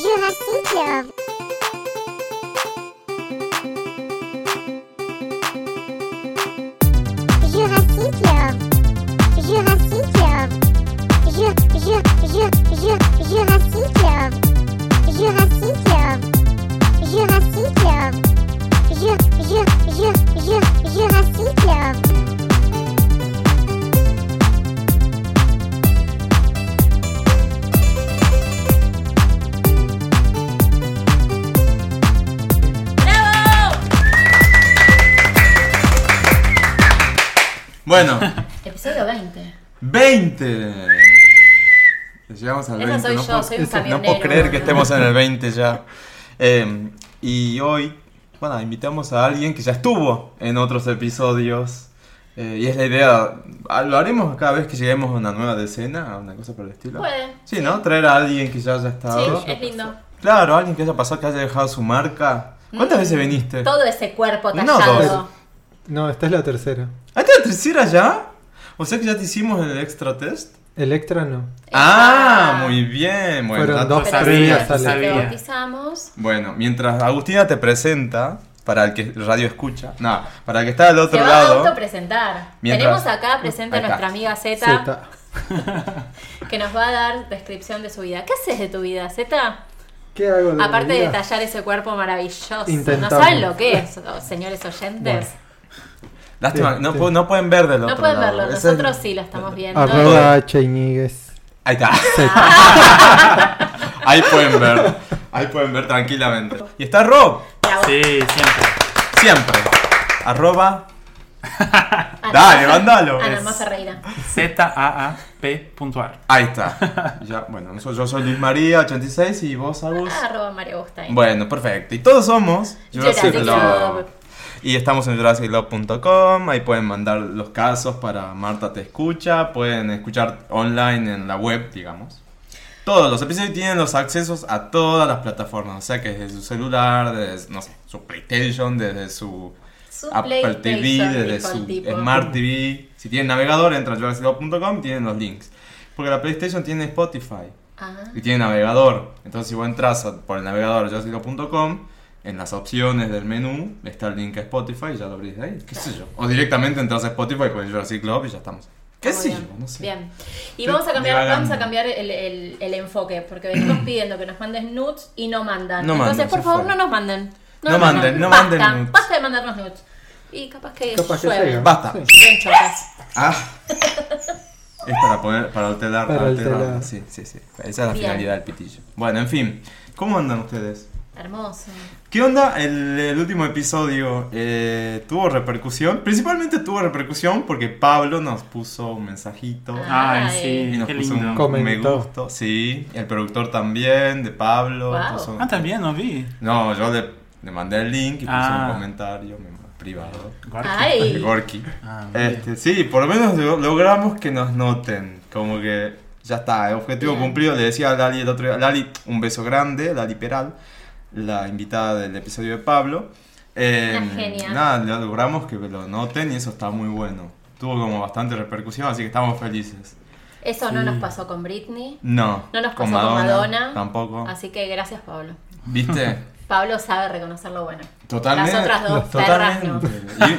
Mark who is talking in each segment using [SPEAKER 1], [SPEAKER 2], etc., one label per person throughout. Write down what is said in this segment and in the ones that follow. [SPEAKER 1] Jurassic Club. Jurassic Club. Jurassic Club. Ju- ju- ju- ju- Jurassic Club. Jurassic Club. Jurassic Club. Ju- ju- ju- ju- Jurassic Club.
[SPEAKER 2] ¡Bravo!
[SPEAKER 3] Bueno, Eh,
[SPEAKER 2] Episodio 20.
[SPEAKER 3] 20. Llegamos al
[SPEAKER 2] Esa
[SPEAKER 3] 20.
[SPEAKER 2] soy
[SPEAKER 3] no
[SPEAKER 2] yo,
[SPEAKER 3] puedo,
[SPEAKER 2] soy un
[SPEAKER 3] no
[SPEAKER 2] camionero,
[SPEAKER 3] puedo creer
[SPEAKER 2] boludo.
[SPEAKER 3] que estemos en el 20 ya. Eh, y hoy, bueno, invitamos a alguien que ya estuvo en otros episodios. Eh, y es la idea, ah, lo haremos cada vez que lleguemos a una nueva decena, a una cosa por el estilo.
[SPEAKER 2] Puede,
[SPEAKER 3] Sí, ¿no? Ah, Traer a alguien que ya haya estado.
[SPEAKER 2] Sí, es lindo.
[SPEAKER 3] Claro, alguien que haya pasado, que haya dejado su marca. ¿Cuántas veces viniste?
[SPEAKER 2] Mm. Todo ese cuerpo
[SPEAKER 3] No,
[SPEAKER 2] tallado.
[SPEAKER 3] dos.
[SPEAKER 4] No, esta es la tercera.
[SPEAKER 3] ¿Ah, ¿Esta es la tercera ya? O sea que ya te hicimos el extra test.
[SPEAKER 4] Electra no.
[SPEAKER 3] Ah, muy bien. Bueno,
[SPEAKER 4] Fueron
[SPEAKER 3] tanto-
[SPEAKER 4] dos
[SPEAKER 2] Pero
[SPEAKER 4] previas
[SPEAKER 2] sí,
[SPEAKER 4] a la-
[SPEAKER 2] te
[SPEAKER 5] Sabía.
[SPEAKER 2] bautizamos.
[SPEAKER 3] Bueno, mientras Agustina te presenta, para el que radio escucha, no, para el que está del
[SPEAKER 2] Te
[SPEAKER 3] otro
[SPEAKER 2] va a
[SPEAKER 3] lado,
[SPEAKER 2] autopresentar.
[SPEAKER 3] Mientras-
[SPEAKER 2] Tenemos acá presente a
[SPEAKER 3] Acá.
[SPEAKER 2] nuestra amiga Zeta,
[SPEAKER 4] Z.
[SPEAKER 2] que nos va a dar descripción de su vida. ¿Qué haces de tu vida, Zeta?
[SPEAKER 4] ¿Qué hago de
[SPEAKER 2] Aparte
[SPEAKER 4] mi
[SPEAKER 2] de
[SPEAKER 4] vida?
[SPEAKER 2] tallar ese cuerpo maravilloso.
[SPEAKER 4] Intentamos.
[SPEAKER 2] ¿No saben lo que es, oh, señores oyentes?
[SPEAKER 3] lástima,
[SPEAKER 4] Sí,
[SPEAKER 3] no,
[SPEAKER 4] sí.
[SPEAKER 3] pu- no pueden ver del
[SPEAKER 2] no
[SPEAKER 3] otro
[SPEAKER 2] pueden
[SPEAKER 3] lado.
[SPEAKER 2] verlo,
[SPEAKER 3] Ese es- Ah,
[SPEAKER 2] nosotros sí lo estamos viendo.
[SPEAKER 4] Arroba H. Iñiguez.
[SPEAKER 3] Ahí está. Ahí pueden ver. Ahí pueden ver tranquilamente. Y está Rob,
[SPEAKER 2] Bravo.
[SPEAKER 5] Sí, siempre.
[SPEAKER 3] siempre. Arroba.
[SPEAKER 2] Ana
[SPEAKER 3] Dale,
[SPEAKER 2] Maza-
[SPEAKER 3] mandalo.
[SPEAKER 2] Ana
[SPEAKER 3] Es-
[SPEAKER 2] Maza Ferreira.
[SPEAKER 5] Z-A-A-P.ar.
[SPEAKER 3] Ahí está. Ya, bueno, nosotros- yo soy Luis María, 86, y vos, Agus.
[SPEAKER 2] Arroba Mario Bustain.
[SPEAKER 3] Bueno, perfecto. Y todos somos
[SPEAKER 2] Jurassic Club.
[SPEAKER 3] Y estamos en jurassiclove.com. Ahí pueden mandar los casos para Marta Te Escucha. Pueden escuchar online en la web, digamos. Todos los episodios tienen los accesos a todas las plataformas. O sea que desde su celular, desde, no sé, su PlayStation, desde su
[SPEAKER 2] Su
[SPEAKER 3] Apple TV,
[SPEAKER 2] PlayStation,
[SPEAKER 3] desde
[SPEAKER 2] tipo,
[SPEAKER 3] su
[SPEAKER 2] tipo.
[SPEAKER 3] Smart TV. Si tienen navegador, entran a jurassiclove.com y tienen los links. Porque la PlayStation tiene Spotify
[SPEAKER 2] Ah.
[SPEAKER 3] y tiene navegador. Entonces, si vos entras a- por el navegador jurassiclove.com, en las opciones del menú está el link a Spotify y ya lo abrís de ahí. ¿Qué sé yo? O directamente entras a Spotify con Jurassic Club y ya estamos. ¿Qué
[SPEAKER 2] Muy
[SPEAKER 3] sé
[SPEAKER 2] bien.
[SPEAKER 3] yo? No sé.
[SPEAKER 2] Bien. Y
[SPEAKER 3] Estoy
[SPEAKER 2] vamos a cambiar,
[SPEAKER 3] divagando.
[SPEAKER 2] vamos a cambiar el, el- el enfoque, porque venimos pidiendo que nos manden nudes y no mandan.
[SPEAKER 3] No mandan,
[SPEAKER 2] Entonces, por
[SPEAKER 3] se
[SPEAKER 2] favor,
[SPEAKER 3] fue.
[SPEAKER 2] no nos manden.
[SPEAKER 3] No
[SPEAKER 2] nos
[SPEAKER 3] manden, no
[SPEAKER 2] Basta,
[SPEAKER 3] manden nudes.
[SPEAKER 2] Basta de mandarnos nudes. Y capaz que
[SPEAKER 4] Capaz que
[SPEAKER 2] llueve.
[SPEAKER 4] llega.
[SPEAKER 3] Basta.
[SPEAKER 4] Sí.
[SPEAKER 2] Llueven chocas.
[SPEAKER 3] Ah. Es para poner, para alterar,
[SPEAKER 4] Para
[SPEAKER 3] alterar.
[SPEAKER 4] alterar.
[SPEAKER 3] Sí, sí, sí. Esa es la
[SPEAKER 2] Bien.
[SPEAKER 3] finalidad del pitillo. Bueno, en fin. ¿Cómo andan ustedes?
[SPEAKER 2] Hermoso.
[SPEAKER 3] ¿Qué onda? El, el último episodio eh, tuvo repercusión. Principalmente tuvo repercusión porque Pablo nos puso un mensajito.
[SPEAKER 2] Ah.
[SPEAKER 5] Ay,
[SPEAKER 3] Y
[SPEAKER 5] sí,
[SPEAKER 3] nos
[SPEAKER 5] qué
[SPEAKER 3] puso un
[SPEAKER 5] lindo.
[SPEAKER 4] Comentó.
[SPEAKER 3] me gusta, sí. El productor también, de Pablo.
[SPEAKER 2] Wow.
[SPEAKER 3] puso un-
[SPEAKER 5] Ah, también no vi.
[SPEAKER 3] No, yo le, le mandé el link y puso
[SPEAKER 5] Ah.
[SPEAKER 3] un comentario me- privado.
[SPEAKER 5] Gorky.
[SPEAKER 3] de
[SPEAKER 2] Ay.
[SPEAKER 3] Gorky.
[SPEAKER 5] Ah, muy bien.
[SPEAKER 3] Este, sí, por lo menos lo- logramos que nos noten. Como que ya está, el objetivo
[SPEAKER 2] Bien.
[SPEAKER 3] cumplido. Le decía a Lali el otro día, Lali, un beso grande, Lali Peral, la invitada del episodio de Pablo. Eh,
[SPEAKER 2] Una genia.
[SPEAKER 3] Nada, lo logramos que lo noten y eso está muy bueno. Tuvo como bastante repercusión, así que estamos felices.
[SPEAKER 2] Eso no nos pasó con Britney.
[SPEAKER 3] No.
[SPEAKER 2] No nos pasó con Madonna.
[SPEAKER 3] Tampoco.
[SPEAKER 2] Así que gracias, Pablo.
[SPEAKER 3] ¿Viste?
[SPEAKER 2] Pablo sabe reconocer lo bueno.
[SPEAKER 3] Totalmente.
[SPEAKER 2] Las otras dos perras no.
[SPEAKER 3] Y-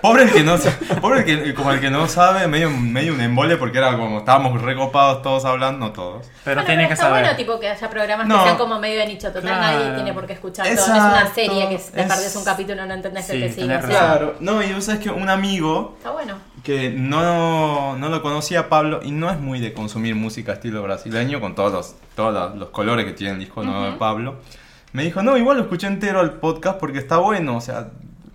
[SPEAKER 3] pobre el que no sa- pobre el que, como el que no sabe, medio, medio un embole porque era como estábamos recopados todos hablando, no todos.
[SPEAKER 5] Pero
[SPEAKER 2] Bueno,
[SPEAKER 5] tiene que
[SPEAKER 2] está
[SPEAKER 5] saber.
[SPEAKER 2] bueno tipo que haya programas
[SPEAKER 3] No.
[SPEAKER 2] que sean como medio de nicho. Total,
[SPEAKER 5] Claro.
[SPEAKER 2] nadie tiene por qué escuchar todo.
[SPEAKER 3] Exacto.
[SPEAKER 2] Es una serie que te
[SPEAKER 3] Es-
[SPEAKER 2] perdés un capítulo, no entendés
[SPEAKER 5] Sí,
[SPEAKER 2] el que sigue.
[SPEAKER 5] tenés
[SPEAKER 2] o sea,
[SPEAKER 5] razón.
[SPEAKER 3] Claro, no, y vos sabés que un amigo
[SPEAKER 2] Está bueno.
[SPEAKER 3] que no, no lo conocía Pablo y no es muy de consumir música estilo brasileño con todos los, todos los, los colores que tiene el disco nuevo de Pablo. Me dijo, no, igual lo escuché entero al podcast porque está bueno, o sea,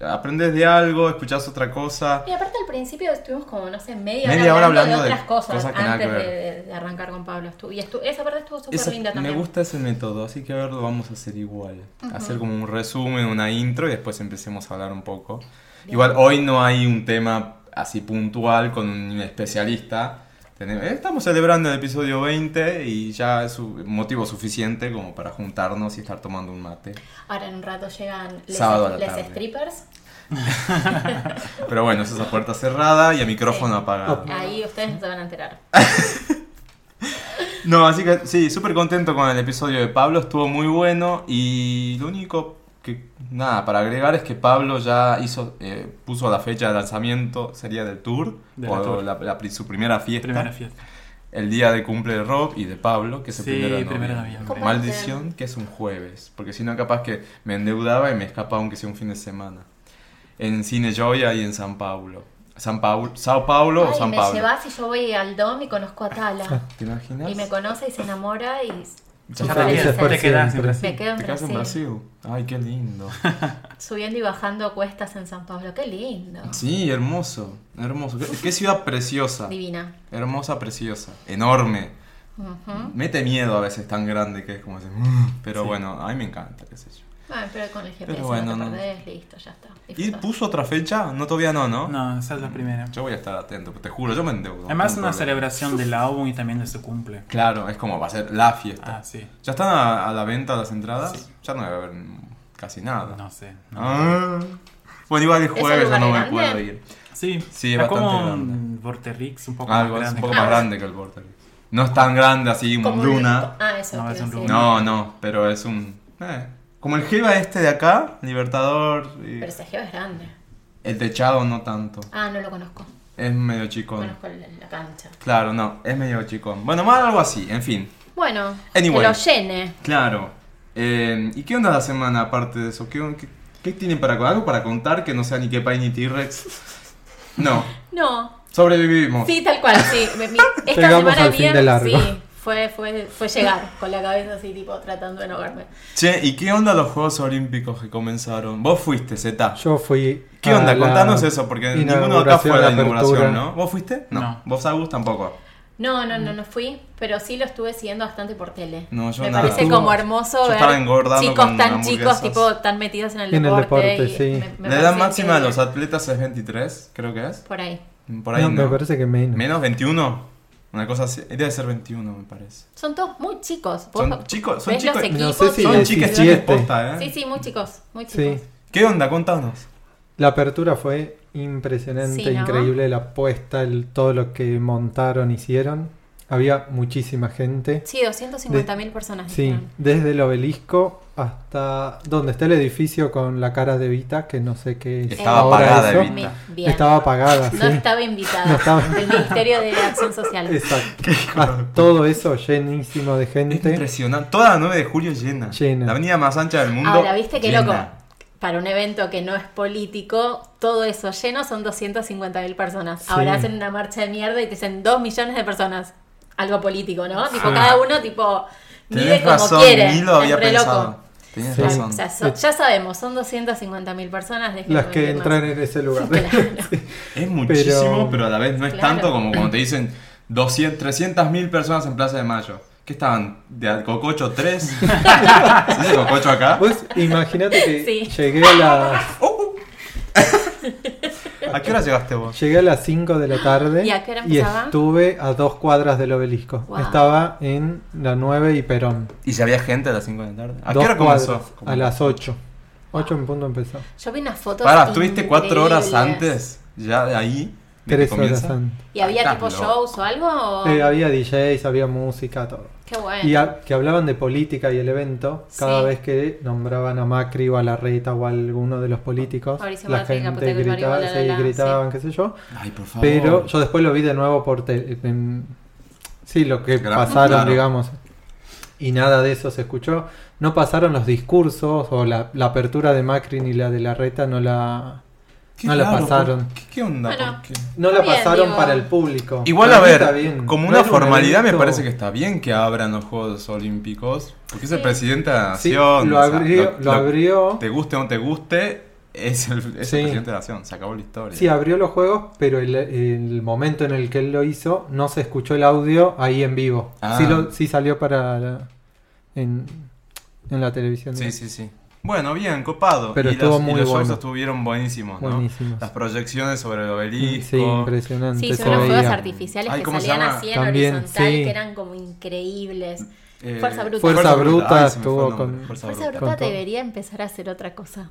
[SPEAKER 3] aprendes de algo, escuchás otra cosa.
[SPEAKER 2] Y aparte al principio estuvimos como, no sé, media,
[SPEAKER 3] Media
[SPEAKER 2] hora
[SPEAKER 3] hora
[SPEAKER 2] hablando,
[SPEAKER 3] hablando
[SPEAKER 2] de
[SPEAKER 3] de
[SPEAKER 2] otras cosas,
[SPEAKER 3] cosas que nada
[SPEAKER 2] antes
[SPEAKER 3] que
[SPEAKER 2] de,
[SPEAKER 3] ver.
[SPEAKER 2] de- de arrancar con Pablo. Estu- y estu- esa parte estuvo súper
[SPEAKER 3] Esa-
[SPEAKER 2] linda
[SPEAKER 3] me
[SPEAKER 2] también.
[SPEAKER 3] gusta ese método, así que a ver, lo vamos a hacer igual. Hacer como un resumen, una intro y después empecemos a hablar un poco. Igual hoy no hay un tema así puntual con un especialista. Tenem- eh, Estamos celebrando el episodio 20 y ya es su- motivo suficiente como para juntarnos y estar tomando un mate.
[SPEAKER 2] Ahora en un rato llegan les,
[SPEAKER 3] Sábado a la
[SPEAKER 2] les
[SPEAKER 3] tarde.
[SPEAKER 2] strippers.
[SPEAKER 3] Pero bueno, eso es a puerta cerrada y a micrófono apagado.
[SPEAKER 2] Ahí ustedes no se van a enterar.
[SPEAKER 3] No, así que sí, súper contento con el episodio de Pablo, estuvo muy bueno y lo único que, nada, para agregar es que Pablo ya hizo, eh, puso la fecha de lanzamiento, sería del tour,
[SPEAKER 5] De la
[SPEAKER 3] o
[SPEAKER 5] tour.
[SPEAKER 3] La, la pri- su primera fiesta,
[SPEAKER 5] Primera fiesta.
[SPEAKER 3] el día de cumple de Rob y de Pablo, que es el
[SPEAKER 5] Sí,
[SPEAKER 3] primero de
[SPEAKER 5] primero de
[SPEAKER 3] noviembre.
[SPEAKER 5] noviembre.
[SPEAKER 3] Maldición, que es un jueves, porque si no capaz que me endeudaba y me escapaba aunque sea un fin de semana. En Cine Joya y en San Paulo. San Paulo, Sao Paulo o
[SPEAKER 2] Ay,
[SPEAKER 3] San
[SPEAKER 2] me
[SPEAKER 3] Pablo.
[SPEAKER 2] llevas y yo voy al DOM y conozco a Tala.
[SPEAKER 3] ¿Te imaginas?
[SPEAKER 2] y me conoce y se enamora y
[SPEAKER 3] Ya
[SPEAKER 5] Ya
[SPEAKER 3] está
[SPEAKER 5] te
[SPEAKER 2] felices
[SPEAKER 5] quedas,
[SPEAKER 4] por
[SPEAKER 5] te quedas en
[SPEAKER 4] siempre.
[SPEAKER 5] Brasil.
[SPEAKER 2] me quedo en
[SPEAKER 3] Te quedas
[SPEAKER 2] Brasil,
[SPEAKER 3] en Brasil. Ay, qué lindo.
[SPEAKER 2] Subiendo y bajando cuestas en San Pablo. Qué lindo.
[SPEAKER 3] Sí, hermoso, hermoso. Qué, qué ciudad preciosa.
[SPEAKER 2] Divina.
[SPEAKER 3] Hermosa, preciosa. Enorme.
[SPEAKER 2] Ujú.
[SPEAKER 3] Mete miedo a veces tan grande que es como ese, "Mm", Pero
[SPEAKER 5] Sí.
[SPEAKER 3] bueno, a mí me encanta, qué sé yo.
[SPEAKER 2] Bueno, pero con el GPS
[SPEAKER 3] Pero
[SPEAKER 2] no
[SPEAKER 3] bueno, no.
[SPEAKER 2] te perdés, listo, ya está.
[SPEAKER 3] ¿Y
[SPEAKER 2] Disfrutá.
[SPEAKER 3] puso otra fecha? No, todavía no, ¿no?
[SPEAKER 5] No, esa es la primera.
[SPEAKER 3] Yo voy a estar atento, te juro, yo me endeudo.
[SPEAKER 5] Además,
[SPEAKER 3] tengo
[SPEAKER 5] una
[SPEAKER 3] problema.
[SPEAKER 5] celebración del álbum y también de su cumple.
[SPEAKER 3] Claro, es como va a ser la fiesta.
[SPEAKER 5] Ah, sí.
[SPEAKER 3] ¿Ya están a, a la venta las entradas?
[SPEAKER 5] Sí.
[SPEAKER 3] Ya no debe haber casi nada.
[SPEAKER 5] No sé. no.
[SPEAKER 3] Ah. Bueno, igual el
[SPEAKER 2] ¿Es el
[SPEAKER 3] jueves
[SPEAKER 2] lugar
[SPEAKER 3] ya no me
[SPEAKER 2] grande?
[SPEAKER 3] puedo ir.
[SPEAKER 5] Sí,
[SPEAKER 3] Sí,
[SPEAKER 5] es
[SPEAKER 3] bastante
[SPEAKER 5] como
[SPEAKER 3] grande.
[SPEAKER 5] un Vorterix un poco
[SPEAKER 3] Algo
[SPEAKER 5] más
[SPEAKER 3] es un
[SPEAKER 5] grande.
[SPEAKER 3] poco
[SPEAKER 2] Ah,
[SPEAKER 3] más
[SPEAKER 2] es-
[SPEAKER 3] grande que el Vortex. No es tan grande así como
[SPEAKER 2] Como
[SPEAKER 3] un
[SPEAKER 2] un-
[SPEAKER 3] Luna.
[SPEAKER 2] Ah, eso.
[SPEAKER 5] No,
[SPEAKER 2] quiero
[SPEAKER 5] es un
[SPEAKER 2] decir.
[SPEAKER 5] Luna.
[SPEAKER 3] No, no, pero es un. eh, Como el Jeva este de acá, Libertador. y-
[SPEAKER 2] Pero Sergio es grande.
[SPEAKER 3] El techado no tanto.
[SPEAKER 2] Ah, no lo conozco.
[SPEAKER 3] Es medio chicón.
[SPEAKER 2] Conozco la, la cancha.
[SPEAKER 3] Claro, no, es medio chicón. Bueno, más algo así, en fin.
[SPEAKER 2] Bueno,
[SPEAKER 3] Anyway.
[SPEAKER 2] que lo llene.
[SPEAKER 3] Claro. Eh, ¿Y qué onda la semana aparte de eso? ¿Qué, qué, qué tienen para algo para contar que no sea ni Kepa ni T-Rex? No,
[SPEAKER 2] No,
[SPEAKER 3] sobrevivimos.
[SPEAKER 2] sí, tal cual, sí. Me- mi- esta
[SPEAKER 4] Llegamos
[SPEAKER 2] semana
[SPEAKER 4] al fin
[SPEAKER 2] mía,
[SPEAKER 4] de largo.
[SPEAKER 2] sí, fue, fue, fue llegar con la cabeza así, tipo, tratando de no verme.
[SPEAKER 3] Che, ¿y qué onda los Juegos Olímpicos que comenzaron? Vos fuiste,
[SPEAKER 2] Ah.
[SPEAKER 3] Zeta.
[SPEAKER 4] Yo fui.
[SPEAKER 3] ¿Qué
[SPEAKER 4] a
[SPEAKER 3] onda?
[SPEAKER 4] la
[SPEAKER 3] Contanos eso, porque ninguno de acá fue a la
[SPEAKER 4] inauguración,
[SPEAKER 3] inauguración,
[SPEAKER 4] apertura.
[SPEAKER 3] ¿no? ¿Vos fuiste? No.
[SPEAKER 5] No.
[SPEAKER 3] ¿Vos, Agus, tampoco?
[SPEAKER 2] No, no, no, no fui, pero sí lo estuve siguiendo bastante por tele.
[SPEAKER 3] No, yo
[SPEAKER 2] Me
[SPEAKER 3] nada.
[SPEAKER 2] parece
[SPEAKER 3] Estuvo-
[SPEAKER 2] como hermoso
[SPEAKER 3] yo
[SPEAKER 2] ver
[SPEAKER 3] estaba engordando con
[SPEAKER 2] chicos tan
[SPEAKER 3] hamburguesas.
[SPEAKER 2] chicos, tipo, tan metidos en el
[SPEAKER 4] En el
[SPEAKER 2] deporte.
[SPEAKER 4] deporte,
[SPEAKER 2] y
[SPEAKER 4] sí.
[SPEAKER 2] me- me
[SPEAKER 3] la
[SPEAKER 2] parece
[SPEAKER 3] edad máxima de
[SPEAKER 2] increíble.
[SPEAKER 3] los atletas es 23, creo que es.
[SPEAKER 2] Por ahí.
[SPEAKER 3] Por ahí no.
[SPEAKER 4] No, me parece que menos.
[SPEAKER 3] ¿Menos 21? Una cosa así. Debe ser 21, me parece.
[SPEAKER 2] Son todos muy chicos. Vos
[SPEAKER 3] Son chicos, son
[SPEAKER 2] ves
[SPEAKER 3] chicos.
[SPEAKER 2] los
[SPEAKER 3] No
[SPEAKER 2] equipos.
[SPEAKER 4] sé si-
[SPEAKER 2] y-
[SPEAKER 3] Son chicas chicas
[SPEAKER 4] 17.
[SPEAKER 3] posta, ¿eh?
[SPEAKER 2] Sí, sí, muy chicos, muy
[SPEAKER 4] Sí.
[SPEAKER 2] chicos.
[SPEAKER 3] ¿Qué onda? Contanos.
[SPEAKER 4] La apertura fue impresionante,
[SPEAKER 2] Sí, ¿no?
[SPEAKER 4] increíble la puesta, el- todo lo que montaron, hicieron. Había muchísima gente.
[SPEAKER 2] Sí, 250.000 personas.
[SPEAKER 4] Sí,
[SPEAKER 2] dijeron.
[SPEAKER 4] desde el obelisco hasta donde está el edificio con la cara de Vita, que no sé qué es.
[SPEAKER 3] Estaba
[SPEAKER 4] ahora
[SPEAKER 3] apagada,
[SPEAKER 4] eso.
[SPEAKER 3] Evita.
[SPEAKER 2] Mi- bien.
[SPEAKER 4] Estaba apagada, sí.
[SPEAKER 2] No estaba invitada.
[SPEAKER 4] No estaba-
[SPEAKER 2] El Ministerio de Acción Social.
[SPEAKER 4] Exacto. Ah, todo eso llenísimo de
[SPEAKER 3] Es
[SPEAKER 4] gente.
[SPEAKER 3] impresionante. Toda la 9 de julio llena.
[SPEAKER 4] Llena.
[SPEAKER 3] La avenida más ancha del mundo.
[SPEAKER 2] Ahora, Ah, ¿viste qué
[SPEAKER 3] llena.
[SPEAKER 2] loco? Para un evento que no es político, todo eso lleno son 250.000 personas.
[SPEAKER 4] Sí.
[SPEAKER 2] Ahora hacen una marcha de mierda y te dicen 2 millones de personas. Algo político, ¿no? Tipo, cada uno, tipo, mide
[SPEAKER 3] Tenés
[SPEAKER 2] como
[SPEAKER 3] razón,
[SPEAKER 2] quiere.
[SPEAKER 3] ni
[SPEAKER 2] Es
[SPEAKER 3] lo había
[SPEAKER 2] re
[SPEAKER 3] pensado.
[SPEAKER 2] loco.
[SPEAKER 3] Tenés
[SPEAKER 4] Sí.
[SPEAKER 3] razón.
[SPEAKER 2] O sea, so- ya sabemos, son 250.000 personas. déjenme
[SPEAKER 4] Las que
[SPEAKER 2] mentir más.
[SPEAKER 4] entran en ese lugar.
[SPEAKER 3] Es muchísimo, pero,
[SPEAKER 4] Pero-
[SPEAKER 3] a la vez no es
[SPEAKER 2] Claro.
[SPEAKER 3] tanto como cuando te dicen 200, 300 mil personas en Plaza de Mayo. ¿Qué estaban? ¿De al Cococho 3? ¿Se dice Cococho acá?
[SPEAKER 4] Vos imaginate que
[SPEAKER 2] Sí.
[SPEAKER 4] llegué a las
[SPEAKER 3] ¿A qué hora llegaste vos?
[SPEAKER 4] Llegué a las 5 de la tarde
[SPEAKER 2] ¿Y a qué hora empezaba?
[SPEAKER 4] estuve a dos cuadras del obelisco.
[SPEAKER 2] Wow.
[SPEAKER 4] Estaba en la 9 y Perón.
[SPEAKER 3] ¿Y si había gente a las 5 de la tarde? ¿A
[SPEAKER 4] Dos
[SPEAKER 3] qué hora
[SPEAKER 4] cuadras,
[SPEAKER 3] comenzó?
[SPEAKER 4] A las 8. 8 en punto empezó.
[SPEAKER 2] Yo vi unas fotos.
[SPEAKER 3] Para, ¿estuviste 4 horas
[SPEAKER 2] increíbles.
[SPEAKER 3] antes? ¿Ya de ahí? ¿De que
[SPEAKER 4] 3 horas
[SPEAKER 3] comienza? Oh.
[SPEAKER 4] antes.
[SPEAKER 2] ¿Y había
[SPEAKER 3] Estás
[SPEAKER 2] tipo
[SPEAKER 3] loco.
[SPEAKER 2] shows o algo? o-
[SPEAKER 4] Eh, había DJs, había música, todo.
[SPEAKER 2] Qué bueno.
[SPEAKER 4] Y a- que hablaban de política y el evento, cada
[SPEAKER 2] Sí.
[SPEAKER 4] vez que nombraban a Macri o a Larreta o a alguno de los políticos,
[SPEAKER 2] Mauricio
[SPEAKER 4] la
[SPEAKER 2] Macri,
[SPEAKER 4] gente
[SPEAKER 2] Capote,
[SPEAKER 4] gritaba,
[SPEAKER 2] Garibaldi, la, la,
[SPEAKER 4] sí,
[SPEAKER 2] la,
[SPEAKER 4] gritaban, qué sé yo.
[SPEAKER 3] Ay, por favor.
[SPEAKER 4] Pero yo después lo vi de nuevo por tele. en- Sí, lo que
[SPEAKER 3] Gran-
[SPEAKER 4] pasaron,
[SPEAKER 3] claro.
[SPEAKER 4] digamos. Y nada de eso se escuchó. No pasaron los discursos o la, la apertura de Macri ni la de la reta, no la,
[SPEAKER 3] Qué
[SPEAKER 4] no la
[SPEAKER 3] raro,
[SPEAKER 4] pasaron.
[SPEAKER 3] ¿por ¿Qué, qué onda?
[SPEAKER 2] Bueno.
[SPEAKER 3] ¿Por qué?
[SPEAKER 4] no la
[SPEAKER 2] Está bien,
[SPEAKER 4] pasaron
[SPEAKER 2] digo.
[SPEAKER 4] para el público.
[SPEAKER 3] Igual,
[SPEAKER 4] Para
[SPEAKER 3] a
[SPEAKER 4] mí está bien.
[SPEAKER 3] ver, como
[SPEAKER 4] No
[SPEAKER 3] una
[SPEAKER 4] era un
[SPEAKER 3] formalidad me
[SPEAKER 4] evento-
[SPEAKER 3] parece que está bien que abran los Juegos Olímpicos, porque es el
[SPEAKER 2] Sí.
[SPEAKER 3] presidente de la
[SPEAKER 4] Sí,
[SPEAKER 3] nación.
[SPEAKER 4] lo
[SPEAKER 3] o sea,
[SPEAKER 4] abrió. lo, abrió
[SPEAKER 3] te guste o no te guste, es el, es el
[SPEAKER 4] Sí.
[SPEAKER 3] presidente de la nación. Se acabó la historia.
[SPEAKER 4] sí, ah, abrió los juegos, pero el, el momento en el que él lo hizo, no se escuchó el audio ahí en vivo.
[SPEAKER 3] Ah.
[SPEAKER 4] Sí, lo, sí salió para la- en, en la televisión.
[SPEAKER 3] sí, sí, sí. Bueno, bien, copado.
[SPEAKER 4] Pero
[SPEAKER 3] y
[SPEAKER 4] estuvo
[SPEAKER 3] los, y
[SPEAKER 4] muy
[SPEAKER 3] los shows
[SPEAKER 4] bueno.
[SPEAKER 3] estuvieron buenísimos, ¿no?
[SPEAKER 4] Buenísimos.
[SPEAKER 3] Las proyecciones sobre el obelisco.
[SPEAKER 4] Sí, impresionante.
[SPEAKER 2] Sí,
[SPEAKER 4] se
[SPEAKER 2] son los
[SPEAKER 4] veía.
[SPEAKER 2] fuegos artificiales
[SPEAKER 3] Ay,
[SPEAKER 2] que
[SPEAKER 3] ¿cómo se
[SPEAKER 2] salían
[SPEAKER 3] llama?
[SPEAKER 2] así en
[SPEAKER 4] También,
[SPEAKER 2] horizontal,
[SPEAKER 4] sí.
[SPEAKER 2] que eran como increíbles.
[SPEAKER 3] Eh,
[SPEAKER 2] Fuerza Bruta.
[SPEAKER 4] Fuerza
[SPEAKER 3] Ay, se me
[SPEAKER 4] Bruta
[SPEAKER 3] fue el
[SPEAKER 4] estuvo
[SPEAKER 3] nombre.
[SPEAKER 4] con-
[SPEAKER 3] Fuerza
[SPEAKER 2] Fuerza
[SPEAKER 3] Bruta.
[SPEAKER 2] Bruta
[SPEAKER 4] Con todo.
[SPEAKER 2] debería empezar a hacer otra cosa.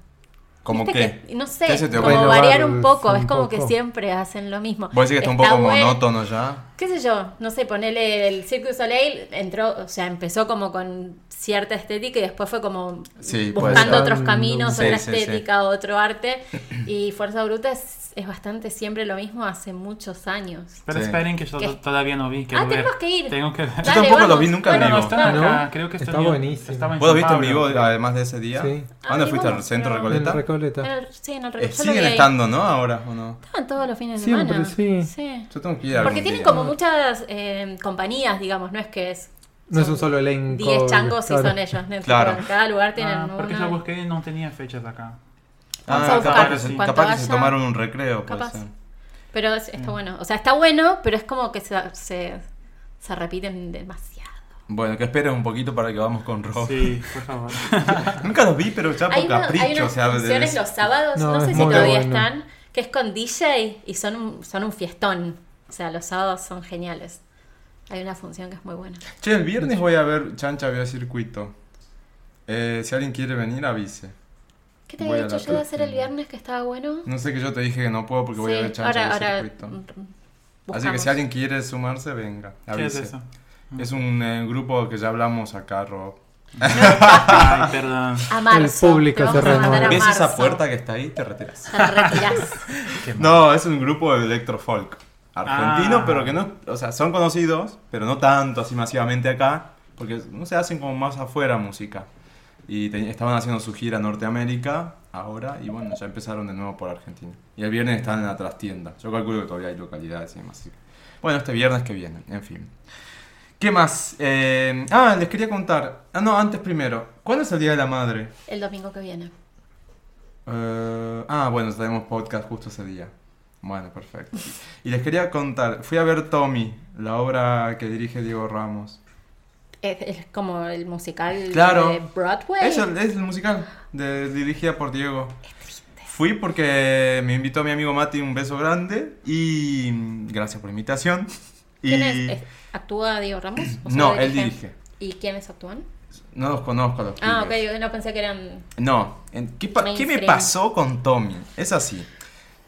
[SPEAKER 3] ¿Cómo
[SPEAKER 2] ¿Viste
[SPEAKER 3] qué?
[SPEAKER 2] que- no sé,
[SPEAKER 3] ¿Qué se te
[SPEAKER 2] como
[SPEAKER 3] ocurre?
[SPEAKER 2] variar
[SPEAKER 4] Renovar
[SPEAKER 2] un poco.
[SPEAKER 4] un
[SPEAKER 2] es como que
[SPEAKER 4] poco.
[SPEAKER 2] siempre hacen lo mismo.
[SPEAKER 3] Vos decís que está un poco
[SPEAKER 2] bueno-
[SPEAKER 3] monótono ya.
[SPEAKER 2] qué sé yo, no sé, ponele el Cirque du Soleil, entró, o sea, empezó como con cierta estética y después fue como
[SPEAKER 3] Sí, puede
[SPEAKER 2] buscando
[SPEAKER 3] ser.
[SPEAKER 2] otros caminos,
[SPEAKER 3] Sí,
[SPEAKER 2] otra
[SPEAKER 3] sí, sí.
[SPEAKER 2] estética, otro arte. Y Fuerza Bruta es, es bastante siempre lo mismo hace muchos años.
[SPEAKER 5] Pero
[SPEAKER 3] Sí.
[SPEAKER 5] esperen que yo
[SPEAKER 2] ¿Qué?
[SPEAKER 5] to- todavía no vi. quiero
[SPEAKER 2] Ah, tenemos
[SPEAKER 5] ver.
[SPEAKER 2] que ir.
[SPEAKER 5] Tengo que ver.
[SPEAKER 2] Dale,
[SPEAKER 3] tampoco lo
[SPEAKER 2] vamos.
[SPEAKER 3] vi nunca en
[SPEAKER 2] Bueno,
[SPEAKER 3] vivo.
[SPEAKER 2] no está
[SPEAKER 5] No,
[SPEAKER 2] acá.
[SPEAKER 5] acá, creo que
[SPEAKER 4] Está
[SPEAKER 5] estudió-
[SPEAKER 4] buenísimo.
[SPEAKER 5] estaba en
[SPEAKER 3] ¿Vos lo
[SPEAKER 5] San
[SPEAKER 3] viste en vivo Ah,
[SPEAKER 5] Pablo, creo.
[SPEAKER 3] además de ese día?
[SPEAKER 4] Sí.
[SPEAKER 2] Ah,
[SPEAKER 3] ¿Dónde
[SPEAKER 2] sí,
[SPEAKER 3] fuiste al
[SPEAKER 2] vamos,
[SPEAKER 3] centro
[SPEAKER 2] pero-
[SPEAKER 4] En
[SPEAKER 3] Recoleta?
[SPEAKER 2] En
[SPEAKER 4] Recoleta.
[SPEAKER 2] el- sí, en el
[SPEAKER 3] Eh,
[SPEAKER 2] Recoleta. yo lo
[SPEAKER 3] siguen
[SPEAKER 2] vi ahí.
[SPEAKER 3] estando, ¿no? Ahora o no.
[SPEAKER 2] Estaban Ah, todos los fines de
[SPEAKER 4] Siempre,
[SPEAKER 2] semana.
[SPEAKER 4] sí.
[SPEAKER 2] sí.
[SPEAKER 3] Yo tengo que ir
[SPEAKER 2] Porque
[SPEAKER 3] algún
[SPEAKER 2] tienen
[SPEAKER 3] día.
[SPEAKER 2] como muchas eh, compañías, digamos, no es que es
[SPEAKER 4] No es un solo elenco.
[SPEAKER 2] 10 changos y
[SPEAKER 4] claro.
[SPEAKER 2] son ellos. ¿no?
[SPEAKER 3] Claro.
[SPEAKER 2] Tipo, En cada lugar tienen
[SPEAKER 5] Ah, porque
[SPEAKER 2] una-
[SPEAKER 5] yo busqué y no tenía fechas acá.
[SPEAKER 2] Vamos a
[SPEAKER 3] Ah, capaz
[SPEAKER 2] buscar
[SPEAKER 3] que, se,
[SPEAKER 2] cuando
[SPEAKER 3] capaz que se
[SPEAKER 2] vaya.
[SPEAKER 3] tomaron un recreo, puede
[SPEAKER 2] Capaz.
[SPEAKER 3] ser.
[SPEAKER 2] Pero es-
[SPEAKER 4] Mm.
[SPEAKER 2] está bueno. O sea, está bueno, pero es como que se, se, se repiten demasiado.
[SPEAKER 3] Bueno, que esperen un poquito para que vamos con Rob.
[SPEAKER 5] Sí, por favor.
[SPEAKER 3] Nunca los vi, pero ya por
[SPEAKER 2] una-
[SPEAKER 3] capricho. o
[SPEAKER 2] unas
[SPEAKER 3] sea, de-
[SPEAKER 2] funciones los sábados,
[SPEAKER 4] No,
[SPEAKER 2] no, sé
[SPEAKER 4] es
[SPEAKER 2] si
[SPEAKER 4] muy
[SPEAKER 2] todavía
[SPEAKER 4] bueno.
[SPEAKER 2] están, que es con DJ y son un, son un fiestón. O sea, los sábados son geniales. Hay una función que es muy buena.
[SPEAKER 3] Che, el viernes voy a ver Chancha Vía Circuito. Eh, si alguien quiere venir, avise.
[SPEAKER 2] ¿Qué te
[SPEAKER 3] Voy
[SPEAKER 2] había
[SPEAKER 3] a
[SPEAKER 2] dicho
[SPEAKER 3] la
[SPEAKER 2] yo de hacer el
[SPEAKER 3] próxima.
[SPEAKER 2] viernes que estaba bueno?
[SPEAKER 3] No sé que yo te dije que no puedo porque voy a ver Chancha
[SPEAKER 2] ahora,
[SPEAKER 3] Vía
[SPEAKER 2] ahora.
[SPEAKER 3] Circuito.
[SPEAKER 2] mm,
[SPEAKER 3] Así que
[SPEAKER 2] buscamos.
[SPEAKER 3] si alguien quiere sumarse, venga, avise.
[SPEAKER 5] ¿Qué es eso?
[SPEAKER 3] Es un eh, grupo que ya hablamos acá, Rob.
[SPEAKER 5] Ay, perdón.
[SPEAKER 2] A marzo,
[SPEAKER 4] El público
[SPEAKER 2] te vamos
[SPEAKER 4] se
[SPEAKER 2] a mandar a
[SPEAKER 4] renueva.
[SPEAKER 3] ¿Ves esa
[SPEAKER 2] marzo.
[SPEAKER 3] puerta que está ahí? Te retiras.
[SPEAKER 2] Te retirás.
[SPEAKER 3] No, es un grupo de electrofolk argentino,
[SPEAKER 5] Ah.
[SPEAKER 3] pero que no, o sea, son conocidos, pero no tanto así masivamente acá, porque no se hacen como más afuera música. Y te- estaban haciendo su gira a Norteamérica ahora y bueno, ya empezaron de nuevo por Argentina. Y el viernes están en la trastienda. Yo calculo que todavía hay localidades y demás. así que- Bueno, este viernes que viene, en fin. ¿Qué más? Eh, ah, les quería contar. Ah, no, antes primero. ¿Cuándo es el Día de la Madre?
[SPEAKER 2] El domingo que viene.
[SPEAKER 3] Eh, ah, bueno, tenemos podcast justo ese día. Bueno, perfecto. Y les quería contar, fui a ver Tommy, la obra que dirige Diego Ramos.
[SPEAKER 2] Es, es como el musical
[SPEAKER 3] Claro.
[SPEAKER 2] de Broadway.
[SPEAKER 3] Es el, es el musical, de- dirigida por Diego. Fui porque me invitó mi amigo Mati, un beso grande, y mm, gracias por la invitación. Y
[SPEAKER 2] ¿Quién es? este? ¿Es- ¿Actúa Diego Ramos? ¿O
[SPEAKER 3] No,
[SPEAKER 2] solo
[SPEAKER 3] él dirige.
[SPEAKER 2] ¿Y quiénes actúan?
[SPEAKER 3] no los conozco a los
[SPEAKER 2] Ah, ok,
[SPEAKER 3] pibes.
[SPEAKER 2] yo no pensé que eran.
[SPEAKER 3] No, en- ¿qué, pa- qué me
[SPEAKER 2] Mainstream.
[SPEAKER 3] pasó con Tommy? Es así.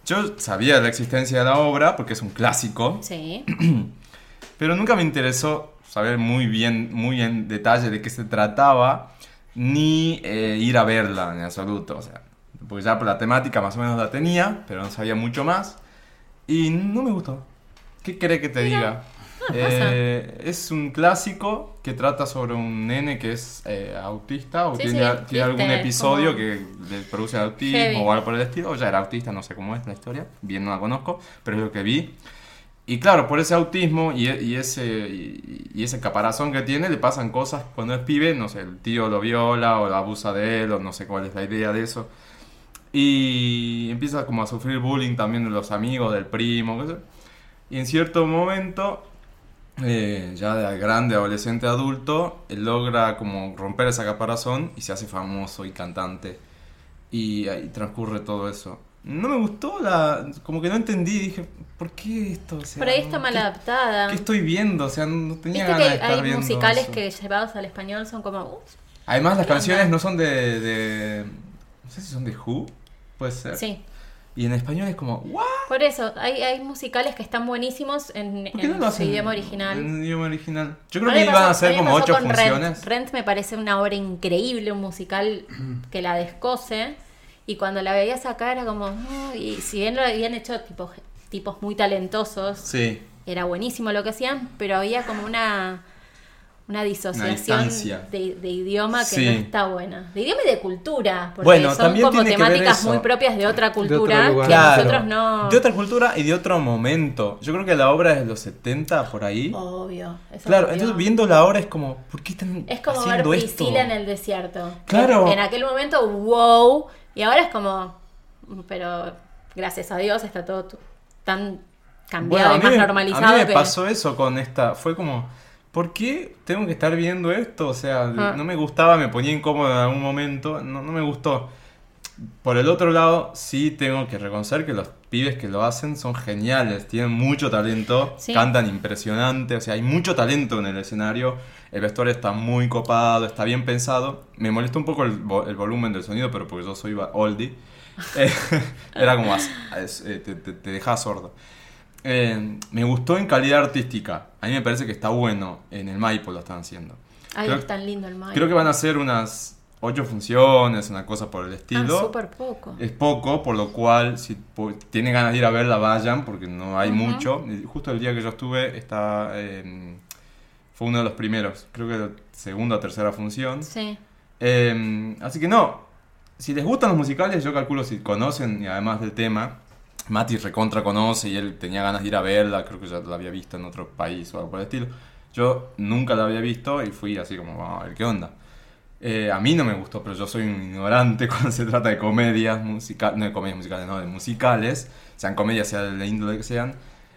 [SPEAKER 3] Yo sabía de la existencia de la obra porque es un clásico,
[SPEAKER 2] Sí.
[SPEAKER 3] Pero nunca me interesó saber muy bien, muy en detalle de qué se trataba, ni eh, ir a verla en absoluto. O sea, porque ya por la temática más o menos la tenía, pero no sabía mucho más. Y no me gustó. ¿Qué querés que te diga? Eh, es un clásico que trata sobre un nene que es eh, autista o
[SPEAKER 2] Sí,
[SPEAKER 3] tiene,
[SPEAKER 2] sí,
[SPEAKER 3] tiene
[SPEAKER 2] viste,
[SPEAKER 3] algún episodio
[SPEAKER 2] como-
[SPEAKER 3] que le produce autismo
[SPEAKER 2] Heavy.
[SPEAKER 3] o algo por el estilo. O ya era autista, no sé cómo es la historia, bien no la conozco, pero es lo que vi. Y claro, por ese autismo y, e- y ese, y, y ese caparazón que tiene, le pasan cosas cuando es pibe, no sé, el tío lo viola o abusa de él o no sé cuál es la idea de eso. Y empieza como a sufrir bullying también de los amigos, del primo, qué sé. Y en cierto momento, eh, ya de grande, adolescente, adulto, él logra como romper esa caparazón y se hace famoso y cantante. Y ahí transcurre todo eso. No me gustó la... como que no entendí, dije, ¿por qué esto? O sea,
[SPEAKER 2] Por ahí está mal
[SPEAKER 3] ¿qué-
[SPEAKER 2] adaptada.
[SPEAKER 3] ¿Qué estoy viendo? O sea, no tenía
[SPEAKER 2] Viste
[SPEAKER 3] ganas de
[SPEAKER 2] que
[SPEAKER 3] estar
[SPEAKER 2] hay
[SPEAKER 3] viendo
[SPEAKER 2] musicales
[SPEAKER 3] eso.
[SPEAKER 2] que llevados al español son como. "Uh,
[SPEAKER 3] Además, las
[SPEAKER 2] ¿Qué onda?
[SPEAKER 3] canciones no son de, de- No sé si son de Who, puede ser.
[SPEAKER 2] sí.
[SPEAKER 3] Y en español es como, ¿what?
[SPEAKER 2] Por eso, hay, hay musicales que están buenísimos en,
[SPEAKER 3] ¿Por qué
[SPEAKER 2] en
[SPEAKER 3] no lo
[SPEAKER 2] su
[SPEAKER 3] hacen
[SPEAKER 2] idioma original.
[SPEAKER 3] En el idioma original. Yo
[SPEAKER 2] A
[SPEAKER 3] creo
[SPEAKER 2] mí
[SPEAKER 3] que
[SPEAKER 2] me
[SPEAKER 3] iban
[SPEAKER 2] pasó-
[SPEAKER 3] a
[SPEAKER 2] mí
[SPEAKER 3] hacer
[SPEAKER 2] me
[SPEAKER 3] como
[SPEAKER 2] pasó
[SPEAKER 3] ocho
[SPEAKER 2] con Rent.
[SPEAKER 3] funciones.
[SPEAKER 2] Rent. me parece una obra increíble, un musical que la descose. Y cuando la veías acá era como. "Oh", y si bien lo habían hecho tipo, tipos muy talentosos,
[SPEAKER 3] Sí.
[SPEAKER 2] era buenísimo lo que hacían, pero había como una, una
[SPEAKER 3] Una
[SPEAKER 2] disociación
[SPEAKER 3] distancia.
[SPEAKER 2] de, de idioma que
[SPEAKER 3] Sí.
[SPEAKER 2] no está buena. De idioma y de cultura, porque
[SPEAKER 3] Bueno,
[SPEAKER 2] son
[SPEAKER 3] también
[SPEAKER 2] como
[SPEAKER 3] tiene que ver
[SPEAKER 2] temáticas
[SPEAKER 3] eso.
[SPEAKER 2] muy propias de otra cultura
[SPEAKER 4] lugar.
[SPEAKER 2] que
[SPEAKER 4] Claro.
[SPEAKER 2] nosotros no...
[SPEAKER 3] De otra cultura y de otro momento. Yo creo que la obra es de los 70 por ahí.
[SPEAKER 2] Obvio. Oh, eso
[SPEAKER 3] claro,
[SPEAKER 2] es
[SPEAKER 3] entonces
[SPEAKER 2] obvio.
[SPEAKER 3] viendo la obra es como, ¿por qué están
[SPEAKER 2] Es como ver
[SPEAKER 3] haciendo esto?
[SPEAKER 2] Priscila en el desierto.
[SPEAKER 3] Claro.
[SPEAKER 2] En, en aquel momento, wow. Y ahora es como, mm, pero gracias a Dios está todo tu- tan cambiado
[SPEAKER 3] Bueno,
[SPEAKER 2] y más
[SPEAKER 3] me-
[SPEAKER 2] normalizado.
[SPEAKER 3] A mí me
[SPEAKER 2] que...
[SPEAKER 3] pasó eso con esta. Fue como, ¿por qué tengo que estar viendo esto? O sea,
[SPEAKER 2] Ah.
[SPEAKER 3] no me gustaba, me ponía incómodo en algún momento. No, no me gustó. Por el otro lado, sí tengo que reconocer que los pibes que lo hacen son geniales, tienen mucho talento,
[SPEAKER 2] Sí.
[SPEAKER 3] cantan impresionante, o sea, hay mucho talento en el escenario, el vestuario está muy copado, está bien pensado. Me molesta un poco el, vo- el volumen del sonido, pero porque yo soy ba- oldie, Eh, era como, as- as- eh, te, te- te deja sordo. eh, me gustó en calidad artística. A mí me parece que está bueno. En el Maipo lo están haciendo.
[SPEAKER 2] Ay,
[SPEAKER 3] Creo-
[SPEAKER 2] es tan lindo el mayo.
[SPEAKER 3] Creo que van a hacer unas ocho funciones, una cosa por el
[SPEAKER 2] ah,
[SPEAKER 3] estilo.
[SPEAKER 2] súper poco.
[SPEAKER 3] Es poco, por lo cual si po- tienen ganas de ir a verla, vayan, porque no hay mucho. Y Justo el día que yo estuve, está, eh, fue uno de los primeros, creo que la segunda o tercera función.
[SPEAKER 2] Sí.
[SPEAKER 3] Eh, así que no, si les gustan los musicales, yo calculo si conocen, y además del tema, Mati recontra conoce y él tenía ganas de ir a verla, creo que ya la había visto en otro país o algo por el estilo. Yo nunca la había visto y fui así como, vamos a ver qué onda. Eh, a mí no me gustó, pero yo soy un ignorante cuando se trata de comedias musicales, no de comedias musicales, no, de musicales, sean comedias, sea de la índole que sean.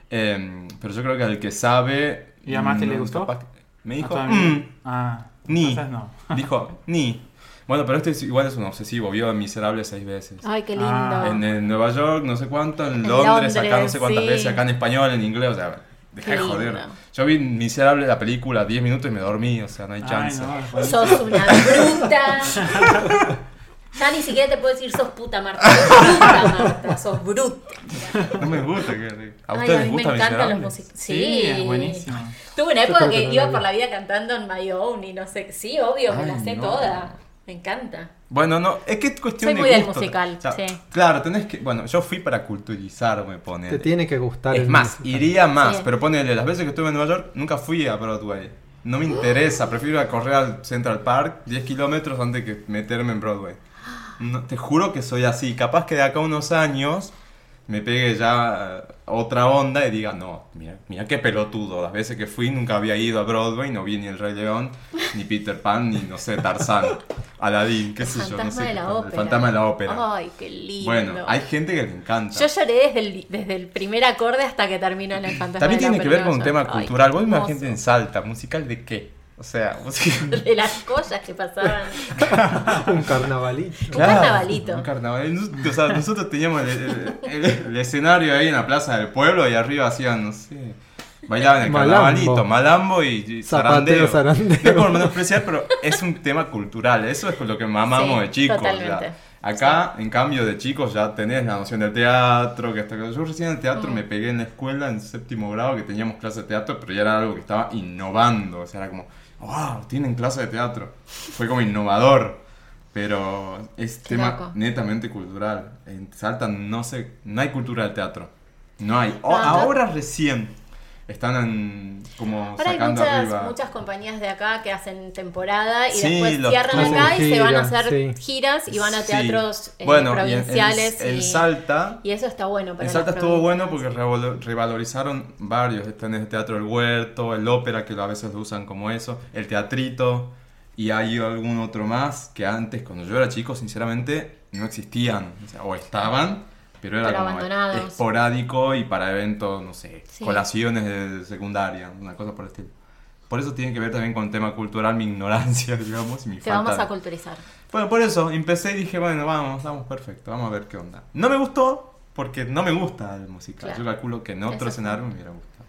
[SPEAKER 3] Eh, pero yo creo que al que sabe...
[SPEAKER 5] ¿Y a Mati le
[SPEAKER 3] mm,
[SPEAKER 5] gustó? Ah,
[SPEAKER 3] capaz que- Me
[SPEAKER 5] ¿A tu
[SPEAKER 3] dijo...
[SPEAKER 5] amigo?
[SPEAKER 3] "Mm,
[SPEAKER 5] Ah,
[SPEAKER 3] Ni.
[SPEAKER 5] entonces no.
[SPEAKER 3] Dijo, ni. Bueno, pero este es- igual es un obsesivo. Vio a Miserable seis veces.
[SPEAKER 2] Ay, qué lindo.
[SPEAKER 5] Ah.
[SPEAKER 3] En, en Nueva York, no sé cuánto. En
[SPEAKER 2] En
[SPEAKER 3] Londres, acá no
[SPEAKER 2] Londres,
[SPEAKER 3] sé cuántas
[SPEAKER 2] sí.
[SPEAKER 3] veces. Acá en español, en inglés. O sea, dejé
[SPEAKER 2] Qué
[SPEAKER 3] de joder.
[SPEAKER 2] lindo.
[SPEAKER 3] Yo vi Miserable la película 10 minutos y me dormí. O sea, no hay
[SPEAKER 5] Ay,
[SPEAKER 3] chance.
[SPEAKER 5] no.
[SPEAKER 2] Sos una bruta. Ya ni siquiera te puedo decir sos puta Marta. Sos bruta Marta, sos bruta.
[SPEAKER 3] no. me gusta. que- ¿A
[SPEAKER 2] Ay,
[SPEAKER 3] ustedes
[SPEAKER 2] a
[SPEAKER 3] les
[SPEAKER 2] mí
[SPEAKER 3] gusta
[SPEAKER 2] me encantan los
[SPEAKER 3] Miserable?
[SPEAKER 2] musicales. Sí.
[SPEAKER 5] Sí, es buenísimo.
[SPEAKER 2] Tuve una
[SPEAKER 4] Yo
[SPEAKER 2] época
[SPEAKER 4] creo que
[SPEAKER 2] que
[SPEAKER 4] no la
[SPEAKER 2] iba
[SPEAKER 4] vi.
[SPEAKER 2] por la vida cantando en my own y no sé. Sí, obvio, me
[SPEAKER 3] Ay,
[SPEAKER 2] la sé
[SPEAKER 3] no.
[SPEAKER 2] toda. Me encanta.
[SPEAKER 3] Bueno, no, es que es cuestión
[SPEAKER 2] Soy
[SPEAKER 3] de
[SPEAKER 2] muy del
[SPEAKER 3] gusto.
[SPEAKER 2] musical,
[SPEAKER 3] O sea,
[SPEAKER 2] sí.
[SPEAKER 3] Claro, tenés que... Bueno, yo fui para culturizarme, poner.
[SPEAKER 4] Te tiene que gustar.
[SPEAKER 3] Es
[SPEAKER 4] el
[SPEAKER 3] más,
[SPEAKER 4] musical.
[SPEAKER 3] iría más,
[SPEAKER 2] Sí.
[SPEAKER 3] pero ponele, las veces que estuve en Nueva York nunca fui a Broadway. No me interesa, prefiero a correr al Central Park 10 kilómetros antes que meterme en Broadway. No, te juro que soy así, capaz que de acá a unos años me pegue ya eh, otra onda y diga, no, mira, mira qué pelotudo, las veces que fui nunca había ido a Broadway, no vi ni El Rey León, ni Peter Pan, ni no sé, Tarzán, Aladdin, qué sé yo,
[SPEAKER 2] Fantasma
[SPEAKER 3] no sé.
[SPEAKER 2] de
[SPEAKER 3] qué
[SPEAKER 2] la
[SPEAKER 3] tal,
[SPEAKER 2] ópera.
[SPEAKER 3] El fantasma de la ópera.
[SPEAKER 2] Ay, qué lindo.
[SPEAKER 3] bueno, hay gente que le encanta.
[SPEAKER 2] Yo lloré desde el, desde el primer acorde hasta que terminó en el fantasma.
[SPEAKER 3] También
[SPEAKER 2] de la
[SPEAKER 3] tiene que
[SPEAKER 2] Ópera
[SPEAKER 3] ver con un
[SPEAKER 2] de Nueva
[SPEAKER 3] tema
[SPEAKER 2] York. Ay,
[SPEAKER 3] cultural.
[SPEAKER 2] qué
[SPEAKER 3] Vos
[SPEAKER 2] hermoso.
[SPEAKER 3] imagínate en Salta, musical de qué? O sea, musical...
[SPEAKER 2] De las cosas que pasaban.
[SPEAKER 4] Un carnavalito.
[SPEAKER 2] Claro. carnavalito.
[SPEAKER 3] Un carnaval. Nos- O sea, nosotros teníamos el, el- el- el escenario ahí en la plaza del pueblo y arriba hacían, no sé. Bailaban el
[SPEAKER 4] Malambo.
[SPEAKER 3] carnavalito, malambo y, y zarandeo.
[SPEAKER 4] Zapateo, zarandeo.
[SPEAKER 3] No es por menospreciar, pero es un tema cultural. Eso es con lo que
[SPEAKER 2] Sí,
[SPEAKER 3] mamamos de chicos.
[SPEAKER 2] totalmente.
[SPEAKER 3] ya. Acá, en cambio, de chicos ya tenés la noción del teatro. que hasta que Yo recién el teatro
[SPEAKER 2] Mm.
[SPEAKER 3] me pegué en la escuela en séptimo grado que teníamos clase de teatro, pero ya era algo que estaba innovando. O sea, era como, wow, tienen clase de teatro. Fue como innovador. Pero es
[SPEAKER 2] Qué
[SPEAKER 3] tema
[SPEAKER 2] loco.
[SPEAKER 3] netamente cultural. En Salta no, se, no hay cultura del teatro. No hay. O-
[SPEAKER 2] No, no.
[SPEAKER 3] ahora recién están en- como
[SPEAKER 2] Ahora hay
[SPEAKER 3] sacando
[SPEAKER 2] muchas,
[SPEAKER 3] arriba.
[SPEAKER 2] muchas compañías de acá que hacen temporada y
[SPEAKER 3] Sí,
[SPEAKER 2] después
[SPEAKER 3] los-
[SPEAKER 2] cierran
[SPEAKER 4] hacen
[SPEAKER 2] acá y se van a
[SPEAKER 4] giras,
[SPEAKER 2] hacer
[SPEAKER 4] sí.
[SPEAKER 2] giras y van a
[SPEAKER 3] Sí.
[SPEAKER 2] teatros eh,
[SPEAKER 3] Bueno, y en- en-
[SPEAKER 2] provinciales.
[SPEAKER 3] En,
[SPEAKER 2] y,
[SPEAKER 3] Salta.
[SPEAKER 2] y eso está bueno. para
[SPEAKER 3] En
[SPEAKER 2] las
[SPEAKER 3] Salta estuvo bueno porque
[SPEAKER 2] provincias.
[SPEAKER 3] revalo- revalorizaron varios. Están el Teatro del Huerto, el Ópera, que a veces lo usan como eso, el Teatrito. Y hay algún otro más que antes, cuando yo era chico, sinceramente, no existían. O, sea, o estaban, pero era
[SPEAKER 2] Pero
[SPEAKER 3] como
[SPEAKER 2] abandonados.
[SPEAKER 3] esporádico y para eventos, no sé,
[SPEAKER 2] Sí.
[SPEAKER 3] colaciones de secundaria, una cosa por el estilo. Por eso tiene que ver también con el tema cultural, mi ignorancia, digamos, y mi
[SPEAKER 2] Te
[SPEAKER 3] falta
[SPEAKER 2] vamos
[SPEAKER 3] de-
[SPEAKER 2] a culturizar.
[SPEAKER 3] bueno, por eso empecé y dije, bueno, vamos, vamos, perfecto, vamos a ver qué onda. No me gustó porque no me gusta el musical.
[SPEAKER 2] Claro.
[SPEAKER 3] Yo calculo que en
[SPEAKER 2] Eso
[SPEAKER 3] otro
[SPEAKER 2] fue.
[SPEAKER 3] escenario me hubiera gustado.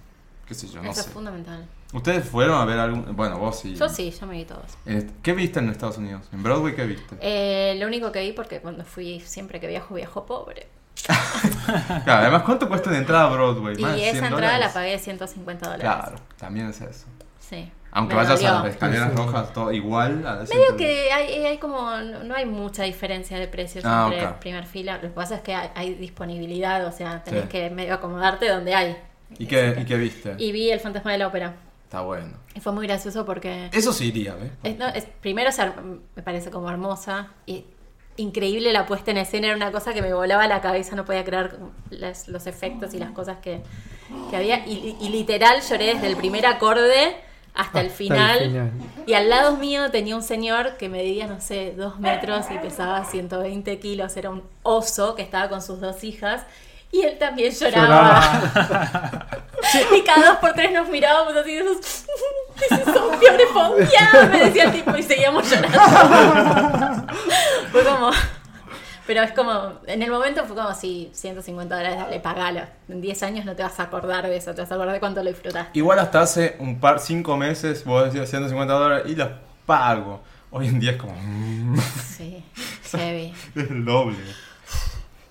[SPEAKER 3] Qué sé yo, no
[SPEAKER 2] eso
[SPEAKER 3] sé.
[SPEAKER 2] es fundamental.
[SPEAKER 3] ¿Ustedes fueron a ver algún...? Bueno, vos sí.
[SPEAKER 2] Yo sí, yo me vi todos.
[SPEAKER 3] En- ¿Qué viste en Estados Unidos? ¿En Broadway qué viste?
[SPEAKER 2] Eh, lo único que vi, porque cuando fui, siempre que viajo, viajo pobre.
[SPEAKER 3] Claro, además, ¿cuánto cuesta una entrada a Broadway?
[SPEAKER 2] Y
[SPEAKER 3] Más de 100
[SPEAKER 2] esa entrada la
[SPEAKER 3] dólares.
[SPEAKER 2] pagué 150 dólares.
[SPEAKER 3] Claro, también es eso.
[SPEAKER 2] Sí.
[SPEAKER 3] Aunque
[SPEAKER 2] Me
[SPEAKER 3] vayas a
[SPEAKER 2] dolió.
[SPEAKER 3] las escaleras
[SPEAKER 4] Sí, sí.
[SPEAKER 3] rojas, todo igual. A
[SPEAKER 2] Medio que hay, hay como, no no hay mucha diferencia de precios
[SPEAKER 3] Ah,
[SPEAKER 2] entre
[SPEAKER 3] ok.
[SPEAKER 2] primer fila. Lo que pasa es que hay, hay disponibilidad, o sea, tenés
[SPEAKER 3] Sí.
[SPEAKER 2] que medio acomodarte donde hay.
[SPEAKER 3] ¿Y qué, ¿Y qué viste?
[SPEAKER 2] Y vi El Fantasma de la Ópera.
[SPEAKER 3] Está bueno.
[SPEAKER 2] Y fue muy gracioso porque...
[SPEAKER 3] Eso sí iría, ¿ves?
[SPEAKER 2] es- no, es- primero es her- me parece como hermosa. Y increíble la puesta en escena. Era una cosa que me volaba la cabeza. No podía creer las- los efectos y las cosas que, que había. Y, y literal lloré desde el primer acorde hasta el final. Y al lado mío tenía un señor que medía, no sé, dos metros y pesaba 120 kilos. Era un oso que estaba con sus dos hijas. Y él también lloraba. Y cada dos por tres nos mirábamos así de esos. "This is so beautiful, yeah", Me decía el tipo y seguíamos llorando. Fue como. Pero es como. En el momento fue como si 150 dólares, dale, pagalo. En 10 años no te vas a acordar de eso, te vas a acordar de cuánto lo disfrutaste.
[SPEAKER 3] Igual hasta hace un par, cinco meses, vos decías 150 dólares y los pago. Hoy en día es como. mm,
[SPEAKER 2] Sí, heavy.
[SPEAKER 3] el doble.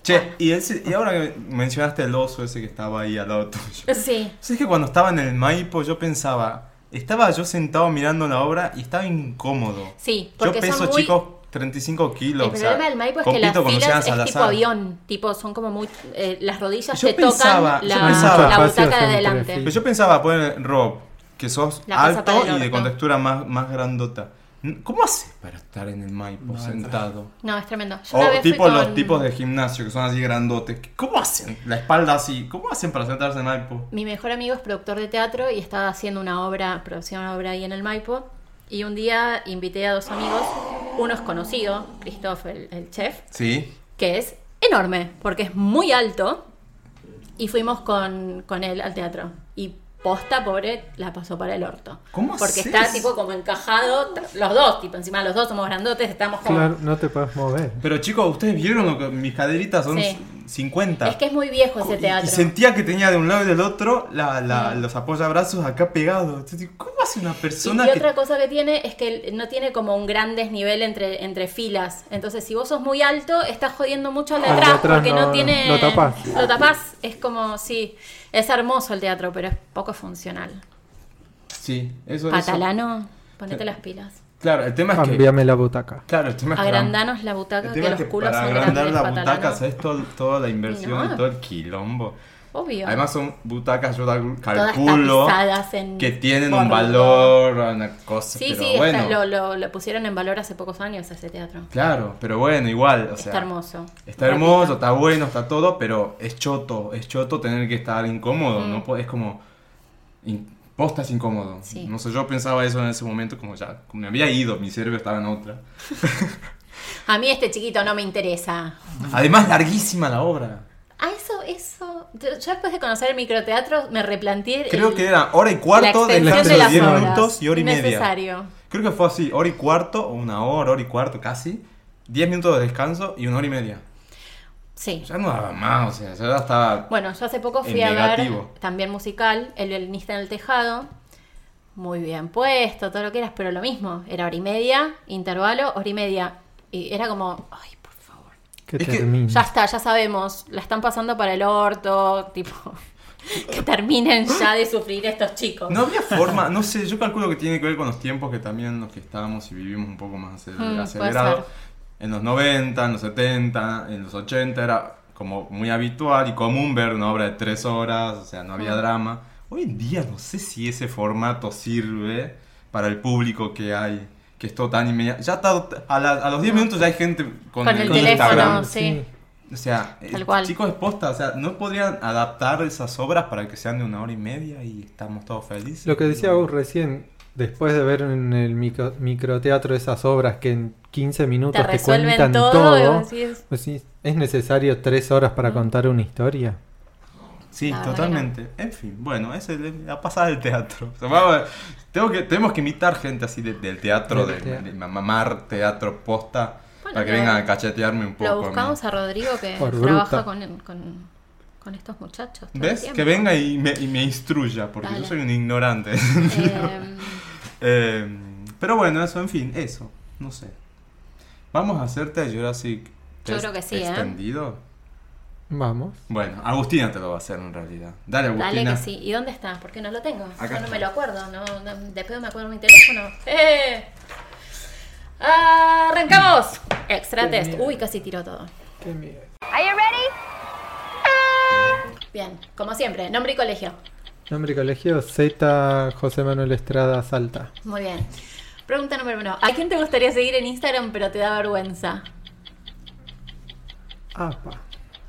[SPEAKER 3] Che, y, ese- y ahora que mencionaste el oso ese que estaba ahí al lado tuyo.
[SPEAKER 2] Sí.
[SPEAKER 3] ¿Sabes que cuando estaba en el Maipo yo pensaba, estaba yo sentado mirando la obra y estaba incómodo?
[SPEAKER 2] Sí,
[SPEAKER 3] Yo
[SPEAKER 2] porque
[SPEAKER 3] peso,
[SPEAKER 2] son muy...
[SPEAKER 3] chicos, 35 kilos.
[SPEAKER 2] el
[SPEAKER 3] o sea,
[SPEAKER 2] problema del Maipo es que
[SPEAKER 3] compito
[SPEAKER 2] las
[SPEAKER 3] con Luciana
[SPEAKER 2] filas es tipo
[SPEAKER 3] Salazar.
[SPEAKER 2] avión, tipo son como muy... eh, las rodillas
[SPEAKER 3] Yo
[SPEAKER 2] te
[SPEAKER 3] pensaba-
[SPEAKER 2] tocan
[SPEAKER 3] yo
[SPEAKER 2] la,
[SPEAKER 3] pensaba-
[SPEAKER 2] la
[SPEAKER 4] Espacio
[SPEAKER 2] butaca de
[SPEAKER 4] entre
[SPEAKER 2] adelante.
[SPEAKER 4] filas.
[SPEAKER 3] Pero yo pensaba, poner Rob, que sos
[SPEAKER 2] La cosa para
[SPEAKER 3] alto
[SPEAKER 2] el
[SPEAKER 3] y de
[SPEAKER 2] orto.
[SPEAKER 3] contextura más, más grandota. ¿Cómo haces para estar en el Maipo
[SPEAKER 5] No,
[SPEAKER 3] sentado?
[SPEAKER 2] No, es tremendo. Yo una
[SPEAKER 3] O
[SPEAKER 2] vez fui
[SPEAKER 3] tipo los
[SPEAKER 2] con-
[SPEAKER 3] tipos de gimnasio que son así grandotes. ¿Cómo hacen? La espalda así. ¿Cómo hacen para sentarse en Maipo?
[SPEAKER 2] Mi mejor amigo es productor de teatro y estaba haciendo una obra, producía una obra ahí en el Maipo. Y un día invité a dos amigos, uno es conocido, Christoph, el- el chef,
[SPEAKER 3] Sí.
[SPEAKER 2] que es enorme, porque es muy alto. Y fuimos con, con él al teatro. Y posta, pobre, la pasó para el orto.
[SPEAKER 3] ¿Cómo
[SPEAKER 2] Porque
[SPEAKER 3] haces?
[SPEAKER 2] está tipo como encajado, t- los dos, tipo encima los dos somos grandotes, estamos como...
[SPEAKER 4] Claro, no te puedes mover.
[SPEAKER 3] Pero chicos, ustedes vieron lo que mis caderitas son
[SPEAKER 2] Sí.
[SPEAKER 3] 50.
[SPEAKER 2] Es que es muy viejo ese
[SPEAKER 3] Y-
[SPEAKER 2] teatro.
[SPEAKER 3] Y, sentía que tenía de un lado y del otro la, la- los apoyabrazos acá pegados. Entonces, digo, ¿Cómo hace una
[SPEAKER 2] Y,
[SPEAKER 3] persona
[SPEAKER 2] y
[SPEAKER 3] que.?
[SPEAKER 2] otra cosa que tiene es que no tiene como un gran desnivel entre, entre filas. Entonces, si vos sos muy alto, estás jodiendo mucho al de
[SPEAKER 4] Al de
[SPEAKER 2] atrás,
[SPEAKER 4] atrás
[SPEAKER 2] porque no,
[SPEAKER 4] no-
[SPEAKER 2] tiene.
[SPEAKER 4] lo tapás.
[SPEAKER 2] Lo tapás. Es como, sí. Es hermoso el teatro, pero es poco funcional.
[SPEAKER 3] Sí, eso es.
[SPEAKER 2] Patalano, ponete las pilas.
[SPEAKER 3] Claro, el tema es que.
[SPEAKER 4] Cambiame la butaca.
[SPEAKER 3] Claro, el tema es que.
[SPEAKER 2] Agrandanos la
[SPEAKER 3] el
[SPEAKER 2] butaca,
[SPEAKER 3] tema
[SPEAKER 2] que
[SPEAKER 3] es
[SPEAKER 2] los
[SPEAKER 3] que
[SPEAKER 2] culos
[SPEAKER 3] para
[SPEAKER 2] son
[SPEAKER 3] agrandar ¿eh?
[SPEAKER 2] grandes,
[SPEAKER 3] la
[SPEAKER 2] patalano.
[SPEAKER 3] butaca, ¿sabes? Todo- toda la inversión
[SPEAKER 2] No.
[SPEAKER 3] y todo el quilombo.
[SPEAKER 2] Obvio.
[SPEAKER 3] Además, son butacas, yo cal-
[SPEAKER 2] Todas
[SPEAKER 3] calculo.
[SPEAKER 2] tapizadas en
[SPEAKER 3] que tienen un
[SPEAKER 2] bordo.
[SPEAKER 3] valor, una cosa.
[SPEAKER 2] Sí,
[SPEAKER 3] pero
[SPEAKER 2] sí,
[SPEAKER 3] bueno.
[SPEAKER 2] está- lo, lo, lo pusieron en valor hace pocos años ese teatro.
[SPEAKER 3] Claro, pero bueno, igual. O sea,
[SPEAKER 2] está hermoso.
[SPEAKER 3] Está hermoso,
[SPEAKER 2] Repito.
[SPEAKER 3] está bueno, está todo, pero es choto, es choto tener que estar incómodo,
[SPEAKER 2] Mm.
[SPEAKER 3] no po- es como in- posta es incómodo.
[SPEAKER 2] Sí.
[SPEAKER 3] No sé, yo pensaba eso en ese momento como ya, como me había ido, mi cerebro estaba en otra.
[SPEAKER 2] Mm. A mí este chiquito no me interesa.
[SPEAKER 3] Además larguísima la obra.
[SPEAKER 2] Ah, eso, eso. Yo yo después de conocer el microteatro me replanteé. el-
[SPEAKER 3] Creo que era hora y
[SPEAKER 2] la
[SPEAKER 3] cuarto,
[SPEAKER 2] extensión
[SPEAKER 4] descanso
[SPEAKER 2] de
[SPEAKER 3] de
[SPEAKER 2] las
[SPEAKER 3] 10
[SPEAKER 2] horas.
[SPEAKER 3] minutos y hora y media.
[SPEAKER 2] Necesario.
[SPEAKER 3] Creo que fue así, hora y cuarto, o una hora, hora y cuarto casi, 10 minutos de descanso y una hora y media.
[SPEAKER 2] Sí.
[SPEAKER 3] Ya no daba más, o sea, ya estaba...
[SPEAKER 2] Bueno, yo hace poco fui
[SPEAKER 3] En
[SPEAKER 2] a
[SPEAKER 3] negativo.
[SPEAKER 2] ver también musical, El violinista en el tejado. Muy bien puesto, todo lo que eras, pero lo mismo. Era hora y media, intervalo, hora y media. Y era como, ay, por favor.
[SPEAKER 4] Que
[SPEAKER 3] Es que-
[SPEAKER 4] termine.
[SPEAKER 2] Ya está, ya sabemos. La están pasando para el orto, tipo. Que terminen ya de sufrir estos chicos.
[SPEAKER 3] No había forma, no sé, yo calculo que tiene que ver con los tiempos que también los que estábamos y vivimos un poco más
[SPEAKER 2] Mm,
[SPEAKER 3] aceler-
[SPEAKER 2] puede
[SPEAKER 3] acelerado.
[SPEAKER 2] ser.
[SPEAKER 3] En los 90, en los 70, en los 80 era como muy habitual y común ver una obra de tres horas, o sea, no
[SPEAKER 2] Mm.
[SPEAKER 3] había drama. Hoy en día no sé si ese formato sirve para el público que hay, que es todo tan inmediato. Ya está, a, la- a los 10 minutos ya hay gente con,
[SPEAKER 2] Con el
[SPEAKER 4] Con
[SPEAKER 2] teléfono,
[SPEAKER 3] Instagram.
[SPEAKER 2] sí.
[SPEAKER 3] O sea,
[SPEAKER 2] Tal
[SPEAKER 3] eh,
[SPEAKER 2] cual.
[SPEAKER 3] chicos, es posta, o sea, no podrían adaptar esas obras para que sean de una hora y media y estamos todos felices.
[SPEAKER 4] Lo que decía vos recién, después de ver en el micro- microteatro esas obras que en 15
[SPEAKER 2] Te
[SPEAKER 4] minutos te,
[SPEAKER 2] resuelven
[SPEAKER 4] cuentan
[SPEAKER 2] todo,
[SPEAKER 4] todo,
[SPEAKER 2] y vos decís-
[SPEAKER 4] vos decís, ¿es necesario tres horas
[SPEAKER 2] Mm.
[SPEAKER 4] para contar una historia?
[SPEAKER 3] Sí,
[SPEAKER 2] La verdad
[SPEAKER 3] totalmente. En fin, bueno, es el- la pasada del teatro. O sea, vamos a- tengo que, tenemos que imitar gente así de- del teatro,
[SPEAKER 4] Del
[SPEAKER 3] de,
[SPEAKER 4] teatro.
[SPEAKER 3] de mamar teatro posta,
[SPEAKER 2] Bueno,
[SPEAKER 3] para que
[SPEAKER 2] lo-
[SPEAKER 3] vengan a cachetearme un poco. a
[SPEAKER 2] Lo
[SPEAKER 3] mí.
[SPEAKER 2] buscamos a Rodrigo que
[SPEAKER 4] Por
[SPEAKER 2] trabaja
[SPEAKER 4] bruta.
[SPEAKER 2] con, con, con estos muchachos. todo el
[SPEAKER 3] ¿Ves?
[SPEAKER 2] tiempo.
[SPEAKER 3] Que venga y me, y me instruya, porque
[SPEAKER 2] Dale.
[SPEAKER 3] yo soy un ignorante.
[SPEAKER 2] Eh,
[SPEAKER 3] Eh, pero bueno, eso, en fin, eso. No sé. Vamos a hacerte Jurassic
[SPEAKER 2] Yo
[SPEAKER 3] Test
[SPEAKER 2] creo que sí, ¿eh?
[SPEAKER 3] extendido.
[SPEAKER 4] Vamos.
[SPEAKER 3] Bueno, Agustina te lo va a hacer en realidad. Dale,
[SPEAKER 2] dale
[SPEAKER 3] Agustina.
[SPEAKER 2] que sí. ¿Y dónde está? Porque no lo tengo.
[SPEAKER 3] Acá
[SPEAKER 2] Yo no
[SPEAKER 3] está.
[SPEAKER 2] me lo acuerdo. No, no- después me acuerdo mi teléfono. ¡Eh! ¡Arrancamos! Extra test. Uy, casi tiró todo.
[SPEAKER 4] Qué miedo.
[SPEAKER 1] Are you ready?
[SPEAKER 2] Bien, como siempre, nombre y colegio.
[SPEAKER 4] Nombre y colegio Z José Manuel Estrada Salta.
[SPEAKER 2] Muy bien. Pregunta número uno. ¿A quién te gustaría seguir en Instagram pero te da vergüenza?
[SPEAKER 4] Apa.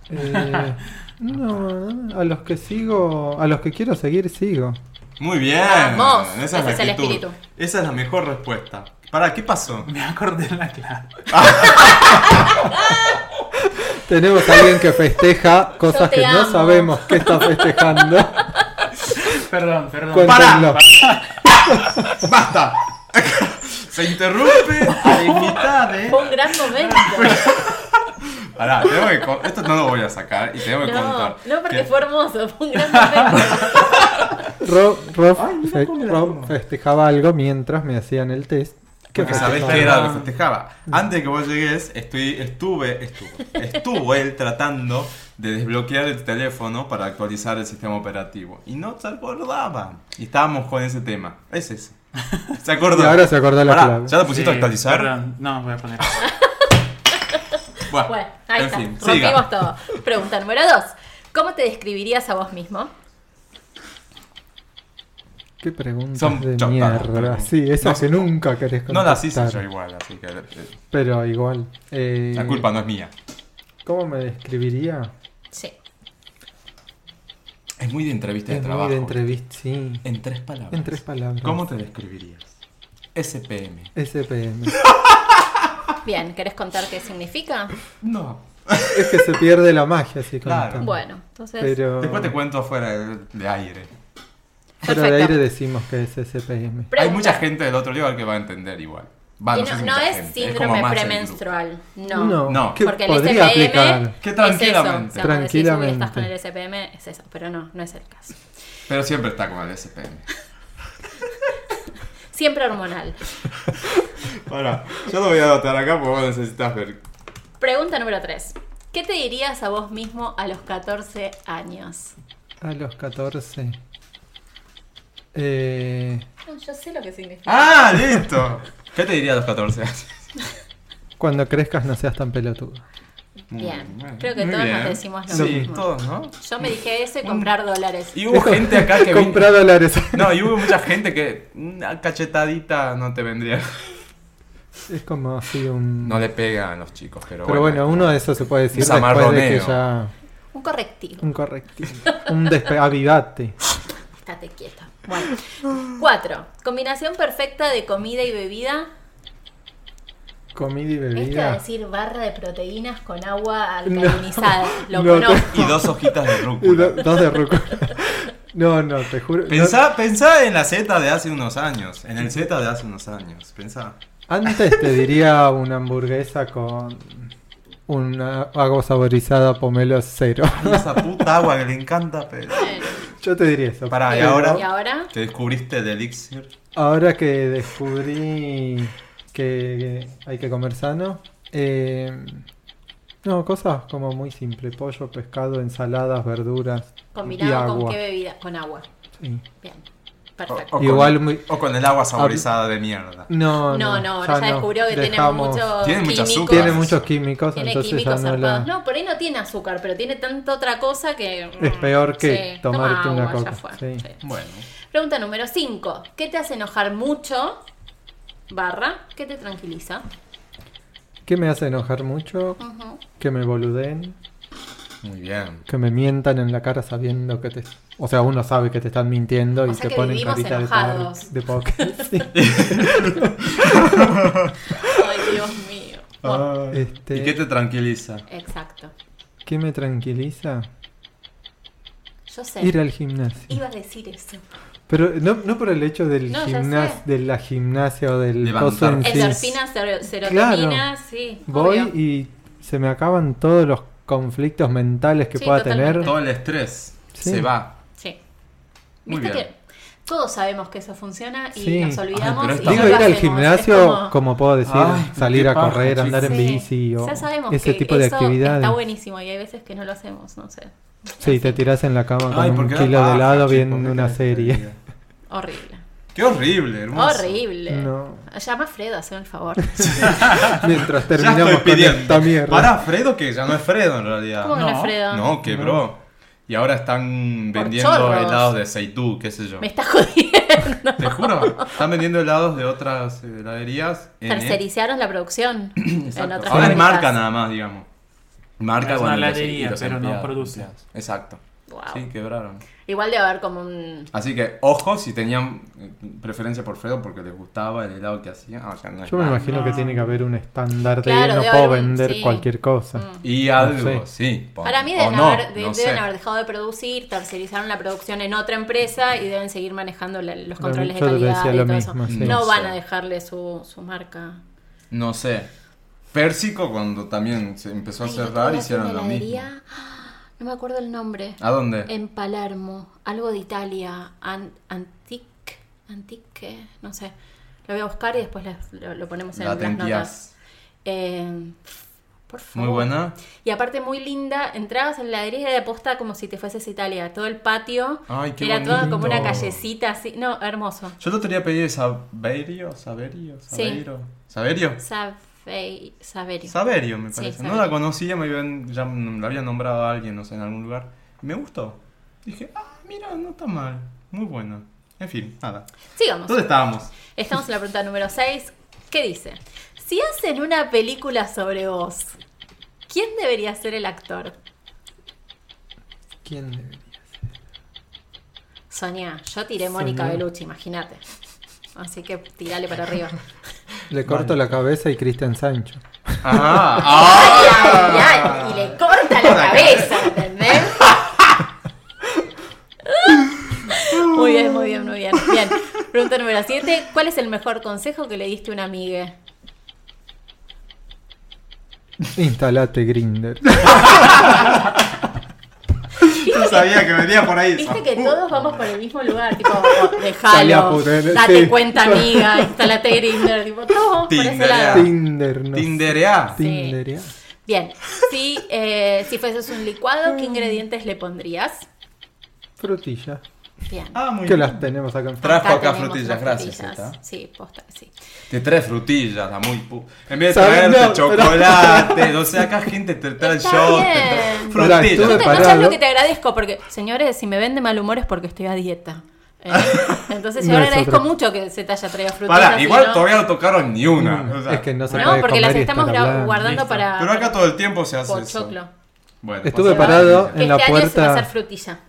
[SPEAKER 4] Eh, no, a los que sigo, a los que quiero seguir, sigo.
[SPEAKER 3] Muy bien.
[SPEAKER 2] Vamos.
[SPEAKER 3] Esa es,
[SPEAKER 2] Ese
[SPEAKER 3] la
[SPEAKER 2] es el
[SPEAKER 3] actitud.
[SPEAKER 2] espíritu.
[SPEAKER 3] Esa es la mejor respuesta. ¿Para qué pasó?
[SPEAKER 5] Me acordé de la clave.
[SPEAKER 4] Tenemos a alguien que festeja
[SPEAKER 2] Yo
[SPEAKER 4] cosas
[SPEAKER 2] te
[SPEAKER 4] que no
[SPEAKER 2] amo.
[SPEAKER 4] sabemos que está festejando.
[SPEAKER 5] Perdón, perdón.
[SPEAKER 4] Cuenta-
[SPEAKER 3] ¡Para!
[SPEAKER 4] Tenlo.
[SPEAKER 3] ¡Basta! Se interrumpe a la mitad, ¿eh?
[SPEAKER 2] Fue un gran momento.
[SPEAKER 3] Pará, tengo que con- Esto no lo voy a sacar y tengo que
[SPEAKER 2] No,
[SPEAKER 3] contar.
[SPEAKER 2] no porque
[SPEAKER 3] Que-
[SPEAKER 2] fue hermoso. Fue un gran momento.
[SPEAKER 4] Rob, Rob
[SPEAKER 3] Ay, mira
[SPEAKER 4] fe-
[SPEAKER 3] cómo la
[SPEAKER 4] Rob
[SPEAKER 3] toma.
[SPEAKER 4] festejaba algo mientras me hacían el test. ¿Qué
[SPEAKER 3] Porque
[SPEAKER 4] festejaba? Mm.
[SPEAKER 3] sabés que era lo que festejaba. Antes de que vos llegues, estoy, estuve, estuvo, estuvo él tratando de desbloquear el teléfono para actualizar el sistema operativo. Y no se acordaban. Y estábamos con ese tema. Es eso. Se acordó.
[SPEAKER 4] Y ahora se acordó la clave.
[SPEAKER 3] ¿Ya lo pusiste a
[SPEAKER 5] Sí,
[SPEAKER 3] actualizar?
[SPEAKER 5] perdón. No, voy a poner.
[SPEAKER 3] Bueno,
[SPEAKER 2] Bueno, ahí
[SPEAKER 3] en
[SPEAKER 2] está.
[SPEAKER 3] fin,
[SPEAKER 2] Rompimos
[SPEAKER 3] siga.
[SPEAKER 2] todo. Pregunta número dos. ¿Cómo te describirías a vos mismo?
[SPEAKER 4] Qué preguntas
[SPEAKER 3] Son
[SPEAKER 4] de
[SPEAKER 3] chotadas,
[SPEAKER 4] mierda.
[SPEAKER 3] pero-
[SPEAKER 4] Sí, esas
[SPEAKER 3] No,
[SPEAKER 4] que nunca querés
[SPEAKER 3] No
[SPEAKER 4] contestar.
[SPEAKER 3] las hice yo igual, así que eh,
[SPEAKER 4] Pero igual. eh,
[SPEAKER 3] la culpa no es mía.
[SPEAKER 4] ¿Cómo me describiría?
[SPEAKER 2] Sí.
[SPEAKER 3] Es muy de entrevista de
[SPEAKER 4] es
[SPEAKER 3] trabajo.
[SPEAKER 4] muy de entrevista, sí.
[SPEAKER 3] En tres palabras.
[SPEAKER 4] En tres palabras.
[SPEAKER 3] ¿Cómo te describirías? SPM.
[SPEAKER 4] SPM.
[SPEAKER 2] Bien, ¿querés contar qué significa?
[SPEAKER 3] No.
[SPEAKER 4] es que se pierde la magia así con
[SPEAKER 3] Claro.
[SPEAKER 4] esta.
[SPEAKER 2] Bueno, entonces.
[SPEAKER 4] Pero
[SPEAKER 3] Después te cuento afuera de, de aire.
[SPEAKER 4] fuera de
[SPEAKER 2] Perfecto.
[SPEAKER 4] aire decimos que es SPM.
[SPEAKER 2] Pregunta.
[SPEAKER 3] Hay mucha gente del otro lugar que va a entender igual. Va,
[SPEAKER 2] Y
[SPEAKER 3] sé
[SPEAKER 2] no,
[SPEAKER 3] si
[SPEAKER 2] no
[SPEAKER 3] mucha
[SPEAKER 2] es
[SPEAKER 3] gente, como
[SPEAKER 2] síndrome
[SPEAKER 3] más el
[SPEAKER 2] premenstrual. No.
[SPEAKER 4] No,
[SPEAKER 3] No.
[SPEAKER 4] que
[SPEAKER 2] porque el
[SPEAKER 4] podría
[SPEAKER 2] SPM
[SPEAKER 4] aplicar.
[SPEAKER 3] Que
[SPEAKER 2] es eso.
[SPEAKER 3] tranquilamente.
[SPEAKER 2] O sea, cuando decís, "Uy,
[SPEAKER 4] Tranquilamente.
[SPEAKER 2] estás con el SPM, es eso. Pero no, no es el caso.
[SPEAKER 3] grupo. Pero siempre está con el SPM.
[SPEAKER 2] Siempre hormonal.
[SPEAKER 3] Para, yo lo voy a anotar acá porque vos necesitas ver.
[SPEAKER 2] Pregunta número 3. ¿Qué te dirías a vos mismo a los 14 años?
[SPEAKER 4] A los 14. Eh,
[SPEAKER 2] Yo sé lo que significa.
[SPEAKER 3] ¡Ah, listo! ¿Qué te diría a los 14 años?
[SPEAKER 4] cuando crezcas no seas tan pelotudo.
[SPEAKER 2] Bien,
[SPEAKER 3] Mm, bueno,
[SPEAKER 2] creo que
[SPEAKER 3] muy
[SPEAKER 2] todos
[SPEAKER 3] bien.
[SPEAKER 2] nos decimos lo
[SPEAKER 3] sí,
[SPEAKER 2] mismo.
[SPEAKER 3] todos, ¿no?
[SPEAKER 2] Yo me dije eso y comprar dólares.
[SPEAKER 3] Mm. Y hubo gente acá que... vi-
[SPEAKER 4] Comprar dólares.
[SPEAKER 3] No, y hubo mucha gente que una cachetadita no te vendría.
[SPEAKER 4] Es como así un.
[SPEAKER 3] No le pegan a los chicos, pero,
[SPEAKER 4] Pero bueno, uno de esos se puede decir
[SPEAKER 3] Es
[SPEAKER 4] después de que
[SPEAKER 3] amarroneo.
[SPEAKER 4] ya.
[SPEAKER 2] Un correctivo.
[SPEAKER 4] Un correctivo. Un despe... avivate.
[SPEAKER 2] Estate quieto. Bueno. 4. Combinación perfecta de comida y bebida.
[SPEAKER 4] Comida
[SPEAKER 2] Este va
[SPEAKER 4] y
[SPEAKER 2] a
[SPEAKER 4] bebida.
[SPEAKER 2] decir barra de proteínas con agua
[SPEAKER 4] No.
[SPEAKER 2] alcalinizada. Lo
[SPEAKER 4] No,
[SPEAKER 2] conozco.
[SPEAKER 3] Y dos hojitas de
[SPEAKER 4] Y do-
[SPEAKER 3] rúcula.
[SPEAKER 4] Dos de rúcula. No, no, te juro. no-
[SPEAKER 3] Pensá, pensá en la Z de hace unos años. En el Z de hace unos años. Pensá.
[SPEAKER 4] Antes te diría una hamburguesa con una agua saborizada pomelo cero.
[SPEAKER 3] Esa puta agua que le encanta, pero.
[SPEAKER 2] Bueno,
[SPEAKER 4] Yo te diría eso.
[SPEAKER 3] Pará, Ah, ¿y
[SPEAKER 4] Pero
[SPEAKER 3] ahora?
[SPEAKER 2] ¿Y ahora?
[SPEAKER 3] Que descubriste el elixir.
[SPEAKER 4] Ahora que descubrí que hay que comer sano, eh, no, cosas como muy simple, pollo, pescado, ensaladas, verduras y
[SPEAKER 2] Combinado con
[SPEAKER 4] agua. Oh,
[SPEAKER 2] qué bebida? Con agua.
[SPEAKER 4] Sí.
[SPEAKER 2] Bien. Perfecto.
[SPEAKER 3] con-
[SPEAKER 4] Igual muy-
[SPEAKER 3] O con el agua saborizada de mierda.
[SPEAKER 4] No,
[SPEAKER 2] no,
[SPEAKER 4] oh, no,
[SPEAKER 2] no, ya, descubrió que
[SPEAKER 4] dejamos-
[SPEAKER 2] tiene muchos
[SPEAKER 3] Tiene mucho azúcar.
[SPEAKER 2] químicos.
[SPEAKER 4] tiene muchos químicos,
[SPEAKER 2] Tiene
[SPEAKER 4] entonces
[SPEAKER 2] químicos
[SPEAKER 4] ya no
[SPEAKER 2] zarpados.
[SPEAKER 4] la
[SPEAKER 2] No, por ahí no tiene azúcar, pero tiene tanta otra cosa que. mm,
[SPEAKER 4] es peor que
[SPEAKER 2] sí, toma
[SPEAKER 4] tomarte una
[SPEAKER 2] agua, ya
[SPEAKER 4] coca.
[SPEAKER 2] fue,
[SPEAKER 4] sí.
[SPEAKER 2] sí.
[SPEAKER 3] Bueno.
[SPEAKER 2] Pregunta número 5. ¿Qué te hace enojar mucho? Barra, ¿qué te tranquiliza?
[SPEAKER 4] ¿Qué me hace enojar mucho?
[SPEAKER 2] Ujú.
[SPEAKER 4] Que me boluden,
[SPEAKER 3] Muy bien.
[SPEAKER 4] que me mientan en la cara sabiendo que te... O sea, uno sabe que te están mintiendo
[SPEAKER 2] O
[SPEAKER 4] y
[SPEAKER 2] sea
[SPEAKER 4] te
[SPEAKER 2] que
[SPEAKER 4] ponen
[SPEAKER 2] vivimos
[SPEAKER 4] carita de
[SPEAKER 2] enojados.
[SPEAKER 4] par- de póker. Sí.
[SPEAKER 2] Ay, Dios mío. Bueno,
[SPEAKER 4] Este,
[SPEAKER 3] ¿Y qué te tranquiliza?
[SPEAKER 2] Exacto.
[SPEAKER 4] ¿Qué me tranquiliza?
[SPEAKER 2] Yo sé.
[SPEAKER 4] Ir al gimnasio.
[SPEAKER 2] Iba a decir eso.
[SPEAKER 4] Pero no, no por el hecho del
[SPEAKER 2] No, ya
[SPEAKER 4] gimnasio,
[SPEAKER 2] sé.
[SPEAKER 4] de la gimnasia o del
[SPEAKER 3] Levantar.
[SPEAKER 4] coso en sí.
[SPEAKER 2] Endorfinas, sero- serotonina,
[SPEAKER 4] Claro.
[SPEAKER 2] sí.
[SPEAKER 4] Voy
[SPEAKER 2] obvio.
[SPEAKER 4] y se me acaban todos los conflictos mentales que
[SPEAKER 2] Sí,
[SPEAKER 4] pueda
[SPEAKER 2] totalmente.
[SPEAKER 4] tener.
[SPEAKER 3] Todo el estrés
[SPEAKER 4] Sí.
[SPEAKER 3] se va.
[SPEAKER 2] Sí.
[SPEAKER 3] Muy
[SPEAKER 2] Viste
[SPEAKER 3] bien.
[SPEAKER 2] que todos sabemos que eso funciona y
[SPEAKER 4] Sí. Ah,
[SPEAKER 2] nos olvidamos.
[SPEAKER 3] Ay, pero
[SPEAKER 2] y
[SPEAKER 3] esta-
[SPEAKER 2] no
[SPEAKER 4] Digo,
[SPEAKER 2] lo
[SPEAKER 4] ir al
[SPEAKER 2] hacemos. Es
[SPEAKER 4] gimnasio, como... puedo decir,
[SPEAKER 3] Ay,
[SPEAKER 4] salir
[SPEAKER 3] qué
[SPEAKER 4] a
[SPEAKER 3] paja,
[SPEAKER 4] correr,
[SPEAKER 3] chicos.
[SPEAKER 4] andar en
[SPEAKER 2] Sí.
[SPEAKER 4] bici o
[SPEAKER 2] Ya sabemos
[SPEAKER 4] ese
[SPEAKER 2] que
[SPEAKER 4] tipo de
[SPEAKER 2] eso
[SPEAKER 4] actividades.
[SPEAKER 2] Está buenísimo y hay veces que no lo hacemos, no sé.
[SPEAKER 4] Sí, te tirás en la cama con
[SPEAKER 3] Ay,
[SPEAKER 4] un
[SPEAKER 3] porque da
[SPEAKER 4] kilo de
[SPEAKER 3] paja,
[SPEAKER 4] helado
[SPEAKER 3] chicos, ¿qué
[SPEAKER 4] viendo una
[SPEAKER 3] querés que te
[SPEAKER 4] serie.
[SPEAKER 3] diga?
[SPEAKER 2] Horrible.
[SPEAKER 3] Qué horrible, hermoso.
[SPEAKER 2] Horrible.
[SPEAKER 4] No.
[SPEAKER 2] Llama a Fredo, hazme el favor.
[SPEAKER 4] Mientras
[SPEAKER 3] Ya
[SPEAKER 4] terminamos
[SPEAKER 3] estoy
[SPEAKER 4] con esta
[SPEAKER 3] pidiendo.
[SPEAKER 4] mierda.
[SPEAKER 3] Para Fredo, que ya no es Fredo en realidad.
[SPEAKER 2] ¿Cómo que no es
[SPEAKER 5] No,
[SPEAKER 2] Fredo?
[SPEAKER 3] No, quebró. Y ahora están
[SPEAKER 2] Por
[SPEAKER 3] vendiendo
[SPEAKER 2] chorros.
[SPEAKER 3] helados de Seitú, qué sé yo.
[SPEAKER 2] Me estás jodiendo.
[SPEAKER 3] Te juro, están vendiendo helados de otras eh, heladerías. en-
[SPEAKER 2] Tercerizaron la producción en otras
[SPEAKER 3] Exacto. Ahora es
[SPEAKER 2] fábricas.
[SPEAKER 3] marca nada más, digamos. Marca
[SPEAKER 5] Es
[SPEAKER 3] con
[SPEAKER 5] una
[SPEAKER 3] el- los-
[SPEAKER 5] heladería,
[SPEAKER 3] y los
[SPEAKER 5] pero no
[SPEAKER 3] empleados.
[SPEAKER 5] produce.
[SPEAKER 3] Exacto.
[SPEAKER 2] Wow.
[SPEAKER 3] Sí, quebraron.
[SPEAKER 2] Igual de haber como un.
[SPEAKER 3] Así que, ojo, si tenían eh, preferencia por Fredo porque les gustaba el helado que hacía. Ah, ya no es
[SPEAKER 4] Yo me
[SPEAKER 3] nada.
[SPEAKER 4] imagino que tiene que haber un estándar de
[SPEAKER 2] Claro,
[SPEAKER 4] no
[SPEAKER 2] debe
[SPEAKER 4] puedo
[SPEAKER 2] haber un-
[SPEAKER 4] vender
[SPEAKER 2] sí. Mm.
[SPEAKER 4] cualquier cosa.
[SPEAKER 3] Y algo,
[SPEAKER 4] sé.
[SPEAKER 3] sí. pon-
[SPEAKER 2] Para mí
[SPEAKER 3] o
[SPEAKER 2] deben,
[SPEAKER 3] no,
[SPEAKER 2] haber, de-
[SPEAKER 3] no sé.
[SPEAKER 2] deben haber dejado de producir, tercerizaron la producción en otra empresa y deben seguir manejando la- los
[SPEAKER 4] Lo-
[SPEAKER 2] controles
[SPEAKER 4] yo
[SPEAKER 2] de
[SPEAKER 4] te
[SPEAKER 2] calidad
[SPEAKER 4] decía
[SPEAKER 2] y
[SPEAKER 4] lo
[SPEAKER 2] todo
[SPEAKER 4] mismo,
[SPEAKER 2] eso.
[SPEAKER 4] sí.
[SPEAKER 2] No
[SPEAKER 3] No
[SPEAKER 2] van
[SPEAKER 3] sé.
[SPEAKER 2] a dejarle su, su marca.
[SPEAKER 3] No sé. Pérsico, cuando también se empezó a
[SPEAKER 2] Ay, el otro día
[SPEAKER 3] cerrar,
[SPEAKER 2] fui a
[SPEAKER 3] hicieron
[SPEAKER 2] una
[SPEAKER 3] lo mismo.
[SPEAKER 2] heladería, ah, No me acuerdo el nombre.
[SPEAKER 3] ¿A dónde?
[SPEAKER 2] En Palermo, algo de Italia, an- antique, antique, no sé. Lo voy a buscar y después las- lo, lo ponemos en
[SPEAKER 3] La
[SPEAKER 2] las notas.
[SPEAKER 3] tentías.
[SPEAKER 2] Eh, por favor.
[SPEAKER 3] Muy buena.
[SPEAKER 2] Y aparte muy linda, entrabas en la herida de posta como si te fueses a Italia, todo el patio
[SPEAKER 3] Ay, qué
[SPEAKER 2] era todo como una
[SPEAKER 3] bonito.
[SPEAKER 2] callecita así, no, hermoso.
[SPEAKER 3] Yo lo tenía pedido de Saverio, Saverio,
[SPEAKER 2] Sí.
[SPEAKER 3] Saverio. ¿Saverio?
[SPEAKER 2] Savei- Saverio.
[SPEAKER 3] Saverio, me
[SPEAKER 2] Sí,
[SPEAKER 3] parece.
[SPEAKER 2] Saverio.
[SPEAKER 3] No la conocía, me habían, ya m- la había nombrado a alguien, no sé, en algún lugar. Y me gustó. Dije, ah, mira, no está mal. Muy buena. En fin, nada.
[SPEAKER 2] Sigamos.
[SPEAKER 3] ¿Dónde estábamos?
[SPEAKER 2] Estamos en la pregunta número 6, que dice, si hacen una película sobre vos, ¿quién debería ser el actor?
[SPEAKER 4] ¿Quién debería ser?
[SPEAKER 2] Soñá, yo tiré Mónica
[SPEAKER 4] Soñá.
[SPEAKER 2] Bellucci, imagínate. Así que tirale para arriba.
[SPEAKER 4] Le corto la cabeza y Cristian Sancho.
[SPEAKER 3] Ah,
[SPEAKER 2] Ay,
[SPEAKER 3] ah.
[SPEAKER 2] ay, ay, y le corta la cabeza, ¿entendés? Muy bien, muy bien, muy bien. Bien. Pregunta número 7. ¿Cuál es el mejor consejo que le diste a una amiga?
[SPEAKER 4] Instalate Grinder.
[SPEAKER 3] Ah. Yo sabía que venía por ahí. Ah,
[SPEAKER 2] Viste que todos vamos por el mismo lugar, tipo, oh, dejalo,
[SPEAKER 4] Salí a poner,
[SPEAKER 2] date
[SPEAKER 4] sí.
[SPEAKER 2] cuenta amiga, instálate Grinder, tipo, todos vamos por ese
[SPEAKER 3] Tinderea.
[SPEAKER 2] lado.
[SPEAKER 4] Tinder,
[SPEAKER 3] uh,
[SPEAKER 4] no. eh.
[SPEAKER 3] Tinderea.
[SPEAKER 2] Sí.
[SPEAKER 4] Tinderea.
[SPEAKER 2] Bien, si, eh, si fueses un licuado, ¿qué ingredientes le pondrías?
[SPEAKER 4] Frutillas.
[SPEAKER 2] Bien.
[SPEAKER 3] Ah, muy
[SPEAKER 4] Que
[SPEAKER 3] bien.
[SPEAKER 4] las tenemos acá enfrente.
[SPEAKER 3] Trajo acá
[SPEAKER 2] tenemos
[SPEAKER 3] frutillas,
[SPEAKER 2] las
[SPEAKER 3] gracias, Zeta.
[SPEAKER 2] Sí, posta, sí.
[SPEAKER 3] Te trae frutillas, la muy pu... En vez de
[SPEAKER 4] ¿Sabes?
[SPEAKER 3] traerte
[SPEAKER 4] No,
[SPEAKER 3] chocolate, o sea, acá gente te trae
[SPEAKER 2] Está
[SPEAKER 3] shot, te
[SPEAKER 2] bien.
[SPEAKER 3] trae
[SPEAKER 4] Pará,
[SPEAKER 3] frutillas.
[SPEAKER 4] estuve
[SPEAKER 2] No, te- no
[SPEAKER 4] Parado.
[SPEAKER 2] sabes lo que te agradezco, porque, señores, si me ven de mal humor es porque estoy a dieta. Eh, entonces, yo
[SPEAKER 4] No
[SPEAKER 2] le
[SPEAKER 4] es
[SPEAKER 2] agradezco
[SPEAKER 4] otra.
[SPEAKER 2] mucho que se te haya traído frutillas.
[SPEAKER 3] Pará,
[SPEAKER 2] si
[SPEAKER 3] igual
[SPEAKER 2] no-
[SPEAKER 3] todavía no tocaron ni una. o sea,
[SPEAKER 4] Mm, es que no se
[SPEAKER 2] No,
[SPEAKER 4] puede
[SPEAKER 2] porque
[SPEAKER 4] comer
[SPEAKER 2] las
[SPEAKER 4] y
[SPEAKER 2] estamos
[SPEAKER 4] estar
[SPEAKER 2] gra-
[SPEAKER 4] hablando.
[SPEAKER 2] guardando para.
[SPEAKER 3] Pero acá todo el tiempo se hace eso.
[SPEAKER 2] Pochoclo.
[SPEAKER 3] Bueno,
[SPEAKER 4] Estuve
[SPEAKER 3] pasa
[SPEAKER 4] parado
[SPEAKER 3] nada.
[SPEAKER 2] Que
[SPEAKER 4] en la
[SPEAKER 2] este año se va a
[SPEAKER 4] puerta.
[SPEAKER 2] hacer frutilla.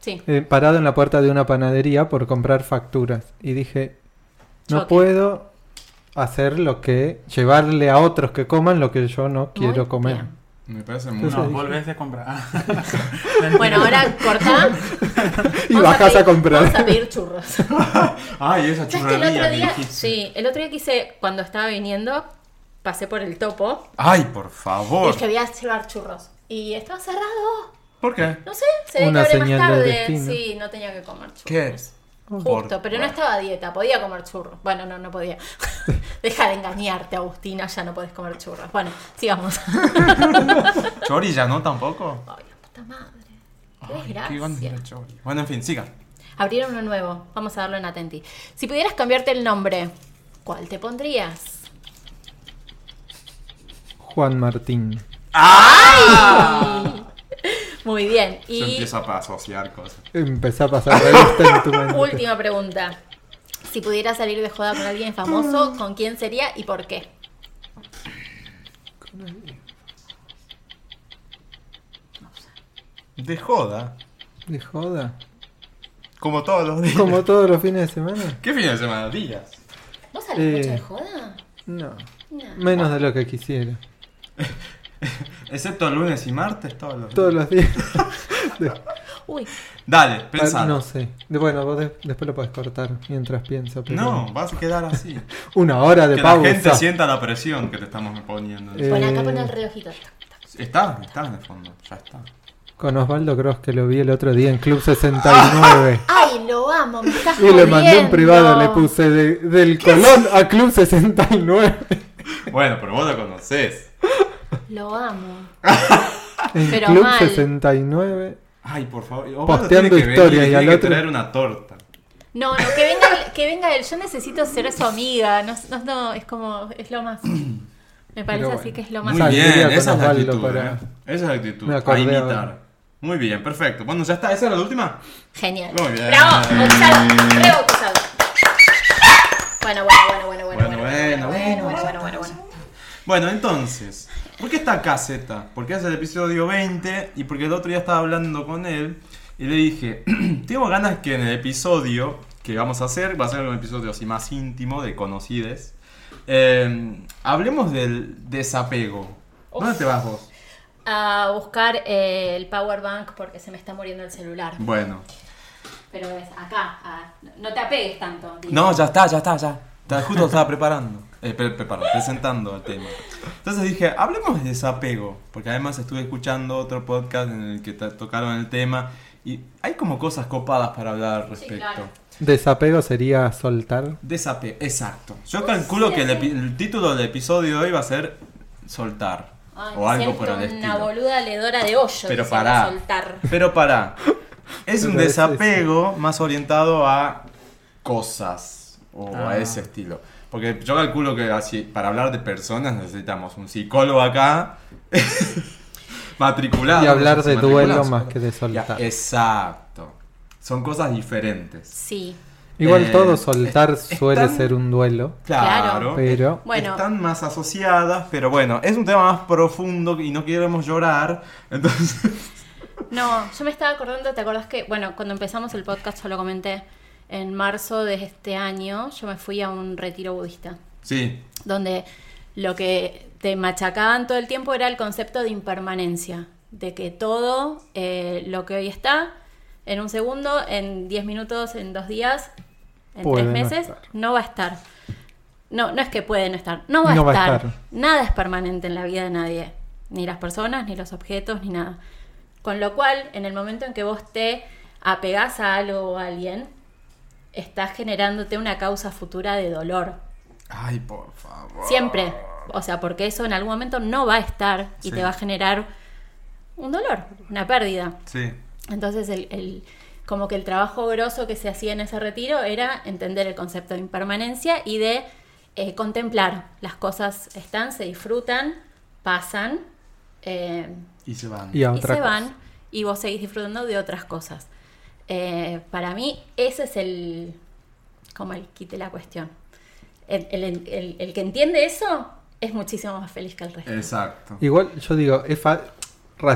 [SPEAKER 2] Sí.
[SPEAKER 4] eh, parado en la puerta de una panadería por comprar facturas y dije, no
[SPEAKER 2] Choque.
[SPEAKER 4] puedo hacer lo que llevarle a otros que coman lo que yo no
[SPEAKER 2] Muy
[SPEAKER 4] quiero comer.
[SPEAKER 2] bien.
[SPEAKER 3] Me parece muy...
[SPEAKER 5] No,
[SPEAKER 4] Entonces-
[SPEAKER 5] volvés a comprar.
[SPEAKER 2] Bueno, ahora cortá. Vamos
[SPEAKER 4] Y bajás a,
[SPEAKER 2] pedir- Vamos a
[SPEAKER 4] comprar.
[SPEAKER 2] pedir churros.
[SPEAKER 3] Ay,
[SPEAKER 2] ¿Sabes
[SPEAKER 3] esa
[SPEAKER 2] que el
[SPEAKER 3] churrería
[SPEAKER 2] otro
[SPEAKER 3] que
[SPEAKER 2] día?
[SPEAKER 3] dijiste.
[SPEAKER 2] Sí, el otro día que hice, cuando estaba viniendo, pasé por el topo
[SPEAKER 3] Ay, por
[SPEAKER 2] y
[SPEAKER 3] favor.
[SPEAKER 2] dije, voy a llevar churros. Y estaba cerrado.
[SPEAKER 3] ¿Por qué?
[SPEAKER 2] No sé, se ve
[SPEAKER 4] Una
[SPEAKER 2] que abre
[SPEAKER 4] señal
[SPEAKER 2] más
[SPEAKER 4] del
[SPEAKER 2] tarde.
[SPEAKER 4] destino.
[SPEAKER 2] Sí, no tenía que comer churros.
[SPEAKER 3] ¿Qué?
[SPEAKER 2] Justo, pero no
[SPEAKER 3] Por-
[SPEAKER 2] estaba a dieta, podía comer churros. Bueno, no, no podía. Deja de engañarte, Agustina, ya no podés comer churros. Bueno, sigamos.
[SPEAKER 3] ¿Chori ya no tampoco?
[SPEAKER 2] Ay, la puta madre. Qué
[SPEAKER 3] Ay,
[SPEAKER 2] desgracia.
[SPEAKER 3] qué onda la chori. Bueno, en fin, sigan.
[SPEAKER 2] Abrir uno nuevo. Vamos a darlo en Atenti. Si pudieras cambiarte el nombre, ¿cuál te pondrías?
[SPEAKER 4] Juan Martín.
[SPEAKER 2] Muy bien.
[SPEAKER 3] Ah. Yo
[SPEAKER 2] Y
[SPEAKER 3] empiezo a asociar cosas.
[SPEAKER 4] Empezá a pasar revista en tu mente.
[SPEAKER 2] última pregunta. Si pudieras salir de joda con alguien
[SPEAKER 4] Mm.
[SPEAKER 2] famoso, ¿con quién sería y por qué?
[SPEAKER 3] De joda.
[SPEAKER 4] De joda.
[SPEAKER 3] Como todos los días.
[SPEAKER 4] Como todos los fines de semana.
[SPEAKER 3] ¿Qué fin de semana? ¿Días?
[SPEAKER 2] ¿Vos salís
[SPEAKER 4] Eh.
[SPEAKER 2] mucho de joda?
[SPEAKER 4] No.
[SPEAKER 2] No.
[SPEAKER 4] Menos de lo que quisiera.
[SPEAKER 3] Excepto lunes y martes, todos los
[SPEAKER 4] Todos
[SPEAKER 3] días.
[SPEAKER 4] los días. De-
[SPEAKER 2] Uy,
[SPEAKER 3] Dale,
[SPEAKER 4] Ah,
[SPEAKER 3] pensá.
[SPEAKER 4] No
[SPEAKER 3] No,
[SPEAKER 4] sé. De- Bueno, vos de- después lo podés cortar mientras pienso. pero-
[SPEAKER 3] vas a quedar así.
[SPEAKER 4] Una hora de
[SPEAKER 3] que
[SPEAKER 4] pausa.
[SPEAKER 3] la gente sienta la presión que te estamos poniendo.
[SPEAKER 4] Eh.
[SPEAKER 2] pon acá, pon el reojito.
[SPEAKER 3] Está, está en el fondo, ya está.
[SPEAKER 4] Con Osvaldo Cross que lo vi el otro día en Club 69.
[SPEAKER 2] Ay, lo amo, me estás
[SPEAKER 4] Y le mandé en
[SPEAKER 2] jodiendo.
[SPEAKER 4] privado, le puse de- del Colón a Club 69.
[SPEAKER 3] Bueno, pero vos lo conocés.
[SPEAKER 2] Lo amo.
[SPEAKER 4] En
[SPEAKER 2] Pero
[SPEAKER 4] Club
[SPEAKER 2] mal.
[SPEAKER 4] 69.
[SPEAKER 3] Ay, por favor. Osvaldo
[SPEAKER 4] Posteando
[SPEAKER 3] tiene que venir,
[SPEAKER 4] historias y
[SPEAKER 3] tiene
[SPEAKER 4] al
[SPEAKER 3] que
[SPEAKER 4] otro-
[SPEAKER 3] traer una torta.
[SPEAKER 2] No, no, que venga, el- que venga él. Yo necesito ser su amiga. No, no, no, es como, es lo más. Me parece
[SPEAKER 4] Pero
[SPEAKER 2] así
[SPEAKER 4] bueno.
[SPEAKER 2] que es lo más.
[SPEAKER 3] Muy
[SPEAKER 4] Saldría
[SPEAKER 3] bien,
[SPEAKER 4] con
[SPEAKER 3] esa es la
[SPEAKER 4] Osvaldo
[SPEAKER 3] actitud.
[SPEAKER 4] para-
[SPEAKER 3] eh. Esa es la actitud.
[SPEAKER 4] Me
[SPEAKER 3] A
[SPEAKER 4] acordé
[SPEAKER 3] imitar.
[SPEAKER 4] ahora.
[SPEAKER 3] Muy bien, perfecto. Bueno, ya está. ¿Esa era la última?
[SPEAKER 2] Genial.
[SPEAKER 3] Muy bien.
[SPEAKER 2] Bravo, acusado, bravo, acusado. Bueno, bueno, bueno, bueno, bueno,
[SPEAKER 3] Bueno,
[SPEAKER 2] bueno,
[SPEAKER 3] bueno, bueno,
[SPEAKER 2] bueno, bueno, bueno, bueno.
[SPEAKER 3] Bueno, entonces, ¿por qué está acá Z? Porque es el episodio 20 y porque el otro día estaba hablando con él y le dije, tengo ganas que en el episodio que vamos a hacer, va a ser un episodio así más íntimo de conocides, eh, hablemos del desapego. ¿Dónde te vas vos?
[SPEAKER 2] A buscar eh, el power bank porque se me está muriendo el celular.
[SPEAKER 3] Bueno.
[SPEAKER 2] Pero es acá. ah, no te apegues tanto. digo.
[SPEAKER 3] No, ya está, ya está, ya. Está- Justo estaba preparando. Eh, pre- preparando, presentando el tema. Entonces dije, hablemos de desapego. Porque además estuve escuchando otro podcast en el que ta- tocaron el tema. Y hay como cosas copadas para hablar al
[SPEAKER 2] Sí,
[SPEAKER 3] respecto.
[SPEAKER 2] claro.
[SPEAKER 4] Desapego sería soltar.
[SPEAKER 3] Desape- exacto. Yo
[SPEAKER 2] Pues
[SPEAKER 3] calculo que el, epi- el título del episodio de hoy va a ser soltar.
[SPEAKER 2] Ay,
[SPEAKER 3] o
[SPEAKER 2] me
[SPEAKER 3] algo
[SPEAKER 2] siento
[SPEAKER 3] por el
[SPEAKER 2] Una
[SPEAKER 3] estilo.
[SPEAKER 2] boluda ledora de hoyo.
[SPEAKER 3] Pero
[SPEAKER 2] diciendo
[SPEAKER 3] pará.
[SPEAKER 2] Soltar.
[SPEAKER 3] Pero para. Es un
[SPEAKER 4] Pero es
[SPEAKER 3] desapego más orientado a cosas o a
[SPEAKER 5] Ah.
[SPEAKER 3] ese estilo. Porque yo calculo que así, para hablar de personas necesitamos un psicólogo acá matriculado.
[SPEAKER 4] Y hablar de duelo
[SPEAKER 3] matriculado.
[SPEAKER 4] más que de
[SPEAKER 3] Ya, eh,
[SPEAKER 4] soltar.
[SPEAKER 3] Exacto. Son cosas diferentes.
[SPEAKER 2] Sí.
[SPEAKER 4] Igual
[SPEAKER 3] Eh,
[SPEAKER 4] todo soltar
[SPEAKER 3] es- es
[SPEAKER 4] suele
[SPEAKER 3] tan-
[SPEAKER 4] ser un duelo.
[SPEAKER 3] Claro.
[SPEAKER 4] Pero
[SPEAKER 2] Bueno.
[SPEAKER 3] Están más asociadas, pero bueno, es un tema más profundo y no queremos llorar. Entonces,
[SPEAKER 2] No, yo me estaba acordando, ¿te acordás que, bueno, cuando empezamos el podcast, yo lo comenté, en marzo de este año yo me fui a un retiro budista,
[SPEAKER 3] sí,
[SPEAKER 2] donde lo que te machacaban todo el tiempo era el concepto de impermanencia, de que todo eh, lo que hoy está, en un segundo, en 10 minutos, en dos días, en
[SPEAKER 4] Puede
[SPEAKER 2] tres
[SPEAKER 4] no
[SPEAKER 2] meses,
[SPEAKER 4] estar.
[SPEAKER 2] no va a estar. No, no es que puede no estar, no va,
[SPEAKER 4] No
[SPEAKER 2] a, estar. Nada es permanente en la vida de nadie, ni las personas, ni los objetos, ni nada. Con lo cual, en el momento en que vos te apegás a algo o a alguien, estás generándote una causa futura de dolor.
[SPEAKER 3] Ay, por favor.
[SPEAKER 2] Siempre. O sea, porque eso en algún momento no va a estar y
[SPEAKER 3] Sí.
[SPEAKER 2] te va a generar un dolor, una pérdida.
[SPEAKER 3] Sí.
[SPEAKER 2] Entonces, el, el- como que el trabajo grosso que se hacía en ese retiro era entender el concepto de impermanencia y de eh, contemplar. Las cosas están, se disfrutan, pasan eh,
[SPEAKER 3] Y se van.
[SPEAKER 4] y a
[SPEAKER 2] y se
[SPEAKER 4] otra cosa.
[SPEAKER 2] van y vos seguís disfrutando de otras cosas. Eh, para mí, ese es el. como el quite la cuestión. El, el- el- el que entiende eso es muchísimo más feliz que el
[SPEAKER 4] Eh,
[SPEAKER 2] resto.
[SPEAKER 3] Exacto.
[SPEAKER 4] Igual yo digo, es fa-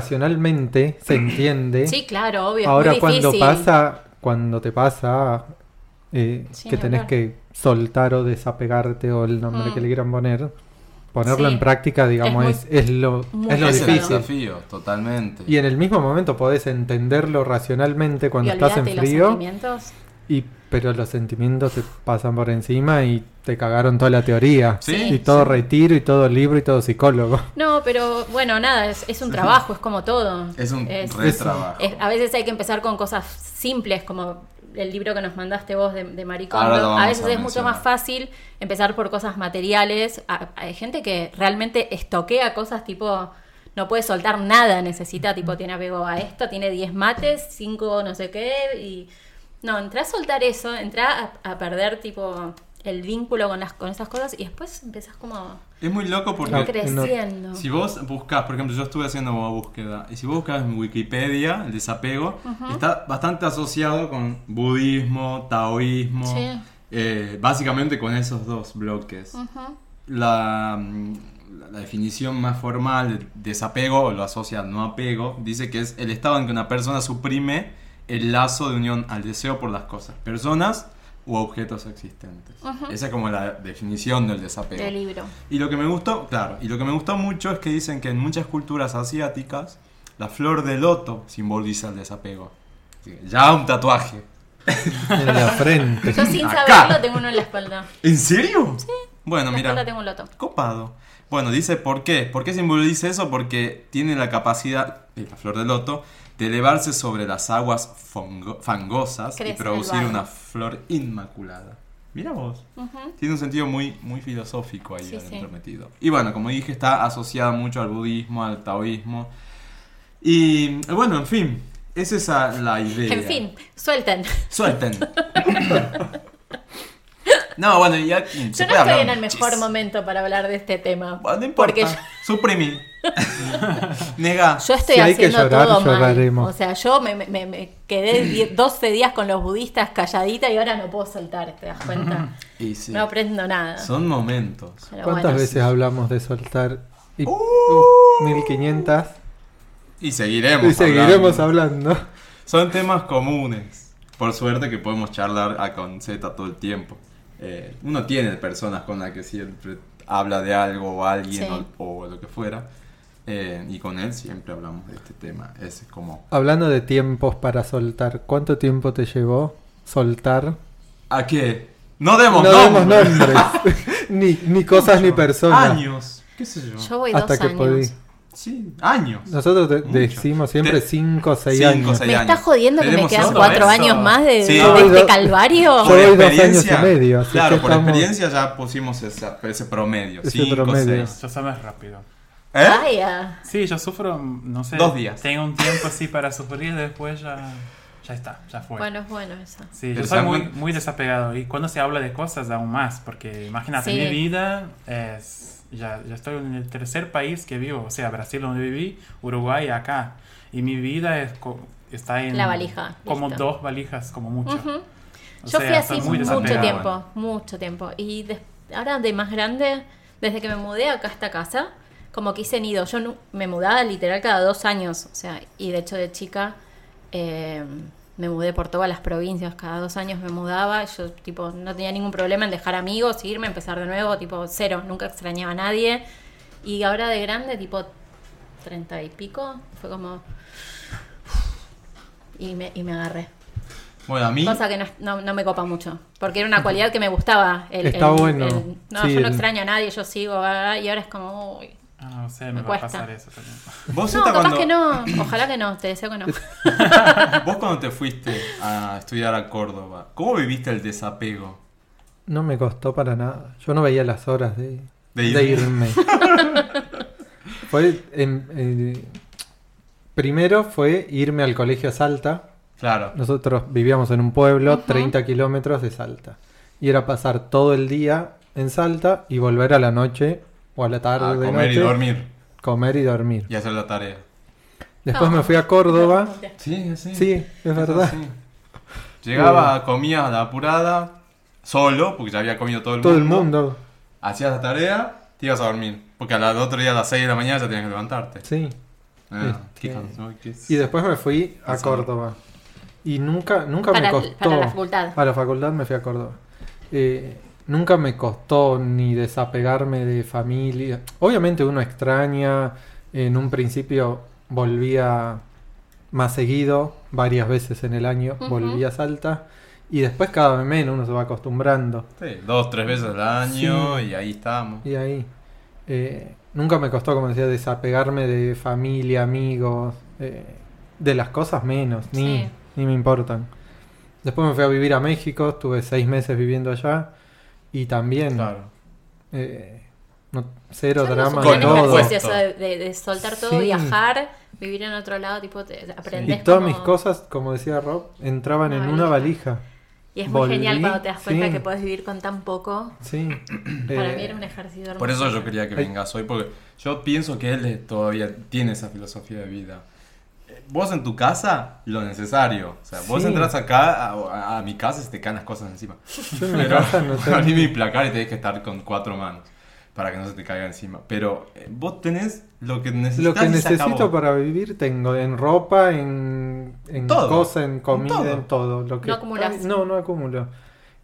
[SPEAKER 4] racionalmente se entiende.
[SPEAKER 2] Sí, claro, obvio. es
[SPEAKER 4] Ahora
[SPEAKER 2] muy
[SPEAKER 4] cuando
[SPEAKER 2] difícil.
[SPEAKER 4] pasa, cuando te pasa eh,
[SPEAKER 2] Sí,
[SPEAKER 4] que
[SPEAKER 2] ni
[SPEAKER 4] tenés
[SPEAKER 2] hablar.
[SPEAKER 4] que soltar o desapegarte o el nombre
[SPEAKER 2] Mm.
[SPEAKER 4] que le quieran poner, ponerlo
[SPEAKER 2] Sí.
[SPEAKER 4] en práctica, digamos,
[SPEAKER 2] muy-
[SPEAKER 4] es, es lo,
[SPEAKER 2] muy
[SPEAKER 4] es lo
[SPEAKER 2] Es el
[SPEAKER 4] difícil.
[SPEAKER 3] desafío, totalmente.
[SPEAKER 4] Y en el mismo momento podés entenderlo racionalmente
[SPEAKER 2] Y
[SPEAKER 4] cuando estás en
[SPEAKER 2] olvídate, los
[SPEAKER 4] frío,
[SPEAKER 2] sentimientos.
[SPEAKER 4] y, pero los sentimientos te pasan por encima y te cagaron toda la teoría.
[SPEAKER 3] Sí,
[SPEAKER 4] y todo retiro, y todo libro, y todo psicólogo.
[SPEAKER 2] No, pero bueno, nada, es, es un trabajo, es como todo.
[SPEAKER 3] Es un
[SPEAKER 2] Es-
[SPEAKER 3] retrabajo.
[SPEAKER 2] es- a veces hay que empezar con cosas simples, como el libro que nos mandaste vos de, de Marie Kondo.
[SPEAKER 3] Ahora lo vamos
[SPEAKER 2] A veces
[SPEAKER 3] a
[SPEAKER 2] es mucho
[SPEAKER 3] mencionar.
[SPEAKER 2] más fácil empezar por cosas materiales. A- Hay gente que realmente estoquea cosas tipo, no puede soltar nada, necesita, tipo, tiene apego a esto, tiene 10 mates, 5 no sé qué, y... No, entrá a soltar eso, entrá a, a perder, tipo, el vínculo con, las, con esas cosas y después empezás como...
[SPEAKER 3] Es muy loco
[SPEAKER 4] No,
[SPEAKER 3] porque
[SPEAKER 2] creciendo.
[SPEAKER 3] si vos buscas, por ejemplo, yo estuve haciendo una búsqueda, y si vos buscas en Wikipedia el desapego, está bastante asociado con budismo, taoísmo,
[SPEAKER 2] Sí.
[SPEAKER 3] eh, básicamente con esos dos bloques. la, mm, la- la definición más formal de desapego, o lo asocia a no apego, dice que es el estado en que una persona suprime el lazo de unión al deseo por las cosas, personas u objetos existentes. Esa es como la definición del desapego.
[SPEAKER 2] de libro.
[SPEAKER 3] Y lo que me gustó, claro, y lo que me gustó mucho es que dicen que en muchas culturas asiáticas la flor de loto simboliza el desapego. Así que Ya un tatuaje.
[SPEAKER 4] En la frente.
[SPEAKER 2] Yo sin
[SPEAKER 3] Acá.
[SPEAKER 2] saberlo tengo uno en la espalda.
[SPEAKER 3] ¿En serio? Sí. Bueno,
[SPEAKER 2] En la
[SPEAKER 3] mira.
[SPEAKER 2] espalda tengo un loto.
[SPEAKER 3] Copado. Bueno, dice por qué. ¿Por qué simboliza eso? Porque tiene la capacidad, eh, la flor de loto, de elevarse sobre las aguas fongo- fangosas
[SPEAKER 2] Crece en
[SPEAKER 3] y
[SPEAKER 2] el
[SPEAKER 3] producir
[SPEAKER 2] barro.
[SPEAKER 3] una flor inmaculada. Mira vos.
[SPEAKER 2] Ujú.
[SPEAKER 3] Tiene un sentido muy, muy filosófico ahí
[SPEAKER 2] Sí, sí.
[SPEAKER 3] adentro metido. Y bueno, como dije, está asociada mucho al budismo, al taoísmo. Y bueno, en fin, esa es a- la idea.
[SPEAKER 2] En fin, suelten.
[SPEAKER 3] Suelten. no, bueno, ya. mm,
[SPEAKER 2] Yo no estoy en el mejor momento para hablar de este tema.
[SPEAKER 3] Bueno, Ah, no importa.
[SPEAKER 2] porque yo,
[SPEAKER 3] Suprimí. Nega.
[SPEAKER 2] yo estoy
[SPEAKER 4] Si hay que
[SPEAKER 2] haciendo
[SPEAKER 4] llorar,
[SPEAKER 2] todo mal.
[SPEAKER 4] lloraremos.
[SPEAKER 2] O sea, yo me, me- me quedé die- 12 días con los budistas calladita y ahora no puedo soltar, ¿te das cuenta?
[SPEAKER 3] Y sí.
[SPEAKER 2] No aprendo nada.
[SPEAKER 3] Son momentos.
[SPEAKER 2] Pero
[SPEAKER 4] ¿Cuántas
[SPEAKER 2] bueno.
[SPEAKER 4] veces hablamos de soltar? Y,
[SPEAKER 3] Uh.
[SPEAKER 4] uf, 1500.
[SPEAKER 3] Y seguiremos.
[SPEAKER 4] Y seguiremos
[SPEAKER 3] hablando.
[SPEAKER 4] hablando.
[SPEAKER 3] Son temas comunes. Por suerte que podemos charlar a con Z todo el tiempo. Eh, uno tiene personas con las que siempre habla de algo o alguien
[SPEAKER 2] Sí.
[SPEAKER 3] o, o lo que fuera. Eh, y con él siempre hablamos de este tema. Es como...
[SPEAKER 4] Hablando de tiempos para soltar, ¿cuánto tiempo te llevó soltar?
[SPEAKER 3] ¿A qué? No demos
[SPEAKER 4] no
[SPEAKER 3] nombres.
[SPEAKER 4] demos nombres, ni, ni cosas ni personas.
[SPEAKER 3] Años. ¿Qué sé yo?
[SPEAKER 2] Yo voy
[SPEAKER 4] Hasta
[SPEAKER 2] dos
[SPEAKER 4] que
[SPEAKER 2] años.
[SPEAKER 4] podí.
[SPEAKER 3] Sí, años.
[SPEAKER 4] Nosotros de-
[SPEAKER 3] Mucho.
[SPEAKER 4] decimos siempre
[SPEAKER 3] Te-
[SPEAKER 4] 5 o 6
[SPEAKER 3] cinco,
[SPEAKER 4] años.
[SPEAKER 2] ¿Me
[SPEAKER 3] seis años.
[SPEAKER 2] estás jodiendo que me
[SPEAKER 3] Tenemos
[SPEAKER 2] quedan
[SPEAKER 3] otro ¿eh?
[SPEAKER 2] cuatro
[SPEAKER 5] beso.
[SPEAKER 2] años más de,
[SPEAKER 3] Sí.
[SPEAKER 2] de
[SPEAKER 3] Yo
[SPEAKER 2] este
[SPEAKER 4] voy-
[SPEAKER 2] calvario?
[SPEAKER 4] yo voy dos años y medio, así
[SPEAKER 3] Claro,
[SPEAKER 4] que
[SPEAKER 3] por
[SPEAKER 4] estamos-
[SPEAKER 3] experiencia ya pusimos esa- ese promedio.
[SPEAKER 4] Ese
[SPEAKER 3] cinco,
[SPEAKER 4] promedio.
[SPEAKER 3] seis.
[SPEAKER 5] Yo soy más rápido.
[SPEAKER 3] ¿Eh?
[SPEAKER 2] Vaya.
[SPEAKER 5] Sí, yo sufro, no sé.
[SPEAKER 3] Dos días.
[SPEAKER 5] Tengo un tiempo así para sufrir, después ya, ya está, ya fue.
[SPEAKER 2] Bueno, es bueno eso.
[SPEAKER 5] Sí,
[SPEAKER 3] Pero
[SPEAKER 5] yo soy muy,
[SPEAKER 3] también-
[SPEAKER 5] muy desapegado y cuando se habla de cosas aún más, porque imagínate,
[SPEAKER 2] Sí.
[SPEAKER 5] mi vida es, ya, ya estoy en el tercer país que vivo, o sea, Brasil donde viví, Uruguay acá, y mi vida es, co- está en...
[SPEAKER 2] La valija,
[SPEAKER 5] Como
[SPEAKER 2] listo.
[SPEAKER 5] dos valijas, como mucho.
[SPEAKER 2] Ujú.
[SPEAKER 5] O
[SPEAKER 2] Yo
[SPEAKER 5] sea,
[SPEAKER 2] fui así
[SPEAKER 5] estoy muy
[SPEAKER 2] mucho
[SPEAKER 5] desapegado.
[SPEAKER 2] tiempo, mucho tiempo. Y des- ahora de más grande, desde que me mudé acá a esta casa, como que hice nido. Yo nu- me mudaba literal cada dos años. O sea, y de hecho de chica eh, me mudé por todas las provincias. Cada dos años me mudaba. Yo tipo no tenía ningún problema en dejar amigos, irme, empezar de nuevo. Tipo cero, nunca extrañaba a nadie. Y ahora de grande, tipo treinta y pico, fue como... Y me, y me agarré.
[SPEAKER 3] Bueno, a mí.
[SPEAKER 2] Cosa que no, no- no me copa mucho. Porque era una cualidad que me gustaba. El,
[SPEAKER 4] Está
[SPEAKER 2] el-
[SPEAKER 4] bueno.
[SPEAKER 2] el- no,
[SPEAKER 4] Sí,
[SPEAKER 2] yo no
[SPEAKER 4] el-
[SPEAKER 2] extraño a nadie, yo sigo. ah, Y ahora es como. uy.
[SPEAKER 5] Ah, o sea,
[SPEAKER 2] Me
[SPEAKER 5] me, va a
[SPEAKER 2] cuesta.
[SPEAKER 5] pasar eso también.
[SPEAKER 3] Vos,
[SPEAKER 2] No,
[SPEAKER 3] Zeta,
[SPEAKER 2] capaz
[SPEAKER 3] cuando,
[SPEAKER 2] que no. Ojalá que no, te deseo que no.
[SPEAKER 3] vos cuando te fuiste a estudiar a Córdoba, ¿cómo viviste el desapego?
[SPEAKER 4] No me costó para nada. Yo no veía las horas de,
[SPEAKER 3] De ir-
[SPEAKER 4] de irme. Fue, em, eh, primero fue irme al colegio a Salta.
[SPEAKER 3] Claro.
[SPEAKER 4] Nosotros vivíamos en un pueblo
[SPEAKER 2] Ujú.
[SPEAKER 4] 30 kilómetros de Salta. Y era pasar todo el día en Salta y volver a la noche o a la tarde.
[SPEAKER 3] A
[SPEAKER 4] de
[SPEAKER 3] comer y
[SPEAKER 4] noche,
[SPEAKER 3] dormir
[SPEAKER 4] Comer y dormir.
[SPEAKER 3] y hacer la tarea.
[SPEAKER 4] Después
[SPEAKER 2] Ah.
[SPEAKER 4] me fui a Córdoba.
[SPEAKER 3] Sí, sí.
[SPEAKER 4] Sí, es verdad.
[SPEAKER 3] así. Llegaba, comía a la apurada, solo, porque ya había comido todo el
[SPEAKER 4] Todo el
[SPEAKER 3] mundo.
[SPEAKER 4] mundo.
[SPEAKER 3] Hacías la tarea, te ibas a dormir. Porque al otro día a las 6 de la mañana ya tenías que levantarte.
[SPEAKER 4] Sí.
[SPEAKER 3] Ah,
[SPEAKER 4] Este,
[SPEAKER 3] qué cansado que es.
[SPEAKER 4] Y después me fui a
[SPEAKER 3] Sí.
[SPEAKER 4] Córdoba. Y nunca, nunca
[SPEAKER 2] Para-
[SPEAKER 4] me costó.
[SPEAKER 2] para la facultad.
[SPEAKER 4] A la facultad me fui a Córdoba. Eh, nunca me costó ni desapegarme de familia. Obviamente uno extraña. En un principio volvía más seguido, varias veces en el año,
[SPEAKER 2] Ujú.
[SPEAKER 4] volvía a Salta. Y después cada vez menos uno se va acostumbrando.
[SPEAKER 3] Sí, dos, tres veces al año
[SPEAKER 4] Sí.
[SPEAKER 3] y ahí estamos.
[SPEAKER 4] Y ahí. eh, nunca me costó, como decía, desapegarme de familia, amigos, eh, de las cosas menos, ni,
[SPEAKER 2] Sí.
[SPEAKER 4] ni me importan. Después me fui a vivir a México, estuve seis meses viviendo allá y también
[SPEAKER 3] Claro.
[SPEAKER 4] eh, no- cero
[SPEAKER 2] Yo no
[SPEAKER 4] drama,
[SPEAKER 2] sé,
[SPEAKER 3] con
[SPEAKER 2] un
[SPEAKER 3] todo.
[SPEAKER 2] ejercicio eso de, de- de soltar todo,
[SPEAKER 4] Sí.
[SPEAKER 2] viajar, vivir en otro lado, tipo, te-
[SPEAKER 4] Y
[SPEAKER 2] aprendes.
[SPEAKER 4] todas
[SPEAKER 2] como-
[SPEAKER 4] mis cosas, como decía Rob, entraban
[SPEAKER 2] Una
[SPEAKER 4] en una
[SPEAKER 2] valija.
[SPEAKER 4] valija.
[SPEAKER 2] Y es muy
[SPEAKER 4] Volví,
[SPEAKER 2] genial cuando te das cuenta
[SPEAKER 4] sí.
[SPEAKER 2] que puedes vivir con tan poco.
[SPEAKER 4] Sí.
[SPEAKER 2] Para
[SPEAKER 4] eh,
[SPEAKER 2] mí era un ejercicio hermoso.
[SPEAKER 3] Por eso yo quería que
[SPEAKER 4] Ay.
[SPEAKER 3] vengas hoy, porque yo pienso que él es- todavía tiene esa filosofía de vida. Eh, Vos en tu casa, lo necesario. O sea, vos
[SPEAKER 4] Sí.
[SPEAKER 3] entras acá a, a- a mi casa y se te caen las cosas encima.
[SPEAKER 4] yo en mi
[SPEAKER 3] Pero
[SPEAKER 4] casa no tengo-
[SPEAKER 3] abrí mi placar y tenés que estar con cuatro manos para que no se te caiga encima. Pero eh, vos tenés lo que necesitas.
[SPEAKER 4] Lo que
[SPEAKER 3] y se
[SPEAKER 4] necesito
[SPEAKER 3] acabó.
[SPEAKER 4] para vivir tengo en ropa, en, en
[SPEAKER 3] Todo.
[SPEAKER 4] cosas, en comida,
[SPEAKER 3] Todo.
[SPEAKER 4] en todo. Lo que,
[SPEAKER 2] No acumulas.
[SPEAKER 4] Ay, No, no acumulo.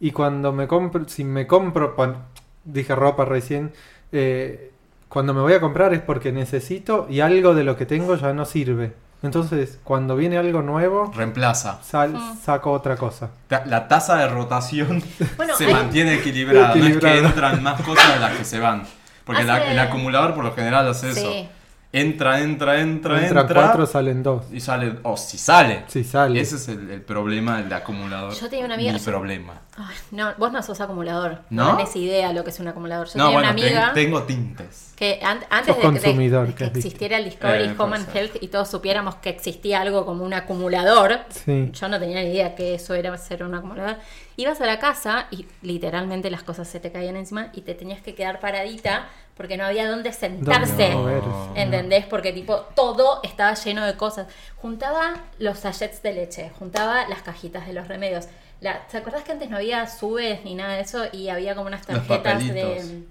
[SPEAKER 4] Y cuando me compro, si me compro, pon- dije ropa recién, eh, cuando me voy a comprar es porque necesito y algo de lo que tengo ya no sirve. Entonces, cuando viene algo nuevo,
[SPEAKER 3] Reemplaza.
[SPEAKER 4] sal-
[SPEAKER 2] Mm.
[SPEAKER 4] saco otra cosa.
[SPEAKER 3] Ta- La tasa de rotación
[SPEAKER 2] Bueno,
[SPEAKER 3] se
[SPEAKER 2] hay-
[SPEAKER 3] mantiene equilibrada. No es que
[SPEAKER 4] Equilibrada.
[SPEAKER 3] entran más cosas de las que se van. Porque la-
[SPEAKER 2] Hace-
[SPEAKER 3] el acumulador por lo general hace eso.
[SPEAKER 2] Sí.
[SPEAKER 3] Entra, entra, entra, entra.
[SPEAKER 4] Entra, cuatro, salen dos.
[SPEAKER 3] y sale. O si sale.
[SPEAKER 4] Si sale.
[SPEAKER 3] Ese es el, el problema del acumulador.
[SPEAKER 2] Yo tenía una amiga-
[SPEAKER 3] Mi problema.
[SPEAKER 2] Ay, no, vos no sos acumulador.
[SPEAKER 3] ¿No?
[SPEAKER 2] No, tenés idea lo que es un acumulador. Yo
[SPEAKER 3] no,
[SPEAKER 2] tenía
[SPEAKER 3] bueno,
[SPEAKER 2] una amiga.
[SPEAKER 3] ten- tengo tintes.
[SPEAKER 2] Que an-
[SPEAKER 4] Sos
[SPEAKER 2] antes de- de,
[SPEAKER 4] consumidor,
[SPEAKER 2] de que
[SPEAKER 4] que has dicho.
[SPEAKER 2] existiera el Discovery
[SPEAKER 3] Eh,
[SPEAKER 2] Home
[SPEAKER 3] puede
[SPEAKER 2] and
[SPEAKER 3] ser.
[SPEAKER 2] Health y todos supiéramos que existía algo como un acumulador,
[SPEAKER 4] Sí.
[SPEAKER 2] yo no tenía ni idea que eso era ser un acumulador. Ibas a la casa y literalmente las cosas se te caían encima y te tenías que quedar paradita porque no había dónde sentarse.
[SPEAKER 4] ¿Dónde moverse?
[SPEAKER 2] ¿Entendés? Porque tipo todo estaba lleno de cosas. Juntaba los sachets de leche, juntaba las cajitas de los remedios. La, ¿Te acordás que antes no había subes ni nada de eso y había como unas
[SPEAKER 3] Los
[SPEAKER 2] tarjetas
[SPEAKER 3] papelitos.
[SPEAKER 2] de,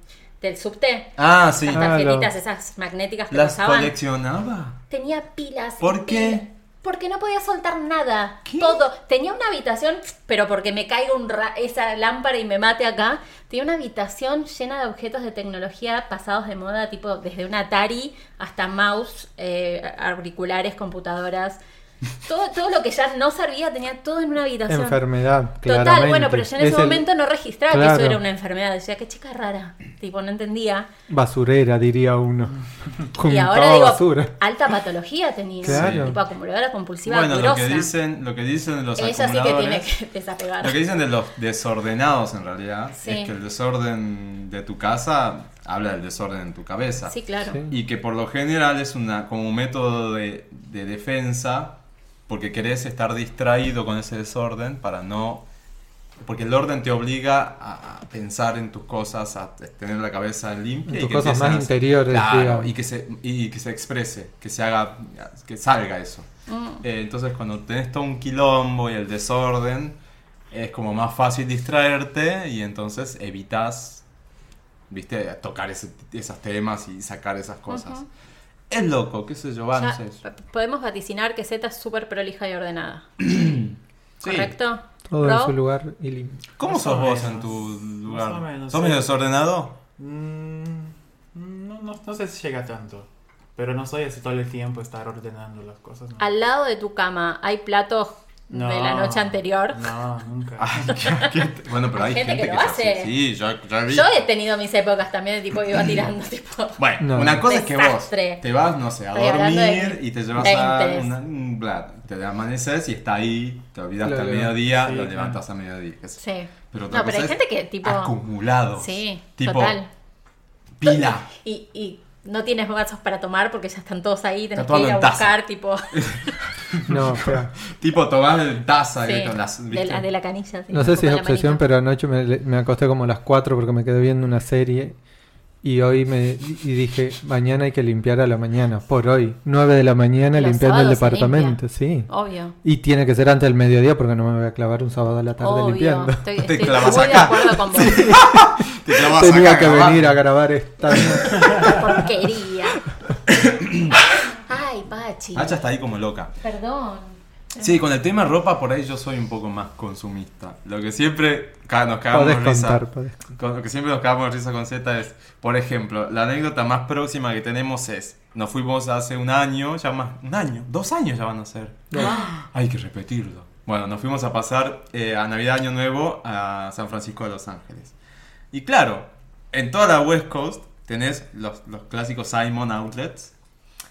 [SPEAKER 2] del subte?
[SPEAKER 3] Ah, sí.
[SPEAKER 2] Las
[SPEAKER 4] Ah,
[SPEAKER 2] tarjetitas,
[SPEAKER 4] lo-
[SPEAKER 2] esas magnéticas que
[SPEAKER 3] ¿Las
[SPEAKER 2] pasaban.
[SPEAKER 3] coleccionaba?
[SPEAKER 2] Tenía pilas. y
[SPEAKER 3] ¿Por qué?
[SPEAKER 2] pilas. Porque no podía soltar nada.
[SPEAKER 3] ¿Qué?
[SPEAKER 2] Todo. Tenía una habitación, pero porque me caiga un ra- esa lámpara y me mate acá. Tenía una habitación llena de objetos de tecnología pasados de moda, tipo desde un Atari hasta mouse, eh, auriculares, computadoras. Todo, todo lo que ya no servía tenía todo en una habitación.
[SPEAKER 4] Enfermedad,
[SPEAKER 2] Total,
[SPEAKER 4] claramente.
[SPEAKER 2] bueno, pero yo en
[SPEAKER 4] Es
[SPEAKER 2] ese
[SPEAKER 4] el-
[SPEAKER 2] momento no registraba que
[SPEAKER 4] Claro.
[SPEAKER 2] eso era una enfermedad. Decía, qué chica rara. Tipo, no entendía.
[SPEAKER 4] Basurera, diría uno.
[SPEAKER 2] Y
[SPEAKER 4] Juntaba
[SPEAKER 2] ahora digo,
[SPEAKER 4] basura.
[SPEAKER 2] alta patología tenía.
[SPEAKER 4] Claro.
[SPEAKER 2] Tipo, acumuladora compulsiva
[SPEAKER 3] Bueno, lo
[SPEAKER 2] grosa.
[SPEAKER 3] que dicen, lo que dicen los
[SPEAKER 2] Ella sí que tiene
[SPEAKER 3] acumuladores.
[SPEAKER 2] que desapegar.
[SPEAKER 3] Lo que dicen de los desordenados en realidad
[SPEAKER 2] Sí.
[SPEAKER 3] es que el desorden de tu casa habla del desorden en tu cabeza.
[SPEAKER 2] Sí, claro.
[SPEAKER 4] Sí.
[SPEAKER 3] Y que por lo general es una, como un método de, de defensa porque querés estar distraído con ese desorden para no... Porque el orden te obliga a a pensar en tus cosas, a tener la cabeza limpia.
[SPEAKER 4] En
[SPEAKER 3] y
[SPEAKER 4] tus
[SPEAKER 3] que
[SPEAKER 4] cosas
[SPEAKER 3] empiecen
[SPEAKER 4] más
[SPEAKER 3] a-
[SPEAKER 4] interiores,
[SPEAKER 3] Claro,
[SPEAKER 4] digamos.
[SPEAKER 3] y que, se, y que se exprese, que se haga, que salga eso.
[SPEAKER 2] Mm.
[SPEAKER 3] Eh, entonces cuando tenés todo un quilombo y el desorden, es como más fácil distraerte y entonces evitas, viste, tocar ese- esos temas y sacar esas cosas.
[SPEAKER 2] Ujú.
[SPEAKER 3] Es loco, qué sé yo, va, no
[SPEAKER 2] Ya
[SPEAKER 3] sé.
[SPEAKER 2] p- podemos vaticinar que Z es súper prolija y ordenada.
[SPEAKER 3] Sí.
[SPEAKER 2] ¿Correcto?
[SPEAKER 4] Todo en
[SPEAKER 2] Ro,
[SPEAKER 4] su lugar y limpio.
[SPEAKER 3] ¿Cómo
[SPEAKER 5] Más
[SPEAKER 3] sos
[SPEAKER 5] o
[SPEAKER 3] vos en
[SPEAKER 5] menos,
[SPEAKER 3] tu
[SPEAKER 5] más o
[SPEAKER 3] lugar?
[SPEAKER 5] menos,
[SPEAKER 3] ¿Sos
[SPEAKER 5] sí.
[SPEAKER 3] medio desordenado?
[SPEAKER 5] Mm, no, no, no sé si llega tanto. Pero no soy así todo el tiempo estar ordenando las cosas. ¿no?
[SPEAKER 2] Al lado de tu cama hay platos
[SPEAKER 5] No,
[SPEAKER 2] de la noche anterior.
[SPEAKER 5] No, nunca.
[SPEAKER 3] Ay, qué- qué- bueno, pero hay
[SPEAKER 2] Gente
[SPEAKER 3] gente,
[SPEAKER 2] que lo
[SPEAKER 3] es así.
[SPEAKER 2] hace.
[SPEAKER 3] Sí, yo, yo he
[SPEAKER 2] Yo
[SPEAKER 3] visto.
[SPEAKER 2] he tenido mis épocas también, de tipo, iba tirando, tipo.
[SPEAKER 3] Bueno,
[SPEAKER 4] No.
[SPEAKER 3] una cosa es que
[SPEAKER 2] Desastre.
[SPEAKER 3] vos te vas, no sé, a
[SPEAKER 2] Estoy hablando de
[SPEAKER 3] dormir y te llevas a
[SPEAKER 2] 20s.
[SPEAKER 3] una- un plato. Te amaneces y está ahí, te olvidas
[SPEAKER 4] Lo
[SPEAKER 3] hasta el
[SPEAKER 4] leo.
[SPEAKER 3] mediodía,
[SPEAKER 5] Sí,
[SPEAKER 3] lo
[SPEAKER 5] claro.
[SPEAKER 3] levantas a mediodía. qué sé yo.
[SPEAKER 2] Sí.
[SPEAKER 3] Pero otra
[SPEAKER 2] no, pero
[SPEAKER 3] cosa
[SPEAKER 2] hay
[SPEAKER 3] es
[SPEAKER 2] gente que, tipo.
[SPEAKER 3] Acumulados.
[SPEAKER 2] Sí,
[SPEAKER 3] tipo,
[SPEAKER 2] total.
[SPEAKER 3] Pila.
[SPEAKER 2] Y, y no tienes vasos para tomar porque ya están todos ahí, tenés
[SPEAKER 3] todo
[SPEAKER 2] que ir a
[SPEAKER 3] en taza.
[SPEAKER 2] buscar, tipo.
[SPEAKER 4] No, o sea,
[SPEAKER 3] tipo, tomás el taza
[SPEAKER 2] sí,
[SPEAKER 3] y con las.
[SPEAKER 2] de, la,
[SPEAKER 3] ¿viste?
[SPEAKER 2] de la canilla. sí,
[SPEAKER 4] no sé si
[SPEAKER 2] con
[SPEAKER 4] es
[SPEAKER 2] la
[SPEAKER 4] obsesión,
[SPEAKER 2] manito.
[SPEAKER 4] pero anoche me, me acosté como a las 4 porque me quedé viendo una serie. Y hoy me y dije, mañana hay que limpiar a la mañana. Por hoy, 9 de la mañana
[SPEAKER 2] Los
[SPEAKER 4] limpiando el
[SPEAKER 2] sábados se
[SPEAKER 4] departamento,
[SPEAKER 2] limpia. Oh.
[SPEAKER 4] sí.
[SPEAKER 2] Obvio.
[SPEAKER 4] Y tiene que ser antes del mediodía porque no me voy a clavar un sábado a la tarde
[SPEAKER 2] Obvio.
[SPEAKER 4] limpiando.
[SPEAKER 2] Estoy,
[SPEAKER 3] Te
[SPEAKER 2] estoy
[SPEAKER 3] clavas
[SPEAKER 2] muy de
[SPEAKER 3] acá.
[SPEAKER 2] acuerdo con vos.
[SPEAKER 3] Te clavas
[SPEAKER 4] Tenía
[SPEAKER 3] acá,
[SPEAKER 4] que
[SPEAKER 3] acá
[SPEAKER 4] venir a
[SPEAKER 3] abajo.
[SPEAKER 4] grabar esta.
[SPEAKER 2] Porquería. Ay, Pachi.
[SPEAKER 3] Hacha está ahí como loca.
[SPEAKER 2] Perdón.
[SPEAKER 3] Sí, con el tema ropa, por ahí yo soy un poco más consumista. Lo que siempre ca- nos cagamos
[SPEAKER 4] Podés
[SPEAKER 3] de risa.
[SPEAKER 4] contar, podés.
[SPEAKER 3] Con- Lo que siempre nos cagamos de risa con Z es, por ejemplo, la anécdota más próxima que tenemos es, nos fuimos hace un año, ya más, un año, dos años ya van a ser. Ah. Hay que repetirlo. Bueno, nos fuimos a pasar eh, a Navidad Año Nuevo a San Francisco de Los Ángeles. Y claro, en toda la West Coast tenés los, los clásicos Simon Outlets,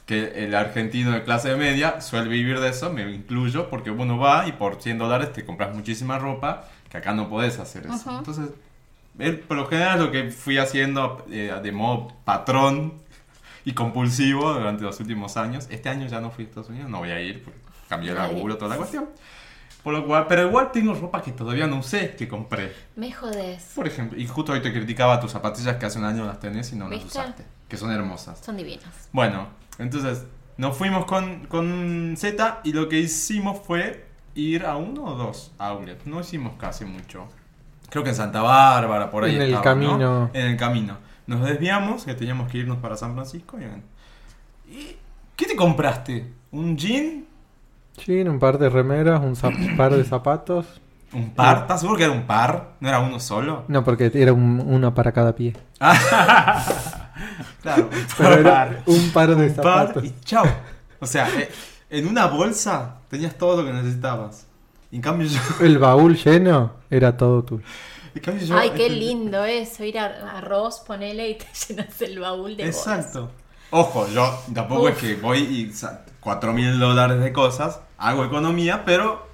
[SPEAKER 3] que el argentino de clase media suele vivir de eso, me incluyo, porque uno va y por 100 dólares te compras muchísima ropa, que acá no podés hacer eso.
[SPEAKER 2] Ujú.
[SPEAKER 3] Entonces, él, por lo general lo que fui haciendo eh, de modo patrón y compulsivo durante los últimos años. Este año ya no fui a Estados Unidos, no voy a ir, porque cambié el
[SPEAKER 2] Está bien.
[SPEAKER 3] laburo, toda la cuestión. Por lo cual, pero igual tengo ropa que todavía no usé, que compré.
[SPEAKER 2] Me jodés.
[SPEAKER 3] Por ejemplo, y justo hoy te criticaba tus zapatillas que hace un año las tenés y no las
[SPEAKER 2] ¿Viste?
[SPEAKER 3] usaste, que son hermosas.
[SPEAKER 2] Son divinas.
[SPEAKER 3] Bueno, entonces nos fuimos con, con Z y lo que hicimos fue ir a uno o dos outlets. No hicimos casi mucho. Creo que en Santa Bárbara, por ahí.
[SPEAKER 4] En el
[SPEAKER 3] estaba, ¿no?
[SPEAKER 4] camino.
[SPEAKER 3] En el camino. Nos desviamos, que teníamos que irnos para San Francisco. Y, ¿Y qué te compraste? ¿Un jean?
[SPEAKER 4] Chin, un par de remeras, un zap- par de zapatos.
[SPEAKER 3] ¿Un par? ¿Estás seguro que era un par? ¿No era uno solo?
[SPEAKER 4] No, porque era un- uno para cada pie.
[SPEAKER 3] Claro.
[SPEAKER 4] Pero era
[SPEAKER 5] par.
[SPEAKER 4] un par de
[SPEAKER 3] un par
[SPEAKER 4] zapatos.
[SPEAKER 3] y chao. O sea, eh, en una bolsa tenías todo lo que necesitabas. Y En cambio yo...
[SPEAKER 4] El baúl lleno era todo tuyo.
[SPEAKER 3] en cambio yo-
[SPEAKER 2] Ay, qué lindo eso. Ir a, a Ross, ponele y te llenas el baúl de cosas.
[SPEAKER 3] Exacto. Ojo, yo tampoco es que voy y 4 mil dólares de cosas, hago economía, pero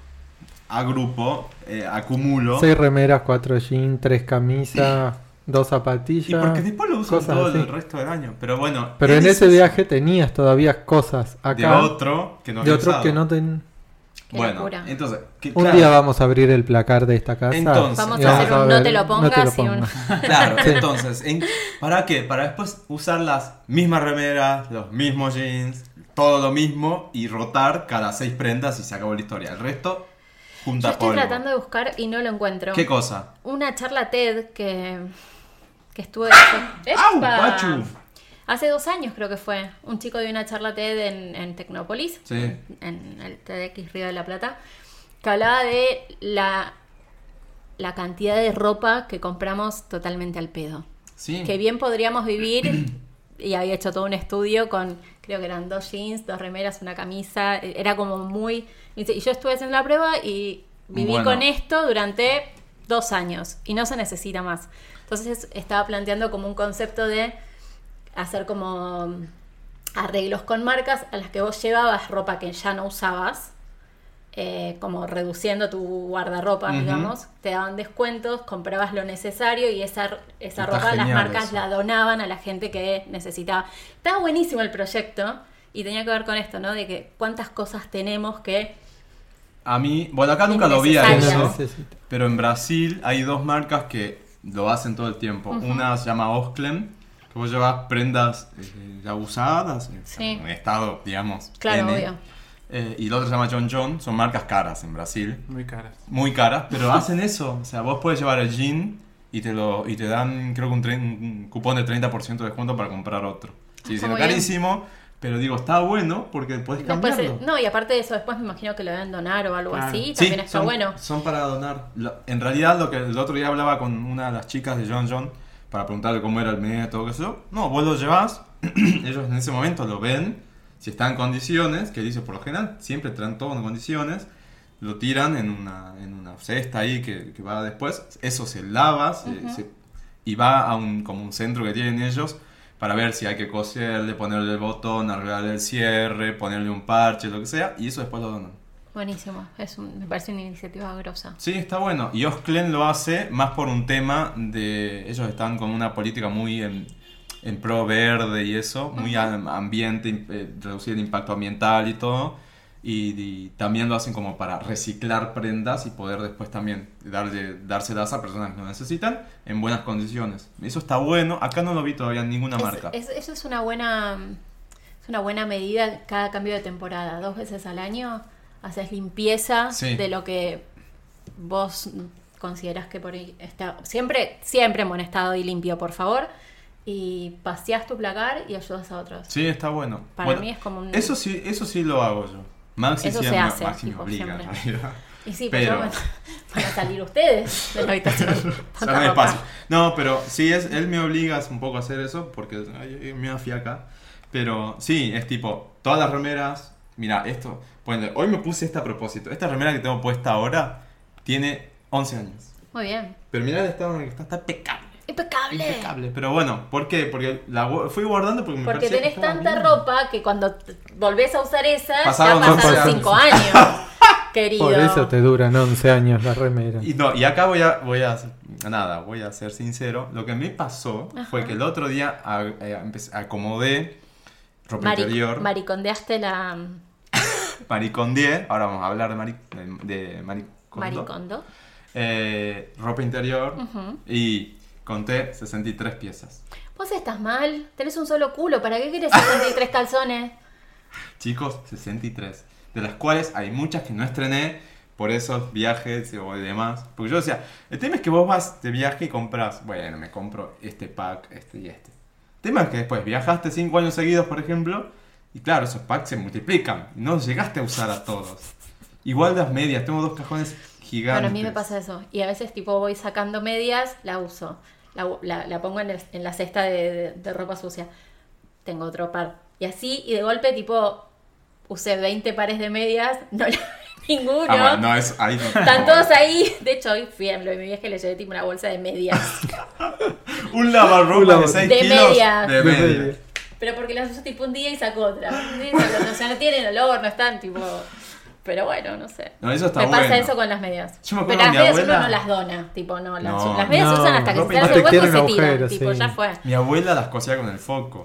[SPEAKER 3] agrupo, eh, acumulo.
[SPEAKER 4] Seis remeras, cuatro jeans, tres camisas, dos
[SPEAKER 3] y
[SPEAKER 4] zapatillas.
[SPEAKER 3] porque después lo uso
[SPEAKER 4] cosas
[SPEAKER 3] todo
[SPEAKER 4] así.
[SPEAKER 3] el resto del año. Pero bueno,
[SPEAKER 4] Pero
[SPEAKER 3] él
[SPEAKER 4] en
[SPEAKER 3] es
[SPEAKER 4] ese viaje tenías todavía cosas
[SPEAKER 3] de
[SPEAKER 4] acá.
[SPEAKER 3] otro que no
[SPEAKER 4] de
[SPEAKER 3] había
[SPEAKER 4] otro
[SPEAKER 3] usado.
[SPEAKER 4] que no ten...
[SPEAKER 2] Qué
[SPEAKER 3] Bueno,
[SPEAKER 2] locura.
[SPEAKER 3] entonces, que-
[SPEAKER 4] Un
[SPEAKER 3] claro,
[SPEAKER 4] día vamos a abrir el placar de esta casa.
[SPEAKER 3] Entonces,
[SPEAKER 2] Vamos
[SPEAKER 4] y
[SPEAKER 2] a
[SPEAKER 3] Vamos
[SPEAKER 2] hacer
[SPEAKER 3] a
[SPEAKER 2] un no
[SPEAKER 4] ver,
[SPEAKER 2] te lo pongas y un.
[SPEAKER 4] pongas.
[SPEAKER 3] Claro,
[SPEAKER 4] Sí.
[SPEAKER 3] entonces, ¿en- ¿para qué? Para después usar las mismas remeras, los mismos jeans, todo lo mismo y rotar cada seis prendas y se acabó la historia. El resto,
[SPEAKER 2] Yo
[SPEAKER 3] junta
[SPEAKER 2] estoy
[SPEAKER 3] polvo.
[SPEAKER 2] tratando de buscar y no lo encuentro.
[SPEAKER 3] ¿Qué cosa?
[SPEAKER 2] Una charla TED que, que estuve.
[SPEAKER 3] ¡Au,
[SPEAKER 2] ¡Epa!
[SPEAKER 3] Pachu!
[SPEAKER 2] Hace dos años creo que fue. Un chico dio una charla TED en, en Tecnópolis,
[SPEAKER 3] Sí.
[SPEAKER 2] en el TEDx Río de la Plata, que hablaba de la, la cantidad de ropa que compramos totalmente al pedo.
[SPEAKER 3] Sí.
[SPEAKER 2] Que bien podríamos vivir y había hecho todo un estudio con, creo que eran dos jeans, dos remeras, una camisa, era como muy... me dice, Y yo estuve haciendo la prueba y viví
[SPEAKER 3] Bueno.
[SPEAKER 2] con esto durante dos años y no se necesita más. Entonces estaba planteando como un concepto de hacer como arreglos con marcas a las que vos llevabas ropa que ya no usabas, eh, como reduciendo tu guardarropa,
[SPEAKER 3] Ujú.
[SPEAKER 2] digamos, te daban descuentos, comprabas lo necesario y esa, esa
[SPEAKER 3] Está
[SPEAKER 2] ropa las
[SPEAKER 3] genial
[SPEAKER 2] marcas
[SPEAKER 3] eso.
[SPEAKER 2] la donaban a la gente que necesitaba. Estaba buenísimo el proyecto y tenía que ver con esto, ¿no? De que cuántas cosas tenemos que...
[SPEAKER 3] A mí, bueno, acá nunca lo vi a
[SPEAKER 2] Innecesaria.
[SPEAKER 3] eso,
[SPEAKER 4] necesita.
[SPEAKER 3] pero en Brasil hay dos marcas que lo hacen todo el tiempo. Una se llama Osclem, que vos llevas prendas eh, ya usadas, en-
[SPEAKER 2] Sí.
[SPEAKER 3] en estado, digamos.
[SPEAKER 2] Claro,
[SPEAKER 3] N.
[SPEAKER 2] obvio.
[SPEAKER 3] Eh, y la otra se llama John John, son marcas caras en Brasil,
[SPEAKER 5] Muy caras.
[SPEAKER 3] muy caras, pero hacen eso. O sea, vos puedes llevar el jean y te, lo, y te dan, creo que un, tre- un cupón de 30% de descuento para comprar otro. Sigue
[SPEAKER 2] Ah, Está
[SPEAKER 3] siendo
[SPEAKER 2] muy bien.
[SPEAKER 3] carísimo, pero digo, está bueno porque puedes
[SPEAKER 2] Después,
[SPEAKER 3] cambiarlo.
[SPEAKER 2] eh, no, y aparte de eso, después me imagino que lo deben donar o algo
[SPEAKER 5] Claro.
[SPEAKER 2] así,
[SPEAKER 3] Sí,
[SPEAKER 2] también está
[SPEAKER 3] son,
[SPEAKER 2] bueno.
[SPEAKER 3] Son para donar. Lo- en realidad, lo que el otro día hablaba con una de las chicas de John John para preguntarle cómo era el método, qué sé yo. No, vos lo llevas, ellos en ese momento lo ven, si está en condiciones, que dice por lo general, siempre traen todo en condiciones, lo tiran en una, en una cesta ahí que, que va después, eso se lava se- se- y va a un, como un centro que tienen ellos para ver si hay que coserle, ponerle el botón, arreglarle el cierre, ponerle un parche, lo que sea, y eso después lo donan.
[SPEAKER 2] Buenísimo, es un- me parece una iniciativa grosa.
[SPEAKER 3] Sí, está bueno. Y Osklen lo hace más por un tema de. Ellos están con una política muy en, en pro verde y eso, muy am- ambiente, im- eh, reducir el impacto ambiental y todo. Y, y también lo hacen como para reciclar prendas y poder después también darle, dárselas a personas que lo necesitan en buenas condiciones. Eso está bueno. Acá no lo vi todavía en ninguna
[SPEAKER 2] Es-
[SPEAKER 3] marca.
[SPEAKER 2] es- eso es una buena es una buena medida cada cambio de temporada. Dos veces al año haces limpieza
[SPEAKER 3] Sí.
[SPEAKER 2] de lo que vos consideras que por ahí está. Siempre, siempre en buen estado y limpio, por favor. Y paseas tu placar y ayudas a otros.
[SPEAKER 3] Sí, está bueno.
[SPEAKER 2] Para
[SPEAKER 3] Bueno,
[SPEAKER 2] mí es como un-
[SPEAKER 3] Eso sí, eso sí lo hago yo. Maxi,
[SPEAKER 2] Eso
[SPEAKER 3] sí
[SPEAKER 2] se
[SPEAKER 3] me-
[SPEAKER 2] hace,
[SPEAKER 3] Maxi me
[SPEAKER 2] tipo,
[SPEAKER 3] obliga, en
[SPEAKER 2] siempre.
[SPEAKER 3] realidad.
[SPEAKER 2] Y sí, pues
[SPEAKER 3] Pero-
[SPEAKER 2] ya van, van a salir ustedes de la habitación.
[SPEAKER 3] Ya
[SPEAKER 2] Tanta
[SPEAKER 3] no hay
[SPEAKER 2] ropa.
[SPEAKER 3] espacio. No, pero sí, es, él me obliga un poco a hacer eso porque ay, me afiaca. Pero sí, es tipo, todas las remeras. Mira, esto. ponele, hoy me puse esta a propósito. Esta remera que tengo puesta ahora tiene 11 años.
[SPEAKER 2] Muy bien.
[SPEAKER 3] Pero mira el estado en el que está, está impecable.
[SPEAKER 2] Impecable.
[SPEAKER 3] Impecable. Pero bueno, ¿por qué? Porque la gu- fui guardando porque me
[SPEAKER 2] Porque
[SPEAKER 3] parecía que
[SPEAKER 2] tenés
[SPEAKER 3] estaba
[SPEAKER 2] tanta
[SPEAKER 3] bien.
[SPEAKER 2] ropa que cuando t- volvés a usar esa,
[SPEAKER 3] Pasaron
[SPEAKER 2] ya
[SPEAKER 3] dos
[SPEAKER 2] pasaron
[SPEAKER 3] años.
[SPEAKER 2] cinco años, querido.
[SPEAKER 4] Por eso te duran 11 años la remera.
[SPEAKER 3] Y, no, y acá voy a, voy a, nada, voy a ser sincero. Lo que me pasó fue que el otro día a- eh, empecé- acomodé ropa
[SPEAKER 2] Mari-
[SPEAKER 3] interior.
[SPEAKER 2] Maricondeaste la mm,
[SPEAKER 3] Maricondié, ahora vamos a hablar de, mari, de, de maricondo.
[SPEAKER 2] maricondo.
[SPEAKER 3] Eh, ropa interior y conté 63 piezas.
[SPEAKER 2] Vos estás mal, tenés un solo culo, ¿para qué querés 63 calzones?
[SPEAKER 3] Chicos, 63. De las cuales hay muchas que no estrené por esos viajes o demás. Porque yo decía, el tema es que vos vas de viaje y compras, bueno, me compro este pack, este y este. El tema es que después viajaste 5 años seguidos, por ejemplo, y claro, esos packs se multiplican. No llegaste a usar a todos. Igual las medias, tengo dos cajones gigantes.
[SPEAKER 2] Bueno, a mí me pasa eso. Y a veces tipo voy sacando medias, la uso. La, la- la pongo en, el- en la cesta de, de- de ropa sucia. Tengo otro par. Y así, y de golpe tipo, usé 20 pares de medias, no ninguno.
[SPEAKER 3] Ah, bueno, no, es ahí. no-
[SPEAKER 2] Están todos ahí. De hecho, hoy fui a lo de mi vieja y le llevé tipo una bolsa de medias.
[SPEAKER 3] Un lavarropa de
[SPEAKER 4] lavarropa.
[SPEAKER 3] 6
[SPEAKER 2] De
[SPEAKER 3] kilos.
[SPEAKER 2] medias.
[SPEAKER 3] De media.
[SPEAKER 2] Pero porque las usó tipo un día y sacó otra. Un día y sacó otra. O sea, no tienen olor, no están tipo. Pero bueno, no sé.
[SPEAKER 3] No, eso está
[SPEAKER 2] me
[SPEAKER 3] bueno.
[SPEAKER 2] pasa eso con las medias.
[SPEAKER 3] Yo me
[SPEAKER 2] Pero
[SPEAKER 3] acuerdo
[SPEAKER 2] las
[SPEAKER 3] que mi
[SPEAKER 2] medias uno
[SPEAKER 3] abuela-
[SPEAKER 2] no las dona. Tipo, no. Las,
[SPEAKER 3] No,
[SPEAKER 2] las medias se
[SPEAKER 4] no,
[SPEAKER 2] usan hasta que se
[SPEAKER 3] ropa
[SPEAKER 2] te hace
[SPEAKER 3] interior.
[SPEAKER 2] hueco y
[SPEAKER 4] Tienen
[SPEAKER 2] se tiran.
[SPEAKER 4] agujeros,
[SPEAKER 2] Tipo,
[SPEAKER 4] sí.
[SPEAKER 2] ya fue.
[SPEAKER 3] Mi abuela las cosía con el foco.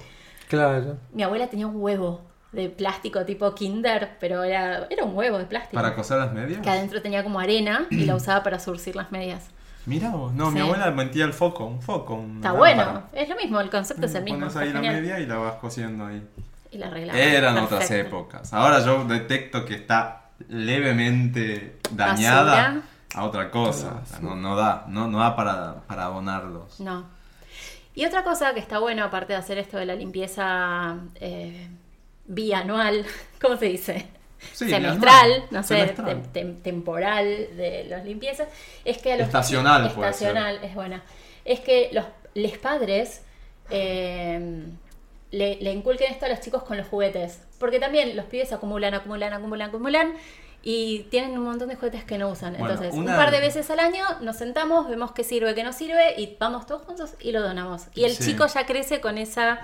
[SPEAKER 4] Claro.
[SPEAKER 2] Mi abuela tenía un huevo de plástico tipo Kinder, pero era, era un huevo de plástico.
[SPEAKER 3] ¿Para coser las medias?
[SPEAKER 2] que adentro tenía como arena y la usaba para surcir las medias.
[SPEAKER 3] Mira vos. No,
[SPEAKER 2] Sí.
[SPEAKER 3] mi abuela metía el foco, un foco. una
[SPEAKER 2] Está
[SPEAKER 3] lámpara. Mm,
[SPEAKER 2] bueno, es lo mismo, el concepto es el mismo.
[SPEAKER 3] Pones
[SPEAKER 2] está
[SPEAKER 3] ahí la
[SPEAKER 2] genial.
[SPEAKER 3] media y la vas cosiendo ahí.
[SPEAKER 2] Y la arreglaba.
[SPEAKER 3] Eran
[SPEAKER 2] Perfecto.
[SPEAKER 3] otras épocas. Ahora yo detecto que está levemente dañada
[SPEAKER 2] Basura.
[SPEAKER 3] a otra cosa. O sea, no, no da, no, no da para, para abonarlos.
[SPEAKER 2] No. Y otra cosa que está bueno, aparte de hacer esto de la limpieza eh, bianual, ¿cómo se dice?
[SPEAKER 3] Sí,
[SPEAKER 2] semestral,
[SPEAKER 3] bianual,
[SPEAKER 2] no sé,
[SPEAKER 3] semestral.
[SPEAKER 2] tem- tem- temporal de las limpiezas, es que a los
[SPEAKER 3] Estacional puede
[SPEAKER 2] estacional es buena, es que los les padres eh, le, le inculquen esto a los chicos con los juguetes. Porque también los pibes acumulan, acumulan, acumulan, acumulan. Y tienen un montón de juguetes que no usan.
[SPEAKER 3] Bueno,
[SPEAKER 2] Entonces,
[SPEAKER 3] una-
[SPEAKER 2] un par de veces al año nos sentamos, vemos qué sirve, qué no sirve, y vamos todos juntos y lo donamos. Y el
[SPEAKER 3] Sí.
[SPEAKER 2] chico ya crece con esa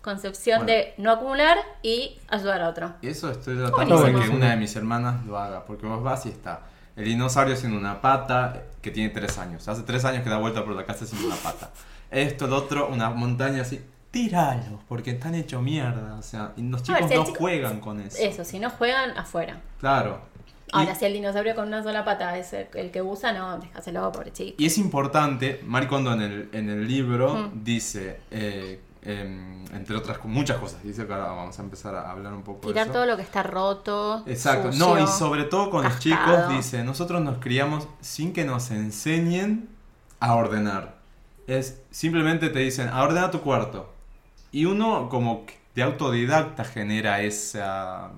[SPEAKER 2] concepción
[SPEAKER 3] Bueno.
[SPEAKER 2] de no acumular y ayudar a otro.
[SPEAKER 3] Eso estoy tratando de que
[SPEAKER 4] Buenísimo.
[SPEAKER 3] una de mis hermanas lo haga, porque vos vas y está. El dinosaurio haciendo una pata que tiene tres años. Hace tres años que da vuelta por la casa haciendo una pata. Esto, el otro, una montaña así. Tíralos, porque están hecho mierda. O sea, y los
[SPEAKER 2] A ver,
[SPEAKER 3] chicos
[SPEAKER 2] si el
[SPEAKER 3] no
[SPEAKER 2] chico-
[SPEAKER 3] juegan con eso.
[SPEAKER 2] Eso, si no juegan, afuera.
[SPEAKER 3] Claro. Y-
[SPEAKER 2] Ahora, si el dinosaurio con una sola pata es el, el que usa, no, déjaselo, pobre chico.
[SPEAKER 3] Y es importante, Maricondo en el, en el libro dice, eh, em, entre otras co- muchas cosas, dice que ahora vamos a empezar a hablar un poco
[SPEAKER 2] Tirar
[SPEAKER 3] de eso.
[SPEAKER 2] todo lo que está roto.
[SPEAKER 3] Exacto,
[SPEAKER 2] sucio.
[SPEAKER 3] no, y sobre todo con los
[SPEAKER 2] cascado.
[SPEAKER 3] chicos, dice, nosotros nos criamos sin que nos enseñen a ordenar. Es simplemente te dicen, a ordenar tu cuarto. Y uno como que de autodidacta genera esa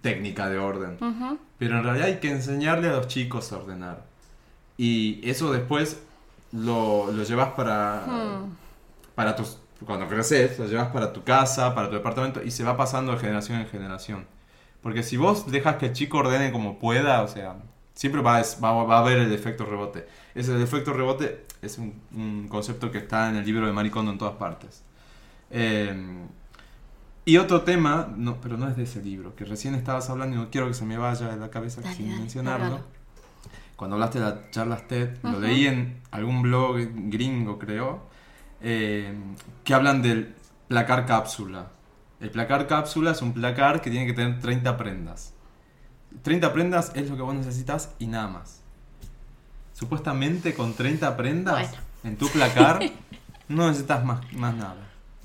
[SPEAKER 3] técnica de orden.
[SPEAKER 2] Ujú.
[SPEAKER 3] Pero en realidad hay que enseñarle a los chicos a ordenar. Y eso después lo, lo llevas para,
[SPEAKER 2] Hmm.
[SPEAKER 3] para tus... Cuando creces, lo llevas para tu casa, para tu departamento y se va pasando de generación en generación. Porque si vos dejas que el chico ordene como pueda, o sea, siempre va, a- va, va a haber el efecto rebote. Ese el efecto rebote es un, un concepto que está en el libro de Maricondo en todas partes. Eh, y otro tema, no, pero no es de ese libro, que recién estabas hablando y no quiero que se me vaya de la cabeza
[SPEAKER 2] Dale,
[SPEAKER 3] sin
[SPEAKER 2] dale,
[SPEAKER 3] mencionarlo.
[SPEAKER 2] háblalo.
[SPEAKER 3] Cuando hablaste de las charlas TED, lo
[SPEAKER 2] Ujú.
[SPEAKER 3] leí en algún blog gringo, creo, eh, que hablan del placar cápsula. El placar cápsula es un placar que tiene que tener 30 prendas. 30 prendas es lo que vos necesitas y nada más. Supuestamente con 30 prendas
[SPEAKER 2] Bueno.
[SPEAKER 3] en tu placar no necesitas más, más nada.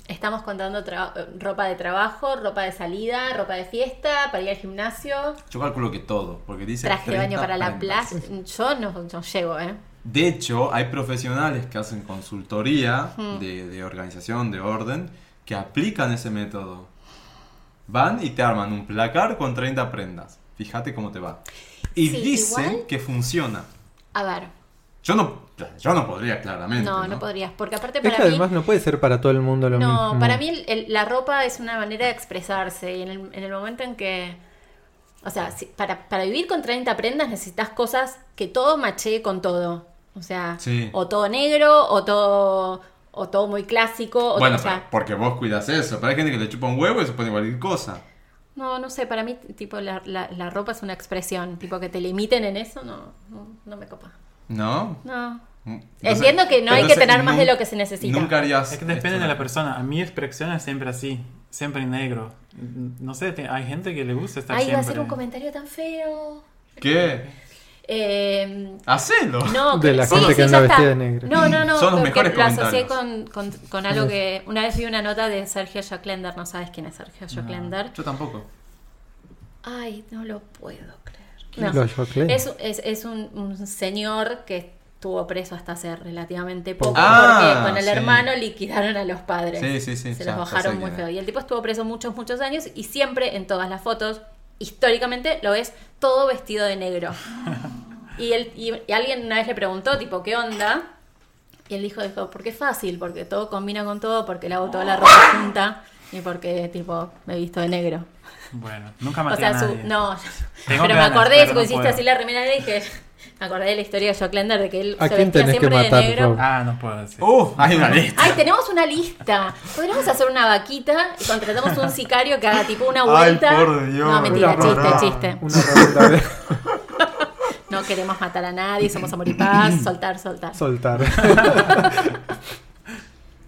[SPEAKER 2] Estamos contando tra- ropa de trabajo, ropa de salida, ropa de fiesta, para ir al gimnasio,
[SPEAKER 3] Yo calculo que todo, porque dice...
[SPEAKER 2] traje de baño
[SPEAKER 3] 30
[SPEAKER 2] para la
[SPEAKER 3] prendas.
[SPEAKER 2] plaza. Yo no, no llego, ¿eh?
[SPEAKER 3] De hecho, hay profesionales que hacen consultoría
[SPEAKER 2] Ujú.
[SPEAKER 3] de, de organización, de orden, que aplican ese método. Van y te arman un placar con 30 prendas. Fíjate cómo te va. Y
[SPEAKER 2] Sí,
[SPEAKER 3] dicen
[SPEAKER 2] igual.
[SPEAKER 3] que funciona.
[SPEAKER 2] A ver,
[SPEAKER 3] Yo no, yo no podría, claramente.
[SPEAKER 2] no,
[SPEAKER 3] No,
[SPEAKER 2] no, podrías, porque aparte
[SPEAKER 4] Es
[SPEAKER 2] para
[SPEAKER 4] que
[SPEAKER 2] mí...
[SPEAKER 4] además no puede ser para todo el mundo lo mismo.
[SPEAKER 2] no, para mí el- el- la ropa es una manera de expresarse y en el, en el momento en que... O sea, si- para, para vivir con 30 prendas necesitas cosas que todo machee con todo. O sea,
[SPEAKER 3] Sí.
[SPEAKER 2] o todo negro, o todo, o todo muy clásico. O
[SPEAKER 3] Bueno,
[SPEAKER 2] o sea,
[SPEAKER 3] pero- porque vos cuidas eso. Pero hay gente que le chupa un huevo y se pone cualquier cosa.
[SPEAKER 2] No, no sé, para mí tipo la, la- la ropa es una expresión, tipo que te limiten en eso, no, no, no me copa.
[SPEAKER 3] ¿No?
[SPEAKER 2] No.
[SPEAKER 3] Entonces-
[SPEAKER 2] Entiendo que no hay que
[SPEAKER 3] entonces
[SPEAKER 2] tener más de
[SPEAKER 3] nun-
[SPEAKER 2] lo que se necesita.
[SPEAKER 3] Nunca harías.
[SPEAKER 5] Es que depende
[SPEAKER 3] esto.
[SPEAKER 5] de la persona. A mi expresión es siempre así, siempre en negro. Mm, No sé, te- hay gente que le gusta estar
[SPEAKER 2] Ay,
[SPEAKER 5] siempre.
[SPEAKER 2] va a ser un comentario tan feo.
[SPEAKER 3] ¿Qué?
[SPEAKER 2] Eh,
[SPEAKER 3] Hacelo.
[SPEAKER 2] no,
[SPEAKER 4] De la gente que
[SPEAKER 2] ya
[SPEAKER 4] anda
[SPEAKER 2] está.
[SPEAKER 4] vestida de negro.
[SPEAKER 2] No, no, no,
[SPEAKER 3] Son los
[SPEAKER 2] porque
[SPEAKER 3] mejores
[SPEAKER 2] lo asocié con,
[SPEAKER 3] comentarios.
[SPEAKER 2] con, con algo que una vez vi una nota de Sergio Joclender, no sabes quién es Sergio Joclender.
[SPEAKER 3] Yo tampoco.
[SPEAKER 2] Ay, no lo puedo creer.
[SPEAKER 4] ¿Quién
[SPEAKER 2] No.
[SPEAKER 4] lo choclea?
[SPEAKER 2] Es, es- es un, un señor que estuvo preso hasta hace relativamente poco
[SPEAKER 3] Ah,
[SPEAKER 2] porque con el
[SPEAKER 3] sí.
[SPEAKER 2] hermano liquidaron a los padres.
[SPEAKER 3] Sí, sí, sí,
[SPEAKER 2] Se
[SPEAKER 3] ya,
[SPEAKER 2] los
[SPEAKER 3] ya sé
[SPEAKER 2] bajaron muy
[SPEAKER 3] quién es.
[SPEAKER 2] feo. Y el tipo estuvo preso muchos, muchos años y siempre en todas las fotos, históricamente, lo ves todo vestido de negro. Y, él, y, y alguien una vez le preguntó, tipo, ¿qué onda? Y él dijo, dijo, porque es fácil, porque todo combina con todo, porque lavo toda la ropa junta y porque, tipo, me he visto de negro.
[SPEAKER 5] Bueno, nunca
[SPEAKER 2] O
[SPEAKER 5] maté
[SPEAKER 2] sea,
[SPEAKER 5] a
[SPEAKER 2] su,
[SPEAKER 5] nadie.
[SPEAKER 2] no,
[SPEAKER 5] Tengo
[SPEAKER 2] pero me
[SPEAKER 5] ganas,
[SPEAKER 2] acordé de
[SPEAKER 5] pero no
[SPEAKER 2] que hiciste
[SPEAKER 5] puedo.
[SPEAKER 2] así la remera negra y dije, me acordé de la historia de Joclender de que él
[SPEAKER 4] ¿A
[SPEAKER 2] se vestía
[SPEAKER 4] quién tenés que
[SPEAKER 2] siempre
[SPEAKER 4] matar,
[SPEAKER 2] de negro.
[SPEAKER 4] Rob?
[SPEAKER 5] Ah, no puedo decir.
[SPEAKER 2] Oh.
[SPEAKER 3] ¡Uh! Hay una lista.
[SPEAKER 2] Ay, tenemos una lista. Podríamos hacer una vaquita y contratamos un sicario que haga tipo una
[SPEAKER 3] Ay,
[SPEAKER 2] vuelta.
[SPEAKER 3] por Dios.
[SPEAKER 2] no, mentira,
[SPEAKER 3] Una
[SPEAKER 2] chiste,
[SPEAKER 3] parada.
[SPEAKER 2] chiste.
[SPEAKER 4] Una ronda de
[SPEAKER 2] No queremos matar a nadie, somos amor y paz, soltar, soltar.
[SPEAKER 4] soltar.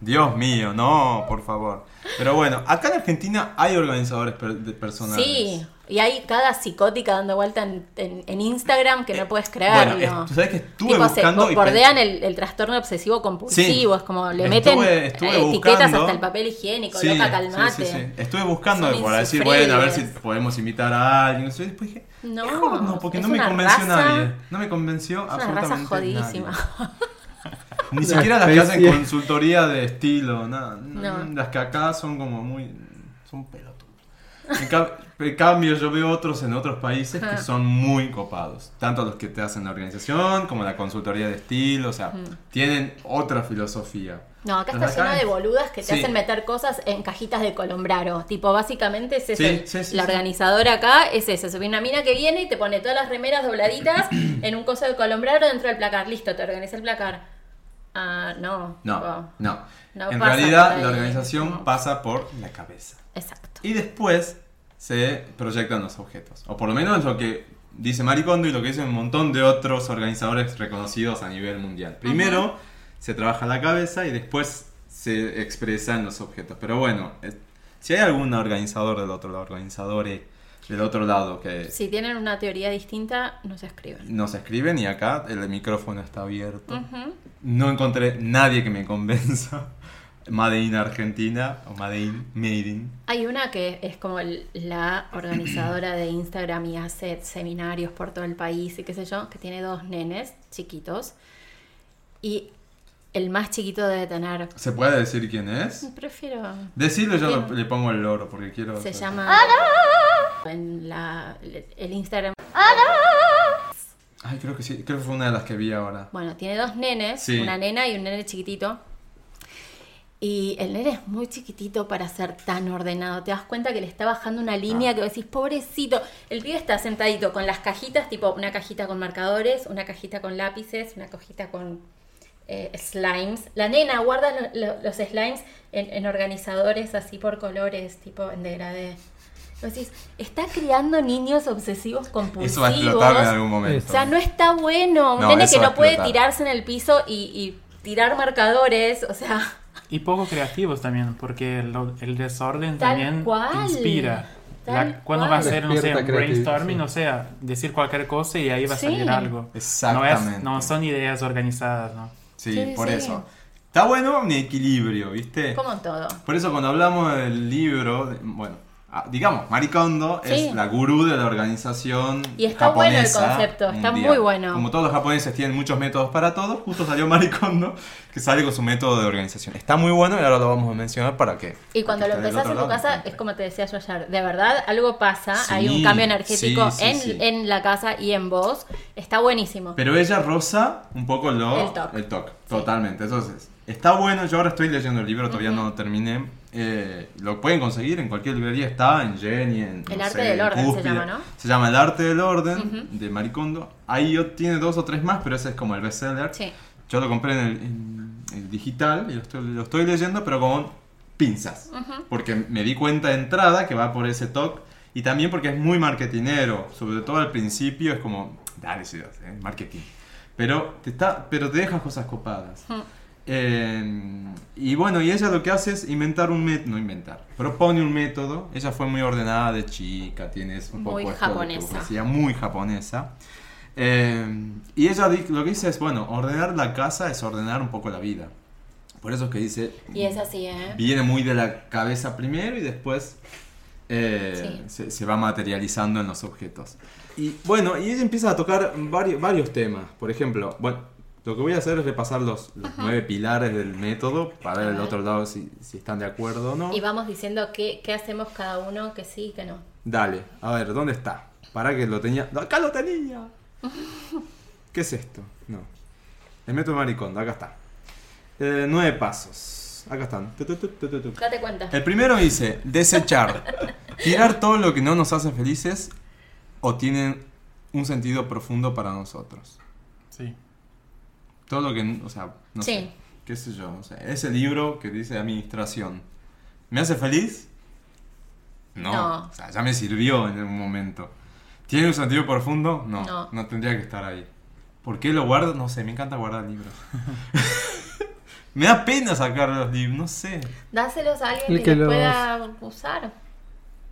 [SPEAKER 3] Dios mío, no, por favor. Pero bueno, acá en Argentina hay organizadores per- de personales.
[SPEAKER 2] Sí, y hay cada psicótica dando vuelta en, en- en Instagram que no puedes creerlo.
[SPEAKER 3] Bueno,
[SPEAKER 5] eh,
[SPEAKER 3] es- tú sabes que estuve
[SPEAKER 2] Tipo, se
[SPEAKER 3] buscando.
[SPEAKER 2] bo-
[SPEAKER 3] y
[SPEAKER 2] bordean
[SPEAKER 3] pen-
[SPEAKER 2] el, el trastorno obsesivo compulsivo,
[SPEAKER 3] Sí.
[SPEAKER 2] es como le
[SPEAKER 3] Estuve-
[SPEAKER 2] meten
[SPEAKER 3] estuve
[SPEAKER 2] eh, etiquetas
[SPEAKER 3] buscando.
[SPEAKER 2] hasta el papel higiénico,
[SPEAKER 3] Sí,
[SPEAKER 2] loca,
[SPEAKER 3] sí,
[SPEAKER 2] calmate.
[SPEAKER 3] sí, sí. Estuve buscando
[SPEAKER 2] Son
[SPEAKER 3] para decir, bueno, a ver si
[SPEAKER 2] insufribles.
[SPEAKER 3] podemos invitar a alguien. Y después dije,
[SPEAKER 2] No,
[SPEAKER 3] mejor no, porque
[SPEAKER 2] es
[SPEAKER 3] no me
[SPEAKER 2] una
[SPEAKER 3] convenció
[SPEAKER 2] raza-
[SPEAKER 3] nadie. No me convenció
[SPEAKER 2] Es una raza
[SPEAKER 3] absolutamente
[SPEAKER 2] jodidísima.
[SPEAKER 3] nadie. Ni siquiera las que hacen
[SPEAKER 4] especie.
[SPEAKER 3] consultoría de estilo, nada.
[SPEAKER 2] No.
[SPEAKER 3] Las que acá son como muy. Son pelotudos. En, ca- en cambio, yo veo otros en otros países que son muy copados. Tanto los que te hacen la organización como la consultoría de estilo. O sea, tienen otra filosofía.
[SPEAKER 2] No, acá
[SPEAKER 3] Los
[SPEAKER 2] está lleno
[SPEAKER 3] acá
[SPEAKER 2] de
[SPEAKER 3] es-
[SPEAKER 2] boludas que te
[SPEAKER 3] Sí.
[SPEAKER 2] hacen meter cosas en cajitas de colombraro. Tipo, básicamente es eso.
[SPEAKER 3] Sí, sí, sí,
[SPEAKER 2] la
[SPEAKER 3] sí.
[SPEAKER 2] organizadora acá es esa. Subir una mina que viene y te pone todas las remeras dobladitas en un coso de colombraro dentro del placar. Listo, te organiza el placar. Ah, no.
[SPEAKER 3] No,
[SPEAKER 2] tipo,
[SPEAKER 3] no.
[SPEAKER 2] No pasa
[SPEAKER 3] en
[SPEAKER 2] por
[SPEAKER 3] realidad,
[SPEAKER 2] ahí.
[SPEAKER 3] la organización
[SPEAKER 2] No.
[SPEAKER 3] pasa por la cabeza.
[SPEAKER 2] Exacto.
[SPEAKER 3] Y después se proyectan los objetos. O por lo menos lo que dice Maricondo y lo que dicen un montón de otros organizadores reconocidos a nivel mundial. Primero se trabaja la cabeza y después se expresan los objetos. Pero bueno, eh, si hay algún organizador del otro lado, organizadores del otro lado que
[SPEAKER 2] Si tienen una teoría distinta, nos escriben.
[SPEAKER 3] nos escriben y acá el micrófono está abierto.
[SPEAKER 2] Ujú.
[SPEAKER 3] No encontré nadie que me convenza. Made in Argentina o Made in Made in.
[SPEAKER 2] Hay una que es como el- la organizadora de Instagram y hace seminarios por todo el país y qué sé yo, que tiene dos nenes chiquitos. Y el más chiquito debe tener.
[SPEAKER 3] ¿Se puede decir quién es?
[SPEAKER 2] Prefiero.
[SPEAKER 3] Decirlo yo
[SPEAKER 2] Bien.
[SPEAKER 3] lo- le pongo el loro porque quiero.
[SPEAKER 2] Se llama. En la, el Instagram.
[SPEAKER 3] Ay, creo que sí. Creo que fue una de las que vi ahora.
[SPEAKER 2] Bueno, tiene dos nenes,
[SPEAKER 3] Sí.
[SPEAKER 2] una nena y un nene chiquitito. Y el nene es muy chiquitito para ser tan ordenado. Te das cuenta que le está bajando una
[SPEAKER 3] Ah.
[SPEAKER 2] línea que vos decís, pobrecito. El pibe está sentadito con las cajitas, tipo una cajita con marcadores, una cajita con lápices, una cajita con eh, slimes. La nena guarda lo- lo- los slimes en, en organizadores así por colores, tipo en degradé. Vos decís, está criando niños obsesivos compulsivos.
[SPEAKER 3] Eso va a explotar en algún momento.
[SPEAKER 2] O sea, no está bueno. Un
[SPEAKER 3] No,
[SPEAKER 2] nene
[SPEAKER 3] eso
[SPEAKER 2] que
[SPEAKER 3] va a
[SPEAKER 2] no puede
[SPEAKER 3] explotar.
[SPEAKER 2] tirarse en el piso y, y tirar marcadores. O sea,
[SPEAKER 5] Y poco creativos también, porque lo- el desorden
[SPEAKER 2] Tal
[SPEAKER 5] también
[SPEAKER 2] cual.
[SPEAKER 5] inspira.
[SPEAKER 2] Tal
[SPEAKER 5] La- cuando va a
[SPEAKER 2] cual.
[SPEAKER 5] ser, no sé,
[SPEAKER 4] Despierta
[SPEAKER 5] un
[SPEAKER 4] creatividad,
[SPEAKER 5] brainstorming,
[SPEAKER 4] sí.
[SPEAKER 5] o sea, decir cualquier cosa y ahí va a
[SPEAKER 2] Sí.
[SPEAKER 5] salir algo. No,
[SPEAKER 3] Exactamente.
[SPEAKER 5] es, no son ideas organizadas, ¿no?
[SPEAKER 3] Sí,
[SPEAKER 2] Sí,
[SPEAKER 3] por
[SPEAKER 2] sí.
[SPEAKER 3] eso. Está bueno un equilibrio, ¿viste?
[SPEAKER 2] como en todo.
[SPEAKER 3] Por eso cuando hablamos del libro, de- bueno, ah, digamos, Maricondo
[SPEAKER 2] Sí.
[SPEAKER 3] es la gurú de la organización
[SPEAKER 2] Y está bueno el
[SPEAKER 3] japonesa
[SPEAKER 2] concepto, está
[SPEAKER 3] mundial.
[SPEAKER 2] muy bueno.
[SPEAKER 3] Como todos los japoneses tienen muchos métodos para todo, justo salió Maricondo que sale con su método de organización. Está muy bueno y ahora lo vamos a mencionar para qué.
[SPEAKER 2] Y cuando lo
[SPEAKER 3] Porque está
[SPEAKER 2] empezás
[SPEAKER 3] del
[SPEAKER 2] en tu
[SPEAKER 3] otro lado,
[SPEAKER 2] casa,
[SPEAKER 3] entonces.
[SPEAKER 2] es como te decía yo ayer, de verdad algo pasa,
[SPEAKER 3] Sí,
[SPEAKER 2] hay un cambio energético
[SPEAKER 3] sí, sí,
[SPEAKER 2] en,
[SPEAKER 3] sí.
[SPEAKER 2] en la casa y en vos, está buenísimo.
[SPEAKER 3] Pero ella roza un poco lo,
[SPEAKER 2] El toc.
[SPEAKER 3] toc, totalmente. Entonces, está bueno. Yo ahora estoy leyendo el libro, todavía no lo terminé. Eh, lo pueden conseguir en cualquier librería. Está en Jenny, en.
[SPEAKER 2] El
[SPEAKER 3] no
[SPEAKER 2] arte
[SPEAKER 3] sé,
[SPEAKER 2] del
[SPEAKER 3] en
[SPEAKER 2] orden se
[SPEAKER 3] Cúspide.
[SPEAKER 2] llama, ¿no?
[SPEAKER 3] Se llama El arte del orden de Maricondo. Ahí yo- tiene dos o tres más, pero ese es como el bestseller.
[SPEAKER 2] Sí.
[SPEAKER 3] Yo lo compré en el, en el digital y lo estoy, lo estoy leyendo, pero con pinzas. Porque me di cuenta de entrada que va por ese toque y también porque es muy marketinero. Sobre todo al principio es como, dale, sí, eh, marketing. Pero te, está, pero te deja cosas copadas. Eh, y bueno, y ella lo que hace es inventar un método, no inventar, propone un método. Ella fue muy ordenada de chica, tienes un
[SPEAKER 2] Muy
[SPEAKER 3] poco esto de que vos
[SPEAKER 2] japonesa.
[SPEAKER 3] decías, muy japonesa. Eh, y ella di- lo que dice es, bueno, ordenar la casa es ordenar un poco la vida. Por eso es que dice,
[SPEAKER 2] Y es así, ¿eh?
[SPEAKER 3] viene muy de la cabeza primero y después eh, se, se va materializando en los objetos. Y bueno, y ella empieza a tocar varios, varios temas. Por ejemplo, bueno, lo que voy a hacer es repasar los, los nueve pilares del método para ver el
[SPEAKER 2] ver.
[SPEAKER 3] otro lado si, si están de acuerdo o no.
[SPEAKER 2] Y vamos diciendo qué, qué hacemos cada uno, que sí, que no.
[SPEAKER 3] Dale, a ver, ¿dónde está? Para que lo tenía. ¡Acá lo tenía! ¿Qué es esto? No. El método maricondo, acá está. Eh, nueve pasos. Acá están. Tu, tu, tu, tu, tu, tu.
[SPEAKER 2] Date cuenta.
[SPEAKER 3] El primero dice, desechar. Tirar todo lo que no nos hace felices o tiene un sentido profundo para nosotros.
[SPEAKER 5] Sí.
[SPEAKER 3] Todo lo que, o sea, no
[SPEAKER 2] Sí.
[SPEAKER 3] sé, qué sé yo, no sé. Ese libro que dice administración, ¿me hace feliz? No.
[SPEAKER 2] No.
[SPEAKER 3] O sea, ya me sirvió en algún momento. ¿Tiene un sentido profundo? No,
[SPEAKER 2] No.
[SPEAKER 3] no. tendría que estar ahí. ¿Por qué lo guardo? No sé, me encanta guardar libros. me da pena sacar los libros, no sé.
[SPEAKER 2] Dáselos a alguien
[SPEAKER 4] El
[SPEAKER 2] que,
[SPEAKER 4] que
[SPEAKER 2] los
[SPEAKER 4] los-
[SPEAKER 2] pueda usar.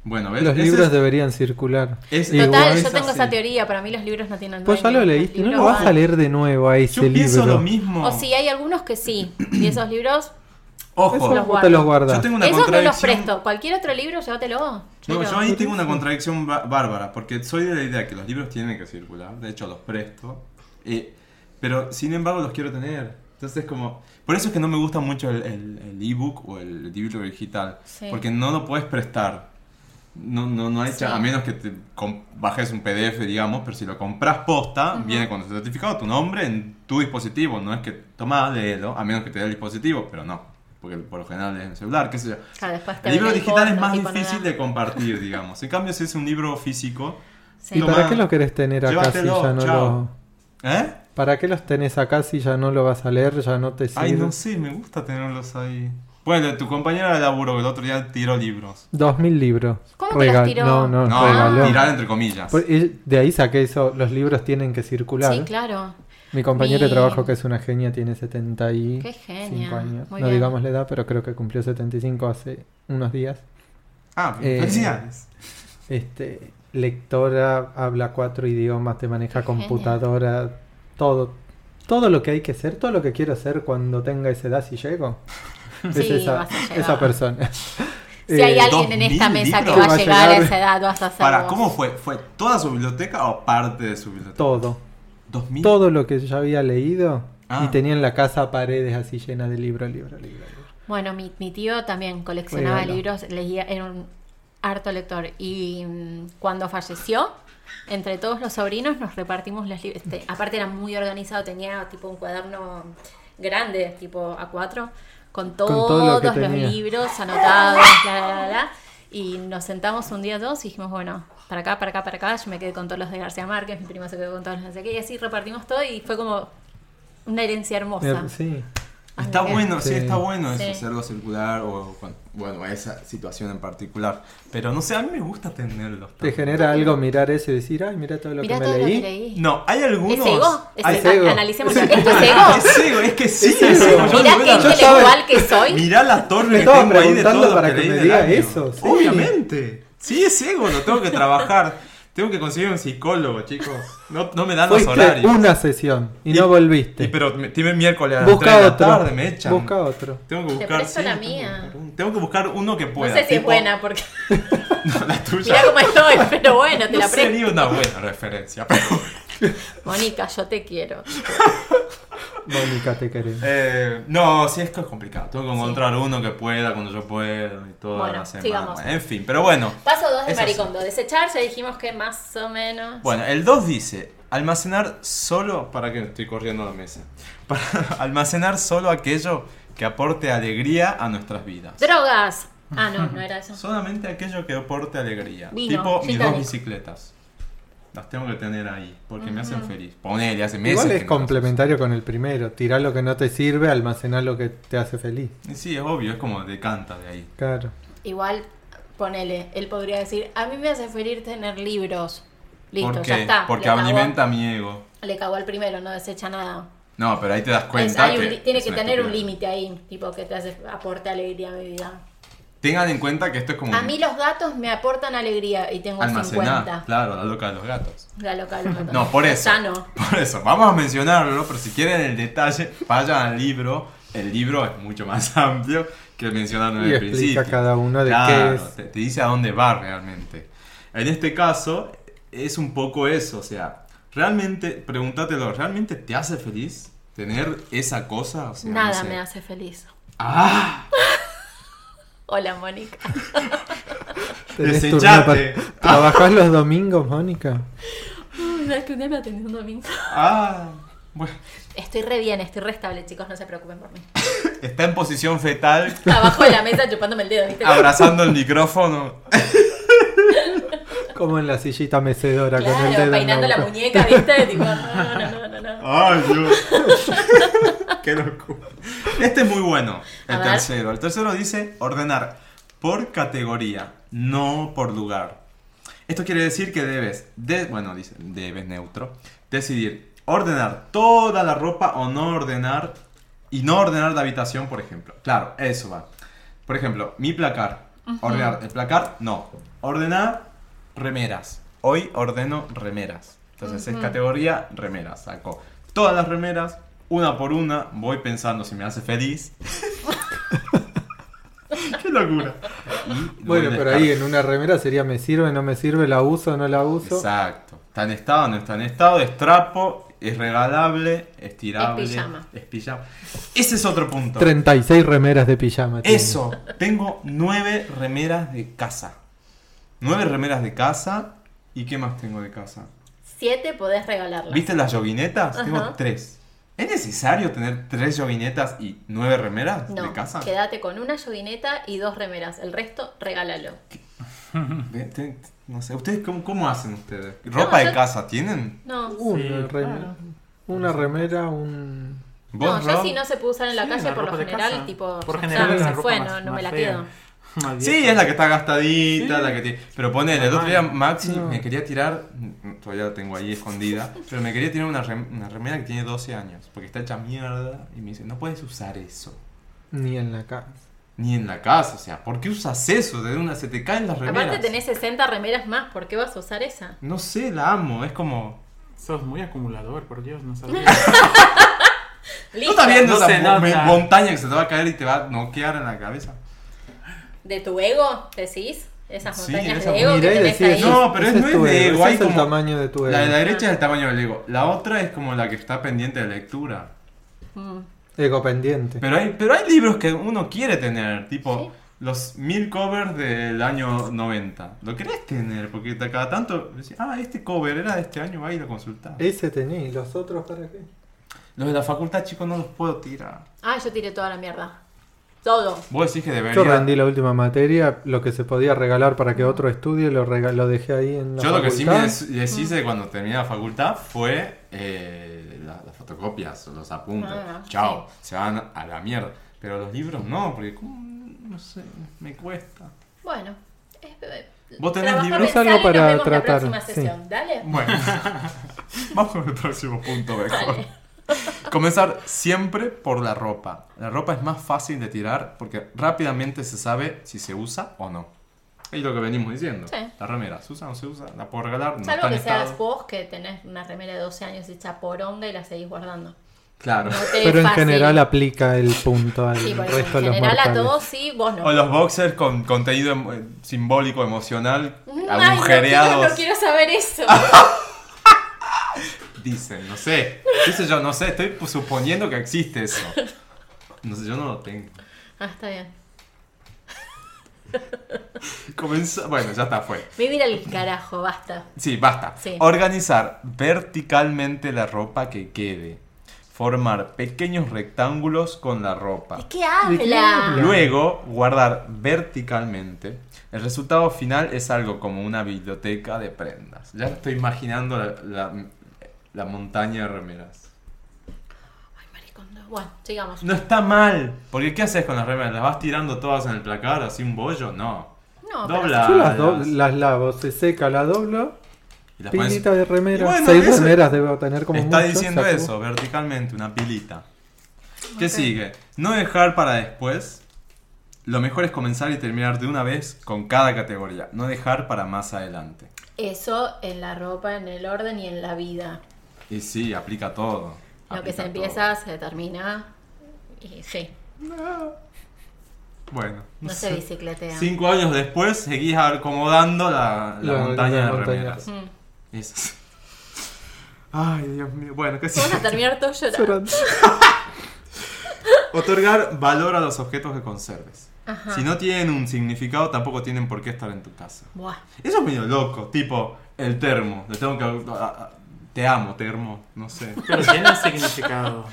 [SPEAKER 3] Bueno, ¿ves?
[SPEAKER 4] Los
[SPEAKER 3] Ese
[SPEAKER 4] libros
[SPEAKER 3] es-
[SPEAKER 4] deberían circular.
[SPEAKER 3] es-
[SPEAKER 4] Igual-
[SPEAKER 2] Total, yo
[SPEAKER 3] es
[SPEAKER 2] tengo
[SPEAKER 3] así.
[SPEAKER 2] esa teoría, para mí los libros no tienen
[SPEAKER 4] Vos ya
[SPEAKER 2] dueño,
[SPEAKER 4] lo
[SPEAKER 2] los
[SPEAKER 4] leíste, no lo
[SPEAKER 2] libros
[SPEAKER 4] vas a
[SPEAKER 2] van.
[SPEAKER 4] leer de nuevo a ese
[SPEAKER 3] Yo pienso
[SPEAKER 4] libro.
[SPEAKER 3] lo mismo.
[SPEAKER 2] O si hay algunos que sí, y esos libros
[SPEAKER 3] Ojo,
[SPEAKER 4] Eso
[SPEAKER 2] Los
[SPEAKER 4] vos te los guardás.
[SPEAKER 3] yo tengo una
[SPEAKER 2] Esos no los
[SPEAKER 3] contradicción.
[SPEAKER 2] presto. Cualquier otro libro, llévatelo.
[SPEAKER 3] No,
[SPEAKER 2] Chelo.
[SPEAKER 3] yo ahí tengo una contradicción ba- bárbara, porque soy de la idea que los libros tienen que circular, de hecho los presto, eh, pero sin embargo los quiero tener. Entonces como... Por eso es que no me gusta mucho el el- el ebook o el libro digital,
[SPEAKER 2] Sí.
[SPEAKER 3] porque no lo puedes prestar. No, no, no hay
[SPEAKER 2] Sí.
[SPEAKER 3] chan- a menos que te com- bajes un PDF, digamos, pero si lo compras posta, viene con tu certificado, tu nombre en tu dispositivo. No es que tomás, léelo, a menos que te dé el dispositivo, pero no. Porque por lo general es en el celular, qué sé yo.
[SPEAKER 2] Claro, después te
[SPEAKER 3] El libro
[SPEAKER 2] ven el
[SPEAKER 3] digital es
[SPEAKER 2] postre,
[SPEAKER 3] más
[SPEAKER 2] tipo, no
[SPEAKER 3] difícil
[SPEAKER 2] da.
[SPEAKER 3] de compartir, digamos. En cambio, si es un libro físico,
[SPEAKER 2] Sí.
[SPEAKER 4] ¿Y
[SPEAKER 3] Tomá.
[SPEAKER 4] para qué los querés tener acá si
[SPEAKER 3] Llévatelo,
[SPEAKER 4] ya no
[SPEAKER 3] chao.
[SPEAKER 4] lo...
[SPEAKER 3] ¿eh?
[SPEAKER 4] ¿Para qué los tenés acá si ya no lo vas a leer, ya no te sirve?
[SPEAKER 3] Ay, no sé, me gusta tenerlos ahí. Bueno, tu compañera de laburo que el otro día tiró libros.
[SPEAKER 4] 2000 libros.
[SPEAKER 2] ¿Cómo que los
[SPEAKER 4] Regal-
[SPEAKER 2] tiró?
[SPEAKER 4] No, no,
[SPEAKER 3] No,
[SPEAKER 4] regaló.
[SPEAKER 3] tirar entre comillas.
[SPEAKER 4] Por- y De ahí saqué eso, los libros tienen que circular.
[SPEAKER 2] Sí, claro.
[SPEAKER 4] Mi compañero
[SPEAKER 2] Mi-
[SPEAKER 4] de trabajo, que es una genia, tiene 75
[SPEAKER 2] Qué genia.
[SPEAKER 4] años.
[SPEAKER 2] Muy
[SPEAKER 4] no
[SPEAKER 2] bien.
[SPEAKER 4] digamos la edad, pero creo que cumplió 75 hace unos días.
[SPEAKER 3] Ah,
[SPEAKER 4] Eh,
[SPEAKER 3] felicidades.
[SPEAKER 4] Este, lectora, habla cuatro idiomas, te maneja
[SPEAKER 2] Qué genia.
[SPEAKER 4] computadora, todo. Todo lo que hay que ser, todo lo que quiero ser cuando tenga esa edad, si llego. Es
[SPEAKER 2] Sí,
[SPEAKER 4] esa,
[SPEAKER 2] vas a llegar.
[SPEAKER 4] esa persona.
[SPEAKER 2] Si hay
[SPEAKER 4] Eh,
[SPEAKER 2] alguien en
[SPEAKER 3] 2000
[SPEAKER 2] esta mesa que
[SPEAKER 3] libros.
[SPEAKER 2] va
[SPEAKER 4] Va
[SPEAKER 2] a
[SPEAKER 4] a
[SPEAKER 2] llegar a
[SPEAKER 4] llegar-
[SPEAKER 2] esa edad, vas a ser
[SPEAKER 3] Para,
[SPEAKER 2] vos.
[SPEAKER 3] ¿cómo fue? ¿Fue toda su biblioteca o parte de su biblioteca?
[SPEAKER 4] Todo.
[SPEAKER 3] ¿Dos mil?
[SPEAKER 4] Todo lo que ya había leído
[SPEAKER 3] Ah.
[SPEAKER 4] y tenía en la casa paredes así llenas de libro, libro, libro. libro.
[SPEAKER 2] Bueno, mi, mi tío también coleccionaba
[SPEAKER 4] Regalo.
[SPEAKER 2] libros, leía, era un harto lector. Y mm, cuando falleció, entre todos los sobrinos nos repartimos los libros. Este, aparte era muy organizado, tenía tipo un cuaderno grande, tipo A4, con,
[SPEAKER 4] todo lo
[SPEAKER 2] todos
[SPEAKER 4] que
[SPEAKER 2] los
[SPEAKER 4] tenía.
[SPEAKER 2] libros anotados, la, la, la, la. Y nos sentamos un día dos y dijimos, bueno, para acá, para acá, para acá. Yo me quedé con todos los de García Márquez, mi prima se quedó con todos los de no sé qué. Y así repartimos todo y fue como una herencia hermosa.
[SPEAKER 4] Me- Sí.
[SPEAKER 3] Está
[SPEAKER 2] Ay,
[SPEAKER 3] bueno, sí,
[SPEAKER 4] Sí.
[SPEAKER 3] está bueno
[SPEAKER 2] Sí.
[SPEAKER 3] eso, hacerlo circular o, con- bueno, esa situación en particular. Pero no sé, a mí me gusta tenerlos.
[SPEAKER 4] Te
[SPEAKER 3] también.
[SPEAKER 4] genera algo mirar eso y decir, ay, mira todo lo
[SPEAKER 2] Mirá
[SPEAKER 4] que me
[SPEAKER 2] todo
[SPEAKER 4] leí.
[SPEAKER 2] lo que leí.
[SPEAKER 3] No, hay
[SPEAKER 2] ¿Es
[SPEAKER 3] algunos...
[SPEAKER 2] ego?
[SPEAKER 3] hay-
[SPEAKER 2] Es,
[SPEAKER 4] Es ego.
[SPEAKER 2] Analicemos. ¿Esto es
[SPEAKER 3] Es
[SPEAKER 2] ego?
[SPEAKER 3] ego, es que sí,
[SPEAKER 4] Es
[SPEAKER 3] es
[SPEAKER 4] ego.
[SPEAKER 3] ego. Yo
[SPEAKER 2] Mirá qué
[SPEAKER 3] lo veo- yo-
[SPEAKER 2] intelectual que soy.
[SPEAKER 3] Mirá la torre
[SPEAKER 4] Me
[SPEAKER 3] que
[SPEAKER 4] estaba
[SPEAKER 3] tengo ahí de
[SPEAKER 4] preguntando
[SPEAKER 3] todo lo
[SPEAKER 4] para
[SPEAKER 3] que
[SPEAKER 4] que
[SPEAKER 3] leí
[SPEAKER 4] me
[SPEAKER 3] del
[SPEAKER 4] diga
[SPEAKER 3] año.
[SPEAKER 4] eso, sí.
[SPEAKER 3] Obviamente. Sí, es ego, lo tengo que trabajar. tengo que conseguir un psicólogo, chicos. No, no me dan los
[SPEAKER 4] Fuiste
[SPEAKER 3] horarios.
[SPEAKER 4] una sesión y,
[SPEAKER 3] Y-
[SPEAKER 4] no volviste.
[SPEAKER 3] Y pero me- tiene miércoles a las
[SPEAKER 4] Busca
[SPEAKER 3] 3 de la
[SPEAKER 4] otro.
[SPEAKER 3] tarde, me echan.
[SPEAKER 4] Busca otro.
[SPEAKER 3] Tengo que
[SPEAKER 2] Te
[SPEAKER 3] buscar.
[SPEAKER 2] presto la
[SPEAKER 3] tengo que
[SPEAKER 2] mía.
[SPEAKER 3] buscar un- Tengo que buscar uno que
[SPEAKER 2] No
[SPEAKER 3] pueda.
[SPEAKER 2] sé si es
[SPEAKER 3] tipo-
[SPEAKER 2] buena, porque
[SPEAKER 3] No, la tuya.
[SPEAKER 2] mirá cómo estoy, pero bueno, te
[SPEAKER 3] no
[SPEAKER 2] la presto.
[SPEAKER 3] sería una buena referencia, pero.
[SPEAKER 2] Mónica, yo te quiero.
[SPEAKER 4] Mónica, te queremos.
[SPEAKER 3] Eh, no, sí, es que es complicado. Tengo que encontrar uno que pueda cuando yo pueda y toda
[SPEAKER 2] Bueno,
[SPEAKER 3] la semana.
[SPEAKER 2] sigamos.
[SPEAKER 3] En fin, pero bueno.
[SPEAKER 2] Paso 2 de
[SPEAKER 3] Es así.
[SPEAKER 2] Maricondo. Desechar, ya dijimos que más o menos.
[SPEAKER 3] Bueno, el 2 dice, almacenar solo, para que estoy corriendo a la mesa, para almacenar solo aquello que aporte alegría a nuestras vidas.
[SPEAKER 2] Drogas. Ah, no, no era eso.
[SPEAKER 3] Solamente aquello que aporte alegría.
[SPEAKER 2] Vino,
[SPEAKER 3] tipo
[SPEAKER 2] gin
[SPEAKER 3] mis dos
[SPEAKER 2] tonic.
[SPEAKER 3] bicicletas. Las tengo que tener ahí, porque me hacen feliz. Ponele, hace meses.
[SPEAKER 4] Igual
[SPEAKER 3] que
[SPEAKER 4] es
[SPEAKER 3] no las uso.
[SPEAKER 4] complementario con el primero. Tirar lo que no te sirve, almacenar lo que te hace feliz.
[SPEAKER 3] Y Sí, es obvio, es como decanta de ahí.
[SPEAKER 4] Claro.
[SPEAKER 2] Igual, ponele, él podría decir, a mí me hace feliz tener libros. Listo,
[SPEAKER 3] ¿Por qué?
[SPEAKER 2] ya está.
[SPEAKER 3] Porque
[SPEAKER 2] le cagó-
[SPEAKER 3] alimenta mi ego.
[SPEAKER 2] Le cagó al primero, no desecha nada.
[SPEAKER 3] No, pero ahí te das
[SPEAKER 2] Es-
[SPEAKER 3] cuenta.
[SPEAKER 2] hay un
[SPEAKER 3] que
[SPEAKER 2] li- tiene
[SPEAKER 3] es
[SPEAKER 2] que
[SPEAKER 3] una
[SPEAKER 2] tener un
[SPEAKER 3] estupidez.
[SPEAKER 2] límite ahí, tipo que te hace, aporte alegría a mi vida.
[SPEAKER 3] Tengan en cuenta que esto es como
[SPEAKER 2] A
[SPEAKER 3] un
[SPEAKER 2] mí los gatos me aportan alegría y tengo
[SPEAKER 3] almacenar.
[SPEAKER 2] 50.
[SPEAKER 3] Claro, la loca de los gatos.
[SPEAKER 2] La loca de los gatos.
[SPEAKER 3] No, por eso.
[SPEAKER 2] Ya no.
[SPEAKER 3] Por eso, vamos a mencionarlo, pero si quieren el detalle, vayan al libro. El libro es mucho más amplio que mencionaron en
[SPEAKER 4] Y
[SPEAKER 3] el
[SPEAKER 4] explica
[SPEAKER 3] principio.
[SPEAKER 4] cada uno de
[SPEAKER 3] Claro,
[SPEAKER 4] qué es.
[SPEAKER 3] Te, te dice a dónde va realmente. En este caso, es un poco eso, o sea, realmente, pregúntatelo, ¿realmente te hace feliz tener esa cosa? O sea, no
[SPEAKER 2] Nada
[SPEAKER 3] sé.
[SPEAKER 2] me hace feliz.
[SPEAKER 3] ¡Ah!
[SPEAKER 2] Hola, Mónica.
[SPEAKER 4] Tenés turno
[SPEAKER 3] Desechate.
[SPEAKER 4] para- ¿Trabajás los domingos, Mónica?
[SPEAKER 2] Uy, es que un día me atendió un domingo.
[SPEAKER 3] ¡Ah! Bueno,
[SPEAKER 2] Estoy re bien, estoy re estable, chicos, no se preocupen por mí.
[SPEAKER 3] está en posición fetal,
[SPEAKER 2] Abajo de la mesa chupándome el dedo, ¿viste?
[SPEAKER 3] abrazando el micrófono.
[SPEAKER 4] Como en la sillita mecedora con el
[SPEAKER 2] Claro,
[SPEAKER 4] dedo. en la
[SPEAKER 2] peinando la
[SPEAKER 4] boca.
[SPEAKER 2] muñeca, ¿viste? Tipo, no, no, no, no, no.
[SPEAKER 3] ¡Ay, Dios! ¡Qué locura! Este es muy bueno,
[SPEAKER 2] A
[SPEAKER 3] el
[SPEAKER 2] ver.
[SPEAKER 3] tercero. El tercero dice ordenar por categoría, no por lugar. Esto quiere decir que debes, de- bueno, dice, debes neutro, decidir ordenar toda la ropa o no ordenar, y no ordenar la habitación, por ejemplo. Claro, eso va. Por ejemplo, mi placar. Ordenar el placar, no. Ordenar remeras. Hoy ordeno remeras. Entonces es categoría remeras. Saco todas las remeras, una por una. Voy pensando si me hace feliz. ¡Qué locura! Y
[SPEAKER 4] Bueno,
[SPEAKER 3] voy
[SPEAKER 4] pero ahí
[SPEAKER 3] descartando.
[SPEAKER 4] en una remera sería me sirve, no me sirve, la uso, no la uso.
[SPEAKER 3] Exacto. Está en estado, no está en estado. Es trapo, es regalable, es tirable.
[SPEAKER 2] Es pijama.
[SPEAKER 3] es pijama. Ese es otro punto.
[SPEAKER 4] 36 remeras de pijama. tiene.
[SPEAKER 3] Eso, tengo nueve remeras de casa. Nueve remeras de casa. ¿Y qué más tengo de casa?
[SPEAKER 2] Siete podés regalarlas.
[SPEAKER 3] ¿Viste las yoguinetas? Tengo
[SPEAKER 2] Ajá.
[SPEAKER 3] tres. ¿Es necesario tener tres yoguinetas y nueve remeras
[SPEAKER 2] No,
[SPEAKER 3] de casa?
[SPEAKER 2] quédate con una llovineta y dos remeras. El resto, regálalo.
[SPEAKER 3] Ve- te- No sé, ¿ustedes cómo, cómo hacen ustedes? ¿Ropa
[SPEAKER 2] No,
[SPEAKER 3] de
[SPEAKER 2] yo-
[SPEAKER 3] casa tienen?
[SPEAKER 2] No.
[SPEAKER 4] Una,
[SPEAKER 5] Sí,
[SPEAKER 4] remera,
[SPEAKER 5] claro.
[SPEAKER 4] una remera, un...
[SPEAKER 3] ¿Vos,
[SPEAKER 2] no, yo
[SPEAKER 3] Rob?
[SPEAKER 2] si no se puede usar en la
[SPEAKER 5] Sí,
[SPEAKER 2] calle, por
[SPEAKER 5] ropa
[SPEAKER 2] lo
[SPEAKER 5] de
[SPEAKER 2] general,
[SPEAKER 5] casa.
[SPEAKER 2] tipo,
[SPEAKER 5] por
[SPEAKER 2] ya
[SPEAKER 5] general,
[SPEAKER 2] está,
[SPEAKER 5] la
[SPEAKER 2] se
[SPEAKER 5] ropa
[SPEAKER 2] fue,
[SPEAKER 5] más-
[SPEAKER 2] no, no
[SPEAKER 5] más
[SPEAKER 2] me la
[SPEAKER 5] fea,
[SPEAKER 2] quedo.
[SPEAKER 5] más
[SPEAKER 3] Sí,
[SPEAKER 5] vieja.
[SPEAKER 3] es la que está gastadita,
[SPEAKER 5] Sí.
[SPEAKER 3] la que tiene. Pero ponele, el otro día Maxi
[SPEAKER 4] No.
[SPEAKER 3] me quería tirar. Todavía la tengo ahí escondida. pero me quería tirar una, rem- una remera que tiene 12 años. Porque está hecha mierda. Y me dice, no puedes usar eso.
[SPEAKER 4] Ni en la casa.
[SPEAKER 3] Ni en la casa, o sea, ¿por qué usas eso? De una, se te caen las remeras.
[SPEAKER 2] Aparte tenés 60 remeras más, ¿por qué vas a usar esa?
[SPEAKER 3] No sé, la amo, es como.
[SPEAKER 5] Sos muy acumulador, por Dios, no sabía.
[SPEAKER 3] ¿No
[SPEAKER 2] Listo,
[SPEAKER 3] estás viendo
[SPEAKER 5] No
[SPEAKER 3] esa
[SPEAKER 5] se
[SPEAKER 3] mo-
[SPEAKER 5] nota.
[SPEAKER 3] montaña que se te va a caer y te va a noquear en la cabeza?
[SPEAKER 2] ¿De tu ego decís? Esas
[SPEAKER 3] Sí,
[SPEAKER 2] montañas
[SPEAKER 3] esa-
[SPEAKER 2] de ego
[SPEAKER 4] Mirá y
[SPEAKER 2] que tenés
[SPEAKER 4] decís,
[SPEAKER 2] ahí.
[SPEAKER 3] "No, pero es-
[SPEAKER 4] ese
[SPEAKER 3] no
[SPEAKER 4] tu
[SPEAKER 3] es de
[SPEAKER 4] ego,
[SPEAKER 3] ego,
[SPEAKER 4] ese
[SPEAKER 3] hay
[SPEAKER 4] es el
[SPEAKER 3] como-
[SPEAKER 4] tamaño de tu ego.
[SPEAKER 3] La de la derecha es el tamaño del ego, la otra es como la que está pendiente de lectura.
[SPEAKER 2] Mm.
[SPEAKER 4] Ego pendiente.
[SPEAKER 3] Pero hay, pero hay libros que uno quiere tener, tipo los mil covers del año 90. Lo querés tener, porque te- cada tanto decís, ah, este cover era de este año, va y lo consultás.
[SPEAKER 4] Ese tenés, ¿los otros para qué?
[SPEAKER 3] Los de la facultad, chicos, no los puedo tirar.
[SPEAKER 2] Ah, yo tiré toda la mierda. Todo.
[SPEAKER 3] Vos decís que
[SPEAKER 4] Yo
[SPEAKER 3] debería.
[SPEAKER 4] rendí la última materia, lo que se podía regalar para que otro estudie lo, rega- lo dejé ahí en la
[SPEAKER 3] Yo lo que sí me
[SPEAKER 4] facultad.
[SPEAKER 3] des- deshice cuando terminé la facultad fue eh, la- las fotocopias, los apuntes.
[SPEAKER 2] Ah,
[SPEAKER 3] Chao, se van a la mierda. Pero los libros no, porque como, no sé, me cuesta.
[SPEAKER 2] Bueno. es- eh,
[SPEAKER 3] ¿Vos tenés
[SPEAKER 2] trabaja,
[SPEAKER 3] libros?
[SPEAKER 2] pensalo
[SPEAKER 4] Algo
[SPEAKER 2] y nos
[SPEAKER 4] para
[SPEAKER 2] vemos la
[SPEAKER 4] tratar,
[SPEAKER 2] próxima
[SPEAKER 4] sí. Mm,
[SPEAKER 2] sesión. Dale.
[SPEAKER 3] Bueno, vamos con el próximo punto mejor.
[SPEAKER 2] Dale.
[SPEAKER 3] Comenzar siempre por la ropa. La ropa es más fácil de tirar porque rápidamente se sabe si se usa o no. Es lo que venimos diciendo.
[SPEAKER 2] Sí.
[SPEAKER 3] La remera, ¿se usa o no se usa? ¿La puedo regalar? No está
[SPEAKER 2] Salvo
[SPEAKER 3] en
[SPEAKER 2] que
[SPEAKER 3] estado.
[SPEAKER 2] seas vos que tenés una remera de 12 años hecha poronga y la seguís guardando.
[SPEAKER 3] Claro.
[SPEAKER 2] No te es
[SPEAKER 4] Pero en
[SPEAKER 2] fácil.
[SPEAKER 4] general aplica el punto al
[SPEAKER 2] Sí, por eso,
[SPEAKER 4] resto
[SPEAKER 2] en
[SPEAKER 4] de los
[SPEAKER 2] general a
[SPEAKER 4] mortales.
[SPEAKER 2] todos sí, vos no.
[SPEAKER 3] O los boxers con contenido em- eh, simbólico, emocional,
[SPEAKER 2] Ay, no quiero,
[SPEAKER 3] agujereados.
[SPEAKER 2] no quiero saber eso. Ah,
[SPEAKER 3] Dicen, no sé. Dice yo, no sé, estoy suponiendo que existe eso. No sé, yo no lo tengo.
[SPEAKER 2] Ah, está bien.
[SPEAKER 3] Comenzó- bueno, ya está, fue.
[SPEAKER 2] Vivir al carajo, basta.
[SPEAKER 3] Sí, basta.
[SPEAKER 2] Sí.
[SPEAKER 3] Organizar verticalmente la ropa que quede. Formar pequeños rectángulos con la ropa.
[SPEAKER 2] ¿De qué habla?
[SPEAKER 3] Luego, guardar verticalmente. El resultado final es algo como una biblioteca de prendas. Ya estoy imaginando la, la- la montaña de remeras.
[SPEAKER 2] Ay, maricón, no. Bueno, sigamos.
[SPEAKER 3] No está mal, porque ¿qué haces con las remeras? ¿Las vas tirando todas en el placar así un bollo? No.
[SPEAKER 2] No, pero-
[SPEAKER 3] Dobla.
[SPEAKER 4] Yo las, do- las lavo, se seca, la doblo,
[SPEAKER 3] Y las pones-
[SPEAKER 4] pilita de
[SPEAKER 3] Y
[SPEAKER 4] remera.
[SPEAKER 3] bueno,
[SPEAKER 4] Seis
[SPEAKER 3] eso-
[SPEAKER 4] remeras debo tener como
[SPEAKER 3] Está
[SPEAKER 4] mucho,
[SPEAKER 3] diciendo
[SPEAKER 4] saco.
[SPEAKER 3] eso, verticalmente, una pilita. ¿Qué
[SPEAKER 2] Ok.
[SPEAKER 3] sigue? No dejar para después. Lo mejor es comenzar y terminar de una vez con cada categoría. No dejar para más adelante.
[SPEAKER 2] Eso en la ropa, en el orden y en la vida.
[SPEAKER 3] Y sí, aplica todo.
[SPEAKER 2] Lo que
[SPEAKER 3] Aplica
[SPEAKER 2] se
[SPEAKER 3] todo.
[SPEAKER 2] empieza, se termina. Y sí,
[SPEAKER 3] Bueno.
[SPEAKER 2] no se
[SPEAKER 3] sé.
[SPEAKER 2] bicicletea.
[SPEAKER 3] Cinco años después seguís acomodando la, la
[SPEAKER 4] La-
[SPEAKER 3] montaña
[SPEAKER 4] la
[SPEAKER 3] de
[SPEAKER 4] montaña.
[SPEAKER 3] remeras.
[SPEAKER 2] Mm.
[SPEAKER 3] Esas. Ay, Dios mío. Bueno, ¿qué
[SPEAKER 2] Vamos
[SPEAKER 3] sigue?
[SPEAKER 2] a terminar todos llorando.
[SPEAKER 4] Llorando.
[SPEAKER 3] Otorgar valor a los objetos que conserves.
[SPEAKER 2] Ajá.
[SPEAKER 3] Si no tienen un significado, tampoco tienen por qué estar en tu casa.
[SPEAKER 2] Buah.
[SPEAKER 3] Eso es medio loco, tipo el termo. Le tengo que. a- a- Te amo, termo, no sé.
[SPEAKER 5] Pero tiene significado,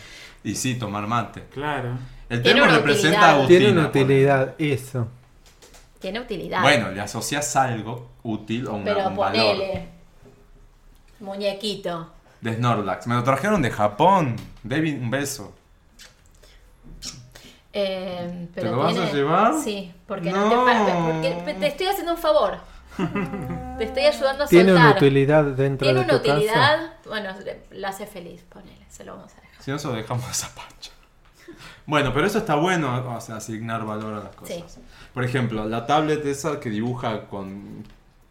[SPEAKER 3] Y sí, tomar mate.
[SPEAKER 5] claro.
[SPEAKER 3] El
[SPEAKER 2] Tiene
[SPEAKER 3] termo
[SPEAKER 2] una
[SPEAKER 3] representa
[SPEAKER 2] utilidad.
[SPEAKER 3] a Agustina.
[SPEAKER 4] Tiene una utilidad, eso.
[SPEAKER 2] Tiene utilidad.
[SPEAKER 3] Bueno, le asocias algo útil o una,
[SPEAKER 2] pero
[SPEAKER 3] un valor.
[SPEAKER 2] ponele. Muñequito.
[SPEAKER 3] De Snorlax. Me lo trajeron de Japón. David, un beso.
[SPEAKER 2] Eh, pero
[SPEAKER 3] lo vas a
[SPEAKER 2] tiene-
[SPEAKER 3] llevar?
[SPEAKER 2] Sí, porque no,
[SPEAKER 3] No.
[SPEAKER 2] te pa- porque te estoy haciendo un favor. te estoy ayudando a
[SPEAKER 4] Tiene una
[SPEAKER 2] soltar.
[SPEAKER 4] utilidad dentro
[SPEAKER 2] Tiene
[SPEAKER 4] de
[SPEAKER 2] una
[SPEAKER 4] tu casa.
[SPEAKER 2] utilidad. Bueno, le- la hace feliz, ponele. Se lo vamos a dejar.
[SPEAKER 3] Si no, se lo dejamos a Zapacha. Bueno, pero eso está bueno, o sea, asignar valor a las cosas.
[SPEAKER 2] Sí.
[SPEAKER 3] Por ejemplo, la tablet esa que dibuja con.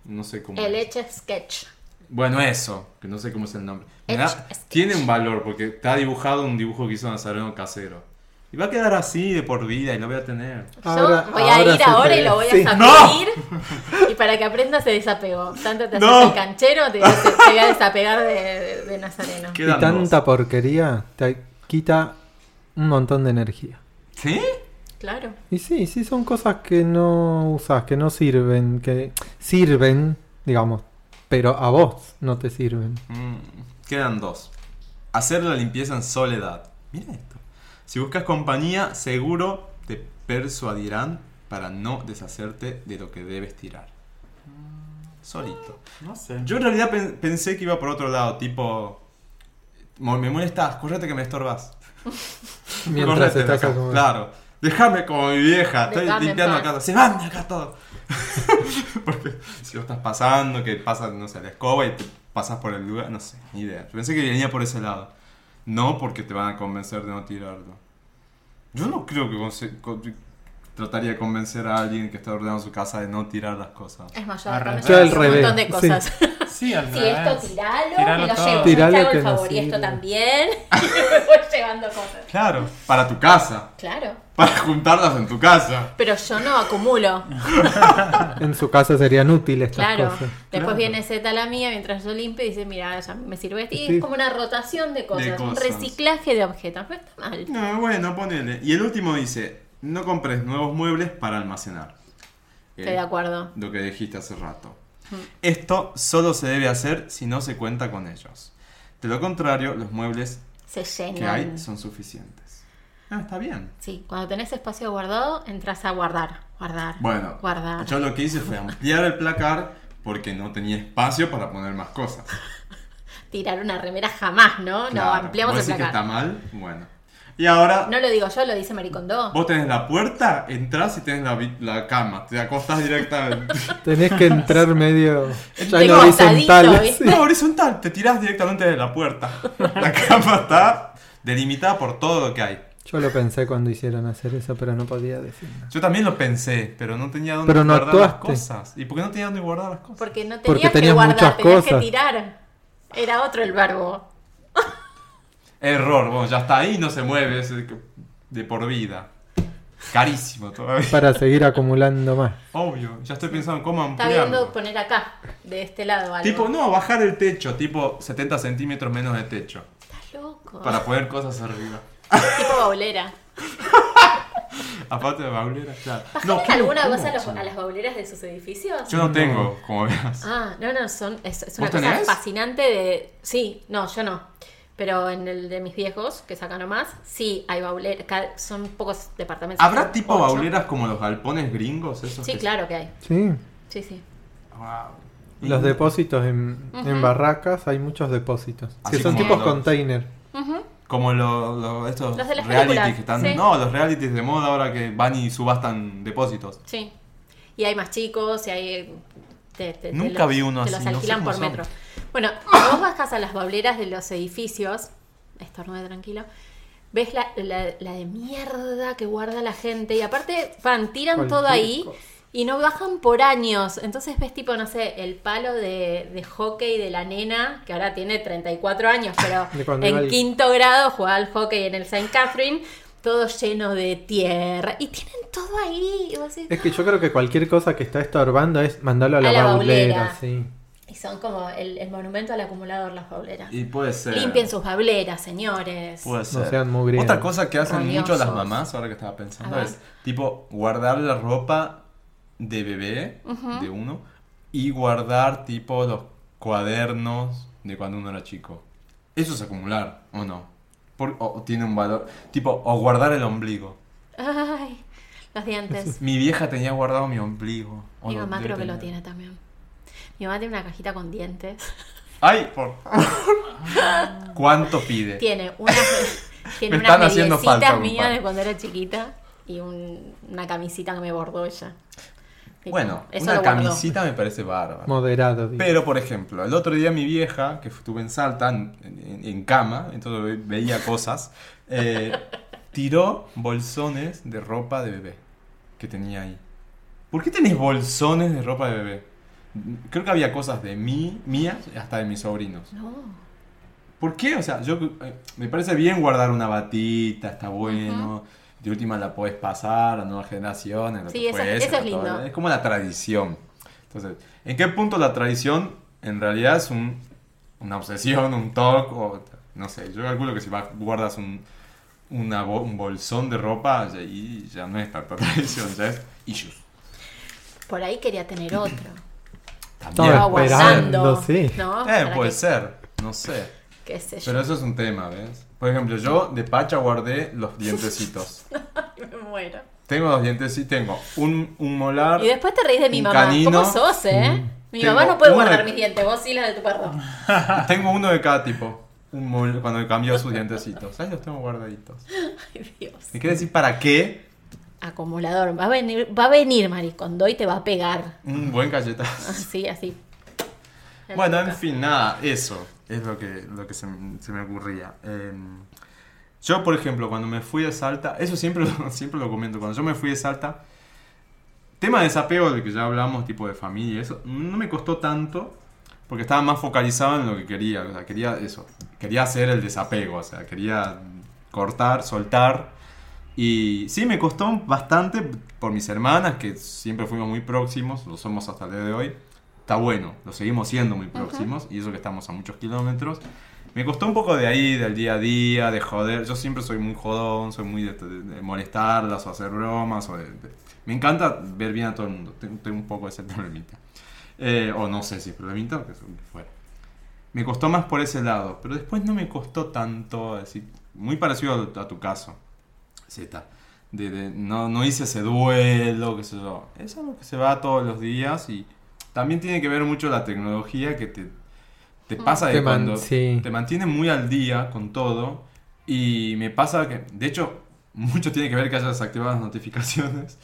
[SPEAKER 3] No sé cómo.
[SPEAKER 2] El
[SPEAKER 3] es.
[SPEAKER 2] Etch Sketch.
[SPEAKER 3] Bueno, eso, que no sé cómo es el nombre. Me da-
[SPEAKER 2] Etch a sketch.
[SPEAKER 3] tiene un valor porque está dibujado un dibujo que hizo Nazareno Casero. Y va a quedar así de por vida y lo voy a tener.
[SPEAKER 4] Ahora-
[SPEAKER 2] Yo voy a
[SPEAKER 4] ahora
[SPEAKER 2] ir
[SPEAKER 4] sí
[SPEAKER 2] ahora
[SPEAKER 4] te-
[SPEAKER 2] y lo voy a
[SPEAKER 4] sí.
[SPEAKER 2] sacudir. Y para que aprenda se desapegó. Tanto te haces
[SPEAKER 3] No.
[SPEAKER 2] el canchero, te, te- te voy a desapegar de, de- de Nazareno.
[SPEAKER 3] Quedan
[SPEAKER 4] Y tanta
[SPEAKER 3] dos.
[SPEAKER 4] porquería te quita un montón de energía.
[SPEAKER 3] ¿Sí?
[SPEAKER 2] Claro.
[SPEAKER 4] Y sí, sí son cosas que no usas, que no sirven, que sirven, digamos, pero a vos no te sirven.
[SPEAKER 3] Mm, quedan dos. Hacer la limpieza en soledad. Mira esto. Si buscas compañía, seguro te persuadirán para no deshacerte de lo que debes tirar. Solito.
[SPEAKER 5] No sé.
[SPEAKER 3] Yo en realidad pen- pensé que iba por otro lado, tipo... "Mo- Me molestas, correte que me estorbas.
[SPEAKER 4] Mientras
[SPEAKER 3] Correte de
[SPEAKER 4] estás
[SPEAKER 3] acá".
[SPEAKER 4] como-
[SPEAKER 3] Claro. Déjame como mi vieja, estoy
[SPEAKER 2] Dejame en
[SPEAKER 3] limpiando
[SPEAKER 2] paz.
[SPEAKER 3] acá, se van de acá todo. Porque si lo estás pasando, que pasas, no sé, la escoba y te pasas por el lugar, no sé, ni idea. Yo pensé que venía por ese lado. No porque te van a convencer de no tirarlo. Yo no creo que conse- con- trataría de convencer a alguien que está ordenando su casa de no tirar las cosas.
[SPEAKER 2] Es mayor.
[SPEAKER 5] Al revés.
[SPEAKER 4] Yo al
[SPEAKER 2] un montón de
[SPEAKER 4] revés,
[SPEAKER 2] cosas.
[SPEAKER 5] Sí, al
[SPEAKER 2] Sí, esto
[SPEAKER 5] revés.
[SPEAKER 2] tiralo,
[SPEAKER 5] Tiralo
[SPEAKER 2] me lo
[SPEAKER 5] todo.
[SPEAKER 2] llevo. Yo
[SPEAKER 4] Tiralo
[SPEAKER 2] te hago
[SPEAKER 4] que
[SPEAKER 2] el
[SPEAKER 4] no
[SPEAKER 2] favor y esto
[SPEAKER 4] sirve.
[SPEAKER 2] también. Y me voy llevando cosas.
[SPEAKER 3] Claro, para tu casa,
[SPEAKER 2] Claro.
[SPEAKER 3] para juntarlas en tu casa.
[SPEAKER 2] Pero yo no acumulo.
[SPEAKER 4] En su casa serían útiles estas
[SPEAKER 2] Claro.
[SPEAKER 4] cosas.
[SPEAKER 2] Después viene Z la mía mientras yo limpio y dice, mira, ya me sirve esto. Y
[SPEAKER 4] Sí.
[SPEAKER 2] es como una rotación de cosas, un
[SPEAKER 3] cosas.
[SPEAKER 2] reciclaje de objetos. No está mal.
[SPEAKER 3] No, bueno, ponele. Y el último dice, no compres nuevos muebles para almacenar.
[SPEAKER 2] Estoy de acuerdo. Mm.
[SPEAKER 3] Lo que dijiste hace rato. Esto solo se debe hacer si no se cuenta con ellos. De lo contrario, los muebles
[SPEAKER 2] Se
[SPEAKER 3] que
[SPEAKER 2] llenan.
[SPEAKER 3] hay son suficientes. Ah, está bien.
[SPEAKER 2] Sí, cuando tenés espacio guardado, entras a guardar, guardar,
[SPEAKER 3] Bueno,
[SPEAKER 2] guardar.
[SPEAKER 3] yo lo que hice fue ampliar el placar porque no tenía espacio para poner más cosas.
[SPEAKER 2] Tirar una remera jamás, ¿no?
[SPEAKER 3] Claro.
[SPEAKER 2] No, ampliamos
[SPEAKER 3] ¿Vos
[SPEAKER 2] el
[SPEAKER 3] decís que está
[SPEAKER 2] placar.
[SPEAKER 3] mal? Bueno. Y ahora,
[SPEAKER 2] No lo digo yo, lo dice Maricondo.
[SPEAKER 3] vos tenés la puerta, entrás y tenés la, vi- la cama. Te acostás directamente.
[SPEAKER 4] Tenés que entrar medio. Ya
[SPEAKER 2] De
[SPEAKER 4] no
[SPEAKER 2] costadito,
[SPEAKER 4] horizontal.
[SPEAKER 2] ¿viste?
[SPEAKER 4] sí.
[SPEAKER 3] No, horizontal, te tirás directamente de la puerta. La cama está delimitada por todo lo que hay.
[SPEAKER 4] Yo lo pensé cuando hicieron hacer eso, pero no podía decir nada.
[SPEAKER 3] Yo también lo pensé, pero no tenía dónde
[SPEAKER 4] Pero no
[SPEAKER 3] guardar las
[SPEAKER 4] actuaste.
[SPEAKER 3] cosas. ¿Y por qué no tenía dónde guardar las cosas?
[SPEAKER 2] Porque no tenías,
[SPEAKER 4] Porque
[SPEAKER 2] que
[SPEAKER 4] tenías
[SPEAKER 2] guardar,
[SPEAKER 4] muchas
[SPEAKER 2] tenías que
[SPEAKER 4] cosas.
[SPEAKER 2] tirar. Era otro el verbo.
[SPEAKER 3] Error, bueno, ya está ahí, no se mueve, es el que- de por vida. Carísimo todavía.
[SPEAKER 4] Para seguir acumulando más.
[SPEAKER 3] Obvio, ya estoy pensando en cómo
[SPEAKER 2] Está viendo
[SPEAKER 3] ampliarlo.
[SPEAKER 2] poner acá, de este lado algo.
[SPEAKER 3] Tipo, no, bajar el techo, tipo 70 centímetros menos de techo.
[SPEAKER 2] Estás loco.
[SPEAKER 3] Para poner cosas arriba.
[SPEAKER 2] Tipo baulera.
[SPEAKER 3] Aparte de baulera, claro.
[SPEAKER 2] ¿Tienen
[SPEAKER 3] qué
[SPEAKER 2] alguna
[SPEAKER 3] locura,
[SPEAKER 2] cosa a, los-
[SPEAKER 3] chico.
[SPEAKER 2] a las bauleras de sus edificios?
[SPEAKER 3] Yo no tengo, como veas.
[SPEAKER 2] Ah, no, no, son, es, es una
[SPEAKER 3] ¿Vos
[SPEAKER 2] cosa
[SPEAKER 3] tenés?
[SPEAKER 2] fascinante de... Sí, no, yo no. Pero en el de mis viejos, que sacan nomás, sí hay bauleras. ca- Son pocos departamentos.
[SPEAKER 3] ¿Habrá
[SPEAKER 2] son
[SPEAKER 3] tipo
[SPEAKER 2] ocho.
[SPEAKER 3] bauleras como los galpones gringos? Esos
[SPEAKER 2] Sí,
[SPEAKER 3] que-
[SPEAKER 2] claro que hay.
[SPEAKER 4] Sí.
[SPEAKER 2] Sí, sí.
[SPEAKER 3] Wow.
[SPEAKER 4] Los depósitos en, en
[SPEAKER 2] Ujú.
[SPEAKER 4] barracas, hay muchos depósitos.
[SPEAKER 3] Así
[SPEAKER 4] que son
[SPEAKER 3] como
[SPEAKER 4] tipos
[SPEAKER 3] los-
[SPEAKER 4] container.
[SPEAKER 2] Ujú.
[SPEAKER 3] Como lo- lo- estos
[SPEAKER 2] Los de las
[SPEAKER 3] realities
[SPEAKER 2] películas,
[SPEAKER 3] que están.
[SPEAKER 2] sí.
[SPEAKER 3] No, los realities de moda ahora que van y subastan depósitos.
[SPEAKER 2] Sí. Y hay más chicos, y hay. te- te- te
[SPEAKER 3] Nunca vi uno
[SPEAKER 2] te
[SPEAKER 3] así, no sé
[SPEAKER 2] los alquilan
[SPEAKER 3] cómo
[SPEAKER 2] por
[SPEAKER 3] son.
[SPEAKER 2] metro. Bueno, cuando vos bajas a las bableras de los edificios, estornude tranquilo, ves la, la- la de mierda que guarda la gente. Y aparte, van, tiran
[SPEAKER 4] Cualquier
[SPEAKER 2] todo ahí.
[SPEAKER 4] cosa.
[SPEAKER 2] Y no bajan por años. Entonces ves tipo, no sé, el palo de, de hockey de la nena, que ahora tiene 34 años, pero
[SPEAKER 4] De cuando
[SPEAKER 2] en
[SPEAKER 4] iba al-
[SPEAKER 2] quinto grado jugaba al hockey en el St. Catherine, todo lleno de tierra. Y tienen todo ahí. Y vos decís, "Ah".
[SPEAKER 4] Es que yo creo que cualquier cosa que está estorbando es mandarlo a la,
[SPEAKER 2] A la
[SPEAKER 4] baulera,
[SPEAKER 2] baulera.
[SPEAKER 4] sí.
[SPEAKER 2] Y son como el, el monumento al acumulador, las bableras.
[SPEAKER 3] Y puede ser.
[SPEAKER 2] Limpien sus bableras, señores.
[SPEAKER 3] Puede ser.
[SPEAKER 4] sean mugrientos.
[SPEAKER 3] Otra cosa que hacen mucho las
[SPEAKER 2] Rabiosos.
[SPEAKER 3] mamás, ahora que estaba pensando,
[SPEAKER 2] A ver.
[SPEAKER 3] es tipo guardar la ropa de bebé, de uno, y guardar tipo los cuadernos de cuando uno era chico. Eso es acumular, ¿o no? Por- o o tiene un valor. Tipo, o guardar el ombligo.
[SPEAKER 2] Ay, los dientes.
[SPEAKER 3] Mi vieja tenía guardado mi ombligo. O
[SPEAKER 2] Mi
[SPEAKER 3] lo
[SPEAKER 2] mamá
[SPEAKER 3] debe
[SPEAKER 2] creo que lo
[SPEAKER 3] tener.
[SPEAKER 2] tiene también. Mi mamá tiene una cajita con dientes.
[SPEAKER 3] ¡Ay! Por favor. ¿Cuánto pide?
[SPEAKER 2] Tiene unas, tiene
[SPEAKER 3] Me
[SPEAKER 2] unas
[SPEAKER 3] están haciendo
[SPEAKER 2] mediecitas
[SPEAKER 3] falta,
[SPEAKER 2] mías
[SPEAKER 3] compadre.
[SPEAKER 2] de cuando era chiquita y un- una camisita que me bordó ella. Tipo,
[SPEAKER 3] Bueno,
[SPEAKER 2] eso
[SPEAKER 3] una
[SPEAKER 2] lo guardó.
[SPEAKER 3] camisita me parece bárbaro.
[SPEAKER 4] Moderado, digo.
[SPEAKER 3] Pero, por ejemplo, el otro día mi vieja, que estuve en Salta, en, en- en cama, entonces ve- veía cosas, eh, tiró bolsones de ropa de bebé que tenía ahí. ¿Por qué tenés bolsones de ropa de bebé? Creo que había cosas de mí, mías, y hasta de mis sobrinos.
[SPEAKER 2] No.
[SPEAKER 3] ¿Por qué? O sea, yo eh, me parece bien guardar una batita, está bueno. De última la podés pasar a nuevas generaciones. Lo
[SPEAKER 2] Sí,
[SPEAKER 3] que
[SPEAKER 2] eso-
[SPEAKER 3] fuese,
[SPEAKER 2] eso es
[SPEAKER 3] a todo.
[SPEAKER 2] lindo.
[SPEAKER 3] Es como la tradición. Entonces, ¿en qué punto la tradición en realidad es un, una obsesión, un toque? o- No sé, yo calculo que si vas- guardas un, una bo- un bolsón de ropa, ya, y ya no es tanta tradición, ya es issues.
[SPEAKER 2] Por ahí quería tener otro.
[SPEAKER 3] También.
[SPEAKER 4] Estaba
[SPEAKER 3] puede ser.
[SPEAKER 2] aguantando.
[SPEAKER 4] sí.
[SPEAKER 2] ¿no?
[SPEAKER 3] Eh,
[SPEAKER 2] Para
[SPEAKER 3] puede
[SPEAKER 2] que-
[SPEAKER 3] ser, no sé.
[SPEAKER 2] qué sé yo.
[SPEAKER 3] Pero eso es un tema, ¿ves? Por ejemplo, yo de Pacha guardé los dientecitos.
[SPEAKER 2] Me muero.
[SPEAKER 3] tengo los dientecitos, tengo un, un molar.
[SPEAKER 2] Y después te reís de mi
[SPEAKER 3] Un
[SPEAKER 2] mamá.
[SPEAKER 3] canino.
[SPEAKER 2] ¿Cómo sos, eh? Mi
[SPEAKER 3] Tengo
[SPEAKER 2] mamá no puede
[SPEAKER 3] uno
[SPEAKER 2] guardar
[SPEAKER 3] de-
[SPEAKER 2] mis dientes, vos sí la de tu perro.
[SPEAKER 3] Y Tengo uno de cada tipo. Un mol- cuando cambió sus dientecitos. Ahí los tengo guardaditos.
[SPEAKER 2] Ay, Dios.
[SPEAKER 3] ¿Me quieres decir para qué?
[SPEAKER 2] Acumulador. Va a venir, va a venir Maricondo y te va a pegar.
[SPEAKER 3] Un buen galletazo.
[SPEAKER 2] Así, así. En
[SPEAKER 3] Bueno,
[SPEAKER 2] la
[SPEAKER 3] en
[SPEAKER 2] boca.
[SPEAKER 3] fin, nada, eso es lo que, lo que se, m- se me ocurría. Eh, yo, por ejemplo, cuando me fui de Salta, eso siempre, lo- siempre lo comento, cuando yo me fui de Salta, tema de desapego del que ya hablamos, tipo de familia, eso no me costó tanto porque estaba más focalizado en lo que quería, o sea, quería eso, quería hacer el desapego, o sea, quería cortar, soltar. Y sí, me costó bastante por mis hermanas, que siempre fuimos muy próximos, lo somos hasta el día de hoy. Está bueno, lo seguimos siendo muy próximos, y eso que estamos a muchos kilómetros. Me costó un poco de ahí, del día a día, de joder. Yo siempre soy muy jodón, soy muy de, de- de molestarlas o hacer bromas. O de- de- Me encanta ver bien a todo el mundo. Tengo, tengo un poco ese problemita. Eh, o no sé si es problemita o que eso- que fuera. Me costó más por ese lado, pero después no me costó tanto. Es decir, muy parecido a, a tu caso, Z. De, de- no, no hice ese duelo, qué sé yo. Es algo que se va todos los días y también tiene que ver mucho la tecnología que te, te pasa de
[SPEAKER 4] Te man-
[SPEAKER 3] cuando
[SPEAKER 4] sí.
[SPEAKER 3] te mantiene muy al día con todo y me pasa que, de hecho, mucho tiene que ver que hayas desactivado las notificaciones,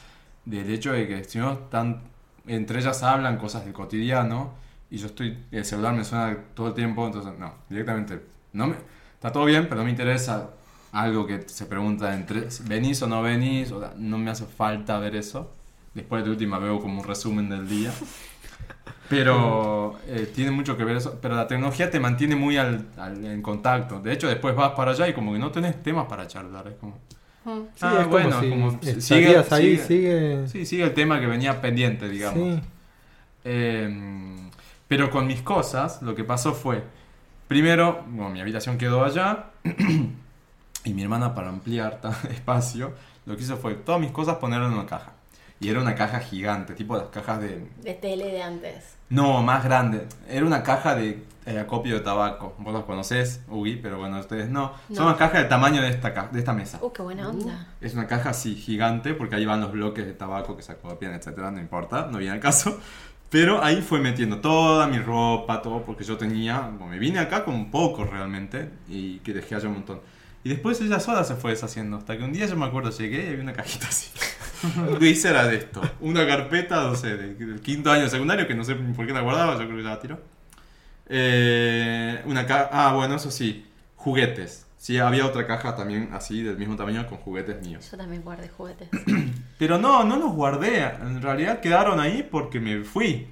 [SPEAKER 3] del hecho de que si no están, entre ellas hablan cosas del cotidiano y yo estoy, el celular me suena todo el tiempo, entonces no, directamente, no me, está todo bien, pero no me interesa algo que se pregunta entre, venís o no venís, o sea, no me hace falta ver eso. Después de tu última veo como un resumen del día. Pero eh, tiene mucho que ver eso. Pero la tecnología te mantiene muy al, al- en contacto. De hecho, después vas para allá y como que no tenés temas para charlar. Es como.
[SPEAKER 2] Mm.
[SPEAKER 4] Sí,
[SPEAKER 3] ah,
[SPEAKER 4] es como
[SPEAKER 3] bueno,
[SPEAKER 4] si
[SPEAKER 3] como sigue-
[SPEAKER 4] estarías ahí,
[SPEAKER 3] sigue-
[SPEAKER 4] sigue.
[SPEAKER 3] Sí, sigue el tema que venía pendiente, digamos.
[SPEAKER 4] Sí.
[SPEAKER 3] Eh, pero con mis cosas, lo que pasó fue, primero, bueno, mi habitación quedó allá y mi hermana para ampliar ta- espacio, lo que hizo fue todas mis cosas ponerlas en una caja. Y era una caja gigante, tipo las cajas de...
[SPEAKER 2] De tele de antes.
[SPEAKER 3] No, más grande. Era una caja de eh, acopio de tabaco. Vos las conocés, Ugi, pero bueno, ustedes no. Son
[SPEAKER 2] No.
[SPEAKER 3] una caja del tamaño de esta, ca- de esta mesa.
[SPEAKER 2] Uh, qué buena onda.
[SPEAKER 3] Es una caja así gigante porque ahí van los bloques de tabaco que se acopian, etcétera, no importa, no viene al caso. Pero ahí fue metiendo toda mi ropa, todo, porque yo tenía, bueno, me vine acá con poco realmente y que dejé allá un montón. Y después ella sola se fue deshaciendo, hasta que un día yo me acuerdo, llegué y había una cajita así. Lo que hice era de esto, una carpeta, no sé, de- del quinto año de secundario, que no sé por qué la guardaba, yo creo que ya la tiró. Eh, una caja. Ah, bueno, eso sí. Juguetes. Sí, había otra caja también así, del mismo tamaño, con juguetes míos.
[SPEAKER 2] Yo también guardé juguetes.
[SPEAKER 3] Pero no, no los guardé. En realidad quedaron ahí porque me fui.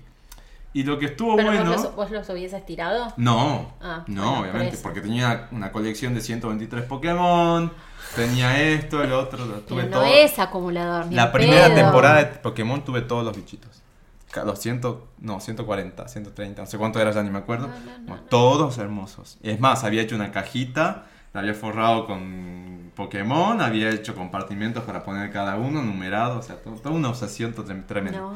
[SPEAKER 3] Y lo que estuvo
[SPEAKER 2] ¿Pero
[SPEAKER 3] bueno.
[SPEAKER 2] vos, los, vos los hubieses tirado?
[SPEAKER 3] No,
[SPEAKER 2] Ah,
[SPEAKER 3] no,
[SPEAKER 2] bueno, por
[SPEAKER 3] obviamente,
[SPEAKER 2] eso.
[SPEAKER 3] porque tenía una colección de 123 Pokémon, tenía esto, el otro, lo tuve
[SPEAKER 2] Pero no
[SPEAKER 3] todo.
[SPEAKER 2] es acumulador. ni en
[SPEAKER 3] La primera
[SPEAKER 2] pedo.
[SPEAKER 3] temporada de Pokémon tuve todos los bichitos. Ca- Los 100, no, 140, 130, no sé cuánto era ya ni me acuerdo.
[SPEAKER 2] No, no, no,
[SPEAKER 3] Bueno,
[SPEAKER 2] no.
[SPEAKER 3] Todos hermosos. Es más, había hecho una cajita, la había forrado con Pokémon, había hecho compartimentos para poner cada uno, numerado, o sea, to- toda una obsesión to- tremenda.
[SPEAKER 2] No.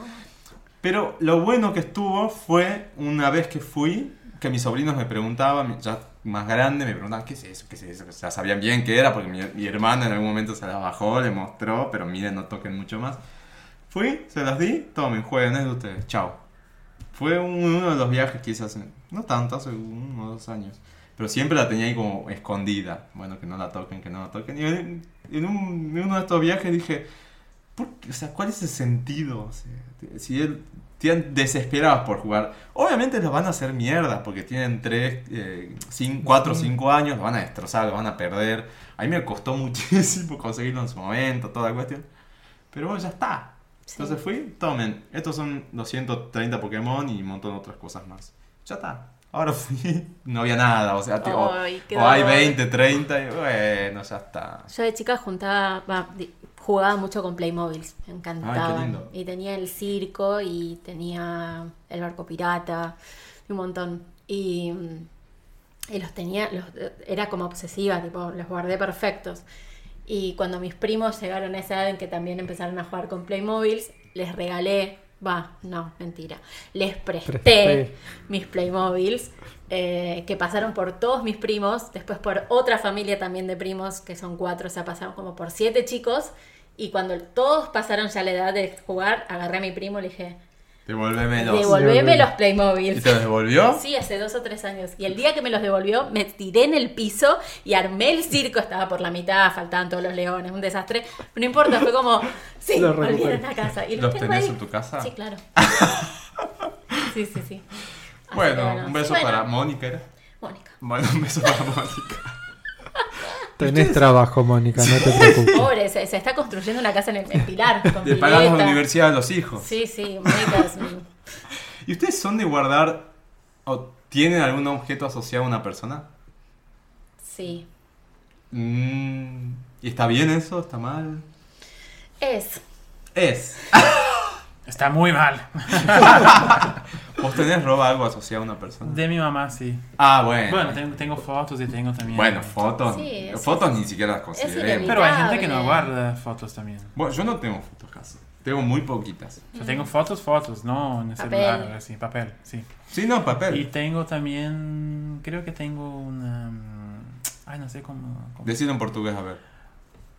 [SPEAKER 3] Pero lo bueno que estuvo fue una vez que fui, que mis sobrinos me preguntaban, ya más grande, me preguntaban, ¿qué es eso? ¿Qué es eso? O sea, sabían bien qué era, porque mi, mi hermana en algún momento se las bajó, le mostró, pero miren, no toquen mucho más. Fui, se las di, tomen, jueguen, es de ustedes, chao. Fue un- uno de los viajes quizás, no tanto, hace uno o dos años. Pero siempre la tenía ahí como escondida. Bueno, que no la toquen, que no la toquen. Y en, en un- en uno de estos viajes dije, ¿por qué? o sea, ¿cuál es el sentido? O sea, te- si él, tienen desesperados por jugar, obviamente los van a hacer mierda, porque tienen eh, 3, 4 o 5 años, los van a destrozar, los van a perder. A mí me costó muchísimo conseguirlo en su momento, toda la cuestión. Pero bueno, ya está.
[SPEAKER 2] Sí.
[SPEAKER 3] Entonces fui, tomen, estos son 230 Pokémon y un montón de otras cosas más. Ya está. Ahora fui, no había nada, o sea, te- o-
[SPEAKER 2] Ay, qué
[SPEAKER 3] o hay
[SPEAKER 2] dolor.
[SPEAKER 3] 20, 30, y bueno, ya está.
[SPEAKER 2] Yo de chica juntaba, va, di- jugaba mucho con Playmobiles, me encantaba.
[SPEAKER 3] Ay, qué lindo.
[SPEAKER 2] Y tenía el circo y tenía el barco pirata, y un montón. Y, mm, y los tenía, los, eh, era como obsesiva, tipo, los guardé perfectos. Y cuando mis primos llegaron a esa edad en que también empezaron a jugar con Playmobiles, les regalé Va, no, mentira. Les presté,
[SPEAKER 4] Presté.
[SPEAKER 2] mis Playmobiles eh, que pasaron por todos mis primos, después por otra familia también de primos, que son cuatro, o sea, pasaron como por siete chicos. Y cuando todos pasaron ya la edad de jugar, agarré a mi primo y le dije,
[SPEAKER 3] Devuélvemelos.
[SPEAKER 2] devolveme
[SPEAKER 4] Devolveme.
[SPEAKER 2] los
[SPEAKER 3] ¿Y
[SPEAKER 2] Playmobiles.
[SPEAKER 3] te los devolvió?
[SPEAKER 2] Sí, hace dos o tres años. Y el día que me los devolvió, me tiré en el piso y armé el circo. Estaba por la mitad, faltaban todos los leones, un desastre. No importa, fue como, sí,
[SPEAKER 4] Los
[SPEAKER 2] volvieron
[SPEAKER 4] recuperé.
[SPEAKER 2] a casa. Y
[SPEAKER 3] ¿Los
[SPEAKER 2] tengo
[SPEAKER 3] tenés
[SPEAKER 2] ahí.
[SPEAKER 3] en tu casa?
[SPEAKER 2] Sí, claro. Sí, sí, Ah, sí. Así que,
[SPEAKER 3] Bueno, un beso
[SPEAKER 2] Bueno,
[SPEAKER 3] para Mónica. ¿era?
[SPEAKER 2] Mónica.
[SPEAKER 3] Bueno, un beso para Mónica.
[SPEAKER 4] Tenés trabajo, Mónica, no te preocupes.
[SPEAKER 2] Pobre, se, se está construyendo una casa en el en Pilar. Con
[SPEAKER 3] Le pagamos la
[SPEAKER 2] pileta.
[SPEAKER 3] universidad a los hijos.
[SPEAKER 2] Sí, sí, Mónica es mi-
[SPEAKER 3] ¿Y ustedes son de guardar o tienen algún objeto asociado a una persona?
[SPEAKER 2] Sí.
[SPEAKER 3] Mm, ¿Y está bien eso? ¿Está mal?
[SPEAKER 2] Es.
[SPEAKER 3] Es.
[SPEAKER 5] Está muy mal.
[SPEAKER 3] ¿Vos tenés roba algo asociado a una persona?
[SPEAKER 5] De mi mamá, sí.
[SPEAKER 3] Ah, bueno.
[SPEAKER 5] Bueno, tengo, tengo fotos y tengo también.
[SPEAKER 3] Bueno, fotos.
[SPEAKER 2] Sí, eso
[SPEAKER 3] fotos ni siquiera las consideremos.
[SPEAKER 2] inevitable.
[SPEAKER 5] Pero hay gente que no guarda fotos también.
[SPEAKER 3] Bueno, yo no tengo fotos casi. Tengo muy poquitas.
[SPEAKER 5] Yo tengo fotos, fotos, no en el
[SPEAKER 2] Mm. Papel.
[SPEAKER 5] celular, así, papel, sí.
[SPEAKER 3] Sí, no,
[SPEAKER 5] Y
[SPEAKER 3] papel.
[SPEAKER 5] tengo también, creo que tengo una, mm, ay, no sé cómo, cómo-
[SPEAKER 3] Decirlo en portugués, a ver.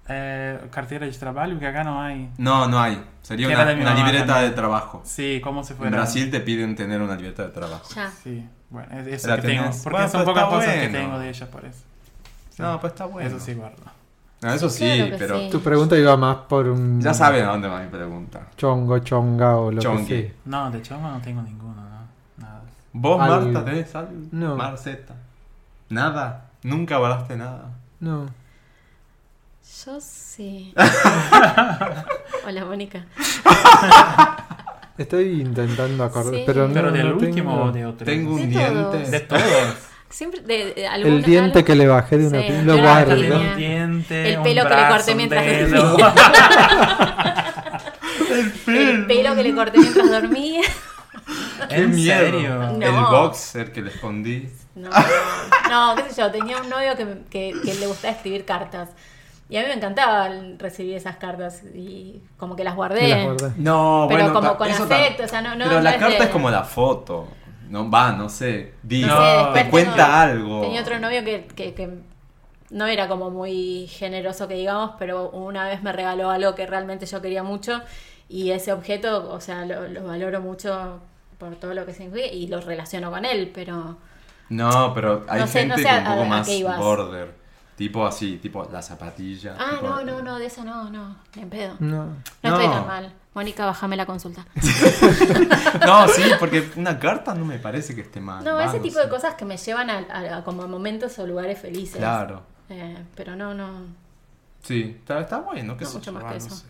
[SPEAKER 5] eh, cartera de trabajo que acá no hay.
[SPEAKER 3] No, no hay. Sería
[SPEAKER 5] Que
[SPEAKER 3] una,
[SPEAKER 5] era de mi
[SPEAKER 3] una
[SPEAKER 5] mamá
[SPEAKER 3] libreta
[SPEAKER 5] también.
[SPEAKER 3] de trabajo.
[SPEAKER 5] Sí, como se
[SPEAKER 3] En
[SPEAKER 5] fuera.
[SPEAKER 3] Brasil te piden tener una libreta de trabajo.
[SPEAKER 2] Ya.
[SPEAKER 5] Sí, bueno, es- eso
[SPEAKER 3] La
[SPEAKER 5] que tengo,
[SPEAKER 3] tenés.
[SPEAKER 5] porque
[SPEAKER 3] Bueno,
[SPEAKER 5] son
[SPEAKER 3] pero
[SPEAKER 5] pocas
[SPEAKER 3] está
[SPEAKER 5] cosas que
[SPEAKER 3] bueno.
[SPEAKER 5] tengo de ella, por eso. Sí.
[SPEAKER 3] No, pues está bueno.
[SPEAKER 5] Eso sí guardo.
[SPEAKER 3] No, eso sí,
[SPEAKER 2] Claro que
[SPEAKER 3] pero
[SPEAKER 2] sí.
[SPEAKER 4] Tu pregunta iba más por un.
[SPEAKER 3] ya saben a dónde va mi pregunta.
[SPEAKER 4] Chongo, chonga o lo
[SPEAKER 3] Chongui.
[SPEAKER 4] que sea.
[SPEAKER 5] No, de chongo no tengo ninguno, ¿no? Nada.
[SPEAKER 3] ¿Vos,
[SPEAKER 4] Al-
[SPEAKER 3] Marta, tenés algo?
[SPEAKER 4] No.
[SPEAKER 3] Marceta. Nada. Nunca guardaste nada.
[SPEAKER 4] No.
[SPEAKER 2] Yo sí. Hola, Mónica.
[SPEAKER 4] Estoy intentando acordar.
[SPEAKER 2] Sí.
[SPEAKER 4] Pero, no,
[SPEAKER 5] Pero del
[SPEAKER 4] no tengo-
[SPEAKER 5] último o de otro.
[SPEAKER 3] Tengo un
[SPEAKER 2] De todos.
[SPEAKER 3] diente.
[SPEAKER 5] De todos.
[SPEAKER 2] Siempre de, de algún-
[SPEAKER 4] El diente
[SPEAKER 2] algo-
[SPEAKER 4] que le bajé de una
[SPEAKER 2] Sí,
[SPEAKER 4] pin- lo
[SPEAKER 2] claro,
[SPEAKER 4] guardo.
[SPEAKER 5] También
[SPEAKER 2] tenía-
[SPEAKER 5] un diente,
[SPEAKER 2] El
[SPEAKER 5] un
[SPEAKER 2] pelo que le
[SPEAKER 5] brazo,
[SPEAKER 2] corté
[SPEAKER 5] un
[SPEAKER 2] mientras-
[SPEAKER 5] dedo.
[SPEAKER 2] El pelo que le corté mientras dormía.
[SPEAKER 3] ¡Qué
[SPEAKER 5] ¿En
[SPEAKER 3] miedo!
[SPEAKER 5] serio?
[SPEAKER 2] No.
[SPEAKER 3] El boxer que le escondí.
[SPEAKER 2] No, no, qué sé yo, tenía un novio que, me- que- que le gustaba escribir cartas. Y a mí me encantaba recibir esas cartas y como que las guardé.
[SPEAKER 4] Me las guardé.
[SPEAKER 3] No,
[SPEAKER 2] Pero
[SPEAKER 3] bueno,
[SPEAKER 2] como
[SPEAKER 3] ta-
[SPEAKER 2] con
[SPEAKER 3] eso ta-
[SPEAKER 2] afecto, o sea, no- no-
[SPEAKER 3] Pero
[SPEAKER 2] no
[SPEAKER 3] la
[SPEAKER 2] es
[SPEAKER 3] carta
[SPEAKER 2] de-
[SPEAKER 3] es como la foto. No va, no sé. Digo,
[SPEAKER 5] No, sé,
[SPEAKER 2] después
[SPEAKER 3] te cuenta
[SPEAKER 2] tengo-
[SPEAKER 3] algo.
[SPEAKER 2] Tenía otro novio que, que- que no era como muy generoso que digamos, pero una vez me regaló algo que realmente yo quería mucho y ese objeto, o sea, lo, lo valoro mucho por todo lo que se incluye y lo relaciono con él, pero
[SPEAKER 3] No, pero hay
[SPEAKER 2] No sé, no
[SPEAKER 3] gente
[SPEAKER 2] sé a-
[SPEAKER 3] que un poco
[SPEAKER 2] a- a
[SPEAKER 3] más
[SPEAKER 2] qué ibas.
[SPEAKER 3] border. Tipo así, tipo la zapatilla.
[SPEAKER 2] ah,
[SPEAKER 3] tipo-
[SPEAKER 2] no, no, no, de eso no, no, ni en pedo. No,
[SPEAKER 4] No.
[SPEAKER 2] estoy
[SPEAKER 3] No.
[SPEAKER 2] tan mal. Mónica, bájame la consulta.
[SPEAKER 3] No, sí, porque una carta no me parece que esté mal.
[SPEAKER 2] No,
[SPEAKER 3] va,
[SPEAKER 2] ese tipo de
[SPEAKER 3] sé.
[SPEAKER 2] cosas que me llevan a, a- a como a momentos o lugares felices.
[SPEAKER 3] Claro.
[SPEAKER 2] Eh, pero no, no.
[SPEAKER 3] Sí, está, está bueno, qué
[SPEAKER 2] No,
[SPEAKER 3] sé
[SPEAKER 2] mucho
[SPEAKER 3] yo,
[SPEAKER 2] más
[SPEAKER 3] va,
[SPEAKER 2] que
[SPEAKER 3] no
[SPEAKER 2] eso.
[SPEAKER 3] sé.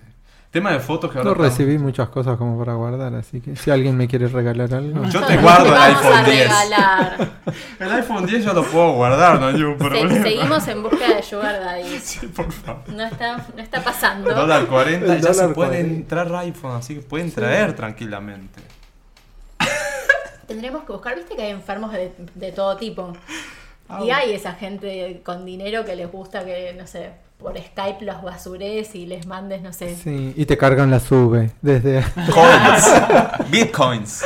[SPEAKER 3] Tema de fotos que ahora
[SPEAKER 4] No
[SPEAKER 3] estamos-
[SPEAKER 4] recibí muchas cosas como para guardar, así que si alguien me quiere regalar algo.
[SPEAKER 3] Yo te guardo el
[SPEAKER 2] vamos
[SPEAKER 3] iPhone
[SPEAKER 2] a
[SPEAKER 3] 10.
[SPEAKER 2] regalar.
[SPEAKER 3] El iPhone 10 yo lo puedo guardar, no hay
[SPEAKER 2] Se-
[SPEAKER 3] ningún problema.
[SPEAKER 2] seguimos en busca de Sugar Daddy.
[SPEAKER 3] Sí, por favor.
[SPEAKER 2] No está, no está pasando.
[SPEAKER 3] Dólar 40
[SPEAKER 4] El
[SPEAKER 3] ya se
[SPEAKER 4] dólar
[SPEAKER 3] pueden
[SPEAKER 4] 40.
[SPEAKER 3] entrar iPhone, así que pueden traer tranquilamente.
[SPEAKER 2] Tendremos que buscar, viste que hay enfermos de, de todo tipo.
[SPEAKER 3] Ah,
[SPEAKER 2] Y hay esa gente con dinero que les gusta que, no sé, por Skype los basures y les mandes, no sé.
[SPEAKER 4] Sí, y te cargan la sube. Desde.
[SPEAKER 3] Coins, bitcoins,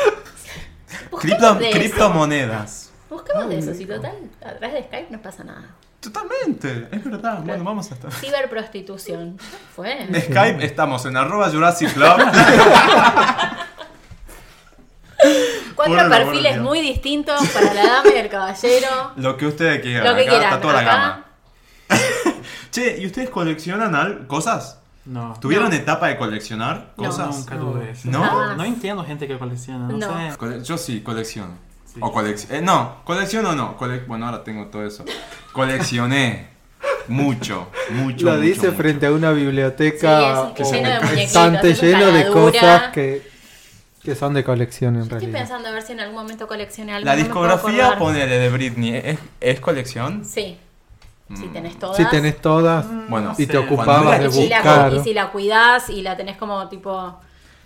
[SPEAKER 2] Busquemos
[SPEAKER 3] cripto-
[SPEAKER 2] de eso.
[SPEAKER 3] criptomonedas.
[SPEAKER 2] Busquemos de eso. Si total, a través de Skype no pasa nada.
[SPEAKER 3] Totalmente, es verdad. Bueno, vamos a estar.
[SPEAKER 2] Ciberprostitución. Ya Fue.
[SPEAKER 3] En Skype estamos en arroba Jurassic Club.
[SPEAKER 2] Cuatro
[SPEAKER 3] Por el amor de
[SPEAKER 2] perfiles
[SPEAKER 3] Dios.
[SPEAKER 2] muy distintos para la dama y el caballero.
[SPEAKER 3] Lo que ustedes quieran.
[SPEAKER 2] Lo que
[SPEAKER 3] acá
[SPEAKER 2] quieran.
[SPEAKER 3] Está toda la
[SPEAKER 2] Acá-
[SPEAKER 3] gama. Che, ¿y ustedes coleccionan al- cosas?
[SPEAKER 5] No.
[SPEAKER 3] ¿Tuvieron etapa de coleccionar
[SPEAKER 2] No.
[SPEAKER 5] No,
[SPEAKER 3] cosas?
[SPEAKER 5] nunca tuve eso.
[SPEAKER 3] ¿No?
[SPEAKER 2] Jamás.
[SPEAKER 5] No entiendo gente que colecciona, no,
[SPEAKER 2] No.
[SPEAKER 5] sé.
[SPEAKER 3] Cole- Yo sí, colecciono.
[SPEAKER 5] Sí.
[SPEAKER 3] O colec- eh, no, colecciono no. cole- bueno, ahora tengo todo eso. Coleccioné mucho, mucho.
[SPEAKER 4] Lo
[SPEAKER 3] mucho,
[SPEAKER 4] dice
[SPEAKER 3] mucho.
[SPEAKER 4] frente a una biblioteca
[SPEAKER 2] Sí,
[SPEAKER 3] es un-
[SPEAKER 4] o
[SPEAKER 3] lleno de
[SPEAKER 4] un
[SPEAKER 2] muñequitos,
[SPEAKER 4] estante
[SPEAKER 2] es un
[SPEAKER 4] lleno de
[SPEAKER 2] caladura.
[SPEAKER 4] cosas que, que son de colección en
[SPEAKER 2] Estoy
[SPEAKER 4] realidad.
[SPEAKER 2] pensando a ver si en algún momento coleccione algo.
[SPEAKER 3] La
[SPEAKER 2] no me puedo
[SPEAKER 3] discografía,
[SPEAKER 2] acordar.
[SPEAKER 3] ponele, de Britney, ¿es, es colección?
[SPEAKER 2] Sí.
[SPEAKER 3] Mm.
[SPEAKER 2] Si tenés todas. Mm,
[SPEAKER 4] Si tenés todas eh,
[SPEAKER 3] Bueno,
[SPEAKER 4] y te
[SPEAKER 5] sé.
[SPEAKER 4] ocupabas de
[SPEAKER 2] y, si la,
[SPEAKER 4] buscar.
[SPEAKER 2] y si la cuidás y la tenés como tipo.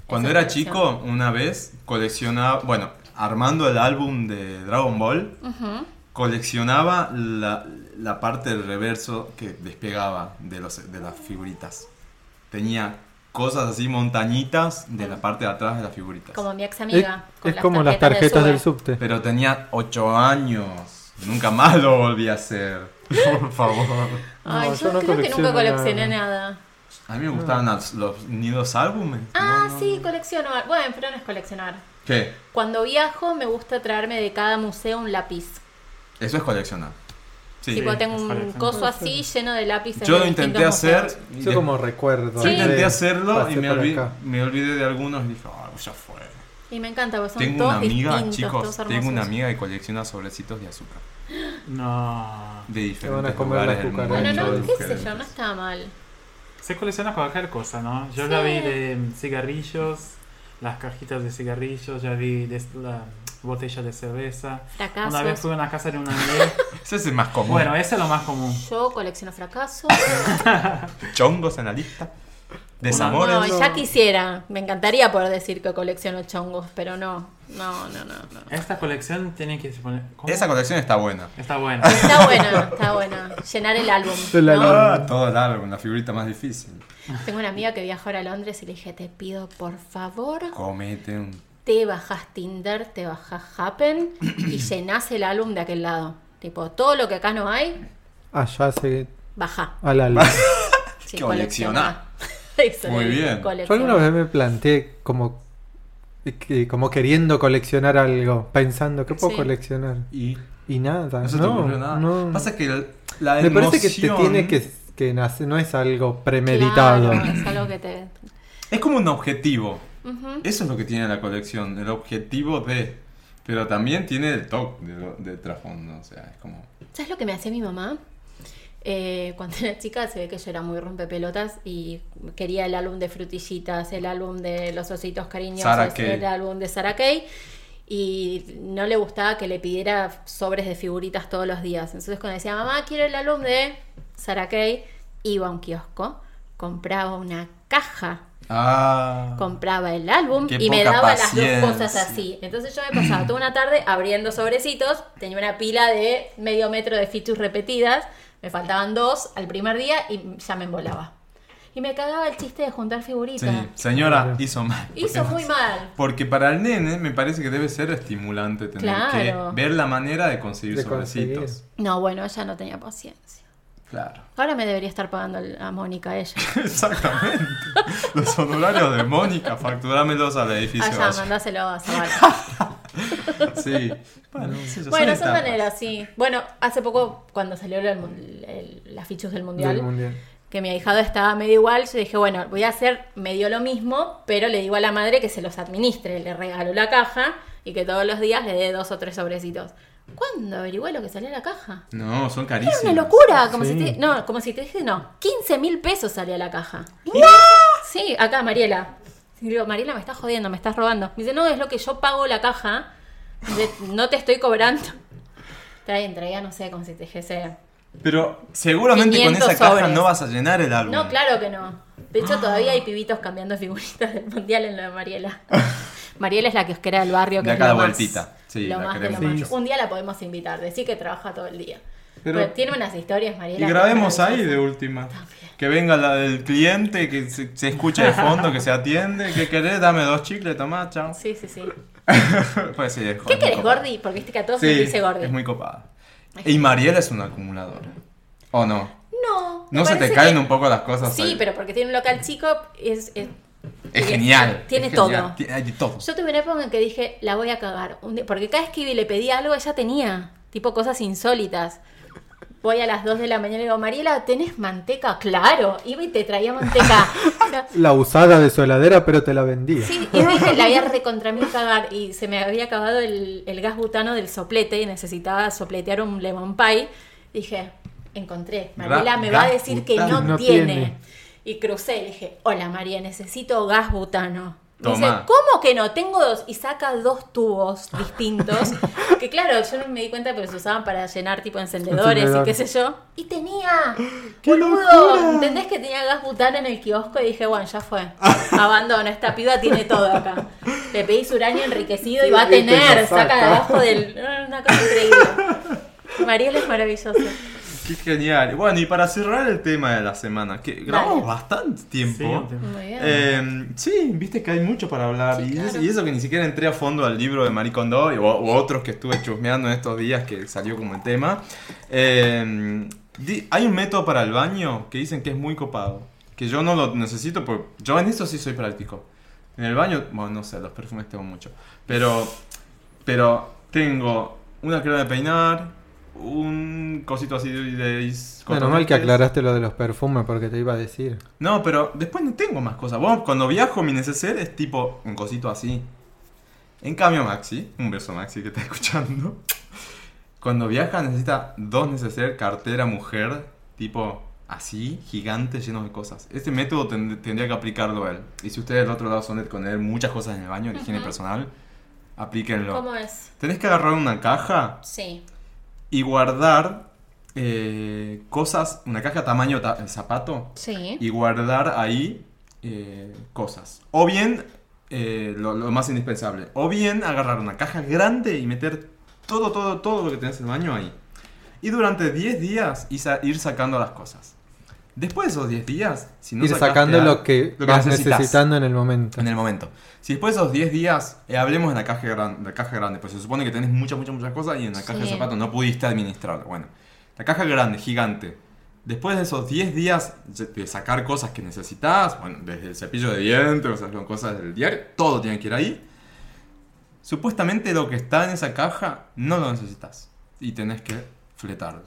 [SPEAKER 3] Cuando
[SPEAKER 2] esa
[SPEAKER 3] era
[SPEAKER 2] colección.
[SPEAKER 3] chico, una vez coleccionaba, bueno, armando el álbum de Dragon Ball, coleccionaba la, la parte del reverso que despegaba de, los, de las figuritas. Tenía cosas así, montañitas de la parte de atrás de las figuritas.
[SPEAKER 2] Como mi ex
[SPEAKER 4] Es,
[SPEAKER 2] amiga. con
[SPEAKER 4] es como las tarjetas del
[SPEAKER 2] Sube.
[SPEAKER 4] subte.
[SPEAKER 3] Pero tenía 8 años. Nunca más lo volví a hacer. Por favor.
[SPEAKER 2] Ay,
[SPEAKER 4] No,
[SPEAKER 2] yo,
[SPEAKER 4] yo no
[SPEAKER 2] creo que nunca
[SPEAKER 4] colecciono
[SPEAKER 2] coleccioné
[SPEAKER 4] nada.
[SPEAKER 2] nada.
[SPEAKER 3] A mí me gustaban las- los, ni los álbumes.
[SPEAKER 2] Ah, sí, colecciono. Bueno, pero no es coleccionar.
[SPEAKER 3] ¿Qué?
[SPEAKER 2] Cuando viajo me gusta traerme de cada museo un lápiz.
[SPEAKER 3] Eso es coleccionar. Sí.
[SPEAKER 2] tipo, tengo
[SPEAKER 5] es
[SPEAKER 2] un
[SPEAKER 5] coleccionar.
[SPEAKER 2] coso así lleno de lápices.
[SPEAKER 3] Yo
[SPEAKER 2] de
[SPEAKER 3] lo
[SPEAKER 2] distintos
[SPEAKER 3] intenté hacer.
[SPEAKER 2] museos.
[SPEAKER 3] y
[SPEAKER 4] Yo
[SPEAKER 3] de-
[SPEAKER 4] como recuerdo.
[SPEAKER 3] yo
[SPEAKER 2] Sí.
[SPEAKER 3] intenté
[SPEAKER 4] de-
[SPEAKER 3] hacerlo y
[SPEAKER 4] pasé
[SPEAKER 3] me,
[SPEAKER 4] por
[SPEAKER 3] olvi-
[SPEAKER 4] acá.
[SPEAKER 3] me olvidé de algunos y dije, ah, ya fue.
[SPEAKER 2] Y me encanta, porque son
[SPEAKER 3] Tengo
[SPEAKER 2] todos
[SPEAKER 3] una amiga,
[SPEAKER 2] distintos,
[SPEAKER 3] chicos,
[SPEAKER 2] todos hermosos.
[SPEAKER 3] tengo una amiga que colecciona sobrecitos de azúcar.
[SPEAKER 5] No.
[SPEAKER 3] De diferentes
[SPEAKER 4] van a comer ¿eh?
[SPEAKER 3] lugares
[SPEAKER 4] las
[SPEAKER 3] del mundo.
[SPEAKER 2] Bueno,
[SPEAKER 4] cucarachas.
[SPEAKER 2] no,
[SPEAKER 4] Muchos
[SPEAKER 2] qué sé yo, no está mal.
[SPEAKER 5] Se colecciona cualquier cosa, ¿no? Yo ya
[SPEAKER 2] Sí.
[SPEAKER 5] vi de mm, cigarrillos, las cajitas de cigarrillos, ya vi de s- la mm, botella de cerveza.
[SPEAKER 2] Fracasos.
[SPEAKER 5] Una vez fui a una casa de una amiga.
[SPEAKER 3] Ese es el más común.
[SPEAKER 5] bueno, eh. ese es lo más común.
[SPEAKER 2] Yo colecciono fracasos.
[SPEAKER 3] Chongos en la lista. Desamores.
[SPEAKER 2] No, ya quisiera. Me encantaría poder decir que colecciono chongos, pero no. No, no, no. no.
[SPEAKER 5] Esta colección tiene que se poner. ¿cómo?
[SPEAKER 3] Esa colección está buena.
[SPEAKER 5] Está buena.
[SPEAKER 2] Está buena, está buena. Llenar el álbum.
[SPEAKER 4] El
[SPEAKER 2] ¿no?
[SPEAKER 4] álbum.
[SPEAKER 3] Ah, todo el álbum, la figurita más difícil.
[SPEAKER 2] Tengo una amiga que viaja ahora a Londres y le dije, te pido por favor,
[SPEAKER 3] Comete un.
[SPEAKER 2] te bajas Tinder, te bajas Happen y llenás el álbum de aquel lado. Tipo, todo lo que acá no hay,
[SPEAKER 4] Allá se.
[SPEAKER 2] baja.
[SPEAKER 4] Al alma.
[SPEAKER 2] Sí,
[SPEAKER 3] Coleccioná.
[SPEAKER 2] coleccioná. Eso
[SPEAKER 3] Muy
[SPEAKER 2] le dije,
[SPEAKER 3] bien.
[SPEAKER 4] Yo alguna
[SPEAKER 2] coleccioná.
[SPEAKER 4] vez me planteé como, eh, que- como queriendo coleccionar algo, pensando, ¿qué puedo
[SPEAKER 2] Sí.
[SPEAKER 4] coleccionar?
[SPEAKER 3] Y.
[SPEAKER 4] Y nada,
[SPEAKER 3] No
[SPEAKER 4] no,
[SPEAKER 3] se te ocurrió nada.
[SPEAKER 4] no.
[SPEAKER 3] Pasa que la- la
[SPEAKER 4] Me parece que te
[SPEAKER 3] emoción
[SPEAKER 4] tiene que, que nacer, no es algo premeditado.
[SPEAKER 2] Claro, es algo que te...
[SPEAKER 3] Es como un objetivo.
[SPEAKER 2] Ujú.
[SPEAKER 3] Eso es lo que tiene la colección, el objetivo de. Pero también tiene el toque de, lo- de trasfondo. O sea, es como.
[SPEAKER 2] ¿Sabes lo que me hacía mi mamá? Eh, cuando era chica se ve que yo era muy rompepelotas y quería el álbum de Frutillitas, el álbum de Los Ositos Cariñosos,
[SPEAKER 3] Sarah Kay.
[SPEAKER 2] el álbum de Sarah Kay y no le gustaba que le pidiera sobres de figuritas todos los días. Entonces cuando decía, mamá, quiero el álbum de Sarah Kay, iba a un kiosco, compraba una caja
[SPEAKER 3] Ah.
[SPEAKER 2] compraba el álbum
[SPEAKER 3] Qué
[SPEAKER 2] y me
[SPEAKER 3] poca
[SPEAKER 2] daba las
[SPEAKER 3] paciencia.
[SPEAKER 2] dos cosas así. Entonces yo me pasaba toda una tarde abriendo sobrecitos, tenía una pila de medio metro de features repetidas, me faltaban dos al primer día y ya me embolaba. Y me cagaba el chiste de juntar
[SPEAKER 3] Sí,
[SPEAKER 2] figuritas.
[SPEAKER 3] señora, hizo mal.
[SPEAKER 2] Hizo muy mal.
[SPEAKER 3] Porque para el nene me parece que debe ser estimulante tener
[SPEAKER 2] Claro.
[SPEAKER 3] que ver la manera de conseguir
[SPEAKER 4] De
[SPEAKER 3] sobrecitos.
[SPEAKER 4] conseguir.
[SPEAKER 2] No, bueno, ella no tenía paciencia.
[SPEAKER 3] Claro.
[SPEAKER 2] Ahora me debería estar pagando a Mónica ella.
[SPEAKER 3] Exactamente. Los honorarios de Mónica, facturámelos al edificio.
[SPEAKER 2] Allá,
[SPEAKER 3] Valle.
[SPEAKER 2] Ah, mandáselo a Zavala.
[SPEAKER 3] Sí. Bueno, sí,
[SPEAKER 2] Bueno, son
[SPEAKER 3] etapas.
[SPEAKER 2] maneras, sí. Bueno, hace poco, cuando salió el mun- el- las fichas del mundial,
[SPEAKER 4] Del mundial.
[SPEAKER 2] que mi ahijado estaba medio igual, yo dije, bueno, voy a hacer medio lo mismo, pero le digo a la madre que se los administre, le regalo la caja y que todos los días le dé dos o tres sobrecitos. ¿Cuándo averigüé lo que salía la caja?
[SPEAKER 3] No, son
[SPEAKER 2] Era
[SPEAKER 3] carísimos.
[SPEAKER 2] una locura, como
[SPEAKER 4] Sí.
[SPEAKER 2] si te, no, como si te dije, no, 15 mil pesos salía la caja. Sí, acá Mariela. Y digo, Mariela me estás jodiendo, me estás robando. Me dice, no, es lo que yo pago la caja, de- no te estoy cobrando. Trae, entrega, no sé, como si te dijese,
[SPEAKER 3] Pero seguramente con
[SPEAKER 2] 500
[SPEAKER 3] esa caja
[SPEAKER 2] sobres.
[SPEAKER 3] no vas a llenar el álbum.
[SPEAKER 2] No, claro que no. De hecho, todavía hay pibitos cambiando figuritas del mundial en lo de Mariela. Mariela es la que era del barrio que
[SPEAKER 3] De
[SPEAKER 2] es
[SPEAKER 3] acá
[SPEAKER 2] lo
[SPEAKER 3] la
[SPEAKER 2] más-
[SPEAKER 3] vueltita. Sí,
[SPEAKER 2] lo
[SPEAKER 3] la
[SPEAKER 2] más de lo
[SPEAKER 3] queremos.
[SPEAKER 2] más. Un día la podemos invitar, decir que trabaja todo el día.
[SPEAKER 3] Pero-
[SPEAKER 2] Pero, tiene unas historias, Mariela.
[SPEAKER 3] Y grabemos
[SPEAKER 2] que-
[SPEAKER 3] ahí de última. Que venga la del cliente, que se, se escuche de fondo, que se atiende. ¿Qué querés? Dame dos chicles, tomá, chao.
[SPEAKER 2] Sí, sí, sí.
[SPEAKER 3] Pues sí, es jo-
[SPEAKER 2] ¿Qué
[SPEAKER 3] es muy
[SPEAKER 2] querés,
[SPEAKER 3] copada.
[SPEAKER 2] Gordi? Porque viste que a todos
[SPEAKER 3] Sí,
[SPEAKER 2] se les dice Gordi.
[SPEAKER 3] es muy copada. Y Mariela es una acumuladora. ¿O no?
[SPEAKER 2] No. me
[SPEAKER 3] ¿No se te
[SPEAKER 2] parece
[SPEAKER 3] caen
[SPEAKER 2] que-
[SPEAKER 3] un poco las cosas?
[SPEAKER 2] Sí,
[SPEAKER 3] ahí?
[SPEAKER 2] pero porque tiene un local chico, es, es-
[SPEAKER 3] Es
[SPEAKER 2] Tiene-
[SPEAKER 3] genial.
[SPEAKER 2] tiene
[SPEAKER 3] es genial.
[SPEAKER 2] todo.
[SPEAKER 3] Tiene- hay de todo.
[SPEAKER 2] Yo tuve una época en que dije, la voy a cagar. un día- Porque cada vez que le pedía algo, ella tenía. Tipo cosas insólitas. Voy a las 2 de la mañana y digo, Mariela, ¿tenés manteca? Claro. Iba y te traía manteca. O sea,
[SPEAKER 4] La usada de su heladera, pero te la vendía.
[SPEAKER 2] sí, y dije, la había recontra mil cagar. Y se me había acabado el, el gas butano del soplete y necesitaba sopletear un lemon pie. Dije, encontré. Mariela
[SPEAKER 3] Ra-
[SPEAKER 2] me va a
[SPEAKER 3] gas
[SPEAKER 2] decir que no,
[SPEAKER 3] butano.
[SPEAKER 4] No
[SPEAKER 2] tiene.
[SPEAKER 4] tiene.
[SPEAKER 2] Y crucé y dije, hola María, necesito gas butano. Me dice,
[SPEAKER 3] Tomá.
[SPEAKER 2] ¿cómo que no? Tengo dos. Y saca dos tubos distintos. que claro, yo no me di cuenta, pero se usaban para llenar tipo encendedores y
[SPEAKER 4] Encendedor.
[SPEAKER 2] qué sé yo. Y tenía.
[SPEAKER 4] ¡Qué
[SPEAKER 2] boludo,
[SPEAKER 4] locura!
[SPEAKER 2] ¿Entendés que tenía gas butano en el kiosco? Y dije, bueno, ya fue.
[SPEAKER 4] Ah.
[SPEAKER 2] Abandono, esta piba tiene todo acá. Le pedís uranio enriquecido y va a
[SPEAKER 4] Y te lo
[SPEAKER 2] tener.
[SPEAKER 4] saca.
[SPEAKER 2] Saca de abajo del. Una cosa increíble. Mariela es maravillosa.
[SPEAKER 3] Qué genial. Bueno, y para cerrar el tema de la semana, que grabamos
[SPEAKER 2] Dale.
[SPEAKER 3] bastante
[SPEAKER 5] Sí,
[SPEAKER 3] tiempo.
[SPEAKER 5] un tema.
[SPEAKER 2] Muy bien.
[SPEAKER 3] Eh, sí, viste que hay mucho para hablar.
[SPEAKER 2] Sí,
[SPEAKER 3] y, es-
[SPEAKER 2] claro.
[SPEAKER 3] y eso que ni siquiera entré a fondo al libro de Marie Kondo y- o, u otros que estuve chusmeando en estos días que salió como el tema. Eh, di- hay un método para el baño que dicen que es muy copado. Que yo no lo necesito porque yo en eso sí soy práctico. En el baño, bueno, no sé, los perfumes tengo mucho. Pero, pero tengo una crema de peinar, un cosito así de... de
[SPEAKER 4] Menos mal que
[SPEAKER 3] cotonetes.
[SPEAKER 4] aclaraste lo de los perfumes porque te iba a decir.
[SPEAKER 3] No, pero después no tengo más cosas. Vos, cuando viajo, mi neceser es tipo un cosito así. En cambio, Maxi, un beso Maxi que está escuchando. Cuando viaja necesita dos neceser, cartera, mujer, tipo así, gigante, llenos de cosas. Este método ten- tendría que aplicarlo él. Y si ustedes del otro lado son de tener muchas cosas en el baño, de higiene personal, aplíquenlo.
[SPEAKER 2] ¿Cómo es?
[SPEAKER 3] Tenés que agarrar una caja
[SPEAKER 2] Sí.
[SPEAKER 3] y guardar eh, cosas, una caja tamaño ta- zapato,
[SPEAKER 2] Sí.
[SPEAKER 3] y guardar ahí eh, cosas. O bien, eh, lo, lo más indispensable, o bien agarrar una caja grande y meter todo, todo, todo lo que tenés en el baño ahí. Y durante 10 días y sa- ir sacando las cosas. Después de esos 10 días, si no
[SPEAKER 4] Ir
[SPEAKER 3] sacaste
[SPEAKER 4] sacando
[SPEAKER 3] a-
[SPEAKER 4] lo que, vas
[SPEAKER 3] necesitas
[SPEAKER 4] necesitando en el momento.
[SPEAKER 3] en el momento. Si después de esos 10 días, eh, hablemos de la caja, gran- la caja grande, pues se supone que tenés muchas, muchas, muchas cosas y en la caja de
[SPEAKER 2] Sí.
[SPEAKER 3] zapatos no pudiste administrarlo. Bueno, la caja grande, gigante. Después de esos 10 días de- de sacar cosas que necesitas, bueno, desde el cepillo de dientes, o sea, son cosas del diario, todo tiene que ir ahí. Supuestamente lo que está en esa caja no lo necesitas y tenés que fletarlo.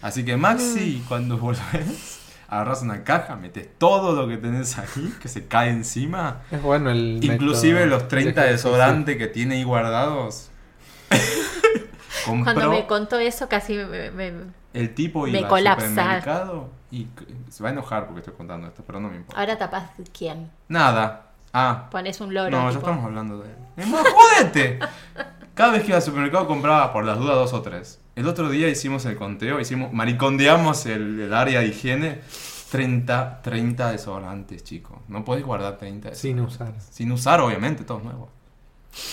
[SPEAKER 3] Así que Maxi, cuando volvés, agarras una caja, metes todo lo que tenés ahí, que se cae encima,
[SPEAKER 4] Es bueno el.
[SPEAKER 3] Inclusive
[SPEAKER 4] método
[SPEAKER 3] los 30
[SPEAKER 4] de ejercicio.
[SPEAKER 3] desodorantes que tiene ahí guardados.
[SPEAKER 2] Cuando
[SPEAKER 3] compró
[SPEAKER 2] me contó eso casi me... me-
[SPEAKER 3] el tipo
[SPEAKER 2] me
[SPEAKER 3] iba al
[SPEAKER 2] colapsa.
[SPEAKER 3] supermercado y c- se va a enojar porque estoy contando esto, pero no me importa.
[SPEAKER 2] Ahora tapás quién.
[SPEAKER 3] Nada. Ah.
[SPEAKER 2] Pones un loro.
[SPEAKER 3] No, ya
[SPEAKER 2] tipo.
[SPEAKER 3] estamos hablando de él. Es más, ¡Jódete! Cada vez que iba al supermercado compraba por las dudas dos o tres. El otro día hicimos el conteo, hicimos, maricondeamos el, el área de higiene. 30, 30 desodorantes, chicos. No podés guardar 30
[SPEAKER 4] Sin usar.
[SPEAKER 3] Sin usar, obviamente, todos nuevos.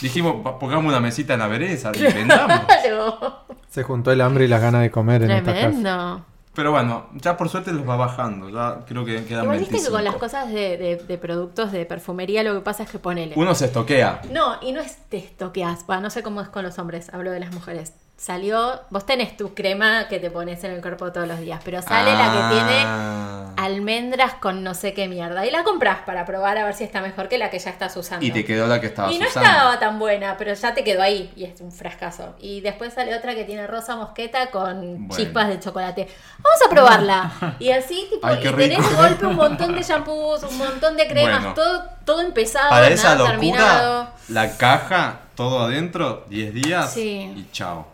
[SPEAKER 3] Dijimos, "Pa- pongamos una mesita en la vereda, la inventamos.
[SPEAKER 2] Claro.
[SPEAKER 4] Se juntó el hambre y las ganas de comer en esta casa.
[SPEAKER 2] Tremendo.
[SPEAKER 3] Pero bueno, ya por suerte los va bajando. Ya creo que quedan
[SPEAKER 2] Igual viste que
[SPEAKER 3] 25.
[SPEAKER 2] con las cosas de, de- de productos de perfumería lo que pasa es que ponele.
[SPEAKER 3] Uno se estoquea.
[SPEAKER 2] No, y no es te estoqueas. Va, no sé cómo es con los hombres, hablo de las mujeres. Salió, vos tenés tu crema que te pones en el cuerpo todos los días, pero sale la que
[SPEAKER 3] Ah.
[SPEAKER 2] tiene
[SPEAKER 3] tiene.
[SPEAKER 2] almendras con no sé qué mierda. Y la compras para probar a ver si está mejor que la que ya estás usando.
[SPEAKER 3] Y te quedó la que estabas
[SPEAKER 2] Y no
[SPEAKER 3] usando.
[SPEAKER 2] estaba tan buena, pero ya te quedó ahí y es un frascazo. Y después sale otra que tiene rosa mosqueta con
[SPEAKER 3] Bueno.
[SPEAKER 2] chispas de chocolate. Vamos a probarla. Y así, tipo,
[SPEAKER 3] Ay,
[SPEAKER 2] y
[SPEAKER 3] qué
[SPEAKER 2] tenés
[SPEAKER 3] rico.
[SPEAKER 2] de golpe un montón de shampoos, un montón de cremas,
[SPEAKER 3] Bueno.
[SPEAKER 2] todo, todo empezado,
[SPEAKER 3] Para esa
[SPEAKER 2] Ah, nada
[SPEAKER 3] locura,
[SPEAKER 2] terminado.
[SPEAKER 3] la caja, todo adentro, 10 días
[SPEAKER 2] Sí.
[SPEAKER 3] y chao.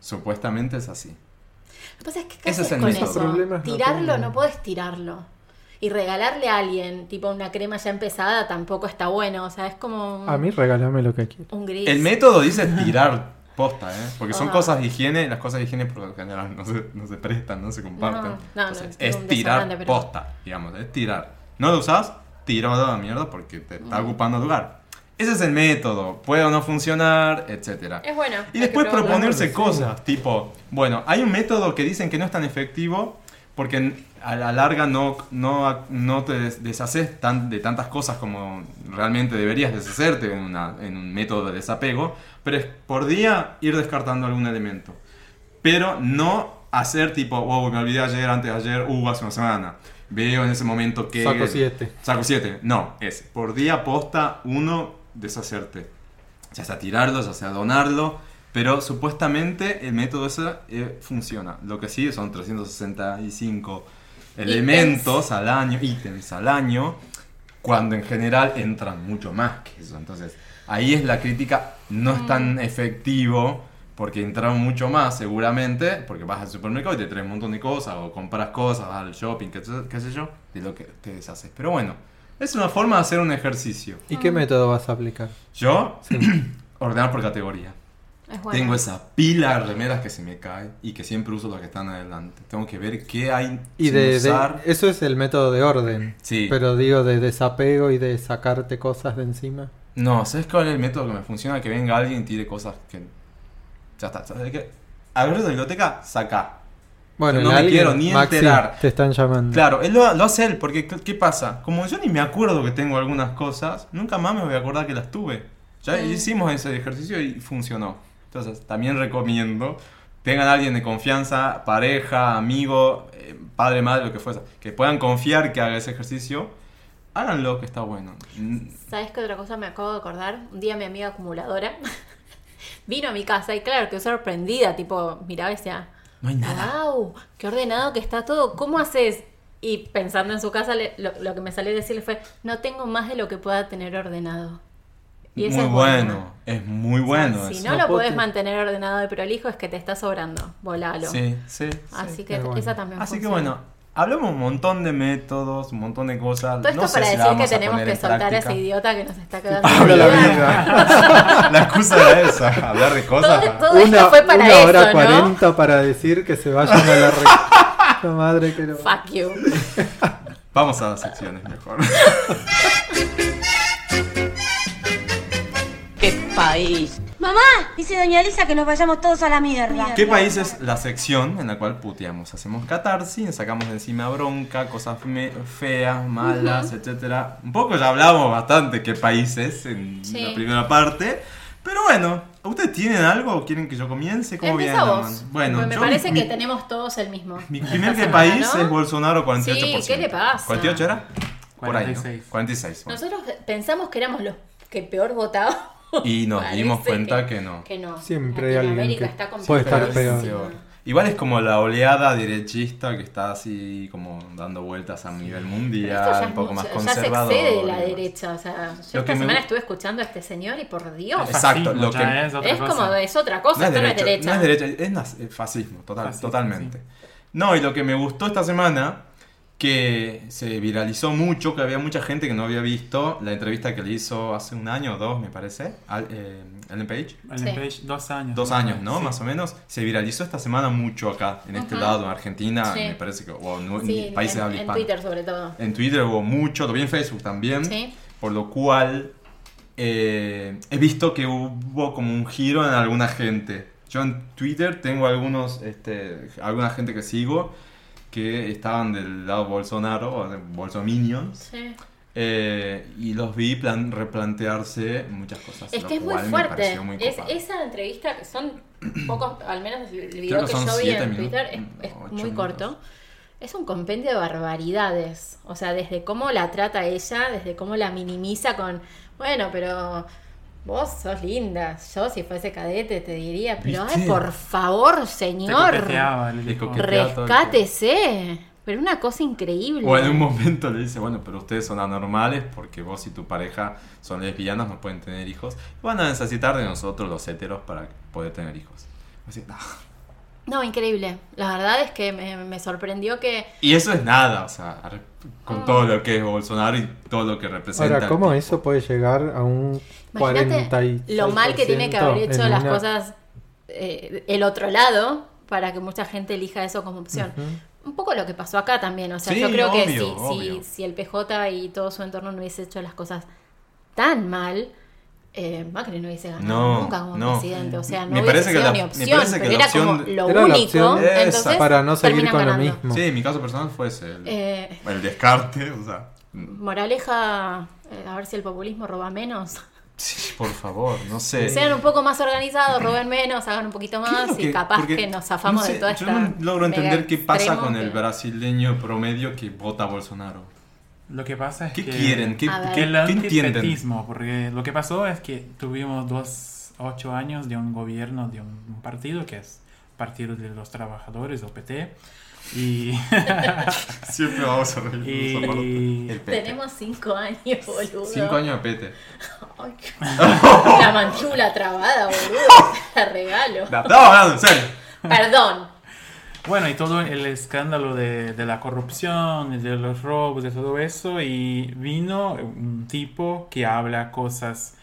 [SPEAKER 3] Supuestamente es así.
[SPEAKER 2] Lo que pasa es que
[SPEAKER 3] Ese
[SPEAKER 2] ¿qué
[SPEAKER 3] es
[SPEAKER 2] haces
[SPEAKER 3] el
[SPEAKER 2] con
[SPEAKER 3] método.
[SPEAKER 2] eso?
[SPEAKER 4] Problemas no
[SPEAKER 2] tirarlo,
[SPEAKER 4] tengo.
[SPEAKER 2] no podés tirarlo. Y regalarle a alguien, tipo una crema ya empezada, tampoco está bueno. O sea, es como un,
[SPEAKER 4] A mí regálame lo que quieras.
[SPEAKER 2] un gris.
[SPEAKER 3] El método dice tirar posta, ¿eh? Porque son
[SPEAKER 2] Ah.
[SPEAKER 3] cosas de higiene, las cosas de higiene por lo general no se, no se prestan, no se comparten.
[SPEAKER 2] No, no, no,
[SPEAKER 3] Entonces,
[SPEAKER 2] es un
[SPEAKER 3] es tirar
[SPEAKER 2] desodorante, pero-
[SPEAKER 3] posta, digamos, es tirar. No lo usás, tirado a la mierda porque te
[SPEAKER 2] Mm.
[SPEAKER 3] está ocupando lugar. Ese es el método, puede o no funcionar, etcétera.
[SPEAKER 2] Es bueno. hay
[SPEAKER 3] Y
[SPEAKER 2] que
[SPEAKER 3] después
[SPEAKER 2] probarlo.
[SPEAKER 3] proponerse
[SPEAKER 4] Sí.
[SPEAKER 3] cosas, tipo, bueno, hay un método que dicen que no es tan efectivo porque a la larga no, no, no te des- deshaces tan, de tantas cosas como realmente deberías deshacerte en, una- en un método de desapego, pero es por día ir descartando algún elemento. Pero no hacer tipo, wow, me olvidé ayer, antes de ayer, uh, hace una semana. Veo en ese momento que...
[SPEAKER 4] Saco siete.
[SPEAKER 3] Saco 7. No, es por día posta uno deshacerte. Ya sea tirarlo, ya sea donarlo. Pero supuestamente el método ese eh, funciona. Lo que sí son 365 elementos al año, ítems al año, cuando en general entran mucho más que eso. Entonces, ahí es la crítica, no es tan efectivo, porque entraron mucho más seguramente, porque vas al supermercado y te traes un montón de cosas, o compras cosas, vas al shopping, qué, sé- qué sé yo, de lo que te deshaces. Pero bueno, es una forma de hacer un ejercicio.
[SPEAKER 4] ¿Y qué método vas a aplicar?
[SPEAKER 3] Yo, ordenar por categoría.
[SPEAKER 2] Es bueno.
[SPEAKER 3] Tengo esa pila de remeras que se me cae y que siempre uso las que están adelante. Tengo que ver qué hay
[SPEAKER 4] Y
[SPEAKER 3] sin
[SPEAKER 4] de, de-
[SPEAKER 3] usar.
[SPEAKER 4] eso es el método de orden.
[SPEAKER 3] Sí.
[SPEAKER 4] Pero digo de desapego y de sacarte cosas de encima.
[SPEAKER 3] No, ¿sabes cuál es el método que me funciona? Que venga alguien y tire cosas que. Ya está. ¿Sabes qué? Abrir la biblioteca, saca.
[SPEAKER 4] Bueno,
[SPEAKER 3] no me
[SPEAKER 4] en alguien,
[SPEAKER 3] quiero ni
[SPEAKER 4] Maxi,
[SPEAKER 3] enterar.
[SPEAKER 4] Te están llamando.
[SPEAKER 3] Claro, él lo, lo hace él, porque ¿qué qué pasa? Como yo ni me acuerdo que tengo algunas cosas, nunca más me voy a acordar que las tuve. Ya
[SPEAKER 2] Mm.
[SPEAKER 3] hicimos ese ejercicio y funcionó. Entonces, también recomiendo, tengan a alguien de confianza, pareja, amigo, eh, padre, madre, lo que fuese, que puedan confiar que haga ese ejercicio, háganlo, que está bueno. Mm,
[SPEAKER 2] ¿Sabes qué otra cosa me acabo de acordar? Un día mi amiga acumuladora vino a mi casa y claro, quedó sorprendida, tipo, miraba y decía,
[SPEAKER 3] No hay nada.
[SPEAKER 2] wow, qué ordenado que está todo, ¿cómo haces? Y pensando en su casa, le- lo, lo que me salió a decirle fue, no tengo más de lo que pueda tener ordenado. Ah, Y
[SPEAKER 3] Muy
[SPEAKER 2] esa es buena.
[SPEAKER 3] bueno, es muy bueno.
[SPEAKER 2] si
[SPEAKER 3] eso.
[SPEAKER 2] no,
[SPEAKER 4] No
[SPEAKER 2] lo
[SPEAKER 4] puedo
[SPEAKER 2] podés
[SPEAKER 4] te-
[SPEAKER 2] mantener ordenado y prolijo, es que te está sobrando, volalo.
[SPEAKER 3] Sí, sí. sí.
[SPEAKER 2] Así que
[SPEAKER 4] es bueno.
[SPEAKER 2] esa también
[SPEAKER 3] Así que
[SPEAKER 2] funciona.
[SPEAKER 3] bueno, hablamos un montón de métodos, un montón de cosas.
[SPEAKER 2] Todo esto
[SPEAKER 3] no sé
[SPEAKER 2] para
[SPEAKER 3] si la
[SPEAKER 2] decir
[SPEAKER 3] vamos
[SPEAKER 2] que
[SPEAKER 3] a
[SPEAKER 2] tenemos
[SPEAKER 3] poner
[SPEAKER 2] que
[SPEAKER 3] en
[SPEAKER 2] soltar a
[SPEAKER 3] práctica.
[SPEAKER 2] ese idiota que nos está quedando.
[SPEAKER 3] Habla la
[SPEAKER 2] sin
[SPEAKER 3] vida. La excusa era esa, hablar de cosas.
[SPEAKER 2] Todo, todo esto fue para
[SPEAKER 4] una
[SPEAKER 2] eso,
[SPEAKER 4] hora
[SPEAKER 2] ¿no?
[SPEAKER 4] 40 para decir que se vayan a la re... La madre que lo...
[SPEAKER 2] Fuck you.
[SPEAKER 3] Vamos a las secciones mejor.
[SPEAKER 6] ¡Qué país!
[SPEAKER 7] Mamá, dice doña Elisa que nos vayamos todos a la mierda.
[SPEAKER 3] ¿Qué país es la sección en la cual puteamos? Hacemos catarsis, sacamos de encima bronca, cosas me- feas, malas, etcétera. Un poco ya hablamos bastante qué países en
[SPEAKER 2] Sí.
[SPEAKER 3] la primera parte. Pero bueno, ¿ustedes tienen algo? ¿Quieren que yo comience? ¿Cómo
[SPEAKER 2] Empieza
[SPEAKER 3] vienen?
[SPEAKER 2] vos.
[SPEAKER 3] Bueno,
[SPEAKER 2] me
[SPEAKER 3] yo-
[SPEAKER 2] parece
[SPEAKER 3] mi-
[SPEAKER 2] que tenemos todos el mismo.
[SPEAKER 3] Mi
[SPEAKER 2] Esta
[SPEAKER 3] primer
[SPEAKER 2] semana,
[SPEAKER 3] país
[SPEAKER 2] ¿no?
[SPEAKER 3] es Bolsonaro 48%.
[SPEAKER 2] Sí, ¿qué le pasa?
[SPEAKER 3] ¿48 era? Por ahí, ¿no?
[SPEAKER 5] 46.
[SPEAKER 3] 46. bueno.
[SPEAKER 2] Nosotros pensamos que éramos los que peor votaban.
[SPEAKER 3] Y nos dimos
[SPEAKER 2] Parece
[SPEAKER 3] cuenta que no.
[SPEAKER 2] Que no.
[SPEAKER 4] Siempre hay alguien
[SPEAKER 2] Latinoamérica
[SPEAKER 4] que
[SPEAKER 2] está
[SPEAKER 4] puede estar
[SPEAKER 2] complicadísima.
[SPEAKER 4] peor.
[SPEAKER 3] Igual es como la oleada derechista que está así como dando vueltas a nivel
[SPEAKER 2] Pero
[SPEAKER 3] mundial,
[SPEAKER 2] esto ya es
[SPEAKER 3] un poco más
[SPEAKER 2] mucho,
[SPEAKER 3] conservador.
[SPEAKER 2] Ya se excede de la
[SPEAKER 3] y demás.
[SPEAKER 2] derecha. O sea, yo
[SPEAKER 3] Lo que
[SPEAKER 2] esta
[SPEAKER 3] me
[SPEAKER 2] semana
[SPEAKER 3] gu-
[SPEAKER 2] estuve escuchando a este señor y por Dios.
[SPEAKER 3] Es Exacto,
[SPEAKER 5] Fascismo,
[SPEAKER 3] lo
[SPEAKER 5] ya
[SPEAKER 3] que-
[SPEAKER 5] es otra
[SPEAKER 2] Es
[SPEAKER 5] cosa.
[SPEAKER 2] como, es otra cosa,
[SPEAKER 3] No es
[SPEAKER 2] esto no es
[SPEAKER 3] derecho,
[SPEAKER 2] derecha.
[SPEAKER 3] no es derecha, es nas- es fascismo, total,
[SPEAKER 5] Fascismo,
[SPEAKER 3] totalmente. No, y lo que me gustó esta semana, que se viralizó mucho, que había mucha gente que no había visto la entrevista que le hizo hace un año o dos, me parece, al, eh, Ellen Page.
[SPEAKER 5] Ellen
[SPEAKER 2] Sí.
[SPEAKER 5] Page, dos años.
[SPEAKER 3] Dos años, ¿no?
[SPEAKER 5] Sí.
[SPEAKER 3] Más o menos. Se viralizó esta semana mucho acá, en este
[SPEAKER 2] Ujú.
[SPEAKER 3] lado, en Argentina,
[SPEAKER 2] Sí.
[SPEAKER 3] me parece que, o en
[SPEAKER 2] Sí,
[SPEAKER 3] en países de habla
[SPEAKER 2] en, en
[SPEAKER 3] hispana.
[SPEAKER 2] Twitter sobre todo.
[SPEAKER 3] En Twitter hubo mucho, lo vi en Facebook también.
[SPEAKER 2] Sí.
[SPEAKER 3] Por lo cual eh, he visto que hubo como un giro en alguna gente. Yo en Twitter tengo algunos, este, alguna gente que sigo que estaban del lado Bolsonaro, o de Bolsominions,
[SPEAKER 2] Sí.
[SPEAKER 3] eh, y los vi plan- replantearse muchas cosas.
[SPEAKER 2] Es
[SPEAKER 3] lo
[SPEAKER 2] que es muy
[SPEAKER 3] cual me
[SPEAKER 2] fuerte.
[SPEAKER 3] pareció muy
[SPEAKER 2] Es-
[SPEAKER 3] copado.
[SPEAKER 2] esa entrevista, que son pocos, al menos el
[SPEAKER 3] Creo
[SPEAKER 2] video
[SPEAKER 3] que
[SPEAKER 2] que,
[SPEAKER 3] son
[SPEAKER 2] yo vi
[SPEAKER 3] siete
[SPEAKER 2] en
[SPEAKER 3] minutos,
[SPEAKER 2] Twitter, es, es
[SPEAKER 3] ocho
[SPEAKER 2] muy
[SPEAKER 3] minutos.
[SPEAKER 2] corto. Es un compendio de barbaridades. O sea, desde cómo la trata ella, desde cómo la minimiza con, bueno, pero vos sos linda. Yo, si fuese cadete, te diría, pero ay,
[SPEAKER 3] ¿Viste?
[SPEAKER 2] por favor,
[SPEAKER 5] Te
[SPEAKER 2] señor,
[SPEAKER 5] coqueteaba, le dijo.
[SPEAKER 3] coqueteaba. coquetea todo el
[SPEAKER 2] rescátese. Pero una cosa increíble.
[SPEAKER 3] O en un momento le dice, bueno, pero ustedes son anormales porque vos y tu pareja son lesbianas, no pueden tener hijos. Van a necesitar de nosotros los heteros para poder tener hijos. Así, ah.
[SPEAKER 2] No, increíble. La verdad es que me, me sorprendió que
[SPEAKER 3] Y eso es nada, o sea, ar-
[SPEAKER 2] Ah.
[SPEAKER 3] con todo lo que es Bolsonaro y todo lo que representa.
[SPEAKER 4] Ahora, ¿cómo
[SPEAKER 3] el tipo.
[SPEAKER 4] eso puede llegar a un
[SPEAKER 2] Imagínate
[SPEAKER 4] 46%?
[SPEAKER 2] lo mal que tiene que haber hecho
[SPEAKER 4] en
[SPEAKER 2] las
[SPEAKER 4] una-
[SPEAKER 2] cosas eh, el otro lado para que mucha gente elija eso como opción. Un poco lo que pasó acá también. O sea,
[SPEAKER 3] Sí,
[SPEAKER 2] yo creo que
[SPEAKER 3] obvio,
[SPEAKER 2] si, si-
[SPEAKER 3] obvio.
[SPEAKER 2] si el PJ y todo su entorno no hubiese hecho las cosas tan mal, eh, Macri no hubiese ganado
[SPEAKER 3] No,
[SPEAKER 2] nunca como
[SPEAKER 3] no.
[SPEAKER 2] presidente. O sea, no
[SPEAKER 3] Me
[SPEAKER 2] hubiese
[SPEAKER 3] parece que
[SPEAKER 2] sido
[SPEAKER 3] la-
[SPEAKER 2] ni
[SPEAKER 3] me
[SPEAKER 2] opción,
[SPEAKER 3] parece que
[SPEAKER 2] pero
[SPEAKER 3] la
[SPEAKER 2] era
[SPEAKER 3] opción-
[SPEAKER 2] como lo
[SPEAKER 4] Era la
[SPEAKER 2] único.
[SPEAKER 4] opción
[SPEAKER 3] esa,
[SPEAKER 2] entonces,
[SPEAKER 4] para no seguir
[SPEAKER 2] terminan
[SPEAKER 4] con lo
[SPEAKER 2] ganando.
[SPEAKER 4] mismo.
[SPEAKER 3] Sí, mi caso personal fue ese. El,
[SPEAKER 2] Eh,
[SPEAKER 3] el descarte, o sea.
[SPEAKER 2] moraleja, eh, a ver si el populismo roba menos.
[SPEAKER 3] Sí, por favor, no sé.
[SPEAKER 2] Sean un poco más organizados, roben menos, hagan un poquito
[SPEAKER 3] ¿Qué es
[SPEAKER 2] más
[SPEAKER 3] lo
[SPEAKER 2] y capaz
[SPEAKER 3] porque,
[SPEAKER 2] que nos zafamos
[SPEAKER 3] no sé,
[SPEAKER 2] de toda
[SPEAKER 3] Yo
[SPEAKER 2] esta.
[SPEAKER 3] no logro
[SPEAKER 2] mega
[SPEAKER 3] entender qué pasa
[SPEAKER 2] extremo
[SPEAKER 3] con el
[SPEAKER 2] que-
[SPEAKER 3] brasileño promedio que vota a Bolsonaro.
[SPEAKER 5] Lo que pasa es
[SPEAKER 3] ¿Qué
[SPEAKER 5] que...
[SPEAKER 3] quieren? ¿Qué,
[SPEAKER 2] A ver.
[SPEAKER 5] que
[SPEAKER 3] qué-
[SPEAKER 5] el
[SPEAKER 3] qué entienden?
[SPEAKER 5] antipetismo, porque lo que pasó es que tuvimos dos, ocho años de un gobierno, de un, un partido que es Partido de los Trabajadores, o PT, y,
[SPEAKER 3] Siempre vamos a reír.
[SPEAKER 5] Y-
[SPEAKER 3] por esa parte. El
[SPEAKER 2] Tenemos cinco años, boludo.
[SPEAKER 3] Pete. Cinco años de Pete.
[SPEAKER 2] Ay, la mandíbula trabada, boludo. La regalo.
[SPEAKER 3] No, no, hablando en serio.
[SPEAKER 2] Perdón.
[SPEAKER 5] bueno, y todo el escándalo de, de la corrupción, y de los robos, de todo eso, y vino un tipo que habla cosas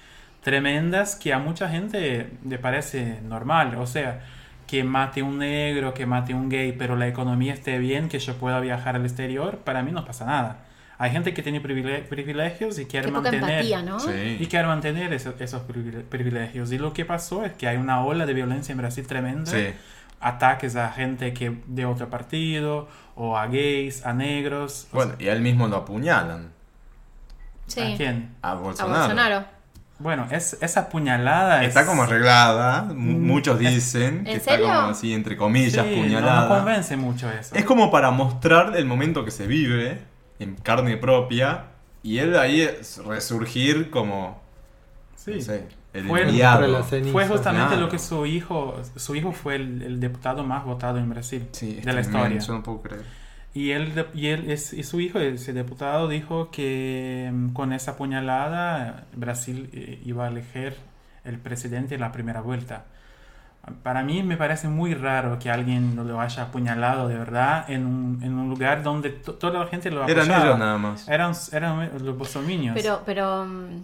[SPEAKER 5] tremendas que a mucha gente le parece normal, o sea... Que mate un negro, que mate un gay, pero la economía esté bien, que yo pueda viajar al exterior, para mí no pasa nada. Hay gente que tiene privile- privilegios y quiere
[SPEAKER 2] Qué poca
[SPEAKER 5] mantener.
[SPEAKER 2] empatía, ¿no?
[SPEAKER 5] y quieren mantener eso- esos privile- privilegios. Y lo que pasó es que hay una ola de violencia en Brasil tremenda.
[SPEAKER 3] Sí.
[SPEAKER 5] ataques a gente que de otro partido, o a gays, a negros. o
[SPEAKER 3] Bueno, y a él mismo lo apuñalan.
[SPEAKER 2] Sí.
[SPEAKER 5] sea, ¿A quién?
[SPEAKER 3] A
[SPEAKER 2] A
[SPEAKER 3] Bolsonaro.
[SPEAKER 2] Bolsonaro.
[SPEAKER 5] Bueno, es, esa puñalada
[SPEAKER 3] Está como arreglada, mu- muchos dicen que
[SPEAKER 2] ¿En
[SPEAKER 3] está
[SPEAKER 2] serio?
[SPEAKER 3] como así, entre comillas,
[SPEAKER 5] Mm. No, no
[SPEAKER 3] puñalada.
[SPEAKER 5] convence mucho eso.
[SPEAKER 3] es como para mostrar el momento que se vive en carne propia y él ahí es resurgir como,
[SPEAKER 5] Sí.
[SPEAKER 3] no sé, el
[SPEAKER 5] Fue-
[SPEAKER 3] enviado.
[SPEAKER 4] Entre las cenizas.
[SPEAKER 5] Fue justamente
[SPEAKER 3] Claro.
[SPEAKER 5] lo que su hijo, su hijo fue el, el diputado más votado en Brasil
[SPEAKER 3] Sí, es
[SPEAKER 5] de la
[SPEAKER 3] tremendo,
[SPEAKER 5] historia.
[SPEAKER 3] Yo no puedo creer.
[SPEAKER 5] Y él, de- y él es- y su hijo, ese diputado, dijo que mm, con esa puñalada Brasil eh, iba a elegir el presidente en la primera vuelta. Para mí me parece muy raro que alguien lo haya apuñalado de verdad en un, en un lugar donde to- toda la gente lo
[SPEAKER 3] Eran
[SPEAKER 5] apoyaba.
[SPEAKER 3] ellos nada más.
[SPEAKER 5] Eran, eran los bolsominions.
[SPEAKER 2] Pero, pero mm,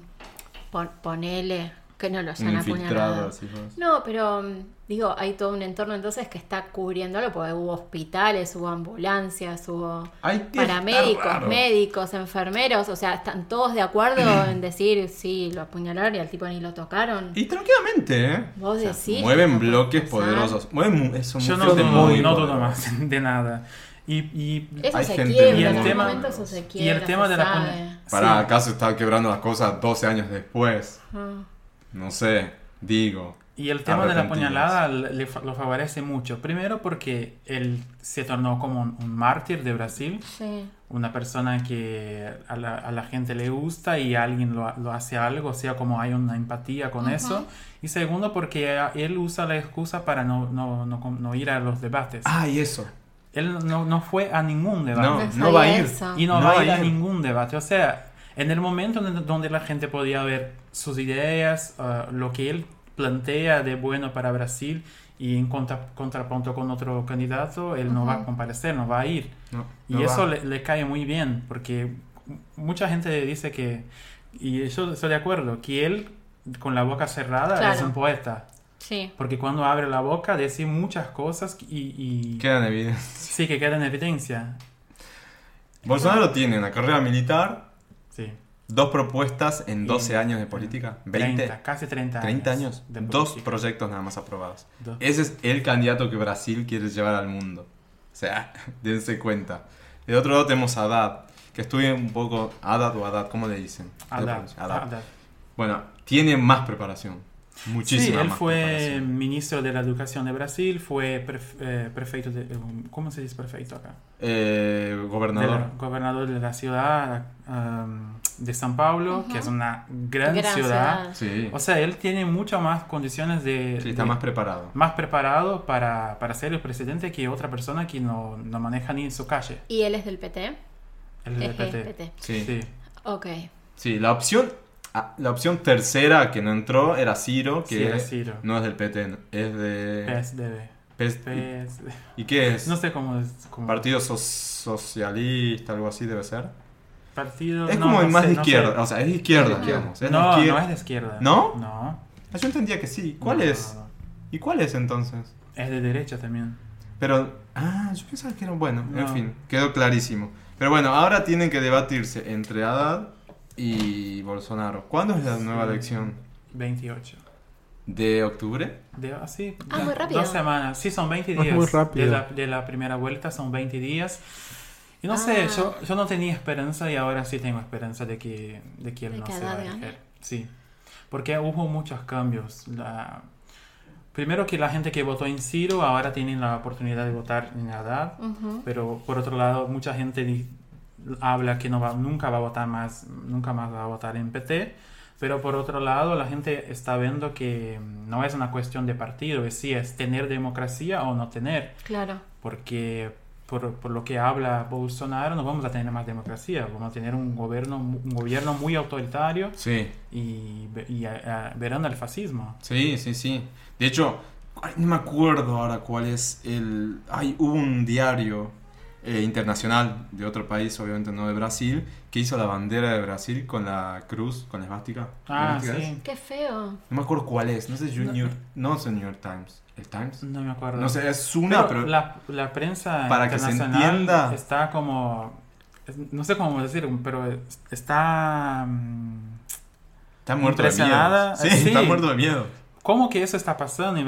[SPEAKER 2] pon- ponele que no lo
[SPEAKER 3] Un
[SPEAKER 2] hayan
[SPEAKER 3] infiltrado,
[SPEAKER 2] apuñalado.
[SPEAKER 3] así pues. cosas.
[SPEAKER 2] No, pero mm, digo, hay todo un entorno entonces que está cubriéndolo, porque hubo hospitales, hubo ambulancias, hubo
[SPEAKER 3] Hay que estar
[SPEAKER 2] paramédicos,
[SPEAKER 3] raro.
[SPEAKER 2] médicos, enfermeros, o sea, están todos de acuerdo en decir, sí, lo apuñalaron y al tipo ni lo tocaron.
[SPEAKER 3] Y tranquilamente, ¿eh?
[SPEAKER 2] Vos decís que
[SPEAKER 3] mueven
[SPEAKER 2] no puede
[SPEAKER 3] bloques
[SPEAKER 2] pasar.
[SPEAKER 3] poderosos. Mueven, mu- es un
[SPEAKER 5] Yo no
[SPEAKER 3] frente
[SPEAKER 5] dudo,
[SPEAKER 3] muy
[SPEAKER 5] no dudo
[SPEAKER 3] poderoso.
[SPEAKER 5] más de nada. Y, y-
[SPEAKER 2] Eso
[SPEAKER 3] Hay
[SPEAKER 2] se
[SPEAKER 3] gente
[SPEAKER 2] quiebra,
[SPEAKER 3] muy
[SPEAKER 2] en algún
[SPEAKER 5] buena.
[SPEAKER 2] momento eso se
[SPEAKER 5] Y el
[SPEAKER 2] quiebra.
[SPEAKER 5] tema
[SPEAKER 2] se
[SPEAKER 5] de la
[SPEAKER 2] sabe.
[SPEAKER 5] pone-
[SPEAKER 3] Para
[SPEAKER 5] Sí.
[SPEAKER 3] acaso está quebrando las cosas 12 años después.
[SPEAKER 2] Ah.
[SPEAKER 3] No sé, digo.
[SPEAKER 5] Y el tema de la
[SPEAKER 3] Arrepentidos.
[SPEAKER 5] puñalada le- le fa- lo favorece mucho. Primero porque él se tornó como un, un mártir de Brasil,
[SPEAKER 2] Sí.
[SPEAKER 5] una persona que a la, a la gente le gusta y alguien lo, ha- lo hace algo, o sea, como hay una empatía con eso. Y segundo porque a- él usa la excusa para no, no, no, com- no ir a los debates.
[SPEAKER 3] Ah, y eso.
[SPEAKER 5] Él no, no fue a ningún debate.
[SPEAKER 3] No,
[SPEAKER 2] No
[SPEAKER 3] no va a
[SPEAKER 2] sabía
[SPEAKER 3] ir.
[SPEAKER 2] eso.
[SPEAKER 5] Y no, va a ir a ningún debate. O sea, en el momento en donde la gente podía ver sus ideas, ah, lo que él plantea de bueno para Brasil y en contra- contrapunto con otro candidato, él no va a comparecer, no va a ir.
[SPEAKER 3] No,
[SPEAKER 5] Y
[SPEAKER 3] no
[SPEAKER 5] eso
[SPEAKER 3] va.
[SPEAKER 5] le, le cae muy bien, porque mucha gente dice que, y yo estoy de acuerdo, que él con la boca cerrada
[SPEAKER 2] Claro.
[SPEAKER 5] es un poeta.
[SPEAKER 2] Sí.
[SPEAKER 5] Porque cuando abre la boca dice muchas cosas y, y-
[SPEAKER 3] Queda en evidencia.
[SPEAKER 5] sí que queda en evidencia.
[SPEAKER 3] Bolsonaro tiene una carrera militar,
[SPEAKER 5] Sí.
[SPEAKER 3] dos propuestas en 12
[SPEAKER 5] Y-
[SPEAKER 3] años de política. 20,
[SPEAKER 5] 30, casi 30 años.
[SPEAKER 3] 30 años.
[SPEAKER 5] de
[SPEAKER 3] Dos eh,
[SPEAKER 5] política.
[SPEAKER 3] proyectos nada más aprobados.
[SPEAKER 5] Dos.
[SPEAKER 3] Ese es el candidato que Brasil quiere llevar al mundo. O sea, dense cuenta. Del otro lado tenemos a Haddad, que estudia un poco. Haddad o Haddad, ¿cómo le dicen?
[SPEAKER 5] Haddad,
[SPEAKER 3] Haddad.
[SPEAKER 5] Haddad.
[SPEAKER 3] Bueno, tiene más preparación.
[SPEAKER 5] Sí,
[SPEAKER 3] Muchísima
[SPEAKER 5] él
[SPEAKER 3] más
[SPEAKER 5] fue
[SPEAKER 3] preparación.
[SPEAKER 5] ministro de la Educación de Brasil, fue pref- eh, prefeito de... ¿Cómo se dice prefeito acá?
[SPEAKER 3] Eh,
[SPEAKER 5] Del
[SPEAKER 3] gobernador.
[SPEAKER 5] gobernador de la ciudad um, de San Pablo, que es una gran,
[SPEAKER 2] Gran ciudad.
[SPEAKER 5] ciudad.
[SPEAKER 3] Sí.
[SPEAKER 5] O sea, él tiene muchas más condiciones de...
[SPEAKER 3] Sí, está
[SPEAKER 5] de-
[SPEAKER 3] más preparado.
[SPEAKER 5] más preparado para, para ser el presidente que otra persona que no, no maneja ni en su calle.
[SPEAKER 2] ¿Y él es del PT?
[SPEAKER 5] El del
[SPEAKER 2] Eje,
[SPEAKER 5] PT.
[SPEAKER 2] PT.
[SPEAKER 3] Sí.
[SPEAKER 5] Sí.
[SPEAKER 3] Sí,
[SPEAKER 2] Ok.
[SPEAKER 3] la opción ah, la opción tercera que no entró era Ciro, que
[SPEAKER 5] Sí, era Ciro.
[SPEAKER 3] no es del PT, no, es de
[SPEAKER 5] PSDB.
[SPEAKER 3] PES-
[SPEAKER 5] PS-
[SPEAKER 3] ¿Y qué es?
[SPEAKER 5] No sé cómo es... cómo-
[SPEAKER 3] Partido so- socialista, algo así debe ser.
[SPEAKER 5] Partido...
[SPEAKER 3] es
[SPEAKER 5] no,
[SPEAKER 3] como
[SPEAKER 5] no
[SPEAKER 3] más
[SPEAKER 5] sé,
[SPEAKER 3] de
[SPEAKER 5] no sé.
[SPEAKER 3] izquierda, o sea, es de izquierda,
[SPEAKER 4] No,
[SPEAKER 3] digamos. Es
[SPEAKER 5] no,
[SPEAKER 3] de
[SPEAKER 5] no
[SPEAKER 3] izquierda.
[SPEAKER 5] es de izquierda.
[SPEAKER 3] ¿no?
[SPEAKER 5] No.
[SPEAKER 3] Ah, Yo entendía que sí. ¿Cuál
[SPEAKER 5] No,
[SPEAKER 3] es?
[SPEAKER 5] no, no.
[SPEAKER 3] ¿Y cuál es entonces?
[SPEAKER 5] Es de derecha también.
[SPEAKER 3] Pero, ah, yo pensaba que era bueno. En
[SPEAKER 5] No.
[SPEAKER 3] fin, quedó clarísimo. Pero bueno, ahora tienen que debatirse entre Haddad y Bolsonaro. ¿Cuándo es la nueva elección?
[SPEAKER 5] 28.
[SPEAKER 3] ¿De octubre?
[SPEAKER 5] De, así,
[SPEAKER 2] Ah,
[SPEAKER 5] da-
[SPEAKER 2] muy rápido.
[SPEAKER 5] Dos semanas. Sí, son 20
[SPEAKER 4] Es
[SPEAKER 5] días.
[SPEAKER 4] muy rápido.
[SPEAKER 5] De la, de la primera vuelta son 20 días. Y no
[SPEAKER 2] Ah.
[SPEAKER 5] sé, yo, yo no tenía esperanza y ahora sí tengo esperanza de que, de que él
[SPEAKER 2] De
[SPEAKER 5] no
[SPEAKER 2] que
[SPEAKER 5] se va a
[SPEAKER 2] Haddad gane.
[SPEAKER 5] elegir. Sí. Porque hubo muchos cambios. La- Primero que la gente que votó en Ciro ahora tiene la oportunidad de votar en Haddad.
[SPEAKER 2] Ujú.
[SPEAKER 5] Pero por otro lado, mucha gente di- habla que no va, nunca va a votar más, nunca más va a votar en PT. Pero por otro lado, la gente está viendo que mm, no es una cuestión de partido, es si es tener democracia o no tener.
[SPEAKER 2] Claro.
[SPEAKER 5] Porque por, por lo que habla Bolsonaro, no vamos a tener más democracia, vamos a tener un gobierno, un gobierno muy autoritario
[SPEAKER 3] Sí,
[SPEAKER 5] y, ve- y ah, ah, verán al fascismo.
[SPEAKER 3] sí, sí, sí. De hecho, ay, no me acuerdo ahora cuál es el... Ay, hubo un diario eh, internacional de otro país, obviamente no de Brasil, que hizo la bandera de Brasil con la cruz, con la esvástica.
[SPEAKER 5] Ah,
[SPEAKER 3] ¿La esvástica
[SPEAKER 5] sí.
[SPEAKER 2] Qué feo.
[SPEAKER 3] es? No me acuerdo cuál es, no sé, Junior... No, es el New York Times. ¿El Times?
[SPEAKER 5] No me acuerdo.
[SPEAKER 3] No sé, es una, pero...
[SPEAKER 5] la, la prensa
[SPEAKER 3] Para que se
[SPEAKER 5] internacional
[SPEAKER 3] entienda.
[SPEAKER 5] está como es- no sé cómo decir pero es- está mm,
[SPEAKER 3] Está muerto de miedo.
[SPEAKER 5] Impresionada,
[SPEAKER 3] Sí,
[SPEAKER 5] sí.
[SPEAKER 3] está muerto de miedo.
[SPEAKER 5] ¿Cómo que eso está pasando en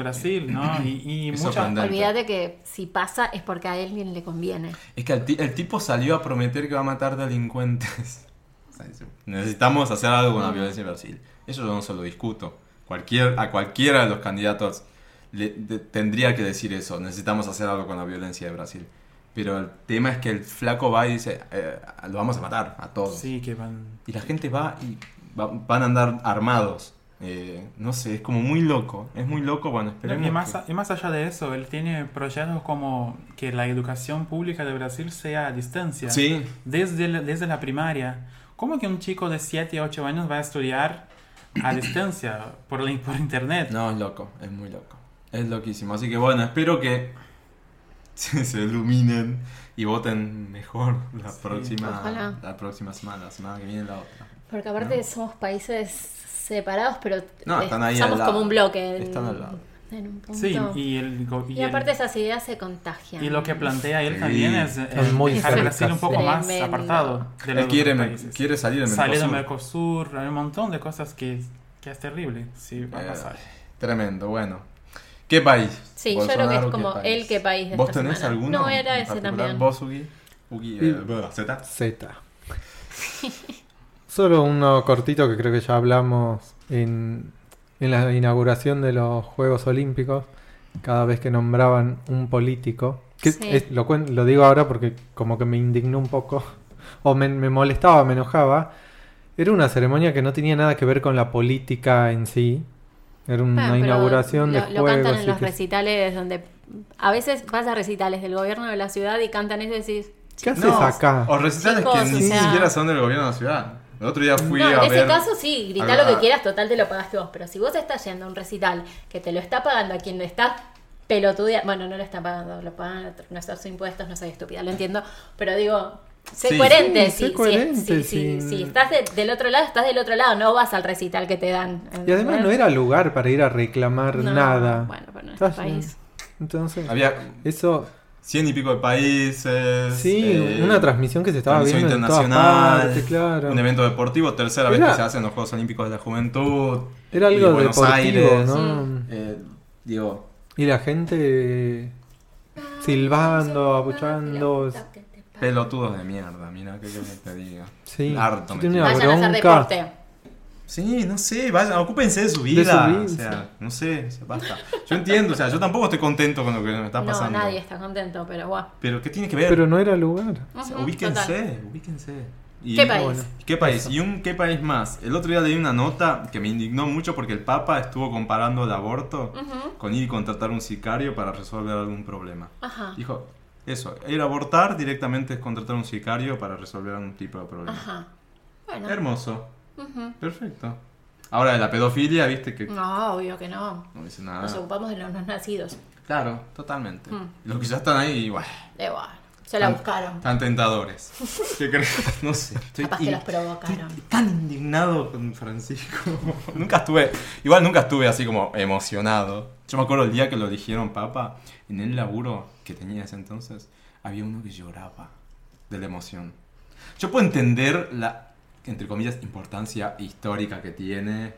[SPEAKER 5] Brasil? ¿no? Y, y
[SPEAKER 3] Es
[SPEAKER 5] muchas
[SPEAKER 3] sorprendente.
[SPEAKER 2] Olvídate que si pasa es porque a alguien le conviene.
[SPEAKER 3] Es que el, ti- el tipo salió a prometer que va a matar delincuentes. O sea, dice, Necesitamos hacer algo con la violencia en Brasil. Eso yo no se lo discuto. Cualquier, a cualquiera de los candidatos le- de- tendría que decir eso. Necesitamos hacer algo con la violencia de Brasil. Pero el tema es que el flaco va y dice, eh, lo vamos a matar a todos.
[SPEAKER 5] Sí, que van.
[SPEAKER 3] Y la gente va y va- van a andar armados. Eh, no sé, es como muy loco. Es muy loco, bueno, esperemos.
[SPEAKER 5] y, más,
[SPEAKER 3] que-
[SPEAKER 5] a- y más allá de eso, él tiene proyectos como que la educación pública de Brasil sea a distancia.
[SPEAKER 3] Sí,
[SPEAKER 5] Desde la, desde la primaria. ¿Cómo que un chico de 7 a 8 años va a estudiar a distancia por, la- por internet?
[SPEAKER 3] No, es loco, es muy loco. Es loquísimo. Así que bueno, espero que se, se iluminen y voten mejor la próxima
[SPEAKER 2] Ojalá.
[SPEAKER 3] la próxima semana, la semana que viene la otra.
[SPEAKER 2] Porque aparte somos países separados, pero
[SPEAKER 3] No,
[SPEAKER 2] eh,
[SPEAKER 3] están ahí al
[SPEAKER 2] somos
[SPEAKER 3] lado.
[SPEAKER 2] como un bloque. en-
[SPEAKER 3] Están al lado.
[SPEAKER 2] en un punto.
[SPEAKER 5] Sí,
[SPEAKER 2] y,
[SPEAKER 5] y, el, go- y, el-
[SPEAKER 2] aparte esas ideas se contagian.
[SPEAKER 5] y lo que plantea él
[SPEAKER 3] Sí.
[SPEAKER 5] también es, eh,
[SPEAKER 4] Son muy
[SPEAKER 5] dejar Brasil
[SPEAKER 4] cercas.
[SPEAKER 5] un poco más
[SPEAKER 2] Tremendo.
[SPEAKER 5] apartado de
[SPEAKER 3] Él
[SPEAKER 5] los
[SPEAKER 3] Eh, quiere,
[SPEAKER 5] otros países.
[SPEAKER 3] quiere salir de
[SPEAKER 5] Sale de
[SPEAKER 3] Mercosur.
[SPEAKER 5] Mercosur, hay un montón de cosas que, que es terrible. Sí, va a
[SPEAKER 3] Eh,
[SPEAKER 5] pasar.
[SPEAKER 3] Tremendo, bueno. ¿Qué país?
[SPEAKER 2] Sí, yo creo que es como el qué país de
[SPEAKER 3] ¿Vos
[SPEAKER 2] esta
[SPEAKER 3] tenés
[SPEAKER 2] semana.
[SPEAKER 3] alguno?
[SPEAKER 2] No, era
[SPEAKER 3] en
[SPEAKER 2] ese
[SPEAKER 3] particular?
[SPEAKER 2] también.
[SPEAKER 3] ¿Vos, Ugi? Ugi,
[SPEAKER 4] Sí.
[SPEAKER 3] eh, bueno, ¿Z?
[SPEAKER 4] Z. Solo uno cortito que creo que ya hablamos en, en la inauguración de los Juegos Olímpicos, cada vez que nombraban un político. Que
[SPEAKER 2] Sí.
[SPEAKER 4] es- lo, cuen- lo digo ahora porque como que me indignó un poco, o me, me molestaba, me enojaba. Era una ceremonia que no tenía nada que ver con la política en sí. Era una
[SPEAKER 2] Ah, pero
[SPEAKER 4] inauguración
[SPEAKER 2] lo,
[SPEAKER 4] de
[SPEAKER 2] lo
[SPEAKER 4] juegos.
[SPEAKER 2] cantan en
[SPEAKER 4] y
[SPEAKER 2] los
[SPEAKER 4] que-
[SPEAKER 2] recitales donde a veces vas a recitales del gobierno de la ciudad y cantan eso y decís
[SPEAKER 4] ¿Qué haces
[SPEAKER 3] No,
[SPEAKER 4] acá?
[SPEAKER 3] O recitales
[SPEAKER 2] Chicos,
[SPEAKER 3] que ni
[SPEAKER 2] o sea-
[SPEAKER 3] siquiera son del gobierno de la ciudad. El otro día fui
[SPEAKER 2] no,
[SPEAKER 3] a
[SPEAKER 2] en ese
[SPEAKER 3] ver...
[SPEAKER 2] caso sí, grita
[SPEAKER 3] a-
[SPEAKER 2] lo que
[SPEAKER 3] a-
[SPEAKER 2] quieras, total te lo pagaste vos. Pero si vos estás yendo a un recital que te lo está pagando a quien lo está pelotudeando, bueno, no lo está pagando, lo pagan otro- nuestros impuestos, no soy estúpida, lo entiendo. Pero digo, sé
[SPEAKER 3] Sí.
[SPEAKER 2] coherente.
[SPEAKER 4] Sí,
[SPEAKER 2] si,
[SPEAKER 4] sé
[SPEAKER 2] si-
[SPEAKER 4] coherente,
[SPEAKER 2] si- si-
[SPEAKER 4] sin-
[SPEAKER 2] si estás de- del otro lado, estás del otro lado, no vas al recital que te dan.
[SPEAKER 4] Y además no era lugar para ir a reclamar
[SPEAKER 2] No,
[SPEAKER 4] nada.
[SPEAKER 2] Bueno, pero en este
[SPEAKER 4] Estás-
[SPEAKER 2] país.
[SPEAKER 4] Entonces,
[SPEAKER 3] Había
[SPEAKER 4] eso
[SPEAKER 3] cien y pico de países.
[SPEAKER 4] Sí,
[SPEAKER 3] eh,
[SPEAKER 4] una transmisión que se estaba
[SPEAKER 3] transmisión
[SPEAKER 4] viendo en todas
[SPEAKER 3] internacional,
[SPEAKER 4] partes, claro.
[SPEAKER 3] Un evento deportivo, tercera vez
[SPEAKER 4] Era-
[SPEAKER 3] que se hacen los Juegos Olímpicos de la Juventud.
[SPEAKER 4] Era
[SPEAKER 3] y
[SPEAKER 4] algo
[SPEAKER 3] Buenos
[SPEAKER 4] deportivo,
[SPEAKER 3] Aires,
[SPEAKER 4] ¿no?
[SPEAKER 3] eh, digo,
[SPEAKER 4] Y la gente silbando, abuchando.
[SPEAKER 3] pelotudos de mierda, mira, qué querés que te diga.
[SPEAKER 4] Sí,
[SPEAKER 3] Harto
[SPEAKER 4] yo
[SPEAKER 3] me
[SPEAKER 4] tenía
[SPEAKER 3] tiene.
[SPEAKER 4] una
[SPEAKER 2] Vayan a hacer
[SPEAKER 4] bronca.
[SPEAKER 2] deporte.
[SPEAKER 3] Sí, no sé, vayan, ocúpense de su vida.
[SPEAKER 4] vida,
[SPEAKER 3] o sea, no sé, o sea, basta. Yo entiendo, o sea, yo tampoco estoy contento con lo que me está
[SPEAKER 2] No,
[SPEAKER 3] pasando.
[SPEAKER 2] nadie está contento, pero guau.
[SPEAKER 3] Pero ¿qué tiene que ver?
[SPEAKER 4] Pero no era lugar.
[SPEAKER 3] O sea,
[SPEAKER 2] Ujú,
[SPEAKER 3] ubíquense,
[SPEAKER 2] total.
[SPEAKER 3] ubíquense. Y-
[SPEAKER 2] ¿Qué país?
[SPEAKER 4] bueno.
[SPEAKER 3] ¿Qué país? Y un qué país más. El otro día leí una nota que me indignó mucho porque el Papa estuvo comparando el aborto
[SPEAKER 2] Ujú.
[SPEAKER 3] con ir y contratar un sicario para resolver algún problema.
[SPEAKER 2] Ajá.
[SPEAKER 3] Dijo, eso, ir a abortar directamente es contratar un sicario para resolver algún tipo de problema.
[SPEAKER 2] Ajá. Bueno.
[SPEAKER 3] Hermoso,
[SPEAKER 2] Ujú.
[SPEAKER 3] perfecto. Ahora, de la pedofilia, viste que no,
[SPEAKER 2] No, obvio que no.
[SPEAKER 3] dice nada.
[SPEAKER 2] Nos ocupamos de los no nacidos.
[SPEAKER 3] Claro, totalmente.
[SPEAKER 2] Mm.
[SPEAKER 3] Los que ya están ahí, bueno,
[SPEAKER 2] De igual. Se la
[SPEAKER 3] Tan-
[SPEAKER 2] buscaron.
[SPEAKER 3] tan tentadores. ¿Qué crees? No sé. estoy
[SPEAKER 2] Capaz que
[SPEAKER 3] in-
[SPEAKER 2] los provocaron.
[SPEAKER 3] estoy tan indignado con Francisco. nunca estuve, igual nunca estuve así como emocionado. Yo me acuerdo el día que lo eligieron papa, en el laburo que tenía en ese entonces, había uno que lloraba de la emoción. Yo puedo entender la, entre comillas, importancia histórica que tiene.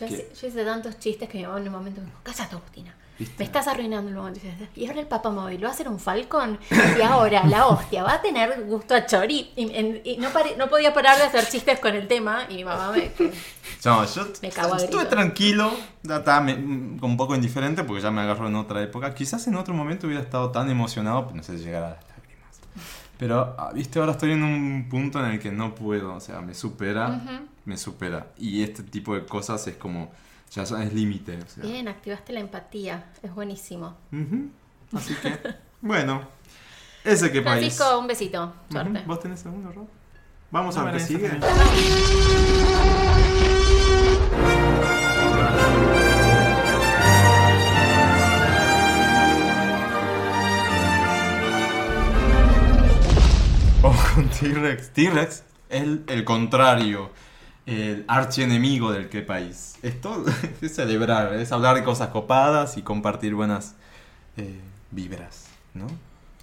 [SPEAKER 2] Yo
[SPEAKER 3] ¿Qué?
[SPEAKER 2] hice, yo hice tantos chistes que mi mamá en un momento me dijo, cállate Agustina.
[SPEAKER 3] ¿viste?
[SPEAKER 2] Me estás arruinando el momento. Y yo decía, Y ahora el Papa Móvil va a ser un falcón. Y ahora la hostia va a tener gusto a chori. Y, en- y no, pare- no podía parar de hacer chistes con el tema. Y mi mamá me.
[SPEAKER 3] No, yo
[SPEAKER 2] Me cago a
[SPEAKER 3] estuve
[SPEAKER 2] gritos.
[SPEAKER 3] tranquilo, ya estaba me- mm, un poco indiferente porque ya me agarró en otra época. Quizás en otro momento hubiera estado tan emocionado, pero no sé si llegara a las lágrimas. Pero, ah, viste, ahora estoy en un punto en el que no puedo, o sea, me supera, me supera. Y este tipo de cosas es como, ya son- es límite. o sea.
[SPEAKER 2] Bien, activaste la empatía. Es buenísimo.
[SPEAKER 3] Ujú. Así que, bueno, ese que país.
[SPEAKER 2] Francisco, un besito.
[SPEAKER 3] Ujú.
[SPEAKER 2] Suerte.
[SPEAKER 3] ¿Vos tenés alguno, Rob? Vamos
[SPEAKER 5] No
[SPEAKER 3] a ver
[SPEAKER 5] me
[SPEAKER 3] qué
[SPEAKER 5] parece
[SPEAKER 3] sigue.
[SPEAKER 5] también.
[SPEAKER 3] Vamos con T-Rex. T-Rex es el, el contrario, el archienemigo del qué país. Esto es celebrar, es hablar de cosas copadas y compartir buenas eh, vibras, ¿no?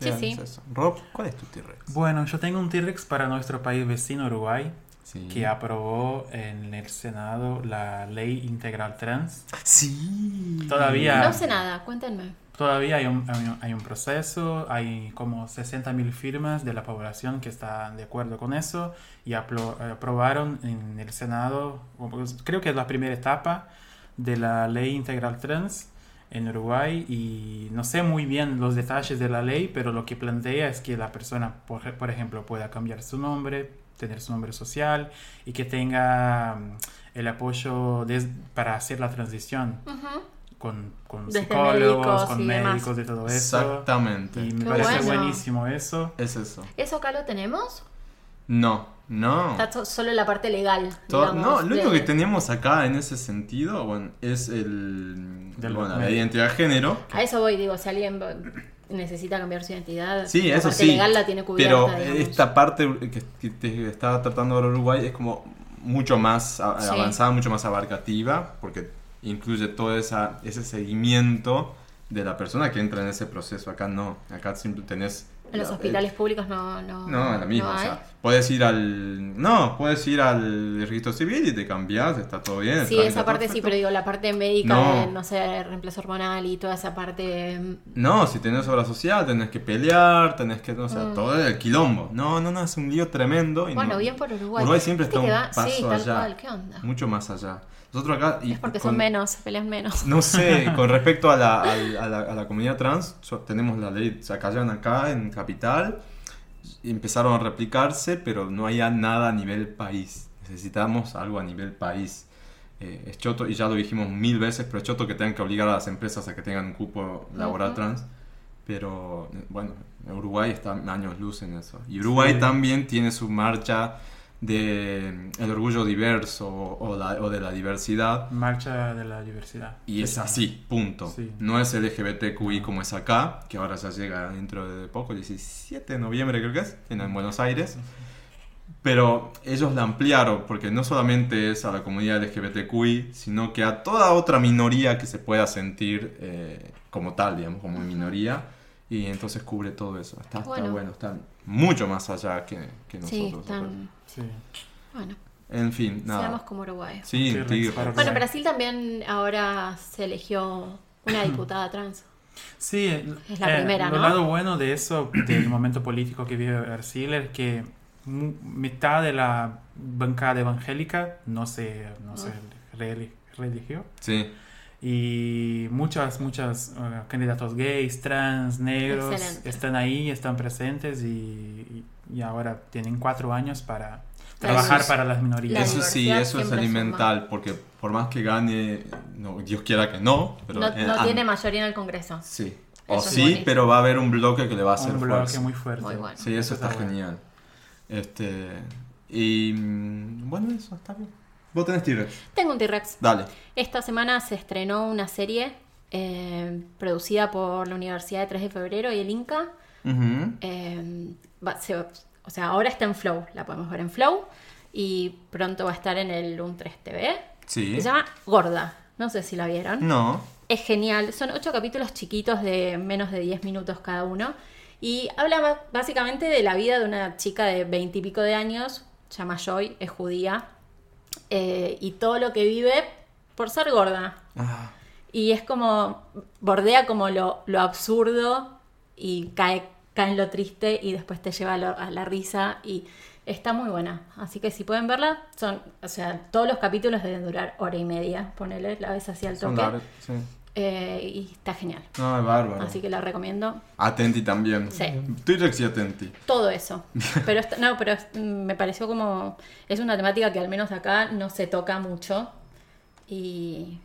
[SPEAKER 2] Sí, sí.
[SPEAKER 3] es eso. Rob, ¿cuál es tu T-Rex?
[SPEAKER 5] Bueno, yo tengo un T-Rex para nuestro país vecino, Uruguay.
[SPEAKER 3] Sí.
[SPEAKER 5] que aprobó en el Senado la ley integral trans.
[SPEAKER 3] Sí. Ah.
[SPEAKER 5] Todavía,
[SPEAKER 2] No sé nada, cuéntenme.
[SPEAKER 5] todavía hay, un, hay un- hay un proceso, hay como 60.000 firmas de la población que está de acuerdo con eso y apro- aprobaron en el Senado, como- creo que es la primera etapa de la ley integral trans en Uruguay y no sé muy bien los detalles de la ley, pero lo que plantea es que la persona, por, ej- por ejemplo, pueda cambiar su nombre, tener su nombre social y que tenga mm, el apoyo des- para hacer la transición con, con
[SPEAKER 2] Desde
[SPEAKER 5] psicólogos,
[SPEAKER 2] médicos y
[SPEAKER 5] con
[SPEAKER 2] demás.
[SPEAKER 5] médicos de todo pues, eso.
[SPEAKER 3] Exactamente.
[SPEAKER 5] Y me
[SPEAKER 2] Qué
[SPEAKER 5] parece
[SPEAKER 2] bueno.
[SPEAKER 5] buenísimo eso.
[SPEAKER 3] Es eso.
[SPEAKER 2] ¿Eso acá lo tenemos?
[SPEAKER 3] No, no.
[SPEAKER 2] Está so- solo la parte legal.
[SPEAKER 3] To- no,
[SPEAKER 2] digamos,
[SPEAKER 3] lo único
[SPEAKER 2] de-
[SPEAKER 3] que teníamos acá en ese sentido bueno, es el,
[SPEAKER 5] Del
[SPEAKER 3] bueno, la
[SPEAKER 5] documento.
[SPEAKER 3] identidad de género.
[SPEAKER 2] A eso voy, digo, si alguien va- necesita cambiar su identidad,
[SPEAKER 3] Sí,
[SPEAKER 2] la
[SPEAKER 3] eso
[SPEAKER 2] parte
[SPEAKER 3] sí.
[SPEAKER 2] legal la tiene cubierta.
[SPEAKER 3] pero
[SPEAKER 2] digamos.
[SPEAKER 3] esta parte que, que te está tratando ahora Uruguay es como mucho más a-
[SPEAKER 2] Sí.
[SPEAKER 3] avanzada, mucho más abarcativa, porque incluye todo esa, ese seguimiento de la persona que entra en ese proceso. Acá no, acá siempre tenés...
[SPEAKER 2] En los
[SPEAKER 3] la- eh,
[SPEAKER 2] hospitales públicos no. No,
[SPEAKER 3] No, es la misma.
[SPEAKER 2] no
[SPEAKER 3] o
[SPEAKER 2] hay.
[SPEAKER 3] sea, puedes ir al. No, puedes ir al registro civil y te cambias, está todo bien. el
[SPEAKER 2] Sí,
[SPEAKER 3] trámite
[SPEAKER 2] esa
[SPEAKER 3] está
[SPEAKER 2] parte sí,
[SPEAKER 3] perfecto.
[SPEAKER 2] pero digo, la parte médica,
[SPEAKER 3] No.
[SPEAKER 2] de, no sé, reemplazo hormonal y toda esa parte. mm,
[SPEAKER 3] No, si tenés obra social, tenés que pelear, tenés que. O sea, todo el quilombo. No, no, no, es un lío tremendo. y
[SPEAKER 2] Mm. Bueno,
[SPEAKER 3] no-
[SPEAKER 2] bien por Uruguay.
[SPEAKER 3] Uruguay siempre
[SPEAKER 2] ¿Viste
[SPEAKER 3] está un
[SPEAKER 2] que va?
[SPEAKER 3] paso
[SPEAKER 2] Sí, tal
[SPEAKER 3] allá.
[SPEAKER 2] cual, ¿qué onda?
[SPEAKER 3] Mucho más allá. Nosotros acá. y
[SPEAKER 2] Es porque
[SPEAKER 3] con-
[SPEAKER 2] son menos, se pelean menos.
[SPEAKER 3] No sé, con respecto a la, a la- a la- a la comunidad trans, so- tenemos la ley Zacayán acá en Capital, y empezaron a replicarse, pero no hay a- nada a nivel país. Necesitamos algo a nivel país. Eh, es choto, y ya lo dijimos mil veces, pero es choto que tengan que obligar a las empresas a que tengan un cupo laboral
[SPEAKER 2] Ujú.
[SPEAKER 3] trans. Pero eh, bueno, Uruguay está años luz en eso. Y Uruguay
[SPEAKER 5] Sí.
[SPEAKER 3] también tiene su marcha de mm, el orgullo diverso o- o la- o de la diversidad.
[SPEAKER 5] Marcha de la diversidad.
[SPEAKER 3] Y es así, punto.
[SPEAKER 5] Sí.
[SPEAKER 3] No es LGBTQI como es acá, que ahora ya llega dentro de poco, el 17 de noviembre creo que es, en, en Buenos Aires. Pero ellos la ampliaron porque no solamente es a la comunidad LGBTQI, sino que a toda otra minoría que se pueda sentir eh, como tal, digamos, como minoría. Y entonces cubre todo eso. Está, está
[SPEAKER 2] Bueno.
[SPEAKER 3] bueno. está mucho más allá que, que nosotros.
[SPEAKER 2] Sí, tan.
[SPEAKER 5] Sí.
[SPEAKER 2] Bueno,
[SPEAKER 3] En fin,
[SPEAKER 2] seamos
[SPEAKER 3] nada.
[SPEAKER 2] como Uruguay.
[SPEAKER 3] Sí,
[SPEAKER 5] Sí,
[SPEAKER 3] tigre.
[SPEAKER 5] para-
[SPEAKER 2] Bueno,
[SPEAKER 5] Uruguay.
[SPEAKER 2] Brasil también ahora se eligió una diputada trans.
[SPEAKER 5] Sí, eh,
[SPEAKER 2] Es la primera,
[SPEAKER 5] lo
[SPEAKER 2] ¿no?
[SPEAKER 5] lado bueno de eso, del momento político que vive Brasil, es que mu- mitad de la bancada evangélica no se, no se
[SPEAKER 2] Ah.
[SPEAKER 5] reeli- reeligió.
[SPEAKER 3] Sí,
[SPEAKER 5] Y muchas, muchas eh, candidatos gays, trans, negros
[SPEAKER 2] Excelente.
[SPEAKER 5] están ahí, están presentes y, y ahora tienen cuatro años para trabajar
[SPEAKER 3] es-
[SPEAKER 5] para las
[SPEAKER 2] La
[SPEAKER 5] minorías.
[SPEAKER 3] eso sí,
[SPEAKER 2] diversidad
[SPEAKER 3] eso
[SPEAKER 2] siempre
[SPEAKER 3] es
[SPEAKER 2] suma.
[SPEAKER 3] alimental, porque por más que gane, no, Dios quiera que no, pero...
[SPEAKER 2] no
[SPEAKER 3] eh,
[SPEAKER 2] no
[SPEAKER 3] ah,
[SPEAKER 2] tiene mayoría en el Congreso.
[SPEAKER 3] Sí, o
[SPEAKER 2] Eso es
[SPEAKER 3] sí,
[SPEAKER 2] bonito.
[SPEAKER 3] pero va a haber un bloque que le va a hacer
[SPEAKER 5] Un bloque
[SPEAKER 3] fuerza.
[SPEAKER 5] muy fuerte.
[SPEAKER 2] Muy bueno.
[SPEAKER 3] Sí, eso
[SPEAKER 5] Eso
[SPEAKER 3] está
[SPEAKER 5] está bueno.
[SPEAKER 3] genial. Este, y mm, bueno, eso está bien. Vos tenés T-Rex,
[SPEAKER 2] Tengo un T-Rex.
[SPEAKER 3] dale.
[SPEAKER 2] Esta semana se estrenó una serie eh, producida por la Universidad de 3 de Febrero y el Inca.
[SPEAKER 3] Ujú.
[SPEAKER 2] Eh, va- se- o sea, ahora está en Flow, la podemos ver en Flow y pronto va a estar en el un 3 TV.
[SPEAKER 3] Sí.
[SPEAKER 2] Se llama Gorda, no sé si la vieron.
[SPEAKER 3] No.
[SPEAKER 2] Es genial, son ocho capítulos chiquitos de menos de 10 minutos cada uno y habla ba- básicamente de la vida de una chica de 20 y pico de años, se llama Joy, es judía eh, y todo lo que vive por ser gorda.
[SPEAKER 3] Ah,
[SPEAKER 2] Y es como, bordea como lo, lo absurdo y cae, cae en lo triste y después te lleva a, lo- a la risa y está muy buena. Así que si pueden verla, son, o sea, todos los capítulos deben durar hora y media, ponele la vez hacia el
[SPEAKER 3] son
[SPEAKER 2] toque.
[SPEAKER 3] largos, sí.
[SPEAKER 2] Eh, y está genial.
[SPEAKER 3] No, es bárbaro.
[SPEAKER 2] Así que la recomiendo.
[SPEAKER 3] Atenti también.
[SPEAKER 2] Sí.
[SPEAKER 3] T-Rex y Atenti.
[SPEAKER 2] Todo eso. Pero está- no, pero es- mm, me pareció como. Es una temática que al menos acá no se toca mucho. Y.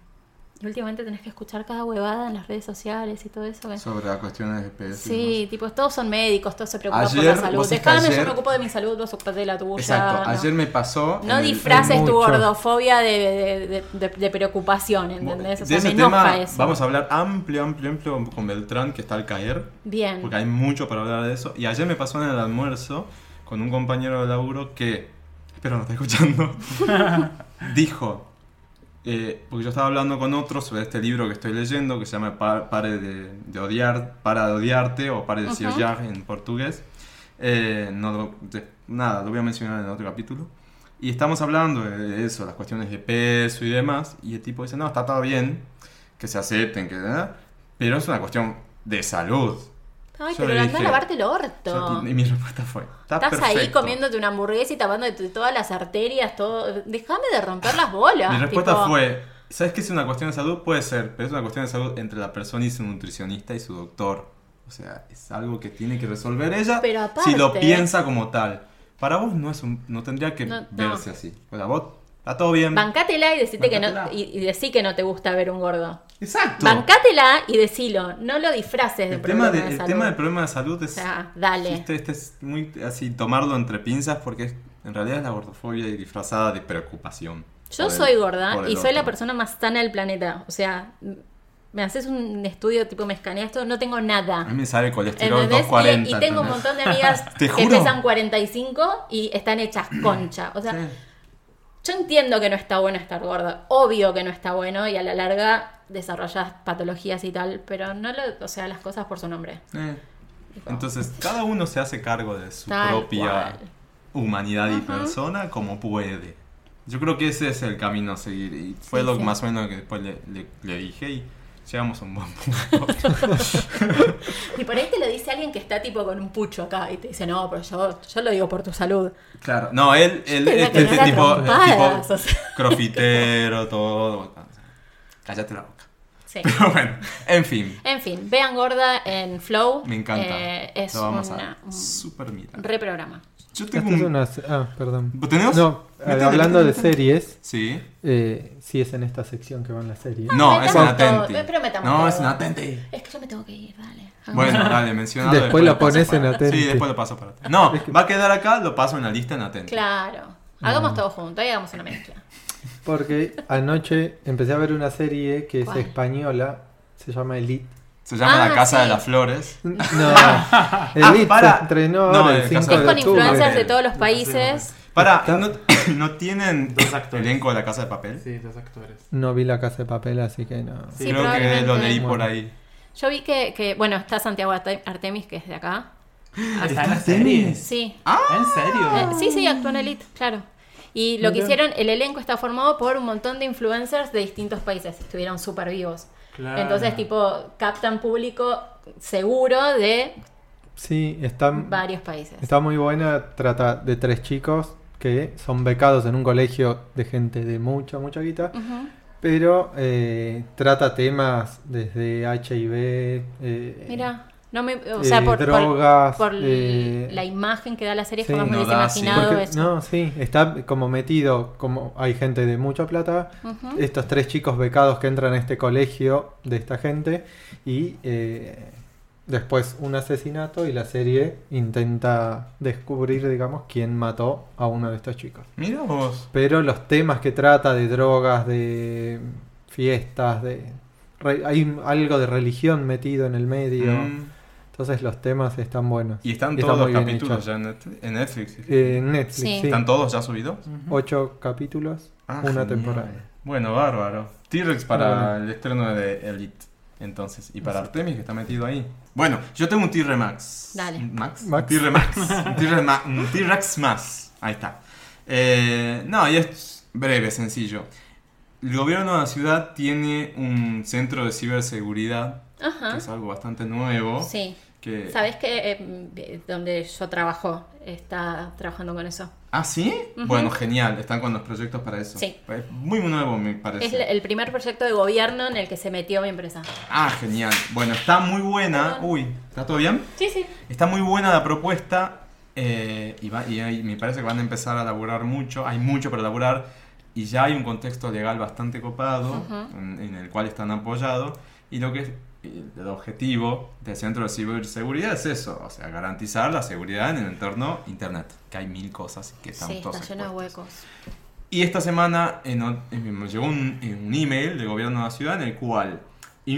[SPEAKER 2] y últimamente tenés que escuchar cada huevada en las redes sociales y todo eso. que-
[SPEAKER 3] Sobre las cuestiones de especies.
[SPEAKER 2] Sí, tipo, todos son médicos, todos se preocupan por
[SPEAKER 3] Ayer,
[SPEAKER 2] la salud.
[SPEAKER 3] vos sabés que
[SPEAKER 2] Déjame, yo
[SPEAKER 3] ayer-
[SPEAKER 2] me ocupo de mi salud, vos ocupate de la tuya.
[SPEAKER 3] Exacto.
[SPEAKER 2] no
[SPEAKER 3] Ayer me pasó.
[SPEAKER 2] No
[SPEAKER 3] en el-
[SPEAKER 2] disfraces tu
[SPEAKER 4] mucho.
[SPEAKER 2] gordofobia de, de- de- de- de preocupación, ¿entendés? O sea,
[SPEAKER 3] de ese
[SPEAKER 2] me enoja
[SPEAKER 3] tema
[SPEAKER 2] eso.
[SPEAKER 3] vamos a hablar amplio, amplio, amplio con Beltrán, que está al caer,
[SPEAKER 2] Bien.
[SPEAKER 3] porque hay mucho para hablar de eso. Y ayer me pasó en el almuerzo con un compañero de laburo que, espero no está escuchando, dijo, eh, porque yo estaba hablando con otro sobre este libro que estoy leyendo, que se llama Pa- Pare de, de odiar, Para de odiarte o Pare de
[SPEAKER 2] Ujú.
[SPEAKER 3] odiar en portugués. Eh, no, lo- de- nada, lo voy a mencionar en otro capítulo. Y estamos hablando de eso, las cuestiones de peso y demás. Y el tipo dice, no, está todo bien, que se acepten, que nada. Pero es una cuestión de salud.
[SPEAKER 2] Ay,
[SPEAKER 3] Yo
[SPEAKER 2] pero
[SPEAKER 3] le
[SPEAKER 2] andá a
[SPEAKER 3] dije-
[SPEAKER 2] lavarte el
[SPEAKER 3] Yo-
[SPEAKER 2] orto.
[SPEAKER 3] y mi respuesta fue, está
[SPEAKER 2] Estás ahí
[SPEAKER 3] perfecto".
[SPEAKER 2] comiéndote una hamburguesa y tapando de tu- todas las arterias, todo. Déjame de romper las bolas.
[SPEAKER 3] Mi respuesta
[SPEAKER 2] tipo,
[SPEAKER 3] fue, ¿sabes qué es una cuestión de salud? Puede ser, pero es una cuestión de salud entre la persona y su nutricionista y su doctor. O sea, es algo que tiene que resolver ella
[SPEAKER 2] Pero aparte-
[SPEAKER 3] si lo piensa como tal. Para vos no es un, no tendría que
[SPEAKER 2] No, no.
[SPEAKER 3] verse así. Para vos está todo bien.
[SPEAKER 2] Bancátela y decite que no,
[SPEAKER 3] Bancátela.
[SPEAKER 2] y, y decí que no te gusta ver un gordo.
[SPEAKER 3] Exacto.
[SPEAKER 2] Bancátela y decilo, no lo disfraces de
[SPEAKER 3] el, tema
[SPEAKER 2] problema
[SPEAKER 3] de-
[SPEAKER 2] de
[SPEAKER 3] el
[SPEAKER 2] salud.
[SPEAKER 3] tema del problema de salud
[SPEAKER 2] O
[SPEAKER 3] es,
[SPEAKER 2] sea, dale.
[SPEAKER 3] este, este es muy así, tomarlo entre pinzas porque es- en realidad es la gordofobia disfrazada de preocupación.
[SPEAKER 2] Yo
[SPEAKER 3] por el-
[SPEAKER 2] soy gorda
[SPEAKER 3] por el
[SPEAKER 2] y soy la
[SPEAKER 3] otro.
[SPEAKER 2] persona más sana del planeta. O sea, m- me haces un estudio tipo me escaneas todo, no tengo nada.
[SPEAKER 3] A mí me sale colesterol
[SPEAKER 2] ¿Entendés?
[SPEAKER 3] 240.
[SPEAKER 2] Y, y tengo un
[SPEAKER 3] ¿entendés?
[SPEAKER 2] montón de amigas
[SPEAKER 3] Te
[SPEAKER 2] que
[SPEAKER 3] juro.
[SPEAKER 2] pesan 45 y están hechas concha. O sea,
[SPEAKER 3] Sí.
[SPEAKER 2] yo entiendo que no está bueno estar gorda. Obvio que no está bueno y a la larga desarrollas patologías y tal, pero no lo, o sea, las cosas por su nombre.
[SPEAKER 3] Eh, Entonces, cada uno se hace cargo de su
[SPEAKER 2] Tal
[SPEAKER 3] propia
[SPEAKER 2] cual.
[SPEAKER 3] humanidad y persona como puede. Yo creo que ese es el camino a seguir. Y fue
[SPEAKER 2] Sí,
[SPEAKER 3] lo
[SPEAKER 2] sí.
[SPEAKER 3] más o menos lo que después le, le- le dije y llegamos a un buen punto.
[SPEAKER 2] Y por ahí te lo dice alguien que está tipo con un pucho acá y te dice, no, pero yo, yo lo digo por tu salud.
[SPEAKER 3] claro. No, él, él
[SPEAKER 2] tenía que
[SPEAKER 3] este, este
[SPEAKER 2] agarrar
[SPEAKER 3] tipo, el
[SPEAKER 2] trompadas,
[SPEAKER 3] tipo
[SPEAKER 2] o sea.
[SPEAKER 3] crofitero, todo. Cállate la boca.
[SPEAKER 2] Sí.
[SPEAKER 3] Pero bueno, en fin.
[SPEAKER 2] En fin, vean Gorda en Flow.
[SPEAKER 3] Me encanta.
[SPEAKER 2] Eh, es
[SPEAKER 3] lo vamos
[SPEAKER 2] una-
[SPEAKER 3] a
[SPEAKER 2] un
[SPEAKER 3] super mirar.
[SPEAKER 2] reprograma.
[SPEAKER 3] Yo tengo
[SPEAKER 4] Esta es
[SPEAKER 3] un...
[SPEAKER 4] una... se- Ah, perdón.
[SPEAKER 3] ¿Tenemos?
[SPEAKER 4] No, ah,
[SPEAKER 3] Métele,
[SPEAKER 4] hablando de
[SPEAKER 3] métele.
[SPEAKER 4] series,
[SPEAKER 3] Sí.
[SPEAKER 4] eh, sí es en esta sección que van las series.
[SPEAKER 3] No,
[SPEAKER 2] metamos
[SPEAKER 3] es una
[SPEAKER 2] todo,
[SPEAKER 3] Atenti.
[SPEAKER 2] pero Ah. metamos
[SPEAKER 3] No,
[SPEAKER 2] todo.
[SPEAKER 3] es una Atenti.
[SPEAKER 2] Es que yo me tengo que ir, dale.
[SPEAKER 3] Bueno, dale, mencionalo.
[SPEAKER 4] Después la
[SPEAKER 3] lo paso
[SPEAKER 4] pones
[SPEAKER 3] para-
[SPEAKER 4] en Atenti.
[SPEAKER 3] Sí, después lo paso para atrás. No, va a quedar acá, lo paso en la lista en Atenti.
[SPEAKER 2] Claro. Hagamos
[SPEAKER 3] Mm.
[SPEAKER 2] todo junto, ahí hagamos una mezcla.
[SPEAKER 4] Porque anoche empecé a ver una serie que
[SPEAKER 2] ¿Cuál?
[SPEAKER 4] es española, se llama Elite.
[SPEAKER 3] Se llama
[SPEAKER 2] Ah,
[SPEAKER 3] La Casa
[SPEAKER 2] sí.
[SPEAKER 3] de las Flores.
[SPEAKER 4] No,
[SPEAKER 3] Ah,
[SPEAKER 4] Elite
[SPEAKER 3] para.
[SPEAKER 4] se estrenó
[SPEAKER 3] No,
[SPEAKER 4] ahora el
[SPEAKER 3] de
[SPEAKER 4] 5
[SPEAKER 3] Casa
[SPEAKER 2] Es
[SPEAKER 4] de
[SPEAKER 2] con influencers
[SPEAKER 4] octubre.
[SPEAKER 2] de todos los países.
[SPEAKER 3] Para,
[SPEAKER 4] Está-
[SPEAKER 3] ¿no, no tienen
[SPEAKER 5] Dos actores.
[SPEAKER 3] elenco de La Casa de Papel?
[SPEAKER 5] Sí, los actores.
[SPEAKER 4] No vi la casa de papel, así que no.
[SPEAKER 5] Sí,
[SPEAKER 3] Creo que
[SPEAKER 2] probablemente.
[SPEAKER 3] lo leí por ahí.
[SPEAKER 2] Yo vi que, que, bueno, está Santiago Arte- Artemis, que es de acá.
[SPEAKER 5] ¿Está en Ah. las series?
[SPEAKER 2] Sí.
[SPEAKER 5] ¿En
[SPEAKER 2] Eh,
[SPEAKER 5] serio?
[SPEAKER 2] sí, sí, actúa en Elite, claro. Y lo que
[SPEAKER 4] Ah. Mirá.
[SPEAKER 2] hicieron, el elenco está formado por un montón de influencers de distintos países. Estuvieron súper vivos.
[SPEAKER 5] Claro.
[SPEAKER 2] Entonces, tipo, captan público seguro de
[SPEAKER 4] Sí, está,
[SPEAKER 2] varios países.
[SPEAKER 4] está muy buena. Trata de tres chicos que son becados en un colegio de gente de mucha, mucha guita.
[SPEAKER 2] Ujú.
[SPEAKER 4] Pero eh, trata temas desde HIV. eh,
[SPEAKER 2] Mira, no me, o sea,
[SPEAKER 4] eh,
[SPEAKER 2] por, por-
[SPEAKER 4] drogas,
[SPEAKER 2] por,
[SPEAKER 4] eh,
[SPEAKER 2] la imagen que da la serie
[SPEAKER 4] sí.
[SPEAKER 2] jamás me
[SPEAKER 3] No
[SPEAKER 2] hubiese
[SPEAKER 3] da, sí.
[SPEAKER 2] imaginado
[SPEAKER 4] Porque,
[SPEAKER 2] eso.
[SPEAKER 4] no, sí, está como metido, como hay gente de mucha plata,
[SPEAKER 2] Ujú.
[SPEAKER 4] estos tres chicos becados que entran a este colegio de esta gente y eh, después un asesinato y la serie intenta descubrir, digamos, quién mató a uno de estos chicos.
[SPEAKER 3] Mira vos.
[SPEAKER 4] Pero los temas que trata de drogas, de fiestas, de... re- hay algo de religión metido en el medio.
[SPEAKER 3] Mm.
[SPEAKER 4] Entonces los temas están buenos.
[SPEAKER 3] Y están
[SPEAKER 4] Y está
[SPEAKER 3] todos los
[SPEAKER 4] muy bien
[SPEAKER 3] capítulos
[SPEAKER 4] hecho.
[SPEAKER 3] ya en Net- en Netflix.
[SPEAKER 4] Eh, Netflix,
[SPEAKER 2] Sí.
[SPEAKER 4] sí.
[SPEAKER 3] ¿Están todos ya subidos?
[SPEAKER 4] Ocho capítulos,
[SPEAKER 3] Ah,
[SPEAKER 4] una
[SPEAKER 3] genial.
[SPEAKER 4] temporada. Ah,
[SPEAKER 3] Bueno, bárbaro. T-Rex para
[SPEAKER 4] Bueno.
[SPEAKER 3] el estreno de Elite. Entonces, y para Artemis que está metido ahí. Bueno, yo tengo un T-Remax.
[SPEAKER 2] Dale.
[SPEAKER 3] Max.
[SPEAKER 4] Max.
[SPEAKER 3] T-Remax. Un T-Rema- un T-Rex más. Ahí está. Eh, no, y es breve, sencillo. El gobierno de la ciudad tiene un centro de ciberseguridad, que
[SPEAKER 2] Ajá.
[SPEAKER 3] es algo bastante nuevo.
[SPEAKER 2] Ah. Sí.
[SPEAKER 3] Que...
[SPEAKER 2] ¿Sabes que eh, donde yo trabajo está trabajando con eso?
[SPEAKER 3] ¿Ah, sí?
[SPEAKER 2] Ujú.
[SPEAKER 3] Bueno, genial. Están con los proyectos para eso.
[SPEAKER 2] Sí.
[SPEAKER 3] Es Muy nuevo, me parece.
[SPEAKER 2] Es la- el primer proyecto de gobierno en el que se metió mi empresa.
[SPEAKER 3] Ah, genial. Bueno, está muy buena. Uy, ¿está todo bien?
[SPEAKER 2] Sí, sí.
[SPEAKER 3] Está muy buena la propuesta eh, y, va- y hay- me parece que van a empezar a laburar mucho, hay mucho para laburar y ya hay un contexto legal bastante copado
[SPEAKER 2] Ujú.
[SPEAKER 3] en, en el cual están apoyados y lo que es el el objetivo del Centro de Ciberseguridad es eso, o sea, garantizar la seguridad en el entorno Internet, que hay mil cosas que están
[SPEAKER 2] Sí,
[SPEAKER 3] todas
[SPEAKER 2] está lleno de
[SPEAKER 3] expuestas.
[SPEAKER 2] huecos.
[SPEAKER 3] Y esta semana en o- en- me llegó un, en un email del gobierno de la ciudad en el cual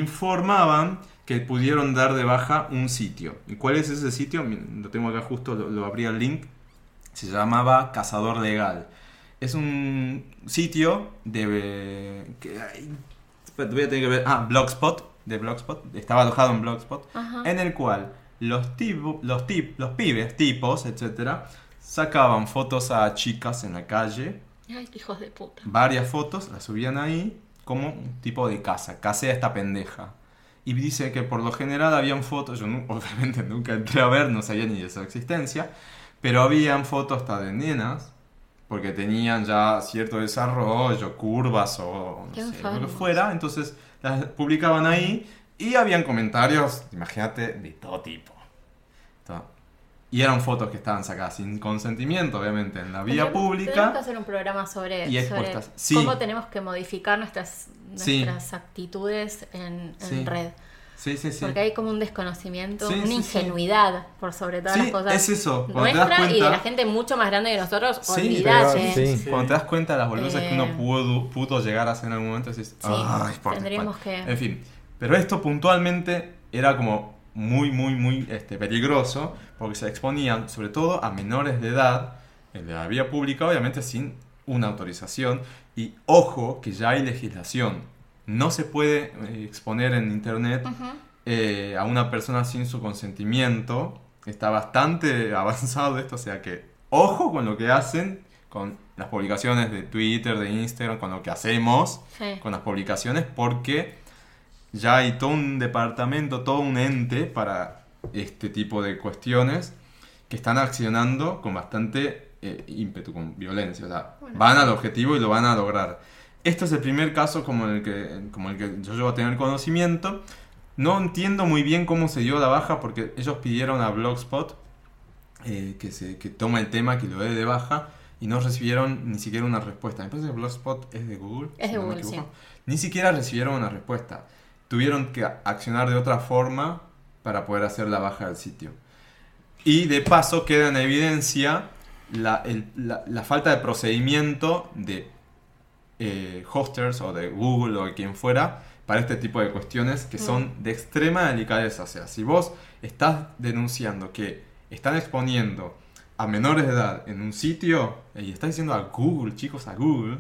[SPEAKER 3] informaban que pudieron dar de baja un sitio. ¿Y cuál es ese sitio? Miren, Lo tengo acá justo, lo, lo abrí el link. Se llamaba Cazador Legal. Es un sitio de... que hay- espera, voy a tener que ver... Ah, Blogspot. De Blogspot. Estaba alojado en Blogspot
[SPEAKER 2] Ajá.
[SPEAKER 3] en el cual los, tibu- los, tip- los pibes, tipos, etcétera, sacaban fotos a chicas en la calle,
[SPEAKER 2] Ay, hijos de puta.
[SPEAKER 3] varias fotos, las subían ahí como un tipo de casa, casé a esta pendeja. Y dice que por lo general habían fotos, yo nu- obviamente nunca entré a ver, no sabía ni de su existencia, pero habían fotos hasta de nenas, porque tenían ya cierto desarrollo, curvas o no
[SPEAKER 2] Qué
[SPEAKER 3] sé, lo que
[SPEAKER 2] enfermos.
[SPEAKER 3] fuera, entonces las publicaban ahí y habían comentarios, imagínate, de todo tipo. To- Y eran fotos que estaban sacadas sin consentimiento, obviamente, en la vía
[SPEAKER 2] Tendríamos-
[SPEAKER 3] pública.
[SPEAKER 2] Tenemos que hacer un programa sobre,
[SPEAKER 3] y
[SPEAKER 2] sobre
[SPEAKER 3] expuestas. Sí.
[SPEAKER 2] cómo tenemos que modificar nuestras,
[SPEAKER 3] Sí.
[SPEAKER 2] nuestras actitudes en, en
[SPEAKER 3] Sí.
[SPEAKER 2] red.
[SPEAKER 3] Sí, sí, sí.
[SPEAKER 2] Porque hay como un desconocimiento,
[SPEAKER 3] Sí,
[SPEAKER 2] una
[SPEAKER 3] sí, sí.
[SPEAKER 2] ingenuidad por sobre todas
[SPEAKER 3] Sí,
[SPEAKER 2] las cosas.
[SPEAKER 3] es eso, cuando te das
[SPEAKER 2] Nuestra y de
[SPEAKER 3] cuenta-
[SPEAKER 2] la gente mucho más grande que nosotros,
[SPEAKER 3] Sí,
[SPEAKER 2] olvidate.
[SPEAKER 4] pero- sí.
[SPEAKER 5] Sí.
[SPEAKER 3] Cuando te das cuenta de las boludeces que
[SPEAKER 2] Eh.
[SPEAKER 3] uno pudo, pudo llegar a hacer en algún momento, decís, ay, por la
[SPEAKER 2] tendríamos
[SPEAKER 3] espalda".
[SPEAKER 2] que-
[SPEAKER 3] En fin, pero esto puntualmente era como muy, muy, muy este, peligroso, porque se exponían sobre todo a menores de edad, en la vía pública, obviamente sin una autorización, y ojo que ya hay legislación, no se puede eh, exponer en internet eh, a una persona sin su consentimiento. Está bastante avanzado esto, o sea que ojo con lo que hacen, con las publicaciones de Twitter, de Instagram, con lo que hacemos,
[SPEAKER 2] Sí.
[SPEAKER 3] con las publicaciones, porque ya hay todo un departamento, todo un ente para este tipo de cuestiones que están accionando con bastante eh, ímpetu, con violencia. o sea,
[SPEAKER 2] Bueno.
[SPEAKER 3] van al objetivo y lo van a lograr. Este es el primer caso como el que, como el que yo llevo a tener conocimiento. No entiendo muy bien cómo se dio la baja porque ellos pidieron a Blogspot eh, que, se, que tome el tema, que lo dé de baja y no recibieron ni siquiera una respuesta. Me parece que Blogspot es de Google.
[SPEAKER 2] Es de
[SPEAKER 3] me
[SPEAKER 2] Google,
[SPEAKER 3] equivoco. Ni siquiera recibieron una respuesta. Tuvieron que accionar de otra forma para poder hacer la baja del sitio. Y de paso queda en evidencia la, el- la- la falta de procedimiento de eh, hosters o de Google o de quien fuera para este tipo de cuestiones que
[SPEAKER 2] Mm.
[SPEAKER 3] son de extrema delicadeza. O sea, si vos estás denunciando que están exponiendo a menores de edad en un sitio y estás diciendo a Google, chicos, a Google,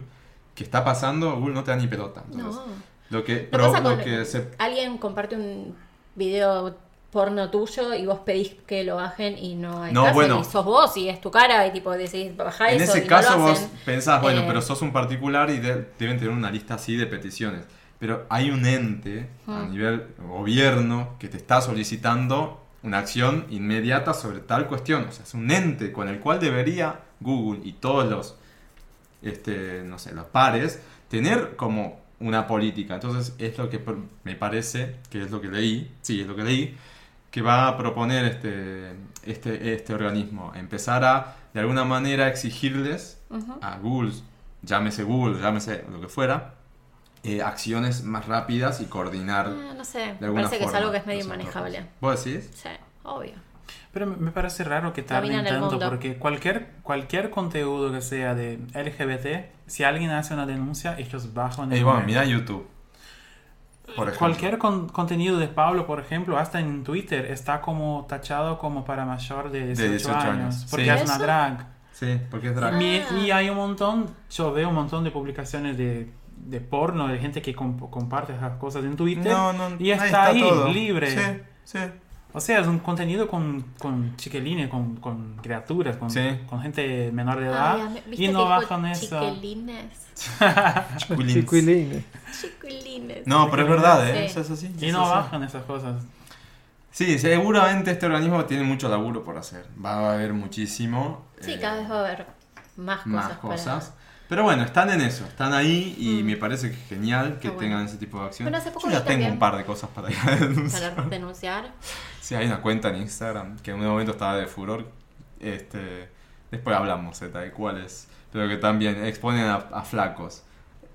[SPEAKER 3] que está pasando, Google no te da ni pelota. Entonces,
[SPEAKER 2] No.
[SPEAKER 3] Lo que,
[SPEAKER 2] No pasa
[SPEAKER 3] pro- lo
[SPEAKER 2] con-
[SPEAKER 3] que se
[SPEAKER 2] Alguien comparte un video porno tuyo y vos pedís que lo bajen y no hay
[SPEAKER 3] No,
[SPEAKER 2] caso,
[SPEAKER 3] bueno.
[SPEAKER 2] y sos vos y es tu cara y tipo decís bajar
[SPEAKER 3] En
[SPEAKER 2] eso
[SPEAKER 3] ese
[SPEAKER 2] y
[SPEAKER 3] caso
[SPEAKER 2] no lo
[SPEAKER 3] vos
[SPEAKER 2] hacen.
[SPEAKER 3] pensás, bueno,
[SPEAKER 2] Eh,
[SPEAKER 3] pero sos un particular y de- deben tener una lista así de peticiones. Pero hay un ente a
[SPEAKER 2] Mm.
[SPEAKER 3] nivel gobierno que te está solicitando una acción inmediata sobre tal cuestión. O sea, es un ente con el cual debería Google y todos los, este, no sé, los pares tener como una política. Entonces es lo que pr- me parece, que es lo que leí, sí, es lo que leí, que va a proponer este, este, este organismo. Empezar a, de alguna manera, exigirles
[SPEAKER 2] Ujú.
[SPEAKER 3] a Google, llámese Google, llámese lo que fuera, eh, acciones más rápidas y coordinar
[SPEAKER 2] Ah, no sé,
[SPEAKER 3] de
[SPEAKER 2] me
[SPEAKER 3] alguna
[SPEAKER 2] parece que es
[SPEAKER 3] forma
[SPEAKER 2] algo que es medio
[SPEAKER 3] los
[SPEAKER 2] inmanejable.
[SPEAKER 3] entornos. ¿Vos decís?
[SPEAKER 2] Sí, obvio.
[SPEAKER 5] Pero me- me parece raro que tarden
[SPEAKER 2] Dominan el
[SPEAKER 5] tanto
[SPEAKER 2] mundo.
[SPEAKER 5] porque cualquier, cualquier contenido que sea de LGBT, si alguien hace una denuncia, ellos bajan el
[SPEAKER 3] Eh, bueno,
[SPEAKER 5] momento.
[SPEAKER 3] mira YouTube. Por ejemplo.
[SPEAKER 5] Cualquier con- contenido de Pablo, por ejemplo, hasta en Twitter, está como tachado como para mayor de 18,
[SPEAKER 3] 18
[SPEAKER 5] años,
[SPEAKER 3] años,
[SPEAKER 5] porque
[SPEAKER 3] sí.
[SPEAKER 5] es una
[SPEAKER 2] ¿Eso?
[SPEAKER 5] drag.
[SPEAKER 3] Sí, porque es drag.
[SPEAKER 5] Mi-
[SPEAKER 2] Ah.
[SPEAKER 5] y E hay un montón, yo veo un montón de publicaciones de, de porno, de gente que comp- comparte esas cosas en Twitter.
[SPEAKER 3] No, no,
[SPEAKER 5] y está ahí,
[SPEAKER 3] todo.
[SPEAKER 5] libre.
[SPEAKER 3] Sí, sí.
[SPEAKER 5] O sea, es un contenido con, con chiquilines, con, con criaturas, con,
[SPEAKER 3] Sí.
[SPEAKER 5] con gente menor de edad.
[SPEAKER 2] Ay, a mí- ¿viste
[SPEAKER 5] y
[SPEAKER 2] que
[SPEAKER 5] no
[SPEAKER 2] dijo
[SPEAKER 5] bajan eso.
[SPEAKER 2] Chiquilines.
[SPEAKER 3] Chiquilines.
[SPEAKER 4] Chiquilines.
[SPEAKER 2] Chiquilines.
[SPEAKER 3] No, pero es verdad, ¿eh?
[SPEAKER 2] Sí.
[SPEAKER 3] Eso es así.
[SPEAKER 5] Y
[SPEAKER 3] eso
[SPEAKER 5] no
[SPEAKER 3] sí.
[SPEAKER 5] bajan esas cosas.
[SPEAKER 3] Sí, seguramente este organismo tiene mucho laburo por hacer. Va a haber muchísimo.
[SPEAKER 2] Sí,
[SPEAKER 3] eh,
[SPEAKER 2] cada vez va a haber más cosas.
[SPEAKER 3] más
[SPEAKER 2] para- Mm.
[SPEAKER 3] cosas. Pero bueno, están en eso, están ahí y me parece que es genial que
[SPEAKER 2] Está bueno.
[SPEAKER 3] tengan ese tipo de acciones.
[SPEAKER 2] Bueno, hace poco
[SPEAKER 3] Yo ya
[SPEAKER 2] vi
[SPEAKER 3] tengo
[SPEAKER 2] también-
[SPEAKER 3] un par de cosas para ir a denunciar.
[SPEAKER 2] para denunciar.
[SPEAKER 3] Sí, hay una cuenta en Instagram que en un momento estaba de furor. Este, después hablamos eh, de cuáles. Pero que también exponen a, a flacos.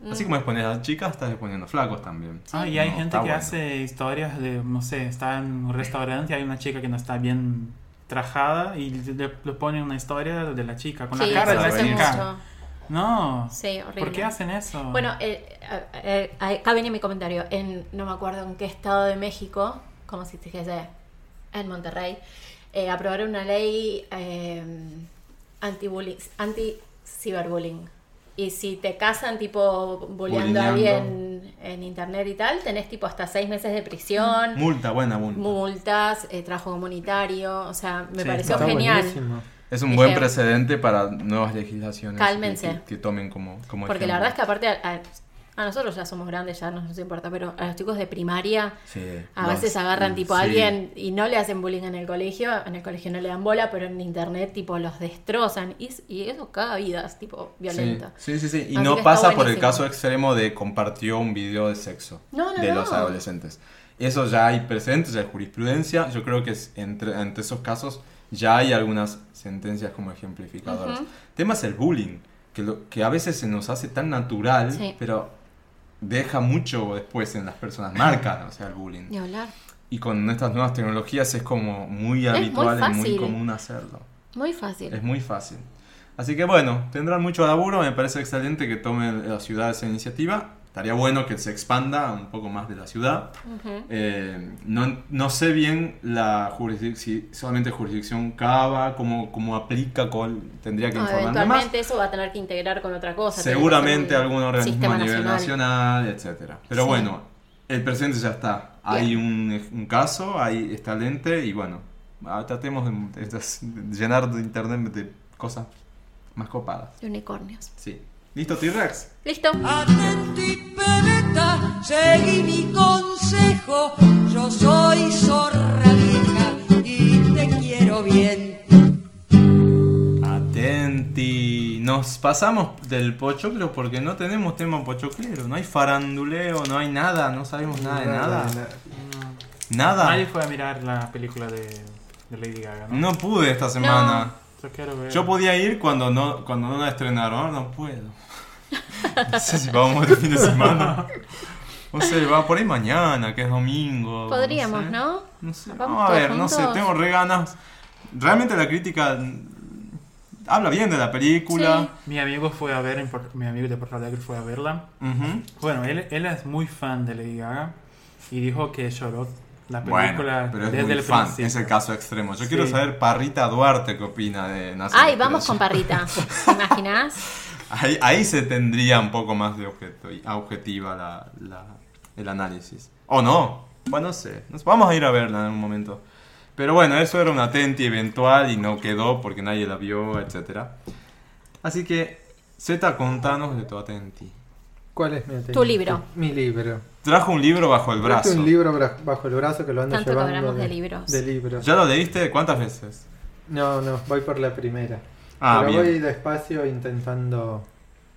[SPEAKER 2] Mm.
[SPEAKER 3] Así como expones a chicas, estás exponiendo a flacos también.
[SPEAKER 5] Ah, y hay
[SPEAKER 3] No,
[SPEAKER 5] gente
[SPEAKER 3] está
[SPEAKER 5] que
[SPEAKER 3] bueno.
[SPEAKER 5] hace historias de, no sé, está en un restaurante y hay una chica que no está bien trajada y le, le ponen una historia de la chica, con
[SPEAKER 2] sí,
[SPEAKER 5] la cara
[SPEAKER 2] eso
[SPEAKER 5] de la
[SPEAKER 2] hace
[SPEAKER 3] Sabrina.
[SPEAKER 5] chica.
[SPEAKER 2] mucho.
[SPEAKER 5] No,
[SPEAKER 2] Sí, horrible.
[SPEAKER 5] ¿por qué hacen eso?
[SPEAKER 2] Bueno, eh, eh, eh, acá viene mi comentario. En, no me acuerdo en qué estado de México, como si dijese en Monterrey, eh, aprobaron una ley eh, anti-bullying- anti-ciberbullying. y si te casan, tipo, bulleando a alguien en internet y tal, tenés, tipo, hasta seis meses de prisión,
[SPEAKER 3] Multa, buena multa.
[SPEAKER 2] multas, eh, trabajo comunitario. O sea, me
[SPEAKER 5] Sí,
[SPEAKER 2] pareció
[SPEAKER 4] Está
[SPEAKER 2] genial.
[SPEAKER 4] buenísimo.
[SPEAKER 3] Es un
[SPEAKER 2] Dije,
[SPEAKER 3] buen precedente para nuevas legislaciones que-
[SPEAKER 2] Cálmense.
[SPEAKER 3] Que, que tomen como, como
[SPEAKER 2] Porque la
[SPEAKER 3] ejemplo.
[SPEAKER 2] verdad es que aparte a, a- a nosotros ya somos grandes, ya no nos importa, pero a los chicos de primaria
[SPEAKER 3] Sí,
[SPEAKER 2] a
[SPEAKER 3] los-
[SPEAKER 2] veces agarran tipo a
[SPEAKER 3] mm, sí.
[SPEAKER 2] alguien y no le hacen bullying en el colegio, en el colegio no le dan bola, pero en internet tipo los destrozan y, es- y eso cada vida es tipo violento.
[SPEAKER 3] Sí, sí, sí. sí. Y
[SPEAKER 2] Así que
[SPEAKER 3] no
[SPEAKER 2] está
[SPEAKER 3] pasa por el
[SPEAKER 2] buenísimo.
[SPEAKER 3] caso extremo de compartió un video de sexo
[SPEAKER 2] No, no,
[SPEAKER 3] de
[SPEAKER 2] no.
[SPEAKER 3] los adolescentes. Eso ya hay precedentes, ya hay jurisprudencia. Yo creo que es entre, ante esos casos ya hay algunas sentencias como ejemplificadoras.
[SPEAKER 2] Ujú.
[SPEAKER 3] El tema es el bullying, que, lo, que a veces se nos hace tan natural,
[SPEAKER 2] Sí.
[SPEAKER 3] pero deja mucho después en las personas. Marca, o sea, el bullying.
[SPEAKER 2] Ni hablar.
[SPEAKER 3] Y con estas nuevas tecnologías es como muy
[SPEAKER 2] muy
[SPEAKER 3] habitual y muy
[SPEAKER 2] fácil.
[SPEAKER 3] común hacerlo.
[SPEAKER 2] Muy fácil.
[SPEAKER 3] Es muy fácil. Así que bueno, tendrán mucho laburo, me parece excelente que tomen las ciudades esa iniciativa. Estaría bueno que se expanda un poco más de la ciudad.
[SPEAKER 2] Ujú.
[SPEAKER 3] Eh, no, no sé bien la jurisdic- si solamente jurisdicción cava, cómo, cómo aplica, cuál tendría que
[SPEAKER 2] No,
[SPEAKER 3] informarme más.
[SPEAKER 2] eventualmente eso va a tener que integrar con otra cosa. tiene que
[SPEAKER 3] Seguramente
[SPEAKER 2] ser un
[SPEAKER 3] algún organismo
[SPEAKER 2] sistema
[SPEAKER 3] a nivel nacional, etcétera. Pero
[SPEAKER 2] Sí.
[SPEAKER 3] bueno, el presente ya está. Hay un, un caso, ahí está el ente y bueno, ah, tratemos de, de llenar de internet de cosas más copadas.
[SPEAKER 2] De unicornios.
[SPEAKER 3] Sí. ¿Listo, T-Rex?
[SPEAKER 2] Listo.
[SPEAKER 6] Atento y pebeta, seguí mi consejo. Yo soy zorra vieja y te quiero bien.
[SPEAKER 3] Atenti. Nos pasamos del pochoclo porque no tenemos tema pochoclero. No hay faranduleo, no hay nada, no sabemos nada de nada.
[SPEAKER 5] Nadie
[SPEAKER 3] Nada.
[SPEAKER 5] fue a mirar la película de, de Lady Gaga, ¿no?
[SPEAKER 3] Ah. No pude esta semana.
[SPEAKER 5] Yo quiero ver.
[SPEAKER 3] Yo podía ir cuando no, cuando no la estrenaron, ahora no puedo. No sé si vamos el fin de semana. No sé, va por ahí mañana, que es domingo.
[SPEAKER 2] Podríamos,
[SPEAKER 3] sé.
[SPEAKER 2] ¿no?
[SPEAKER 3] No sé.
[SPEAKER 2] Vamos
[SPEAKER 3] Vamos a
[SPEAKER 2] todos
[SPEAKER 3] ver, no sé,
[SPEAKER 2] juntos.
[SPEAKER 3] tengo re ganas. Realmente la crítica mm, habla bien de la película.
[SPEAKER 5] Mi amigo fue a ver, en Port- mi amigo de Porto Alegre fue a verla.
[SPEAKER 3] Ujú.
[SPEAKER 5] Bueno, él, él es muy fan de Lady Gaga y dijo que lloró la
[SPEAKER 3] Bueno,
[SPEAKER 5] película
[SPEAKER 3] pero es
[SPEAKER 5] desde
[SPEAKER 3] muy
[SPEAKER 5] el
[SPEAKER 3] fan,
[SPEAKER 5] principio.
[SPEAKER 3] es el caso extremo. Yo
[SPEAKER 5] Sí.
[SPEAKER 3] quiero saber Parrita Duarte qué opina de Nación
[SPEAKER 2] Ay, vamos con
[SPEAKER 3] Express.
[SPEAKER 2] parrita. ¿Te imaginás?
[SPEAKER 3] Ahí, ahí se tendría un poco más de objeto, objetiva la, la- el análisis. ¿O no? Bueno, no sé. Nos vamos a ir a verla en un momento. Pero bueno, eso era una tenti eventual y no quedó porque nadie la vio, etc. Así que, Z, contanos de tu atenti.
[SPEAKER 4] ¿Cuál es mi atentito?
[SPEAKER 2] Tu libro.
[SPEAKER 4] Mi libro.
[SPEAKER 3] Trajo un libro bajo el
[SPEAKER 4] Traje
[SPEAKER 3] brazo.
[SPEAKER 4] un libro bra- bajo el brazo que lo ando
[SPEAKER 2] Tanto que
[SPEAKER 4] llevando.
[SPEAKER 2] hablamos de libros.
[SPEAKER 4] de libros.
[SPEAKER 3] ¿Ya lo leíste? ¿Cuántas veces?
[SPEAKER 4] No, no, voy por la primera.
[SPEAKER 3] Ah,
[SPEAKER 4] Pero
[SPEAKER 3] bien.
[SPEAKER 4] voy despacio intentando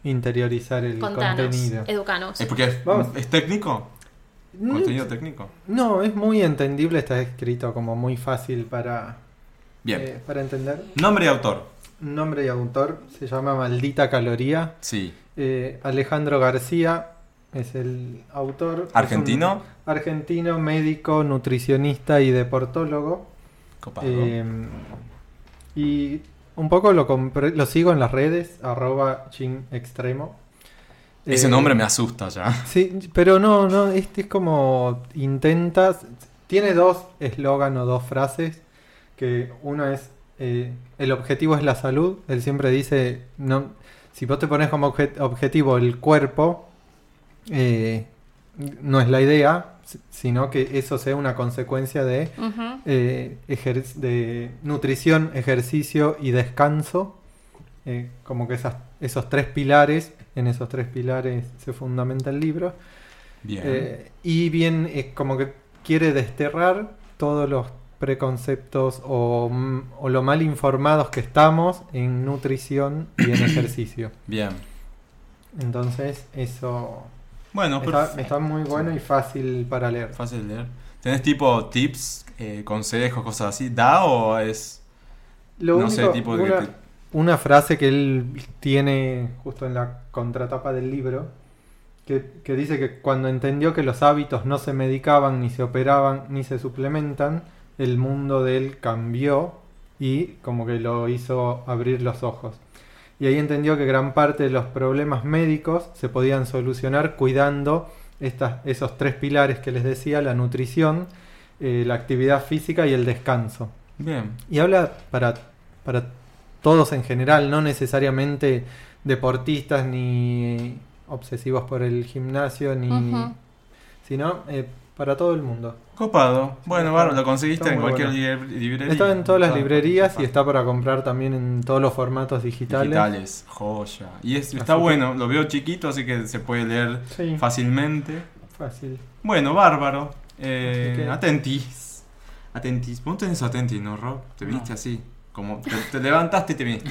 [SPEAKER 4] interiorizar el
[SPEAKER 2] Contanos.
[SPEAKER 4] contenido.
[SPEAKER 2] Educanos.
[SPEAKER 3] ¿Es porque es,
[SPEAKER 4] Vamos.
[SPEAKER 3] ¿es técnico? ¿Contenido técnico?
[SPEAKER 4] Mm, No, es muy entendible, está escrito como muy fácil para,
[SPEAKER 3] Bien.
[SPEAKER 4] eh, para entender.
[SPEAKER 3] Nombre y autor.
[SPEAKER 4] Nombre y autor, se llama Maldita Caloría.
[SPEAKER 3] Sí.
[SPEAKER 4] Eh, Alejandro García es el autor. Es
[SPEAKER 3] ¿Argentino?
[SPEAKER 4] un Argentino, médico, nutricionista y deportólogo.
[SPEAKER 3] Copado.
[SPEAKER 4] Eh, y un poco lo, compré- lo sigo en las redes, arroba chin extremo.
[SPEAKER 3] Ese
[SPEAKER 4] Eh,
[SPEAKER 3] nombre me asusta ya.
[SPEAKER 4] Sí, pero no, no, este es como intentas, tiene dos eslogan o dos frases, que uno es, eh, el objetivo es la salud, él siempre dice, no, si vos te pones como obje- objetivo el cuerpo, eh, no es la idea, si- sino que eso sea una consecuencia de
[SPEAKER 2] Ujú.
[SPEAKER 4] eh, ejer- de nutrición, ejercicio y descanso. Eh, como que esas, esos tres pilares, en esos tres pilares se fundamenta el libro.
[SPEAKER 3] Bien.
[SPEAKER 4] Eh, y bien, eh, como que quiere desterrar todos los preconceptos o, mm, o lo mal informados que estamos en nutrición y en ejercicio.
[SPEAKER 3] Bien.
[SPEAKER 4] Entonces, eso
[SPEAKER 3] Bueno,
[SPEAKER 4] está,
[SPEAKER 3] perfecto.
[SPEAKER 4] está muy bueno y fácil para leer.
[SPEAKER 3] Fácil de leer. ¿Tenés tipo tips, eh, consejos, cosas así? ¿Da o es.?
[SPEAKER 4] Lo
[SPEAKER 3] no
[SPEAKER 4] único,
[SPEAKER 3] sé, tipo. de que
[SPEAKER 4] una-
[SPEAKER 3] te-
[SPEAKER 4] una frase que él tiene justo en la contratapa del libro, que, que dice que cuando entendió que los hábitos no se medicaban, ni se operaban, ni se suplementan, el mundo de él cambió y como que lo hizo abrir los ojos. Y ahí entendió que gran parte de los problemas médicos se podían solucionar cuidando estas, esos tres pilares que les decía, la nutrición, eh, la actividad física y el descanso.
[SPEAKER 3] Bien.
[SPEAKER 4] Y habla para, para todos en general, no necesariamente deportistas ni obsesivos por el gimnasio, ni
[SPEAKER 2] Ujú.
[SPEAKER 4] sino eh, para todo el mundo.
[SPEAKER 3] Copado. Bueno,
[SPEAKER 4] está-
[SPEAKER 3] bárbaro, lo conseguiste
[SPEAKER 4] está
[SPEAKER 3] en
[SPEAKER 4] muy
[SPEAKER 3] cualquier
[SPEAKER 4] bueno.
[SPEAKER 3] libre- librería.
[SPEAKER 4] Está en todas las
[SPEAKER 3] Claro.
[SPEAKER 4] librerías y está para comprar también en todos los formatos digitales.
[SPEAKER 3] Digitales, joya. Y es-
[SPEAKER 4] Así
[SPEAKER 3] está
[SPEAKER 4] que-
[SPEAKER 3] bueno, lo veo chiquito, así que se puede leer
[SPEAKER 4] Sí.
[SPEAKER 3] fácilmente.
[SPEAKER 4] Fácil.
[SPEAKER 3] Bueno, bárbaro. Eh,
[SPEAKER 4] Así que-
[SPEAKER 3] Atentis. Atentis. Vos no tenés atentis, ¿no, Rob? Te
[SPEAKER 5] No.
[SPEAKER 3] viniste así. Como te, te levantaste y te viniste.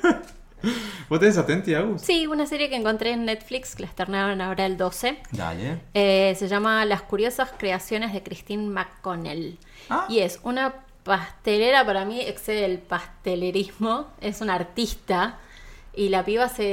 [SPEAKER 3] ¿Vos tenés atentis, Agus?
[SPEAKER 2] Sí, una serie que encontré en Netflix, que la estrenaron ahora el 12.
[SPEAKER 3] Dale.
[SPEAKER 2] Eh, se llama Las curiosas creaciones de Christine McConnell.
[SPEAKER 3] Ah.
[SPEAKER 2] Y es una pastelera, para mí excede el pastelerismo. Es una artista y la piba hace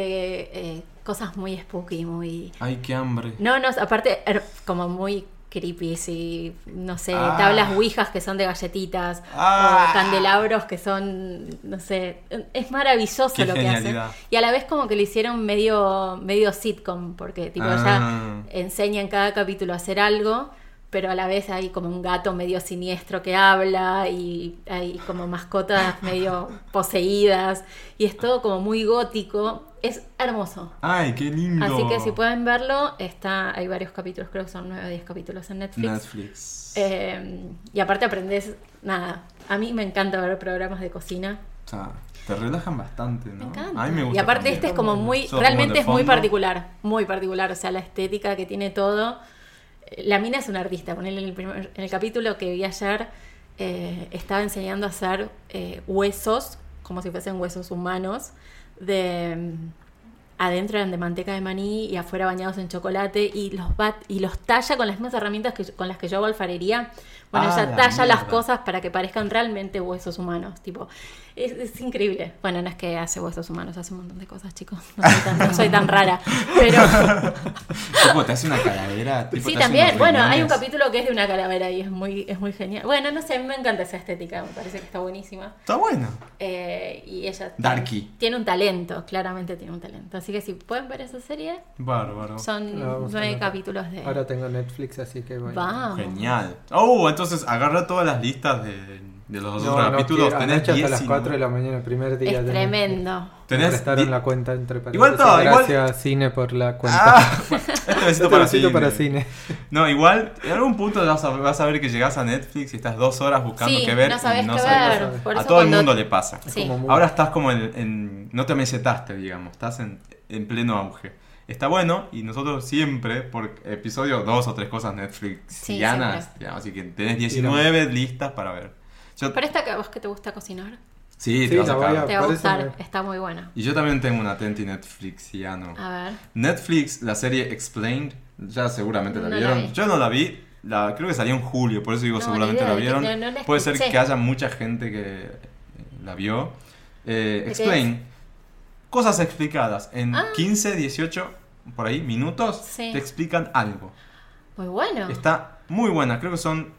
[SPEAKER 2] eh, cosas muy spooky, muy...
[SPEAKER 3] Ay, qué hambre.
[SPEAKER 2] No, no, aparte er, como muy creepy, sí, no sé,
[SPEAKER 3] Ah.
[SPEAKER 2] tablas ouijas que son de galletitas
[SPEAKER 3] Ah.
[SPEAKER 2] o candelabros que son, no sé, es maravilloso
[SPEAKER 3] Qué
[SPEAKER 2] lo
[SPEAKER 3] genialidad.
[SPEAKER 2] que hacen. Y a la vez como que lo hicieron medio medio sitcom porque tipo
[SPEAKER 3] Ah.
[SPEAKER 2] ya enseña en cada capítulo a hacer algo, pero a la vez hay como un gato medio siniestro que habla y hay como mascotas medio poseídas y es todo como muy gótico, es hermoso.
[SPEAKER 3] Ay, qué lindo.
[SPEAKER 2] Así que si pueden verlo, está, hay varios capítulos, creo que son nueve o 10 capítulos en Netflix.
[SPEAKER 3] Netflix.
[SPEAKER 2] Eh, y aparte aprendes, nada, a mí me encanta ver programas de cocina.
[SPEAKER 3] O sea, te relajan bastante,
[SPEAKER 2] Me
[SPEAKER 3] ¿no?
[SPEAKER 2] encanta.
[SPEAKER 3] A mí me gusta.
[SPEAKER 2] y aparte
[SPEAKER 3] también.
[SPEAKER 2] este es como muy,
[SPEAKER 3] Solo como
[SPEAKER 2] realmente
[SPEAKER 3] de
[SPEAKER 2] es muy
[SPEAKER 3] fondo.
[SPEAKER 2] particular, muy particular, o sea, la estética que tiene todo. Eh, La mina es una artista, ponele en el, primer- en el capítulo que vi ayer, eh, estaba enseñando a hacer eh, huesos, como si fuesen huesos humanos, de mm, adentro eran de manteca de maní y afuera bañados en chocolate y los bat y los talla con las mismas herramientas que yo- con las que yo hago alfarería. Bueno,
[SPEAKER 3] Ah,
[SPEAKER 2] ella
[SPEAKER 3] la
[SPEAKER 2] talla las
[SPEAKER 3] mierda.
[SPEAKER 2] cosas para que parezcan realmente huesos humanos, tipo, es, es increíble. Bueno, no es que hace huesos humanos, hace un montón de cosas, chicos. No soy tan, no soy tan rara, pero
[SPEAKER 3] Tipo, te hace una calavera. tipo,
[SPEAKER 2] sí
[SPEAKER 3] te hace
[SPEAKER 2] también.
[SPEAKER 3] unos
[SPEAKER 2] Bueno, hay un
[SPEAKER 3] riñones.
[SPEAKER 2] capítulo que es de una calavera y es muy es muy genial. Bueno, no sé, a mí me encanta esa estética, me parece que está buenísima.
[SPEAKER 3] Está bueno.
[SPEAKER 2] Eh, y ella
[SPEAKER 3] Darky.
[SPEAKER 2] tiene un talento, claramente tiene un talento. Así que si pueden ver esa serie,
[SPEAKER 3] Bárbaro.
[SPEAKER 2] son
[SPEAKER 4] La vamos a
[SPEAKER 2] nueve
[SPEAKER 4] anotar.
[SPEAKER 2] capítulos de.
[SPEAKER 4] Ahora tengo Netflix, así que bueno.
[SPEAKER 2] Vamos.
[SPEAKER 3] Genial. Oh, entonces agarra todas las listas de, de los dos
[SPEAKER 4] No,
[SPEAKER 3] otros
[SPEAKER 4] no
[SPEAKER 3] capítulos.
[SPEAKER 4] quiero.
[SPEAKER 3] Tenés
[SPEAKER 4] Anoche hasta
[SPEAKER 3] 10
[SPEAKER 4] las 4 de la mañana, el primer día.
[SPEAKER 2] Es
[SPEAKER 4] de
[SPEAKER 2] tremendo.
[SPEAKER 4] Tenés
[SPEAKER 3] Tenés
[SPEAKER 4] prestaron
[SPEAKER 3] di-
[SPEAKER 4] la cuenta entre paréntesis.
[SPEAKER 3] Igual todo, igual-
[SPEAKER 4] Gracias Cine por la cuenta.
[SPEAKER 3] Ah, bueno, este besito
[SPEAKER 4] Este
[SPEAKER 3] para,
[SPEAKER 4] besito
[SPEAKER 3] cine.
[SPEAKER 4] para cine.
[SPEAKER 3] No, igual, en algún punto vas a, vas a ver que llegás a Netflix y estás dos horas buscando
[SPEAKER 2] Sí,
[SPEAKER 3] qué ver.
[SPEAKER 2] no
[SPEAKER 3] y
[SPEAKER 2] sabes qué
[SPEAKER 3] sabés
[SPEAKER 4] qué
[SPEAKER 2] ver.
[SPEAKER 4] ver.
[SPEAKER 2] Por
[SPEAKER 3] a
[SPEAKER 2] eso
[SPEAKER 3] todo el
[SPEAKER 2] cuando-
[SPEAKER 3] mundo le pasa.
[SPEAKER 2] Sí.
[SPEAKER 4] Como muy-
[SPEAKER 3] Ahora estás como en, en- No te mesetaste, digamos. Estás en, en pleno auge. Está bueno y nosotros siempre, por episodio, dos o tres cosas Netflixianas.
[SPEAKER 2] Sí,
[SPEAKER 3] digamos, así que tenés 19 listas para ver. Yo,
[SPEAKER 2] Pero esta que a vos que te gusta cocinar,
[SPEAKER 3] sí,
[SPEAKER 4] Sí,
[SPEAKER 3] te vas
[SPEAKER 4] la
[SPEAKER 3] a
[SPEAKER 4] voy a-
[SPEAKER 3] cagar.
[SPEAKER 2] te va a
[SPEAKER 4] Ah, por eso
[SPEAKER 2] gustar,
[SPEAKER 4] me-
[SPEAKER 2] está muy buena.
[SPEAKER 3] Y yo también tengo un atenti Netflixiano.
[SPEAKER 2] A ver.
[SPEAKER 3] Netflix, la serie Explained, ya seguramente la
[SPEAKER 2] No la
[SPEAKER 3] vieron.
[SPEAKER 2] vi.
[SPEAKER 3] Yo no la vi, la, creo que salió en julio, por eso digo
[SPEAKER 2] No,
[SPEAKER 3] seguramente
[SPEAKER 2] ni idea
[SPEAKER 3] la
[SPEAKER 2] de qué-
[SPEAKER 3] vieron.
[SPEAKER 2] no- no la
[SPEAKER 3] Puede ser
[SPEAKER 2] escuché.
[SPEAKER 3] que haya mucha gente que eh, la vio. Eh,
[SPEAKER 2] qué Ah.
[SPEAKER 3] Explained, cosas explicadas en 15, 18, por ahí, minutos,
[SPEAKER 2] Sí.
[SPEAKER 3] te explican algo.
[SPEAKER 2] Muy bueno.
[SPEAKER 3] Está muy buena, creo que son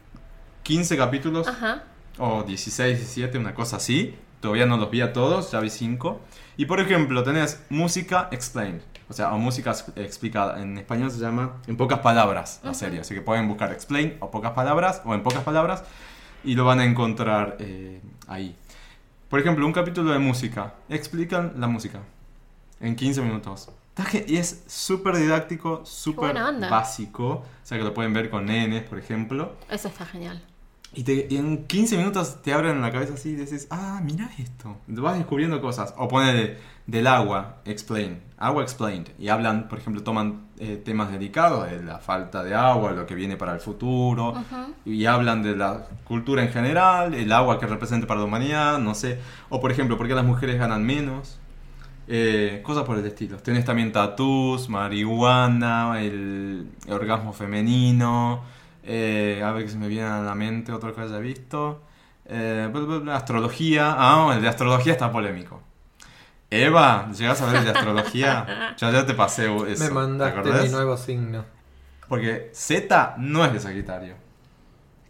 [SPEAKER 3] 15 capítulos
[SPEAKER 2] Ajá.
[SPEAKER 3] o 16, 17, una cosa así. Todavía no los vi a todos, ya vi 5. Y por ejemplo, tenés música explained, o sea, o música ex- explicada. En español se llama En pocas palabras la serie, así que pueden buscar explain o pocas palabras o en pocas palabras y lo van a encontrar eh, ahí. Por ejemplo, un capítulo de música. Explican la música en 15 minutos. Está ge- Y es súper didáctico, súper
[SPEAKER 2] buena onda.
[SPEAKER 3] básico. O sea que lo pueden ver con nenes, por ejemplo.
[SPEAKER 2] Eso está genial.
[SPEAKER 3] Y, te- y en 15 minutos te abren la cabeza así y dices, ah, mirá esto. Vas descubriendo cosas. O ponele del agua, explain. Agua explained. Y hablan, por ejemplo, toman eh, temas delicados, de la falta de agua, lo que viene para el futuro. Y hablan de la cultura en general, el agua que representa para la humanidad, no sé. O por ejemplo, por qué las mujeres ganan menos. Eh, cosas por el estilo. Tenés también tatús, marihuana, el orgasmo femenino. eh, a ver que se me viene a la mente otro que haya visto. Eh, bla, bla, bla, astrología. Ah, el de astrología está polémico. Eva, ¿llegas a ver el de astrología? ya, ya te pasé eso. ¿te
[SPEAKER 4] Me mandaste
[SPEAKER 3] acordás?
[SPEAKER 4] mi nuevo signo.
[SPEAKER 3] Porque Z no es de Sagitario.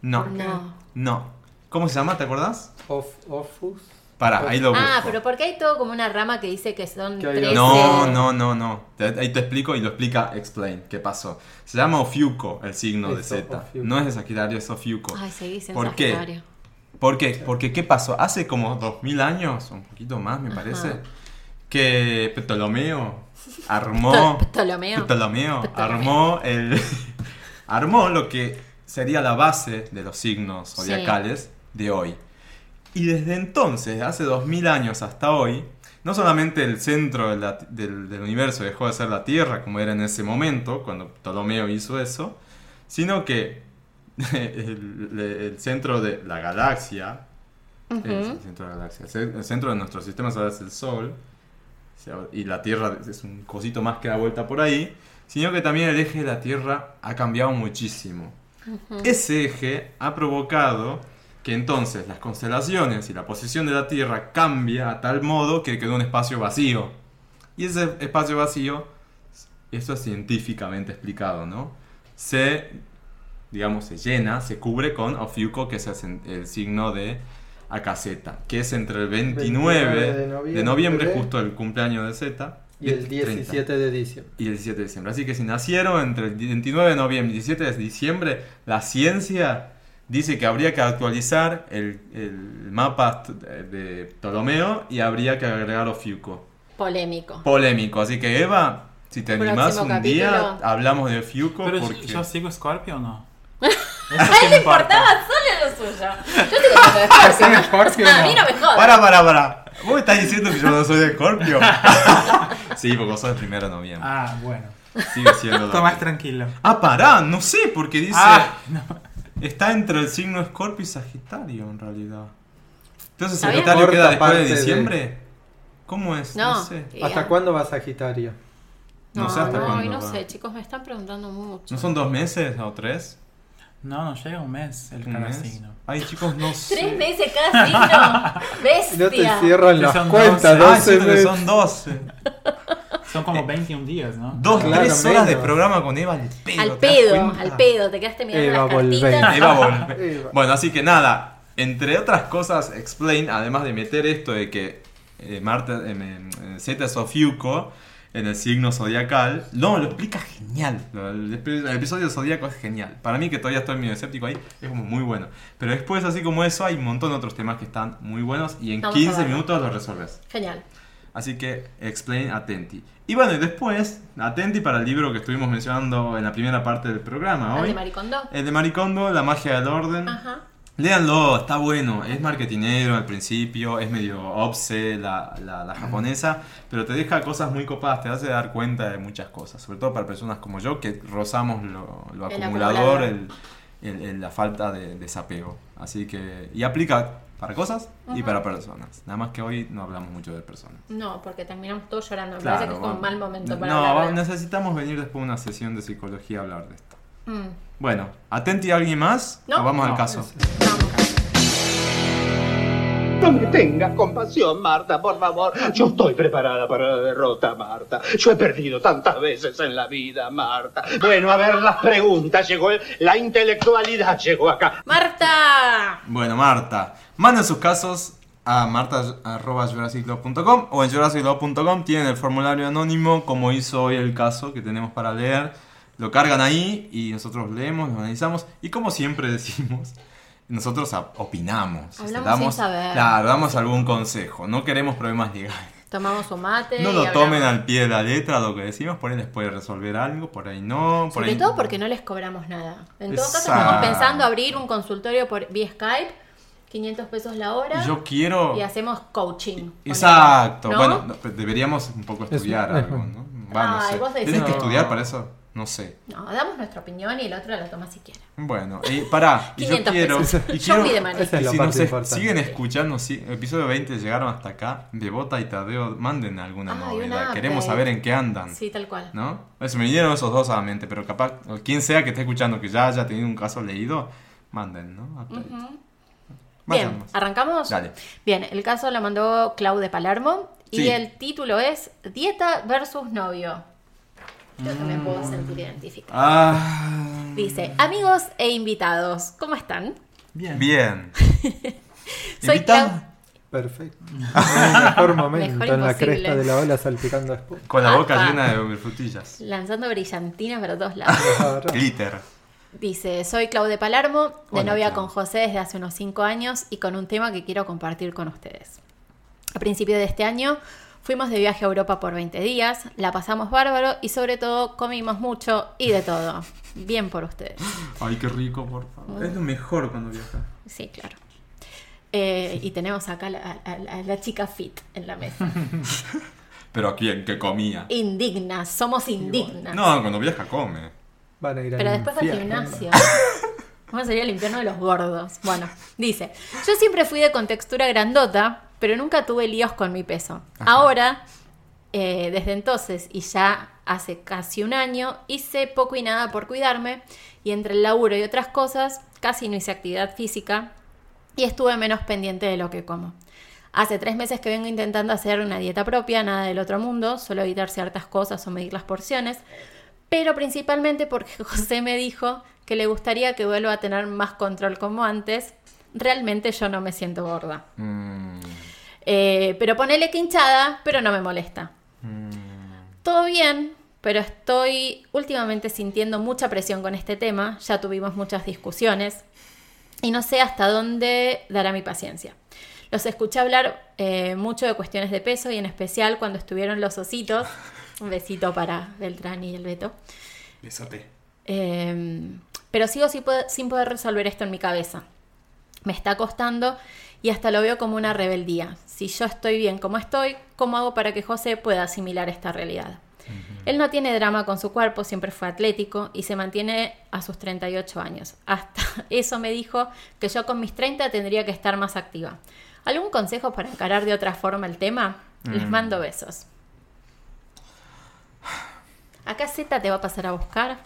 [SPEAKER 3] No.
[SPEAKER 2] No.
[SPEAKER 3] No. ¿Cómo se llama? ¿Te acordás?
[SPEAKER 4] Of, ofus.
[SPEAKER 3] Pará, ahí lo busco.
[SPEAKER 2] Ah, pero porque hay todo como una rama que dice que son
[SPEAKER 4] Que hay
[SPEAKER 2] 13.
[SPEAKER 3] No, no, no, no. Te- Ahí te explico y lo explica Explain qué pasó. Se llama Ofiuco el signo de
[SPEAKER 4] Eso,
[SPEAKER 3] Z.
[SPEAKER 4] Ofiuco.
[SPEAKER 3] No es de Sagitario, es Ofiuco.
[SPEAKER 2] Ay, seguís en
[SPEAKER 3] ¿Por qué?
[SPEAKER 2] Sagitario.
[SPEAKER 3] ¿Por qué? Porque ¿qué pasó? Hace como 2000 años, un poquito más me parece, que Ptolomeo armó...
[SPEAKER 2] Ptolomeo.
[SPEAKER 3] Ptolomeo
[SPEAKER 2] Ptolomeo.
[SPEAKER 3] armó el... armó lo que sería la base de los signos zodiacales de hoy. Y desde entonces, hace 2000 años hasta hoy, no solamente el centro de la- del, del universo dejó de ser la Tierra, como era en ese momento, cuando Ptolomeo hizo eso, sino que el, el centro de la galaxia,
[SPEAKER 2] Ujú.
[SPEAKER 3] es el centro de la galaxia, el ce- el centro de nuestro sistema solar es el Sol, se ab- y la Tierra es un cosito más que da vuelta por ahí, sino que también el eje de la Tierra ha cambiado muchísimo. Ese eje ha provocado que entonces las constelaciones y la posición de la Tierra cambia a tal modo que quedó un espacio vacío. Y ese espacio vacío, esto es científicamente explicado, ¿no? Se, digamos, se llena, se cubre con Ofiuco, que es el, sen- el signo de Akaseta, que es entre el 29, de, noviembre, justo el cumpleaños de Z,
[SPEAKER 4] Y el
[SPEAKER 3] 30
[SPEAKER 4] 17 de diciembre.
[SPEAKER 3] y el 17 de diciembre. Así que si nacieron entre el 29 de noviembre y el 17 de diciembre, la ciencia dice que habría que actualizar el, el mapa ast- de Ptolomeo y habría que agregar Ofiuco.
[SPEAKER 2] Polémico.
[SPEAKER 3] Polémico. Así que Eva, si te
[SPEAKER 2] Próximo
[SPEAKER 3] animás un día,
[SPEAKER 2] capítulo.
[SPEAKER 3] hablamos de Ofiuco
[SPEAKER 5] Pero yo-
[SPEAKER 3] porque...
[SPEAKER 5] yo sigo Scorpio o no. Eso sí me importa.
[SPEAKER 2] Importaba solo lo suyo. Yo tengo que dejar.
[SPEAKER 5] ¿Es un Scorpio o
[SPEAKER 2] A mí no me jodas.
[SPEAKER 3] Para, para, para. ¿Vos estás diciendo que yo no soy de Scorpio? sí, porque vos sos el primero de noviembre.
[SPEAKER 5] Ah, bueno.
[SPEAKER 3] Sigue siendo.
[SPEAKER 5] Tomás tranquilo.
[SPEAKER 3] Ah, pará, no sé, porque dice.
[SPEAKER 5] Ah, no.
[SPEAKER 3] Está entre el signo Escorpio y Sagitario en realidad. Entonces
[SPEAKER 2] Está bien.
[SPEAKER 3] Sagitario queda después
[SPEAKER 4] Corta
[SPEAKER 3] de
[SPEAKER 4] parte de-
[SPEAKER 3] diciembre. ¿Cómo es? No,
[SPEAKER 2] No.
[SPEAKER 3] sé.
[SPEAKER 2] Sí,
[SPEAKER 4] ¿Hasta
[SPEAKER 2] ah.
[SPEAKER 4] cuándo va Sagitario?
[SPEAKER 3] No,
[SPEAKER 2] No,
[SPEAKER 3] sé hasta
[SPEAKER 2] no, y
[SPEAKER 3] cuándo.
[SPEAKER 2] no
[SPEAKER 3] va.
[SPEAKER 2] sé, chicos, me están preguntando mucho.
[SPEAKER 3] ¿No son dos meses o tres?
[SPEAKER 5] No, no llega un mes el
[SPEAKER 3] ¿Un
[SPEAKER 5] cada
[SPEAKER 3] mes?
[SPEAKER 5] signo.
[SPEAKER 3] Ay, chicos, no sé.
[SPEAKER 2] Tres meses cada signo.
[SPEAKER 4] Y No te
[SPEAKER 2] Bestia.
[SPEAKER 4] cierran
[SPEAKER 5] Que
[SPEAKER 4] las
[SPEAKER 5] son
[SPEAKER 3] Ah,
[SPEAKER 4] cuentas, 12
[SPEAKER 3] siento que
[SPEAKER 4] meses.
[SPEAKER 3] son doce.
[SPEAKER 5] Son como 21 días, ¿no?
[SPEAKER 3] Eh, Dos,
[SPEAKER 4] Claro,
[SPEAKER 3] tres horas de
[SPEAKER 4] menos.
[SPEAKER 3] programa con Eva al pedo.
[SPEAKER 2] al
[SPEAKER 3] ¿te das
[SPEAKER 2] pedo,
[SPEAKER 3] cuenta?
[SPEAKER 2] al pedo. Te quedaste mirando
[SPEAKER 4] Eva,
[SPEAKER 2] las cartitas.
[SPEAKER 4] volvé.
[SPEAKER 3] Eva volve.
[SPEAKER 4] Eva.
[SPEAKER 3] Bueno, así que nada, entre otras cosas, Explain, además de meter esto de que eh, Marta, eh, eh, Zeta es Ophiuco en el signo zodiacal, no, lo explica genial. Lo- El, epi- el episodio zodiaco es genial. Para mí, que todavía estoy medio escéptico ahí, es como muy bueno. Pero después, así como eso, hay un montón de otros temas que están muy buenos y en
[SPEAKER 2] Vamos a
[SPEAKER 3] 15
[SPEAKER 2] verlo.
[SPEAKER 3] minutos los resolves.
[SPEAKER 2] Genial.
[SPEAKER 3] Así que explain atenti. Y bueno, y después, atenti para el libro que estuvimos mencionando en la primera parte del programa
[SPEAKER 2] Al
[SPEAKER 3] hoy.
[SPEAKER 2] de Maricondo.
[SPEAKER 3] El de Maricondo, La magia del orden.
[SPEAKER 2] Ajá.
[SPEAKER 3] Léanlo, está bueno. Es marketinero al principio, es medio obse la, la- la japonesa, pero te deja cosas muy copadas, te hace dar cuenta de muchas cosas, sobre todo para personas como yo que rozamos lo, lo
[SPEAKER 2] El
[SPEAKER 3] acumulador,
[SPEAKER 2] acumulador.
[SPEAKER 3] el- el- el- la falta de desapego. Así que, y aplica para cosas y para personas. Nada más que hoy no hablamos mucho de personas.
[SPEAKER 2] No, porque terminamos todos llorando. Me
[SPEAKER 3] Claro,
[SPEAKER 2] parece que fue un
[SPEAKER 3] vamos.
[SPEAKER 2] mal momento para
[SPEAKER 3] No,
[SPEAKER 2] hablar. de-
[SPEAKER 3] necesitamos venir después de una sesión de psicología a hablar de esto.
[SPEAKER 2] Mm.
[SPEAKER 3] Bueno, atenti a alguien más
[SPEAKER 2] No.
[SPEAKER 3] o vamos al
[SPEAKER 5] No,
[SPEAKER 3] caso.
[SPEAKER 8] No me tengas compasión, Marta, por favor. Yo estoy preparada para la derrota, Marta. Yo he perdido tantas veces en la vida, Marta. Bueno, a ver las preguntas. Llegó el- la intelectualidad, llegó acá.
[SPEAKER 2] ¡Marta!
[SPEAKER 3] Bueno, Marta, manden sus casos a marta.jurassiclub.com o en jurassiclub.com tienen el formulario anónimo, como hizo hoy el caso que tenemos para leer. Lo cargan ahí y nosotros leemos, lo analizamos y como siempre decimos, nosotros a- opinamos. este,
[SPEAKER 2] Hablamos
[SPEAKER 3] damos,
[SPEAKER 2] sin saber.
[SPEAKER 3] Claro, damos algún consejo. No queremos problemas legales.
[SPEAKER 2] Tomamos un mate.
[SPEAKER 3] No
[SPEAKER 2] y
[SPEAKER 3] lo
[SPEAKER 2] Este, hablamos.
[SPEAKER 3] tomen al pie de la letra lo que decimos, por ahí les puede resolver algo, por ahí no. Por
[SPEAKER 2] Sobre
[SPEAKER 3] ahí...
[SPEAKER 2] todo porque no les cobramos nada. En todo caso,
[SPEAKER 3] Exacto.
[SPEAKER 2] estamos pensando abrir un consultorio por vía Skype, 500 pesos la hora,
[SPEAKER 3] Yo quiero...
[SPEAKER 2] y hacemos coaching.
[SPEAKER 3] Exacto.
[SPEAKER 2] ¿No?
[SPEAKER 3] Bueno, no, pero deberíamos un poco estudiar
[SPEAKER 4] Es-
[SPEAKER 3] algo, ¿no? Va, no
[SPEAKER 2] Ay,
[SPEAKER 3] sé.
[SPEAKER 2] vos decís.
[SPEAKER 3] ¿Tienes que
[SPEAKER 2] No.
[SPEAKER 3] estudiar para eso? No sé.
[SPEAKER 2] No, damos nuestra opinión y el otro la toma si quiere.
[SPEAKER 3] Bueno, y pará, y yo
[SPEAKER 2] 500
[SPEAKER 3] quiero,
[SPEAKER 2] pesos.
[SPEAKER 3] y
[SPEAKER 2] Show
[SPEAKER 3] quiero-
[SPEAKER 2] me the money.
[SPEAKER 4] Esa es la
[SPEAKER 3] si
[SPEAKER 4] parte
[SPEAKER 3] nos es-
[SPEAKER 4] importante.
[SPEAKER 3] siguen escuchando, si, episodio 20 llegaron hasta acá, Bebota y Tadeo, manden alguna
[SPEAKER 2] Ay,
[SPEAKER 3] novedad,
[SPEAKER 2] Ah, una
[SPEAKER 3] queremos
[SPEAKER 2] update.
[SPEAKER 3] saber en qué andan,
[SPEAKER 2] Sí, tal cual.
[SPEAKER 3] ¿no? Eso, me vinieron esos dos a la mente, pero capaz, o quien sea que esté escuchando que ya haya tenido un caso leído, manden, ¿no? Update.
[SPEAKER 2] Bien,
[SPEAKER 3] Vayamos.
[SPEAKER 2] ¿arrancamos?
[SPEAKER 3] Dale.
[SPEAKER 2] Bien, el caso lo mandó Clau de Palermo y
[SPEAKER 3] Sí.
[SPEAKER 2] el título es Dieta versus novio. Creo que me puedo sentir identificada.
[SPEAKER 3] Ah,
[SPEAKER 2] Dice, amigos e invitados, ¿cómo están?
[SPEAKER 5] Bien.
[SPEAKER 3] bien.
[SPEAKER 2] Soy
[SPEAKER 3] Invitado
[SPEAKER 2] Clau-
[SPEAKER 4] Perfecto. El mejor momento
[SPEAKER 2] Mejor
[SPEAKER 4] en la
[SPEAKER 2] imposible.
[SPEAKER 4] cresta de la ola salpicando espuma.
[SPEAKER 3] Con la boca
[SPEAKER 2] Apa.
[SPEAKER 3] llena de frutillas.
[SPEAKER 2] Lanzando brillantina para todos lados.
[SPEAKER 4] Ahora,
[SPEAKER 3] Glitter.
[SPEAKER 2] Dice, soy Clau de Palermo, de
[SPEAKER 3] Hola,
[SPEAKER 2] novia
[SPEAKER 3] Clau.
[SPEAKER 2] con José desde hace unos 5 años y con un tema que quiero compartir con ustedes. A principio de este año Fuimos de viaje a Europa por 20 días, la pasamos bárbaro y sobre todo comimos mucho y de todo. Bien por ustedes.
[SPEAKER 3] Ay, qué rico, por
[SPEAKER 2] Mm.
[SPEAKER 3] favor. Es lo mejor cuando viaja.
[SPEAKER 2] Sí, claro. Eh, y tenemos acá la- a, a- a la chica fit en la mesa.
[SPEAKER 3] Pero a quién, que comía.
[SPEAKER 2] Indignas, somos indignas.
[SPEAKER 3] No, cuando viaja come.
[SPEAKER 4] Van a ir al
[SPEAKER 2] Pero después al
[SPEAKER 4] infierno.
[SPEAKER 2] gimnasio. Vamos a ir al infierno de los gordos. Bueno, dice, yo siempre fui de contextura grandota, pero nunca tuve líos con mi peso. Ahora, eh, desde entonces y ya hace casi un año, hice poco y nada por cuidarme y entre el laburo y otras cosas, casi no hice actividad física y estuve menos pendiente de lo que como. Hace tres meses que vengo intentando hacer una dieta propia, nada del otro mundo, solo evitar ciertas cosas o medir las porciones, pero principalmente porque José me dijo que le gustaría que vuelva a tener más control como antes. Realmente yo no me siento gorda.
[SPEAKER 3] Mm,
[SPEAKER 2] Eh, pero ponele que hinchada, pero no me molesta. Todo bien, pero estoy últimamente sintiendo mucha presión con este tema. Ya tuvimos muchas discusiones y no sé hasta dónde dará mi paciencia. Los escuché hablar eh, mucho de cuestiones de peso y en especial cuando estuvieron los ositos. Un besito para Beltrán y el Beto.
[SPEAKER 3] besote.
[SPEAKER 2] Eh, pero sigo sin poder, sin poder resolver esto en mi cabeza. Me está costando y hasta lo veo como una rebeldía. Si yo estoy bien como estoy, ¿cómo hago para que José pueda asimilar esta realidad? Él no tiene drama con su cuerpo, siempre fue atlético y se mantiene a sus 38 años. Hasta eso me dijo que yo con mis 30 tendría que estar más activa. ¿Algún consejo para encarar de otra forma el tema? Les mando besos. Acá Z te va a pasar a buscar.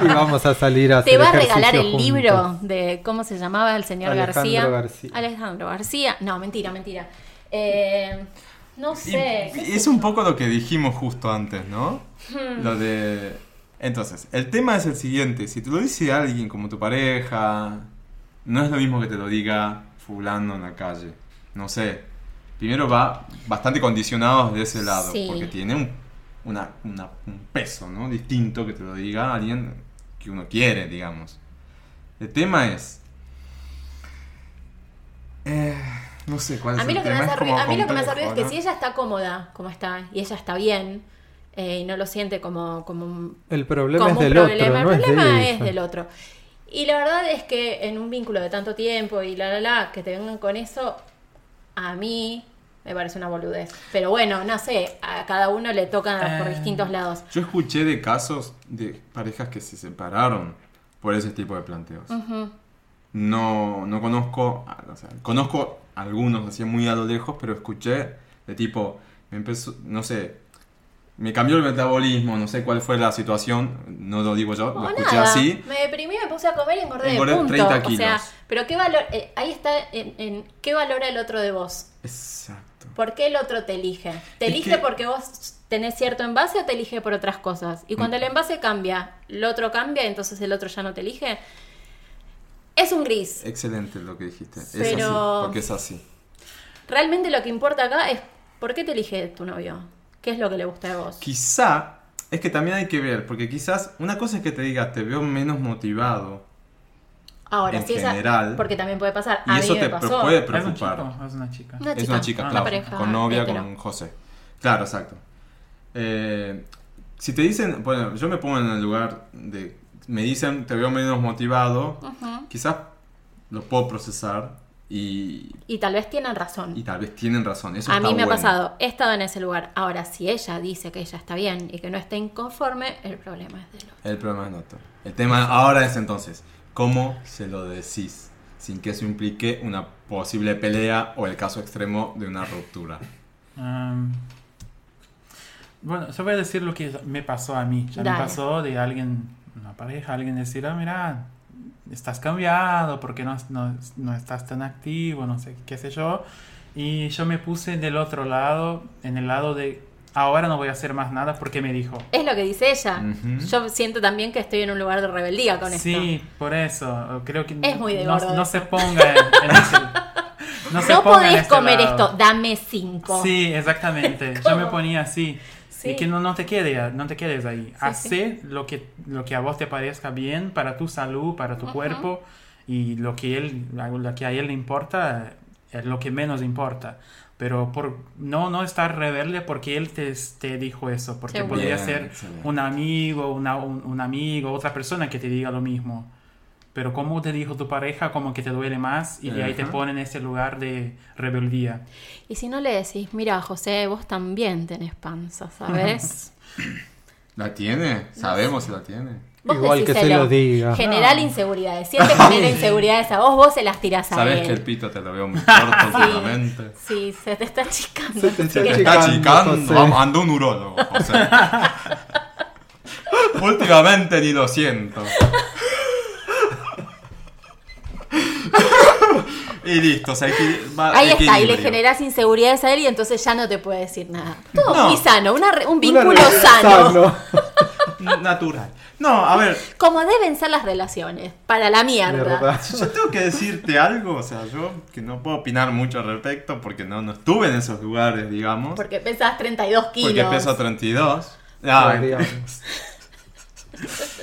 [SPEAKER 4] Y vamos a salir a hacer
[SPEAKER 2] Te va a
[SPEAKER 4] ejercicio
[SPEAKER 2] regalar el
[SPEAKER 4] juntos.
[SPEAKER 2] libro de cómo se llamaba el señor
[SPEAKER 4] Alejandro
[SPEAKER 2] García.
[SPEAKER 4] García.
[SPEAKER 2] Alejandro García. No, mentira, mentira. Eh, no sé. Hmm.
[SPEAKER 3] Y- es un poco lo que dijimos justo antes, ¿no? Lo de... Entonces, el tema es el siguiente. Si te lo dice alguien como tu pareja, no es lo mismo que te lo diga fulano en la calle. No sé. Primero va bastante condicionado de ese lado,
[SPEAKER 2] Sí.
[SPEAKER 3] porque tiene un, una- una- un peso, ¿no? Distinto que te lo diga alguien que uno quiere, digamos. El tema es... eh, no sé cuál es
[SPEAKER 2] A mí,
[SPEAKER 3] el
[SPEAKER 2] lo que, me
[SPEAKER 3] tema,
[SPEAKER 2] hace
[SPEAKER 3] es
[SPEAKER 2] ruido,
[SPEAKER 3] como
[SPEAKER 2] a mí lo que me hace ruido
[SPEAKER 3] complejo,
[SPEAKER 2] es que
[SPEAKER 3] ¿no?
[SPEAKER 2] si ella está cómoda como está y ella está bien eh, y no lo siente como, como un
[SPEAKER 4] El problema es
[SPEAKER 2] como un
[SPEAKER 4] del
[SPEAKER 2] problema.
[SPEAKER 4] otro, no
[SPEAKER 2] el
[SPEAKER 4] es de
[SPEAKER 2] problema
[SPEAKER 4] ella.
[SPEAKER 2] es del otro. Y la verdad es que en un vínculo de tanto tiempo y la la la, que te vengan con eso, a mí me parece una boludez. Pero bueno, no sé, a cada uno le toca por
[SPEAKER 5] Eh.
[SPEAKER 2] distintos lados.
[SPEAKER 3] Yo escuché de casos de parejas que se separaron por ese tipo de planteos. No, no conozco, o sea, conozco algunos así muy a lo lejos, pero escuché de tipo, me empezó, no sé, me cambió el metabolismo, no sé cuál fue la situación, no lo digo yo, lo
[SPEAKER 2] O
[SPEAKER 3] escuché
[SPEAKER 2] Oh, nada,
[SPEAKER 3] así.
[SPEAKER 2] me deprimí, me puse a comer y engordé,
[SPEAKER 3] Engordé
[SPEAKER 2] punto.
[SPEAKER 3] 30
[SPEAKER 2] O sea,
[SPEAKER 3] kilos.
[SPEAKER 2] pero qué valor, eh, ahí está en, en qué valora el otro de vos.
[SPEAKER 3] Exacto.
[SPEAKER 2] ¿Por qué el otro te elige? ¿Te
[SPEAKER 3] Es
[SPEAKER 2] elige
[SPEAKER 3] que-
[SPEAKER 2] porque vos tenés cierto envase o te elige por otras cosas? Y cuando el envase cambia, el otro cambia, entonces el otro ya no te elige. Es un gris.
[SPEAKER 3] Excelente lo que dijiste. Es así,
[SPEAKER 2] Pero-
[SPEAKER 3] porque es así.
[SPEAKER 2] Realmente lo que importa acá es por qué te elige tu novio. ¿Qué es lo que le gusta de vos?
[SPEAKER 3] Quizá, es que también hay que ver, porque quizás una cosa es que te diga, te veo menos motivado,
[SPEAKER 2] Ahora,
[SPEAKER 3] en
[SPEAKER 2] si esa-
[SPEAKER 3] general.
[SPEAKER 2] Porque también puede pasar.
[SPEAKER 3] y
[SPEAKER 2] a
[SPEAKER 3] eso
[SPEAKER 2] mí
[SPEAKER 3] te
[SPEAKER 2] me
[SPEAKER 3] pro-
[SPEAKER 2] pasó.
[SPEAKER 3] puede
[SPEAKER 5] Es un
[SPEAKER 3] preocupar.
[SPEAKER 5] chico, es una chica.
[SPEAKER 2] Una
[SPEAKER 3] Es una chica,
[SPEAKER 5] Ah,
[SPEAKER 3] claro.
[SPEAKER 2] pareja
[SPEAKER 3] con novia,
[SPEAKER 2] hetero.
[SPEAKER 3] con José. Claro, exacto. Eh, si te dicen, bueno, yo me pongo en el lugar de, me dicen, te veo menos motivado, quizás lo puedo procesar y,
[SPEAKER 2] Y tal vez tienen razón.
[SPEAKER 3] y tal vez tienen razón. Eso
[SPEAKER 2] A
[SPEAKER 3] está
[SPEAKER 2] mí me ha
[SPEAKER 3] bueno.
[SPEAKER 2] pasado, he estado en ese lugar. Ahora, si ella dice que ella está bien y que no está inconforme, el problema es de él.
[SPEAKER 3] El problema es noto. El tema ahora es entonces, ¿cómo se lo decís? Sin que eso implique una posible pelea o el caso extremo de una ruptura.
[SPEAKER 5] Um, bueno, yo voy a decir lo que me pasó a mí. Ya me
[SPEAKER 2] Dale.
[SPEAKER 5] pasó de alguien, una pareja, alguien decir, ah, mira, estás cambiado, porque no, no, no estás tan activo, no sé, qué sé yo. Y yo me puse del otro lado, en el lado de, ahora no voy a hacer más nada porque me dijo.
[SPEAKER 2] Es lo que dice ella.
[SPEAKER 3] Ujú.
[SPEAKER 2] Yo siento también que estoy en un lugar de rebeldía con
[SPEAKER 5] Sí, por eso. Creo que
[SPEAKER 2] Es muy de
[SPEAKER 5] no,
[SPEAKER 2] gordo
[SPEAKER 5] no
[SPEAKER 2] eso.
[SPEAKER 5] se ponga en, en ese-
[SPEAKER 2] esto.
[SPEAKER 5] no se
[SPEAKER 2] No
[SPEAKER 5] ponga en
[SPEAKER 2] podés
[SPEAKER 5] este
[SPEAKER 2] comer
[SPEAKER 5] lado.
[SPEAKER 2] esto, dame cinco.
[SPEAKER 5] Sí, exactamente. Yo me ponía así.
[SPEAKER 2] Sí.
[SPEAKER 5] Y que no, no te quedes, no te quedes ahí. Haz
[SPEAKER 2] sí.
[SPEAKER 5] lo que lo que a vos te parezca bien para tu salud, para tu cuerpo y lo que él lo que a él le importa es lo que menos importa. Pero por, no, no estar rebelde porque él te, te dijo eso, porque
[SPEAKER 2] Seguro.
[SPEAKER 5] podría
[SPEAKER 3] Bien,
[SPEAKER 5] ser
[SPEAKER 3] excelente.
[SPEAKER 5] un amigo, una- un, un amigo, otra persona que te diga lo mismo. Pero como te dijo tu pareja, como que te duele más y de ahí te
[SPEAKER 3] Ajá.
[SPEAKER 5] pone en ese lugar de rebeldía.
[SPEAKER 2] Y si no le decís, mira, José, vos también tenés panza, ¿sabes?
[SPEAKER 3] ¿La tiene? Sabemos si la tiene.
[SPEAKER 2] Vos
[SPEAKER 4] Igual que se
[SPEAKER 2] decíselo.
[SPEAKER 4] lo diga.
[SPEAKER 2] General inseguridades. Si él te genera inseguridades a vos, vos se las tirás a
[SPEAKER 3] Sabes
[SPEAKER 2] él.
[SPEAKER 3] que el pito te lo veo muy corto últimamente.
[SPEAKER 2] Sí, se te está achicando.
[SPEAKER 4] Se te
[SPEAKER 3] Se te
[SPEAKER 4] Está
[SPEAKER 3] está
[SPEAKER 4] achicando,
[SPEAKER 3] achicando.
[SPEAKER 4] José.
[SPEAKER 3] Vamos, anda un urólogo, José. Últimamente ni lo siento. y listo, o sea, equi- va-
[SPEAKER 2] Ahí está, y le
[SPEAKER 3] Ah, equilibrio.
[SPEAKER 2] generás inseguridades a él y entonces ya no te puede decir nada. Todo
[SPEAKER 3] No.
[SPEAKER 2] muy sano, una re- un
[SPEAKER 4] Una
[SPEAKER 2] vínculo
[SPEAKER 4] relación
[SPEAKER 2] sano.
[SPEAKER 4] sano.
[SPEAKER 3] Natural. No, a ver,
[SPEAKER 2] Como deben ser las relaciones, para la mierda.
[SPEAKER 4] Verdad.
[SPEAKER 3] yo tengo que decirte algo, o sea, yo que no puedo opinar mucho al respecto porque no, no estuve en esos lugares, digamos.
[SPEAKER 2] Porque pesás 32 kilos.
[SPEAKER 3] Porque peso 32. Ah,
[SPEAKER 4] Podríamos.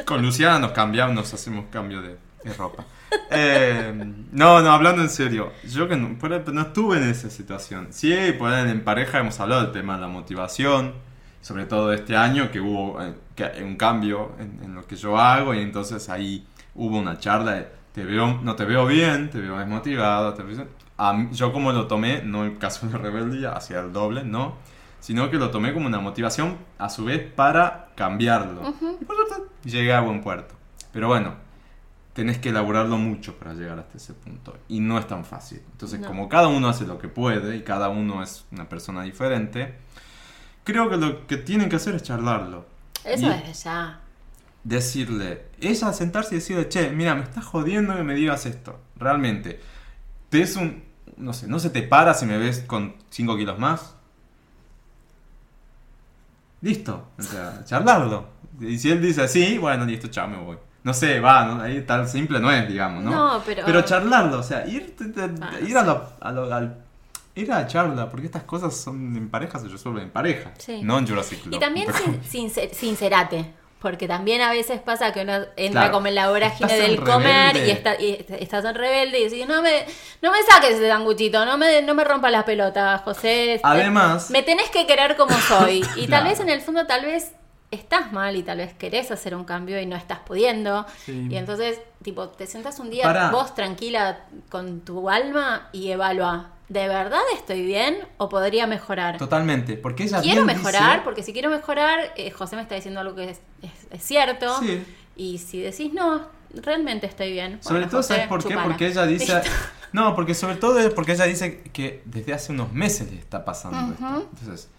[SPEAKER 3] con Luciana nos cambiamos, nos hacemos cambio de, de ropa. Eh, no, no, hablando en serio, yo que no, por ejemplo, no estuve en esa situación. Sí, por ahí en pareja hemos hablado del tema de la motivación, sobre todo este año que hubo eh, que- un cambio en, en lo que yo hago y entonces ahí hubo una charla de te veo, no te veo bien, te veo desmotivado, te veo- A mí- yo como lo tomé, no el caso de rebeldía, hacia el doble, no, sino que lo tomé como una motivación a su vez para cambiarlo. Por suerte, llegué a buen puerto. Pero bueno, tenés que elaborarlo mucho para llegar hasta ese punto. Y no es tan fácil. Entonces,
[SPEAKER 2] No.
[SPEAKER 3] como cada uno hace lo que puede y cada uno es una persona diferente, creo que lo que tienen que hacer es charlarlo.
[SPEAKER 2] Eso
[SPEAKER 3] Y-
[SPEAKER 2] desde ya.
[SPEAKER 3] Decirle, ella sentarse y decirle, che, mira, me está jodiendo que me digas esto. Realmente, te es un. No sé, ¿no se te para si me ves con 5 kilos más? Listo, o sea, charlarlo. Y si él dice sí, bueno, listo, chao, me voy. No sé, va, ¿no? ahí tan simple no es, digamos, ¿no?
[SPEAKER 2] No, pero-
[SPEAKER 3] charlarlo, o sea, ir, te- te-
[SPEAKER 2] Ah,
[SPEAKER 3] ir a, la, a lo- al- ir a la charla, porque estas cosas son en pareja, se resuelven en pareja,
[SPEAKER 2] Sí.
[SPEAKER 3] no en Jurassic
[SPEAKER 2] Y
[SPEAKER 3] Club.
[SPEAKER 2] también sin- sincer- sincerate. Porque también a veces pasa que uno entra
[SPEAKER 3] Claro.
[SPEAKER 2] como en la vorágine
[SPEAKER 3] Estás en
[SPEAKER 2] del comer
[SPEAKER 3] rebelde.
[SPEAKER 2] y, está, y est- estás en rebelde y decís, no me, no me saques ese sanguchito, no me, no me rompas las pelotas, José.
[SPEAKER 3] Además-
[SPEAKER 2] Me tenés que querer como soy. Y tal
[SPEAKER 3] Claro.
[SPEAKER 2] vez en el fondo, tal vez estás mal y tal vez querés hacer un cambio y no estás pudiendo.
[SPEAKER 5] Sí.
[SPEAKER 2] Y entonces, tipo, te sentas un día
[SPEAKER 3] Pará.
[SPEAKER 2] vos tranquila con tu alma y evalúa, ¿de verdad estoy bien o podría mejorar?
[SPEAKER 3] Totalmente, porque ella
[SPEAKER 2] quiero
[SPEAKER 3] bien
[SPEAKER 2] mejorar,
[SPEAKER 3] dice-
[SPEAKER 2] porque si quiero mejorar, eh, José me está diciendo algo que es, es- es cierto.
[SPEAKER 3] Sí.
[SPEAKER 2] Y si decís no, realmente estoy bien.
[SPEAKER 3] Sobre
[SPEAKER 2] bueno,
[SPEAKER 3] todo,
[SPEAKER 2] José,
[SPEAKER 3] ¿sabes por qué?
[SPEAKER 2] chupala.
[SPEAKER 3] Porque ella dice.
[SPEAKER 2] Listo.
[SPEAKER 3] No, porque sobre todo es porque ella dice que desde hace unos meses le está pasando esto. Entonces,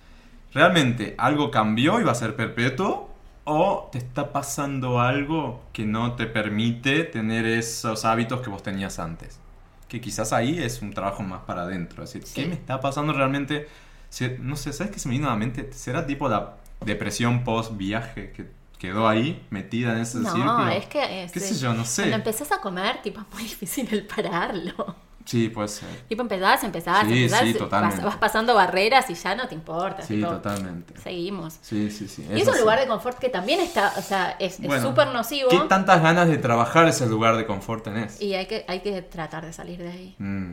[SPEAKER 3] ¿realmente algo cambió y va a ser perpetuo? ¿O te está pasando algo que no te permite tener esos hábitos que vos tenías antes? Que quizás ahí es un trabajo más para adentro. Es decir,
[SPEAKER 2] Sí.
[SPEAKER 3] ¿qué me está pasando realmente? Se- no sé, ¿sabes qué se me vino a la mente? ¿Será tipo la depresión post-viaje que quedó ahí metida en ese
[SPEAKER 2] No,
[SPEAKER 3] círculo?
[SPEAKER 2] es que. eh,
[SPEAKER 3] ¿Qué
[SPEAKER 2] sí.
[SPEAKER 3] sé yo? No sé.
[SPEAKER 2] Cuando empezás a comer, tipo, es muy difícil el pararlo.
[SPEAKER 3] Sí, puede ser.
[SPEAKER 2] Tipo, empezás, empezás,
[SPEAKER 3] Sí,
[SPEAKER 2] empezás.
[SPEAKER 3] sí,
[SPEAKER 2] pas-
[SPEAKER 3] totalmente.
[SPEAKER 2] vas pasando barreras y ya no te importa.
[SPEAKER 3] Sí,
[SPEAKER 2] tipo,
[SPEAKER 3] totalmente.
[SPEAKER 2] Seguimos.
[SPEAKER 3] Sí, sí, sí.
[SPEAKER 2] Y es un lugar de confort que también está, o sea, es es súper nocivo.
[SPEAKER 3] ¿Qué tantas ganas de trabajar ese lugar de confort tenés?
[SPEAKER 2] Y hay que, hay que tratar de salir de ahí.
[SPEAKER 3] Mm.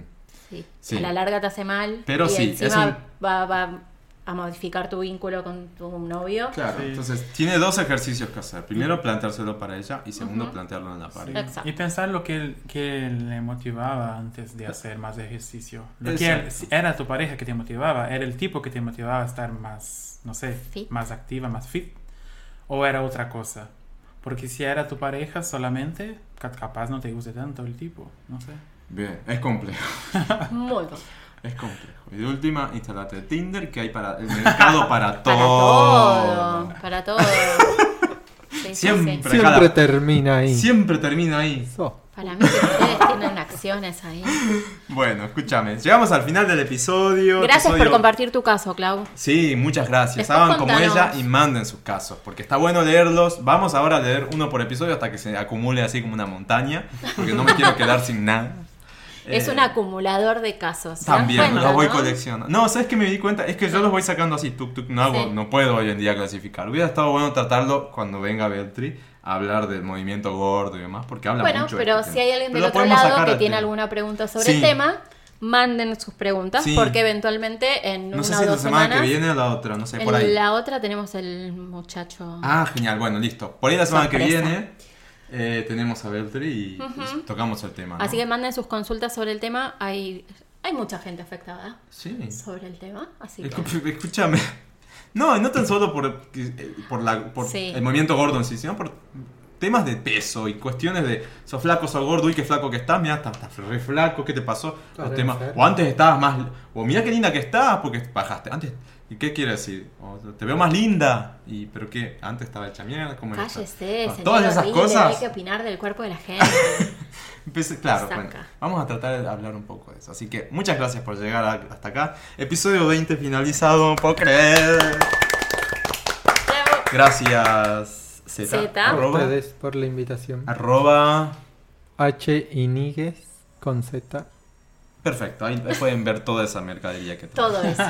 [SPEAKER 2] Sí.
[SPEAKER 3] Sí.
[SPEAKER 2] A la larga te hace mal.
[SPEAKER 3] Pero
[SPEAKER 2] y
[SPEAKER 3] sí,
[SPEAKER 2] encima
[SPEAKER 3] es un-
[SPEAKER 2] va, va a modificar tu vínculo con tu novio.
[SPEAKER 3] Claro,
[SPEAKER 5] Sí.
[SPEAKER 3] entonces tiene dos ejercicios que hacer. Primero, planteárselo para ella y segundo, plantearlo en la
[SPEAKER 5] Sí.
[SPEAKER 3] pareja.
[SPEAKER 2] Exacto.
[SPEAKER 5] Y pensar lo que, él- que él le motivaba antes de hacer más ejercicio. Lo que él-
[SPEAKER 3] Exacto.
[SPEAKER 5] era tu pareja que te motivaba, era el tipo que te motivaba a estar más, no sé,
[SPEAKER 2] Fit.
[SPEAKER 5] más activa, más fit, o era otra cosa. Porque si era tu pareja solamente, ca- capaz no te guste tanto el tipo, no sé.
[SPEAKER 3] Bien, es complejo.
[SPEAKER 2] Muy bien.
[SPEAKER 3] Es complejo. Y de última, instalate Tinder que hay para el mercado
[SPEAKER 2] Para
[SPEAKER 3] para todo.
[SPEAKER 2] todo. Para todo. Sí, sí,
[SPEAKER 3] Siempre.
[SPEAKER 2] sí.
[SPEAKER 4] Siempre
[SPEAKER 3] Cada-
[SPEAKER 4] termina ahí.
[SPEAKER 3] Siempre termina ahí.
[SPEAKER 4] So.
[SPEAKER 2] Para mí que ustedes tienen acciones ahí.
[SPEAKER 3] Bueno, escúchame. Llegamos al final del episodio.
[SPEAKER 2] Gracias por
[SPEAKER 3] Episodio-
[SPEAKER 2] compartir tu caso, Clau.
[SPEAKER 3] Sí, muchas gracias.
[SPEAKER 2] Después
[SPEAKER 3] Hagan como
[SPEAKER 2] contanos.
[SPEAKER 3] ella y manden sus casos, porque está bueno leerlos. Vamos ahora a leer uno por episodio hasta que se acumule así como una montaña, porque no me quiero quedar sin nada.
[SPEAKER 2] Es
[SPEAKER 3] Eh,
[SPEAKER 2] un acumulador de casos. ¿se dan
[SPEAKER 3] También,
[SPEAKER 2] cuenta,
[SPEAKER 3] los voy
[SPEAKER 2] no?
[SPEAKER 3] coleccionando. No, ¿sabes qué me di cuenta? Es que yo los voy sacando así, tuk tuk, no, hago-
[SPEAKER 2] Sí.
[SPEAKER 3] no puedo hoy en día clasificar. Hubiera estado bueno tratarlo cuando venga Beltri a hablar del movimiento gordo y demás, porque habla
[SPEAKER 2] Bueno,
[SPEAKER 3] mucho de
[SPEAKER 2] pero
[SPEAKER 3] este
[SPEAKER 2] si
[SPEAKER 3] tema.
[SPEAKER 2] hay alguien
[SPEAKER 3] Pero
[SPEAKER 2] del
[SPEAKER 3] lo
[SPEAKER 2] otro
[SPEAKER 3] podemos
[SPEAKER 2] lado
[SPEAKER 3] sacar
[SPEAKER 2] que
[SPEAKER 3] al
[SPEAKER 2] tiene
[SPEAKER 3] tema.
[SPEAKER 2] alguna pregunta sobre
[SPEAKER 3] Sí.
[SPEAKER 2] el tema, Manden sus preguntas
[SPEAKER 3] Sí.
[SPEAKER 2] porque eventualmente en
[SPEAKER 3] No
[SPEAKER 2] una
[SPEAKER 3] sé
[SPEAKER 2] o
[SPEAKER 3] si es la
[SPEAKER 2] dos
[SPEAKER 3] semana
[SPEAKER 2] semanas,
[SPEAKER 3] que viene o la otra, no sé,
[SPEAKER 2] en
[SPEAKER 3] por ahí.
[SPEAKER 2] la otra tenemos el muchacho.
[SPEAKER 3] Ah, genial, bueno, listo. Por ahí la semana que
[SPEAKER 2] Sorpresa.
[SPEAKER 3] viene eh, tenemos a Beltri y tocamos el tema. ¿no?
[SPEAKER 2] Así que manden sus consultas sobre el tema. Hay, hay mucha gente afectada
[SPEAKER 3] Sí.
[SPEAKER 2] sobre el tema. Así que...
[SPEAKER 3] Escu- Escúchame. No, y no tan solo por, eh, por, la, por
[SPEAKER 2] Sí.
[SPEAKER 3] el movimiento gordo en sí, sino por temas de peso y cuestiones de sos flaco, sos gordo, uy, qué flaco que estás, mirá, estás, estás re flaco, ¿qué te pasó?
[SPEAKER 4] Estás
[SPEAKER 3] Los
[SPEAKER 4] re
[SPEAKER 3] temas,
[SPEAKER 4] enfermo.
[SPEAKER 3] o antes estabas más, o mirá qué linda que estás porque bajaste. Antes, ¿y qué quiere decir? O, te veo más linda, y pero qué, antes estaba hecha mierda, ¿cómo era?
[SPEAKER 2] Cállese,
[SPEAKER 3] Bueno,
[SPEAKER 2] señor
[SPEAKER 3] Todas esas
[SPEAKER 2] horrible,
[SPEAKER 3] cosas.
[SPEAKER 2] Hay que opinar del cuerpo de la gente.
[SPEAKER 3] Empecé- claro,
[SPEAKER 2] Saca.
[SPEAKER 3] bueno, vamos a tratar de hablar un poco de eso. Así que muchas gracias por llegar a- hasta acá. Episodio 20 finalizado, no puedo creer.
[SPEAKER 2] Bravo.
[SPEAKER 3] Gracias, Z.
[SPEAKER 2] Zeta.
[SPEAKER 4] A
[SPEAKER 3] Arroba,
[SPEAKER 4] ustedes por la invitación.
[SPEAKER 3] arroba.
[SPEAKER 4] H. Iníguez con Z.
[SPEAKER 3] Perfecto, ahí pueden ver toda esa mercadería que
[SPEAKER 2] Todo eso.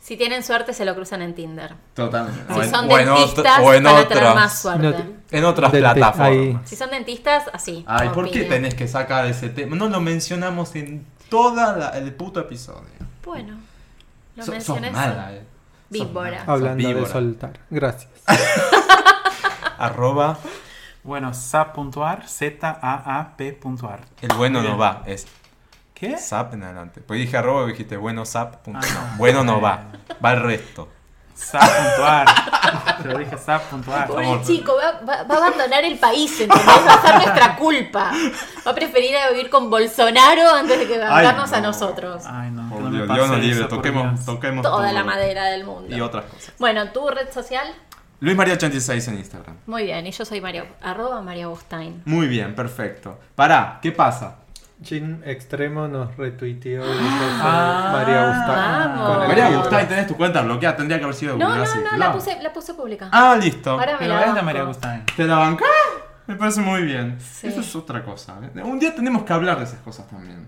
[SPEAKER 2] si tienen suerte, se lo cruzan en Tinder.
[SPEAKER 3] Totalmente.
[SPEAKER 2] Si son dentistas, van a tener más suerte.
[SPEAKER 4] No te-
[SPEAKER 3] en otras
[SPEAKER 4] Del te- ahí.
[SPEAKER 3] plataformas.
[SPEAKER 2] Si son dentistas, así.
[SPEAKER 3] Ay,
[SPEAKER 2] como
[SPEAKER 3] ¿por qué
[SPEAKER 2] piña.
[SPEAKER 3] tenés que sacar ese tema? No lo mencionamos en todo el puto episodio.
[SPEAKER 2] Bueno, lo
[SPEAKER 3] So- sos
[SPEAKER 2] mencioné.
[SPEAKER 3] mala, eh. Sos
[SPEAKER 2] Víbora.
[SPEAKER 3] mala, sos
[SPEAKER 4] Hablando de
[SPEAKER 3] víbora.
[SPEAKER 4] soltar. Gracias.
[SPEAKER 3] Arroba
[SPEAKER 5] Bueno, sa.ar, z-a-a-p.ar.
[SPEAKER 3] El bueno
[SPEAKER 5] Bien.
[SPEAKER 3] no va, es
[SPEAKER 5] ¿Qué?
[SPEAKER 3] zap en adelante. Pues dije arroba y dijiste bueno zap. punto
[SPEAKER 5] Ah.
[SPEAKER 3] no. Bueno no va, va el resto.
[SPEAKER 5] sa.ar. Te lo dije sa.ar.
[SPEAKER 2] Pobre
[SPEAKER 3] Amor.
[SPEAKER 2] chico, va, va- va a abandonar el país, ¿entendés? Va a ser nuestra culpa. Va a preferir a vivir con Bolsonaro antes de que hablarnos a
[SPEAKER 3] no.
[SPEAKER 2] nosotros.
[SPEAKER 5] Ay, no. que
[SPEAKER 3] Por
[SPEAKER 5] no
[SPEAKER 3] Dios,
[SPEAKER 5] me
[SPEAKER 3] Dios
[SPEAKER 5] pase
[SPEAKER 3] nos libre,
[SPEAKER 5] eso, por
[SPEAKER 3] toquemos,
[SPEAKER 5] Dios.
[SPEAKER 3] toquemos
[SPEAKER 2] Toda
[SPEAKER 3] todo.
[SPEAKER 2] la madera del mundo.
[SPEAKER 3] Y otras cosas.
[SPEAKER 2] Bueno, tu red social.
[SPEAKER 3] Luis María 86 en Instagram.
[SPEAKER 2] Muy bien, y yo soy María, arroba María Agustín.
[SPEAKER 3] Muy bien, perfecto. Pará, ¿qué pasa?
[SPEAKER 4] Jim Extremo nos retuiteó y dijo soy
[SPEAKER 5] Ah,
[SPEAKER 4] María Gustavo.
[SPEAKER 2] vamos.
[SPEAKER 4] Con el
[SPEAKER 3] María
[SPEAKER 4] título.
[SPEAKER 3] Agustín, tenés tu cuenta bloqueada, tendría que haber sido de
[SPEAKER 2] Oh, No, no,
[SPEAKER 3] Gugnazi.
[SPEAKER 2] no, la puse, la puse pública.
[SPEAKER 3] Ah, listo.
[SPEAKER 2] Ahora me
[SPEAKER 5] Pero
[SPEAKER 2] la
[SPEAKER 5] es de
[SPEAKER 2] banco.
[SPEAKER 5] María Agustín.
[SPEAKER 3] ¿Te la bancás? Me parece muy bien.
[SPEAKER 2] Sí.
[SPEAKER 3] Eso es otra cosa. ¿eh? Un día tenemos que hablar de esas cosas también.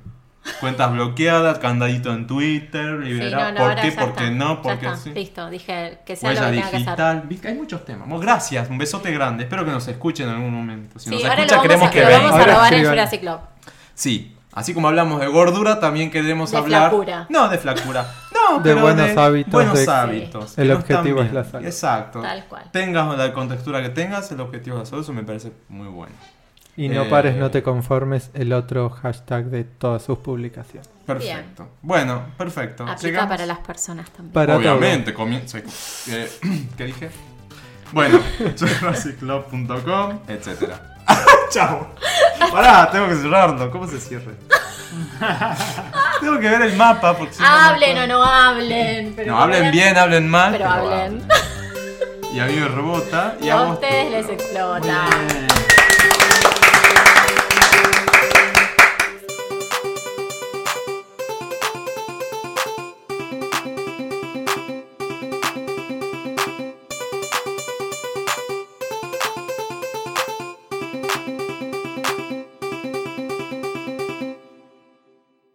[SPEAKER 3] Cuentas bloqueadas, candadito en Twitter,
[SPEAKER 2] Sí,
[SPEAKER 3] liberado.
[SPEAKER 2] no, no,
[SPEAKER 3] ¿Por
[SPEAKER 2] ahora
[SPEAKER 3] qué?
[SPEAKER 2] ya
[SPEAKER 3] ¿Por qué
[SPEAKER 2] está.
[SPEAKER 3] no?
[SPEAKER 2] Ya
[SPEAKER 3] ¿Por qué
[SPEAKER 2] está,
[SPEAKER 3] sí? Pues
[SPEAKER 2] Listo, dije que sea
[SPEAKER 3] Huella
[SPEAKER 2] lo que tenga que hacer.
[SPEAKER 3] digital, viste, hay muchos temas. Bueno, gracias, un besote grande. Espero que nos escuchen en algún momento. Si
[SPEAKER 2] Sí,
[SPEAKER 3] nos
[SPEAKER 2] ahora
[SPEAKER 3] escucha,
[SPEAKER 2] lo vamos,
[SPEAKER 3] queremos
[SPEAKER 2] a,
[SPEAKER 3] que
[SPEAKER 2] lo
[SPEAKER 3] venga.
[SPEAKER 2] vamos a
[SPEAKER 4] Ahora
[SPEAKER 2] robar en
[SPEAKER 4] escriban.
[SPEAKER 2] Jurassic Club.
[SPEAKER 3] Sí, así como hablamos de gordura, también queremos
[SPEAKER 2] De
[SPEAKER 3] hablar.
[SPEAKER 2] flacura.
[SPEAKER 3] No, de flacura. No,
[SPEAKER 4] De
[SPEAKER 3] pero
[SPEAKER 4] buenos hábitos,
[SPEAKER 3] buenos
[SPEAKER 4] de-
[SPEAKER 3] hábitos.
[SPEAKER 4] Sí.
[SPEAKER 3] que
[SPEAKER 4] El
[SPEAKER 3] no
[SPEAKER 4] objetivo
[SPEAKER 3] están
[SPEAKER 4] es
[SPEAKER 3] bien.
[SPEAKER 4] la salud.
[SPEAKER 3] Exacto.
[SPEAKER 2] Tal cual.
[SPEAKER 3] Tengas la contextura que tengas, el objetivo es la salud. Eso me parece muy bueno.
[SPEAKER 4] Y no
[SPEAKER 3] Eh,
[SPEAKER 4] pares, no te conformes, el otro hashtag de todas sus publicaciones.
[SPEAKER 3] Perfecto. Bueno, perfecto.
[SPEAKER 2] Aplica
[SPEAKER 3] Llegamos-
[SPEAKER 2] para las personas también.
[SPEAKER 4] Para todo.
[SPEAKER 3] Obviamente, comienzo. ¿Qué dije? Bueno, jurassicclub.com, etc. Chao. Pará, tengo que cerrarlo. ¿Cómo se cierra? tengo que ver el mapa. Porque si no, no
[SPEAKER 2] Hablen
[SPEAKER 3] puedo.
[SPEAKER 2] o no hablen. pero
[SPEAKER 3] No, hablen
[SPEAKER 2] vean-
[SPEAKER 3] bien, hablen mal.
[SPEAKER 2] Pero hablen.
[SPEAKER 3] Y a mí me rebota. Y
[SPEAKER 2] Y a
[SPEAKER 3] vos te-
[SPEAKER 2] ustedes les explota.
[SPEAKER 5] Bien.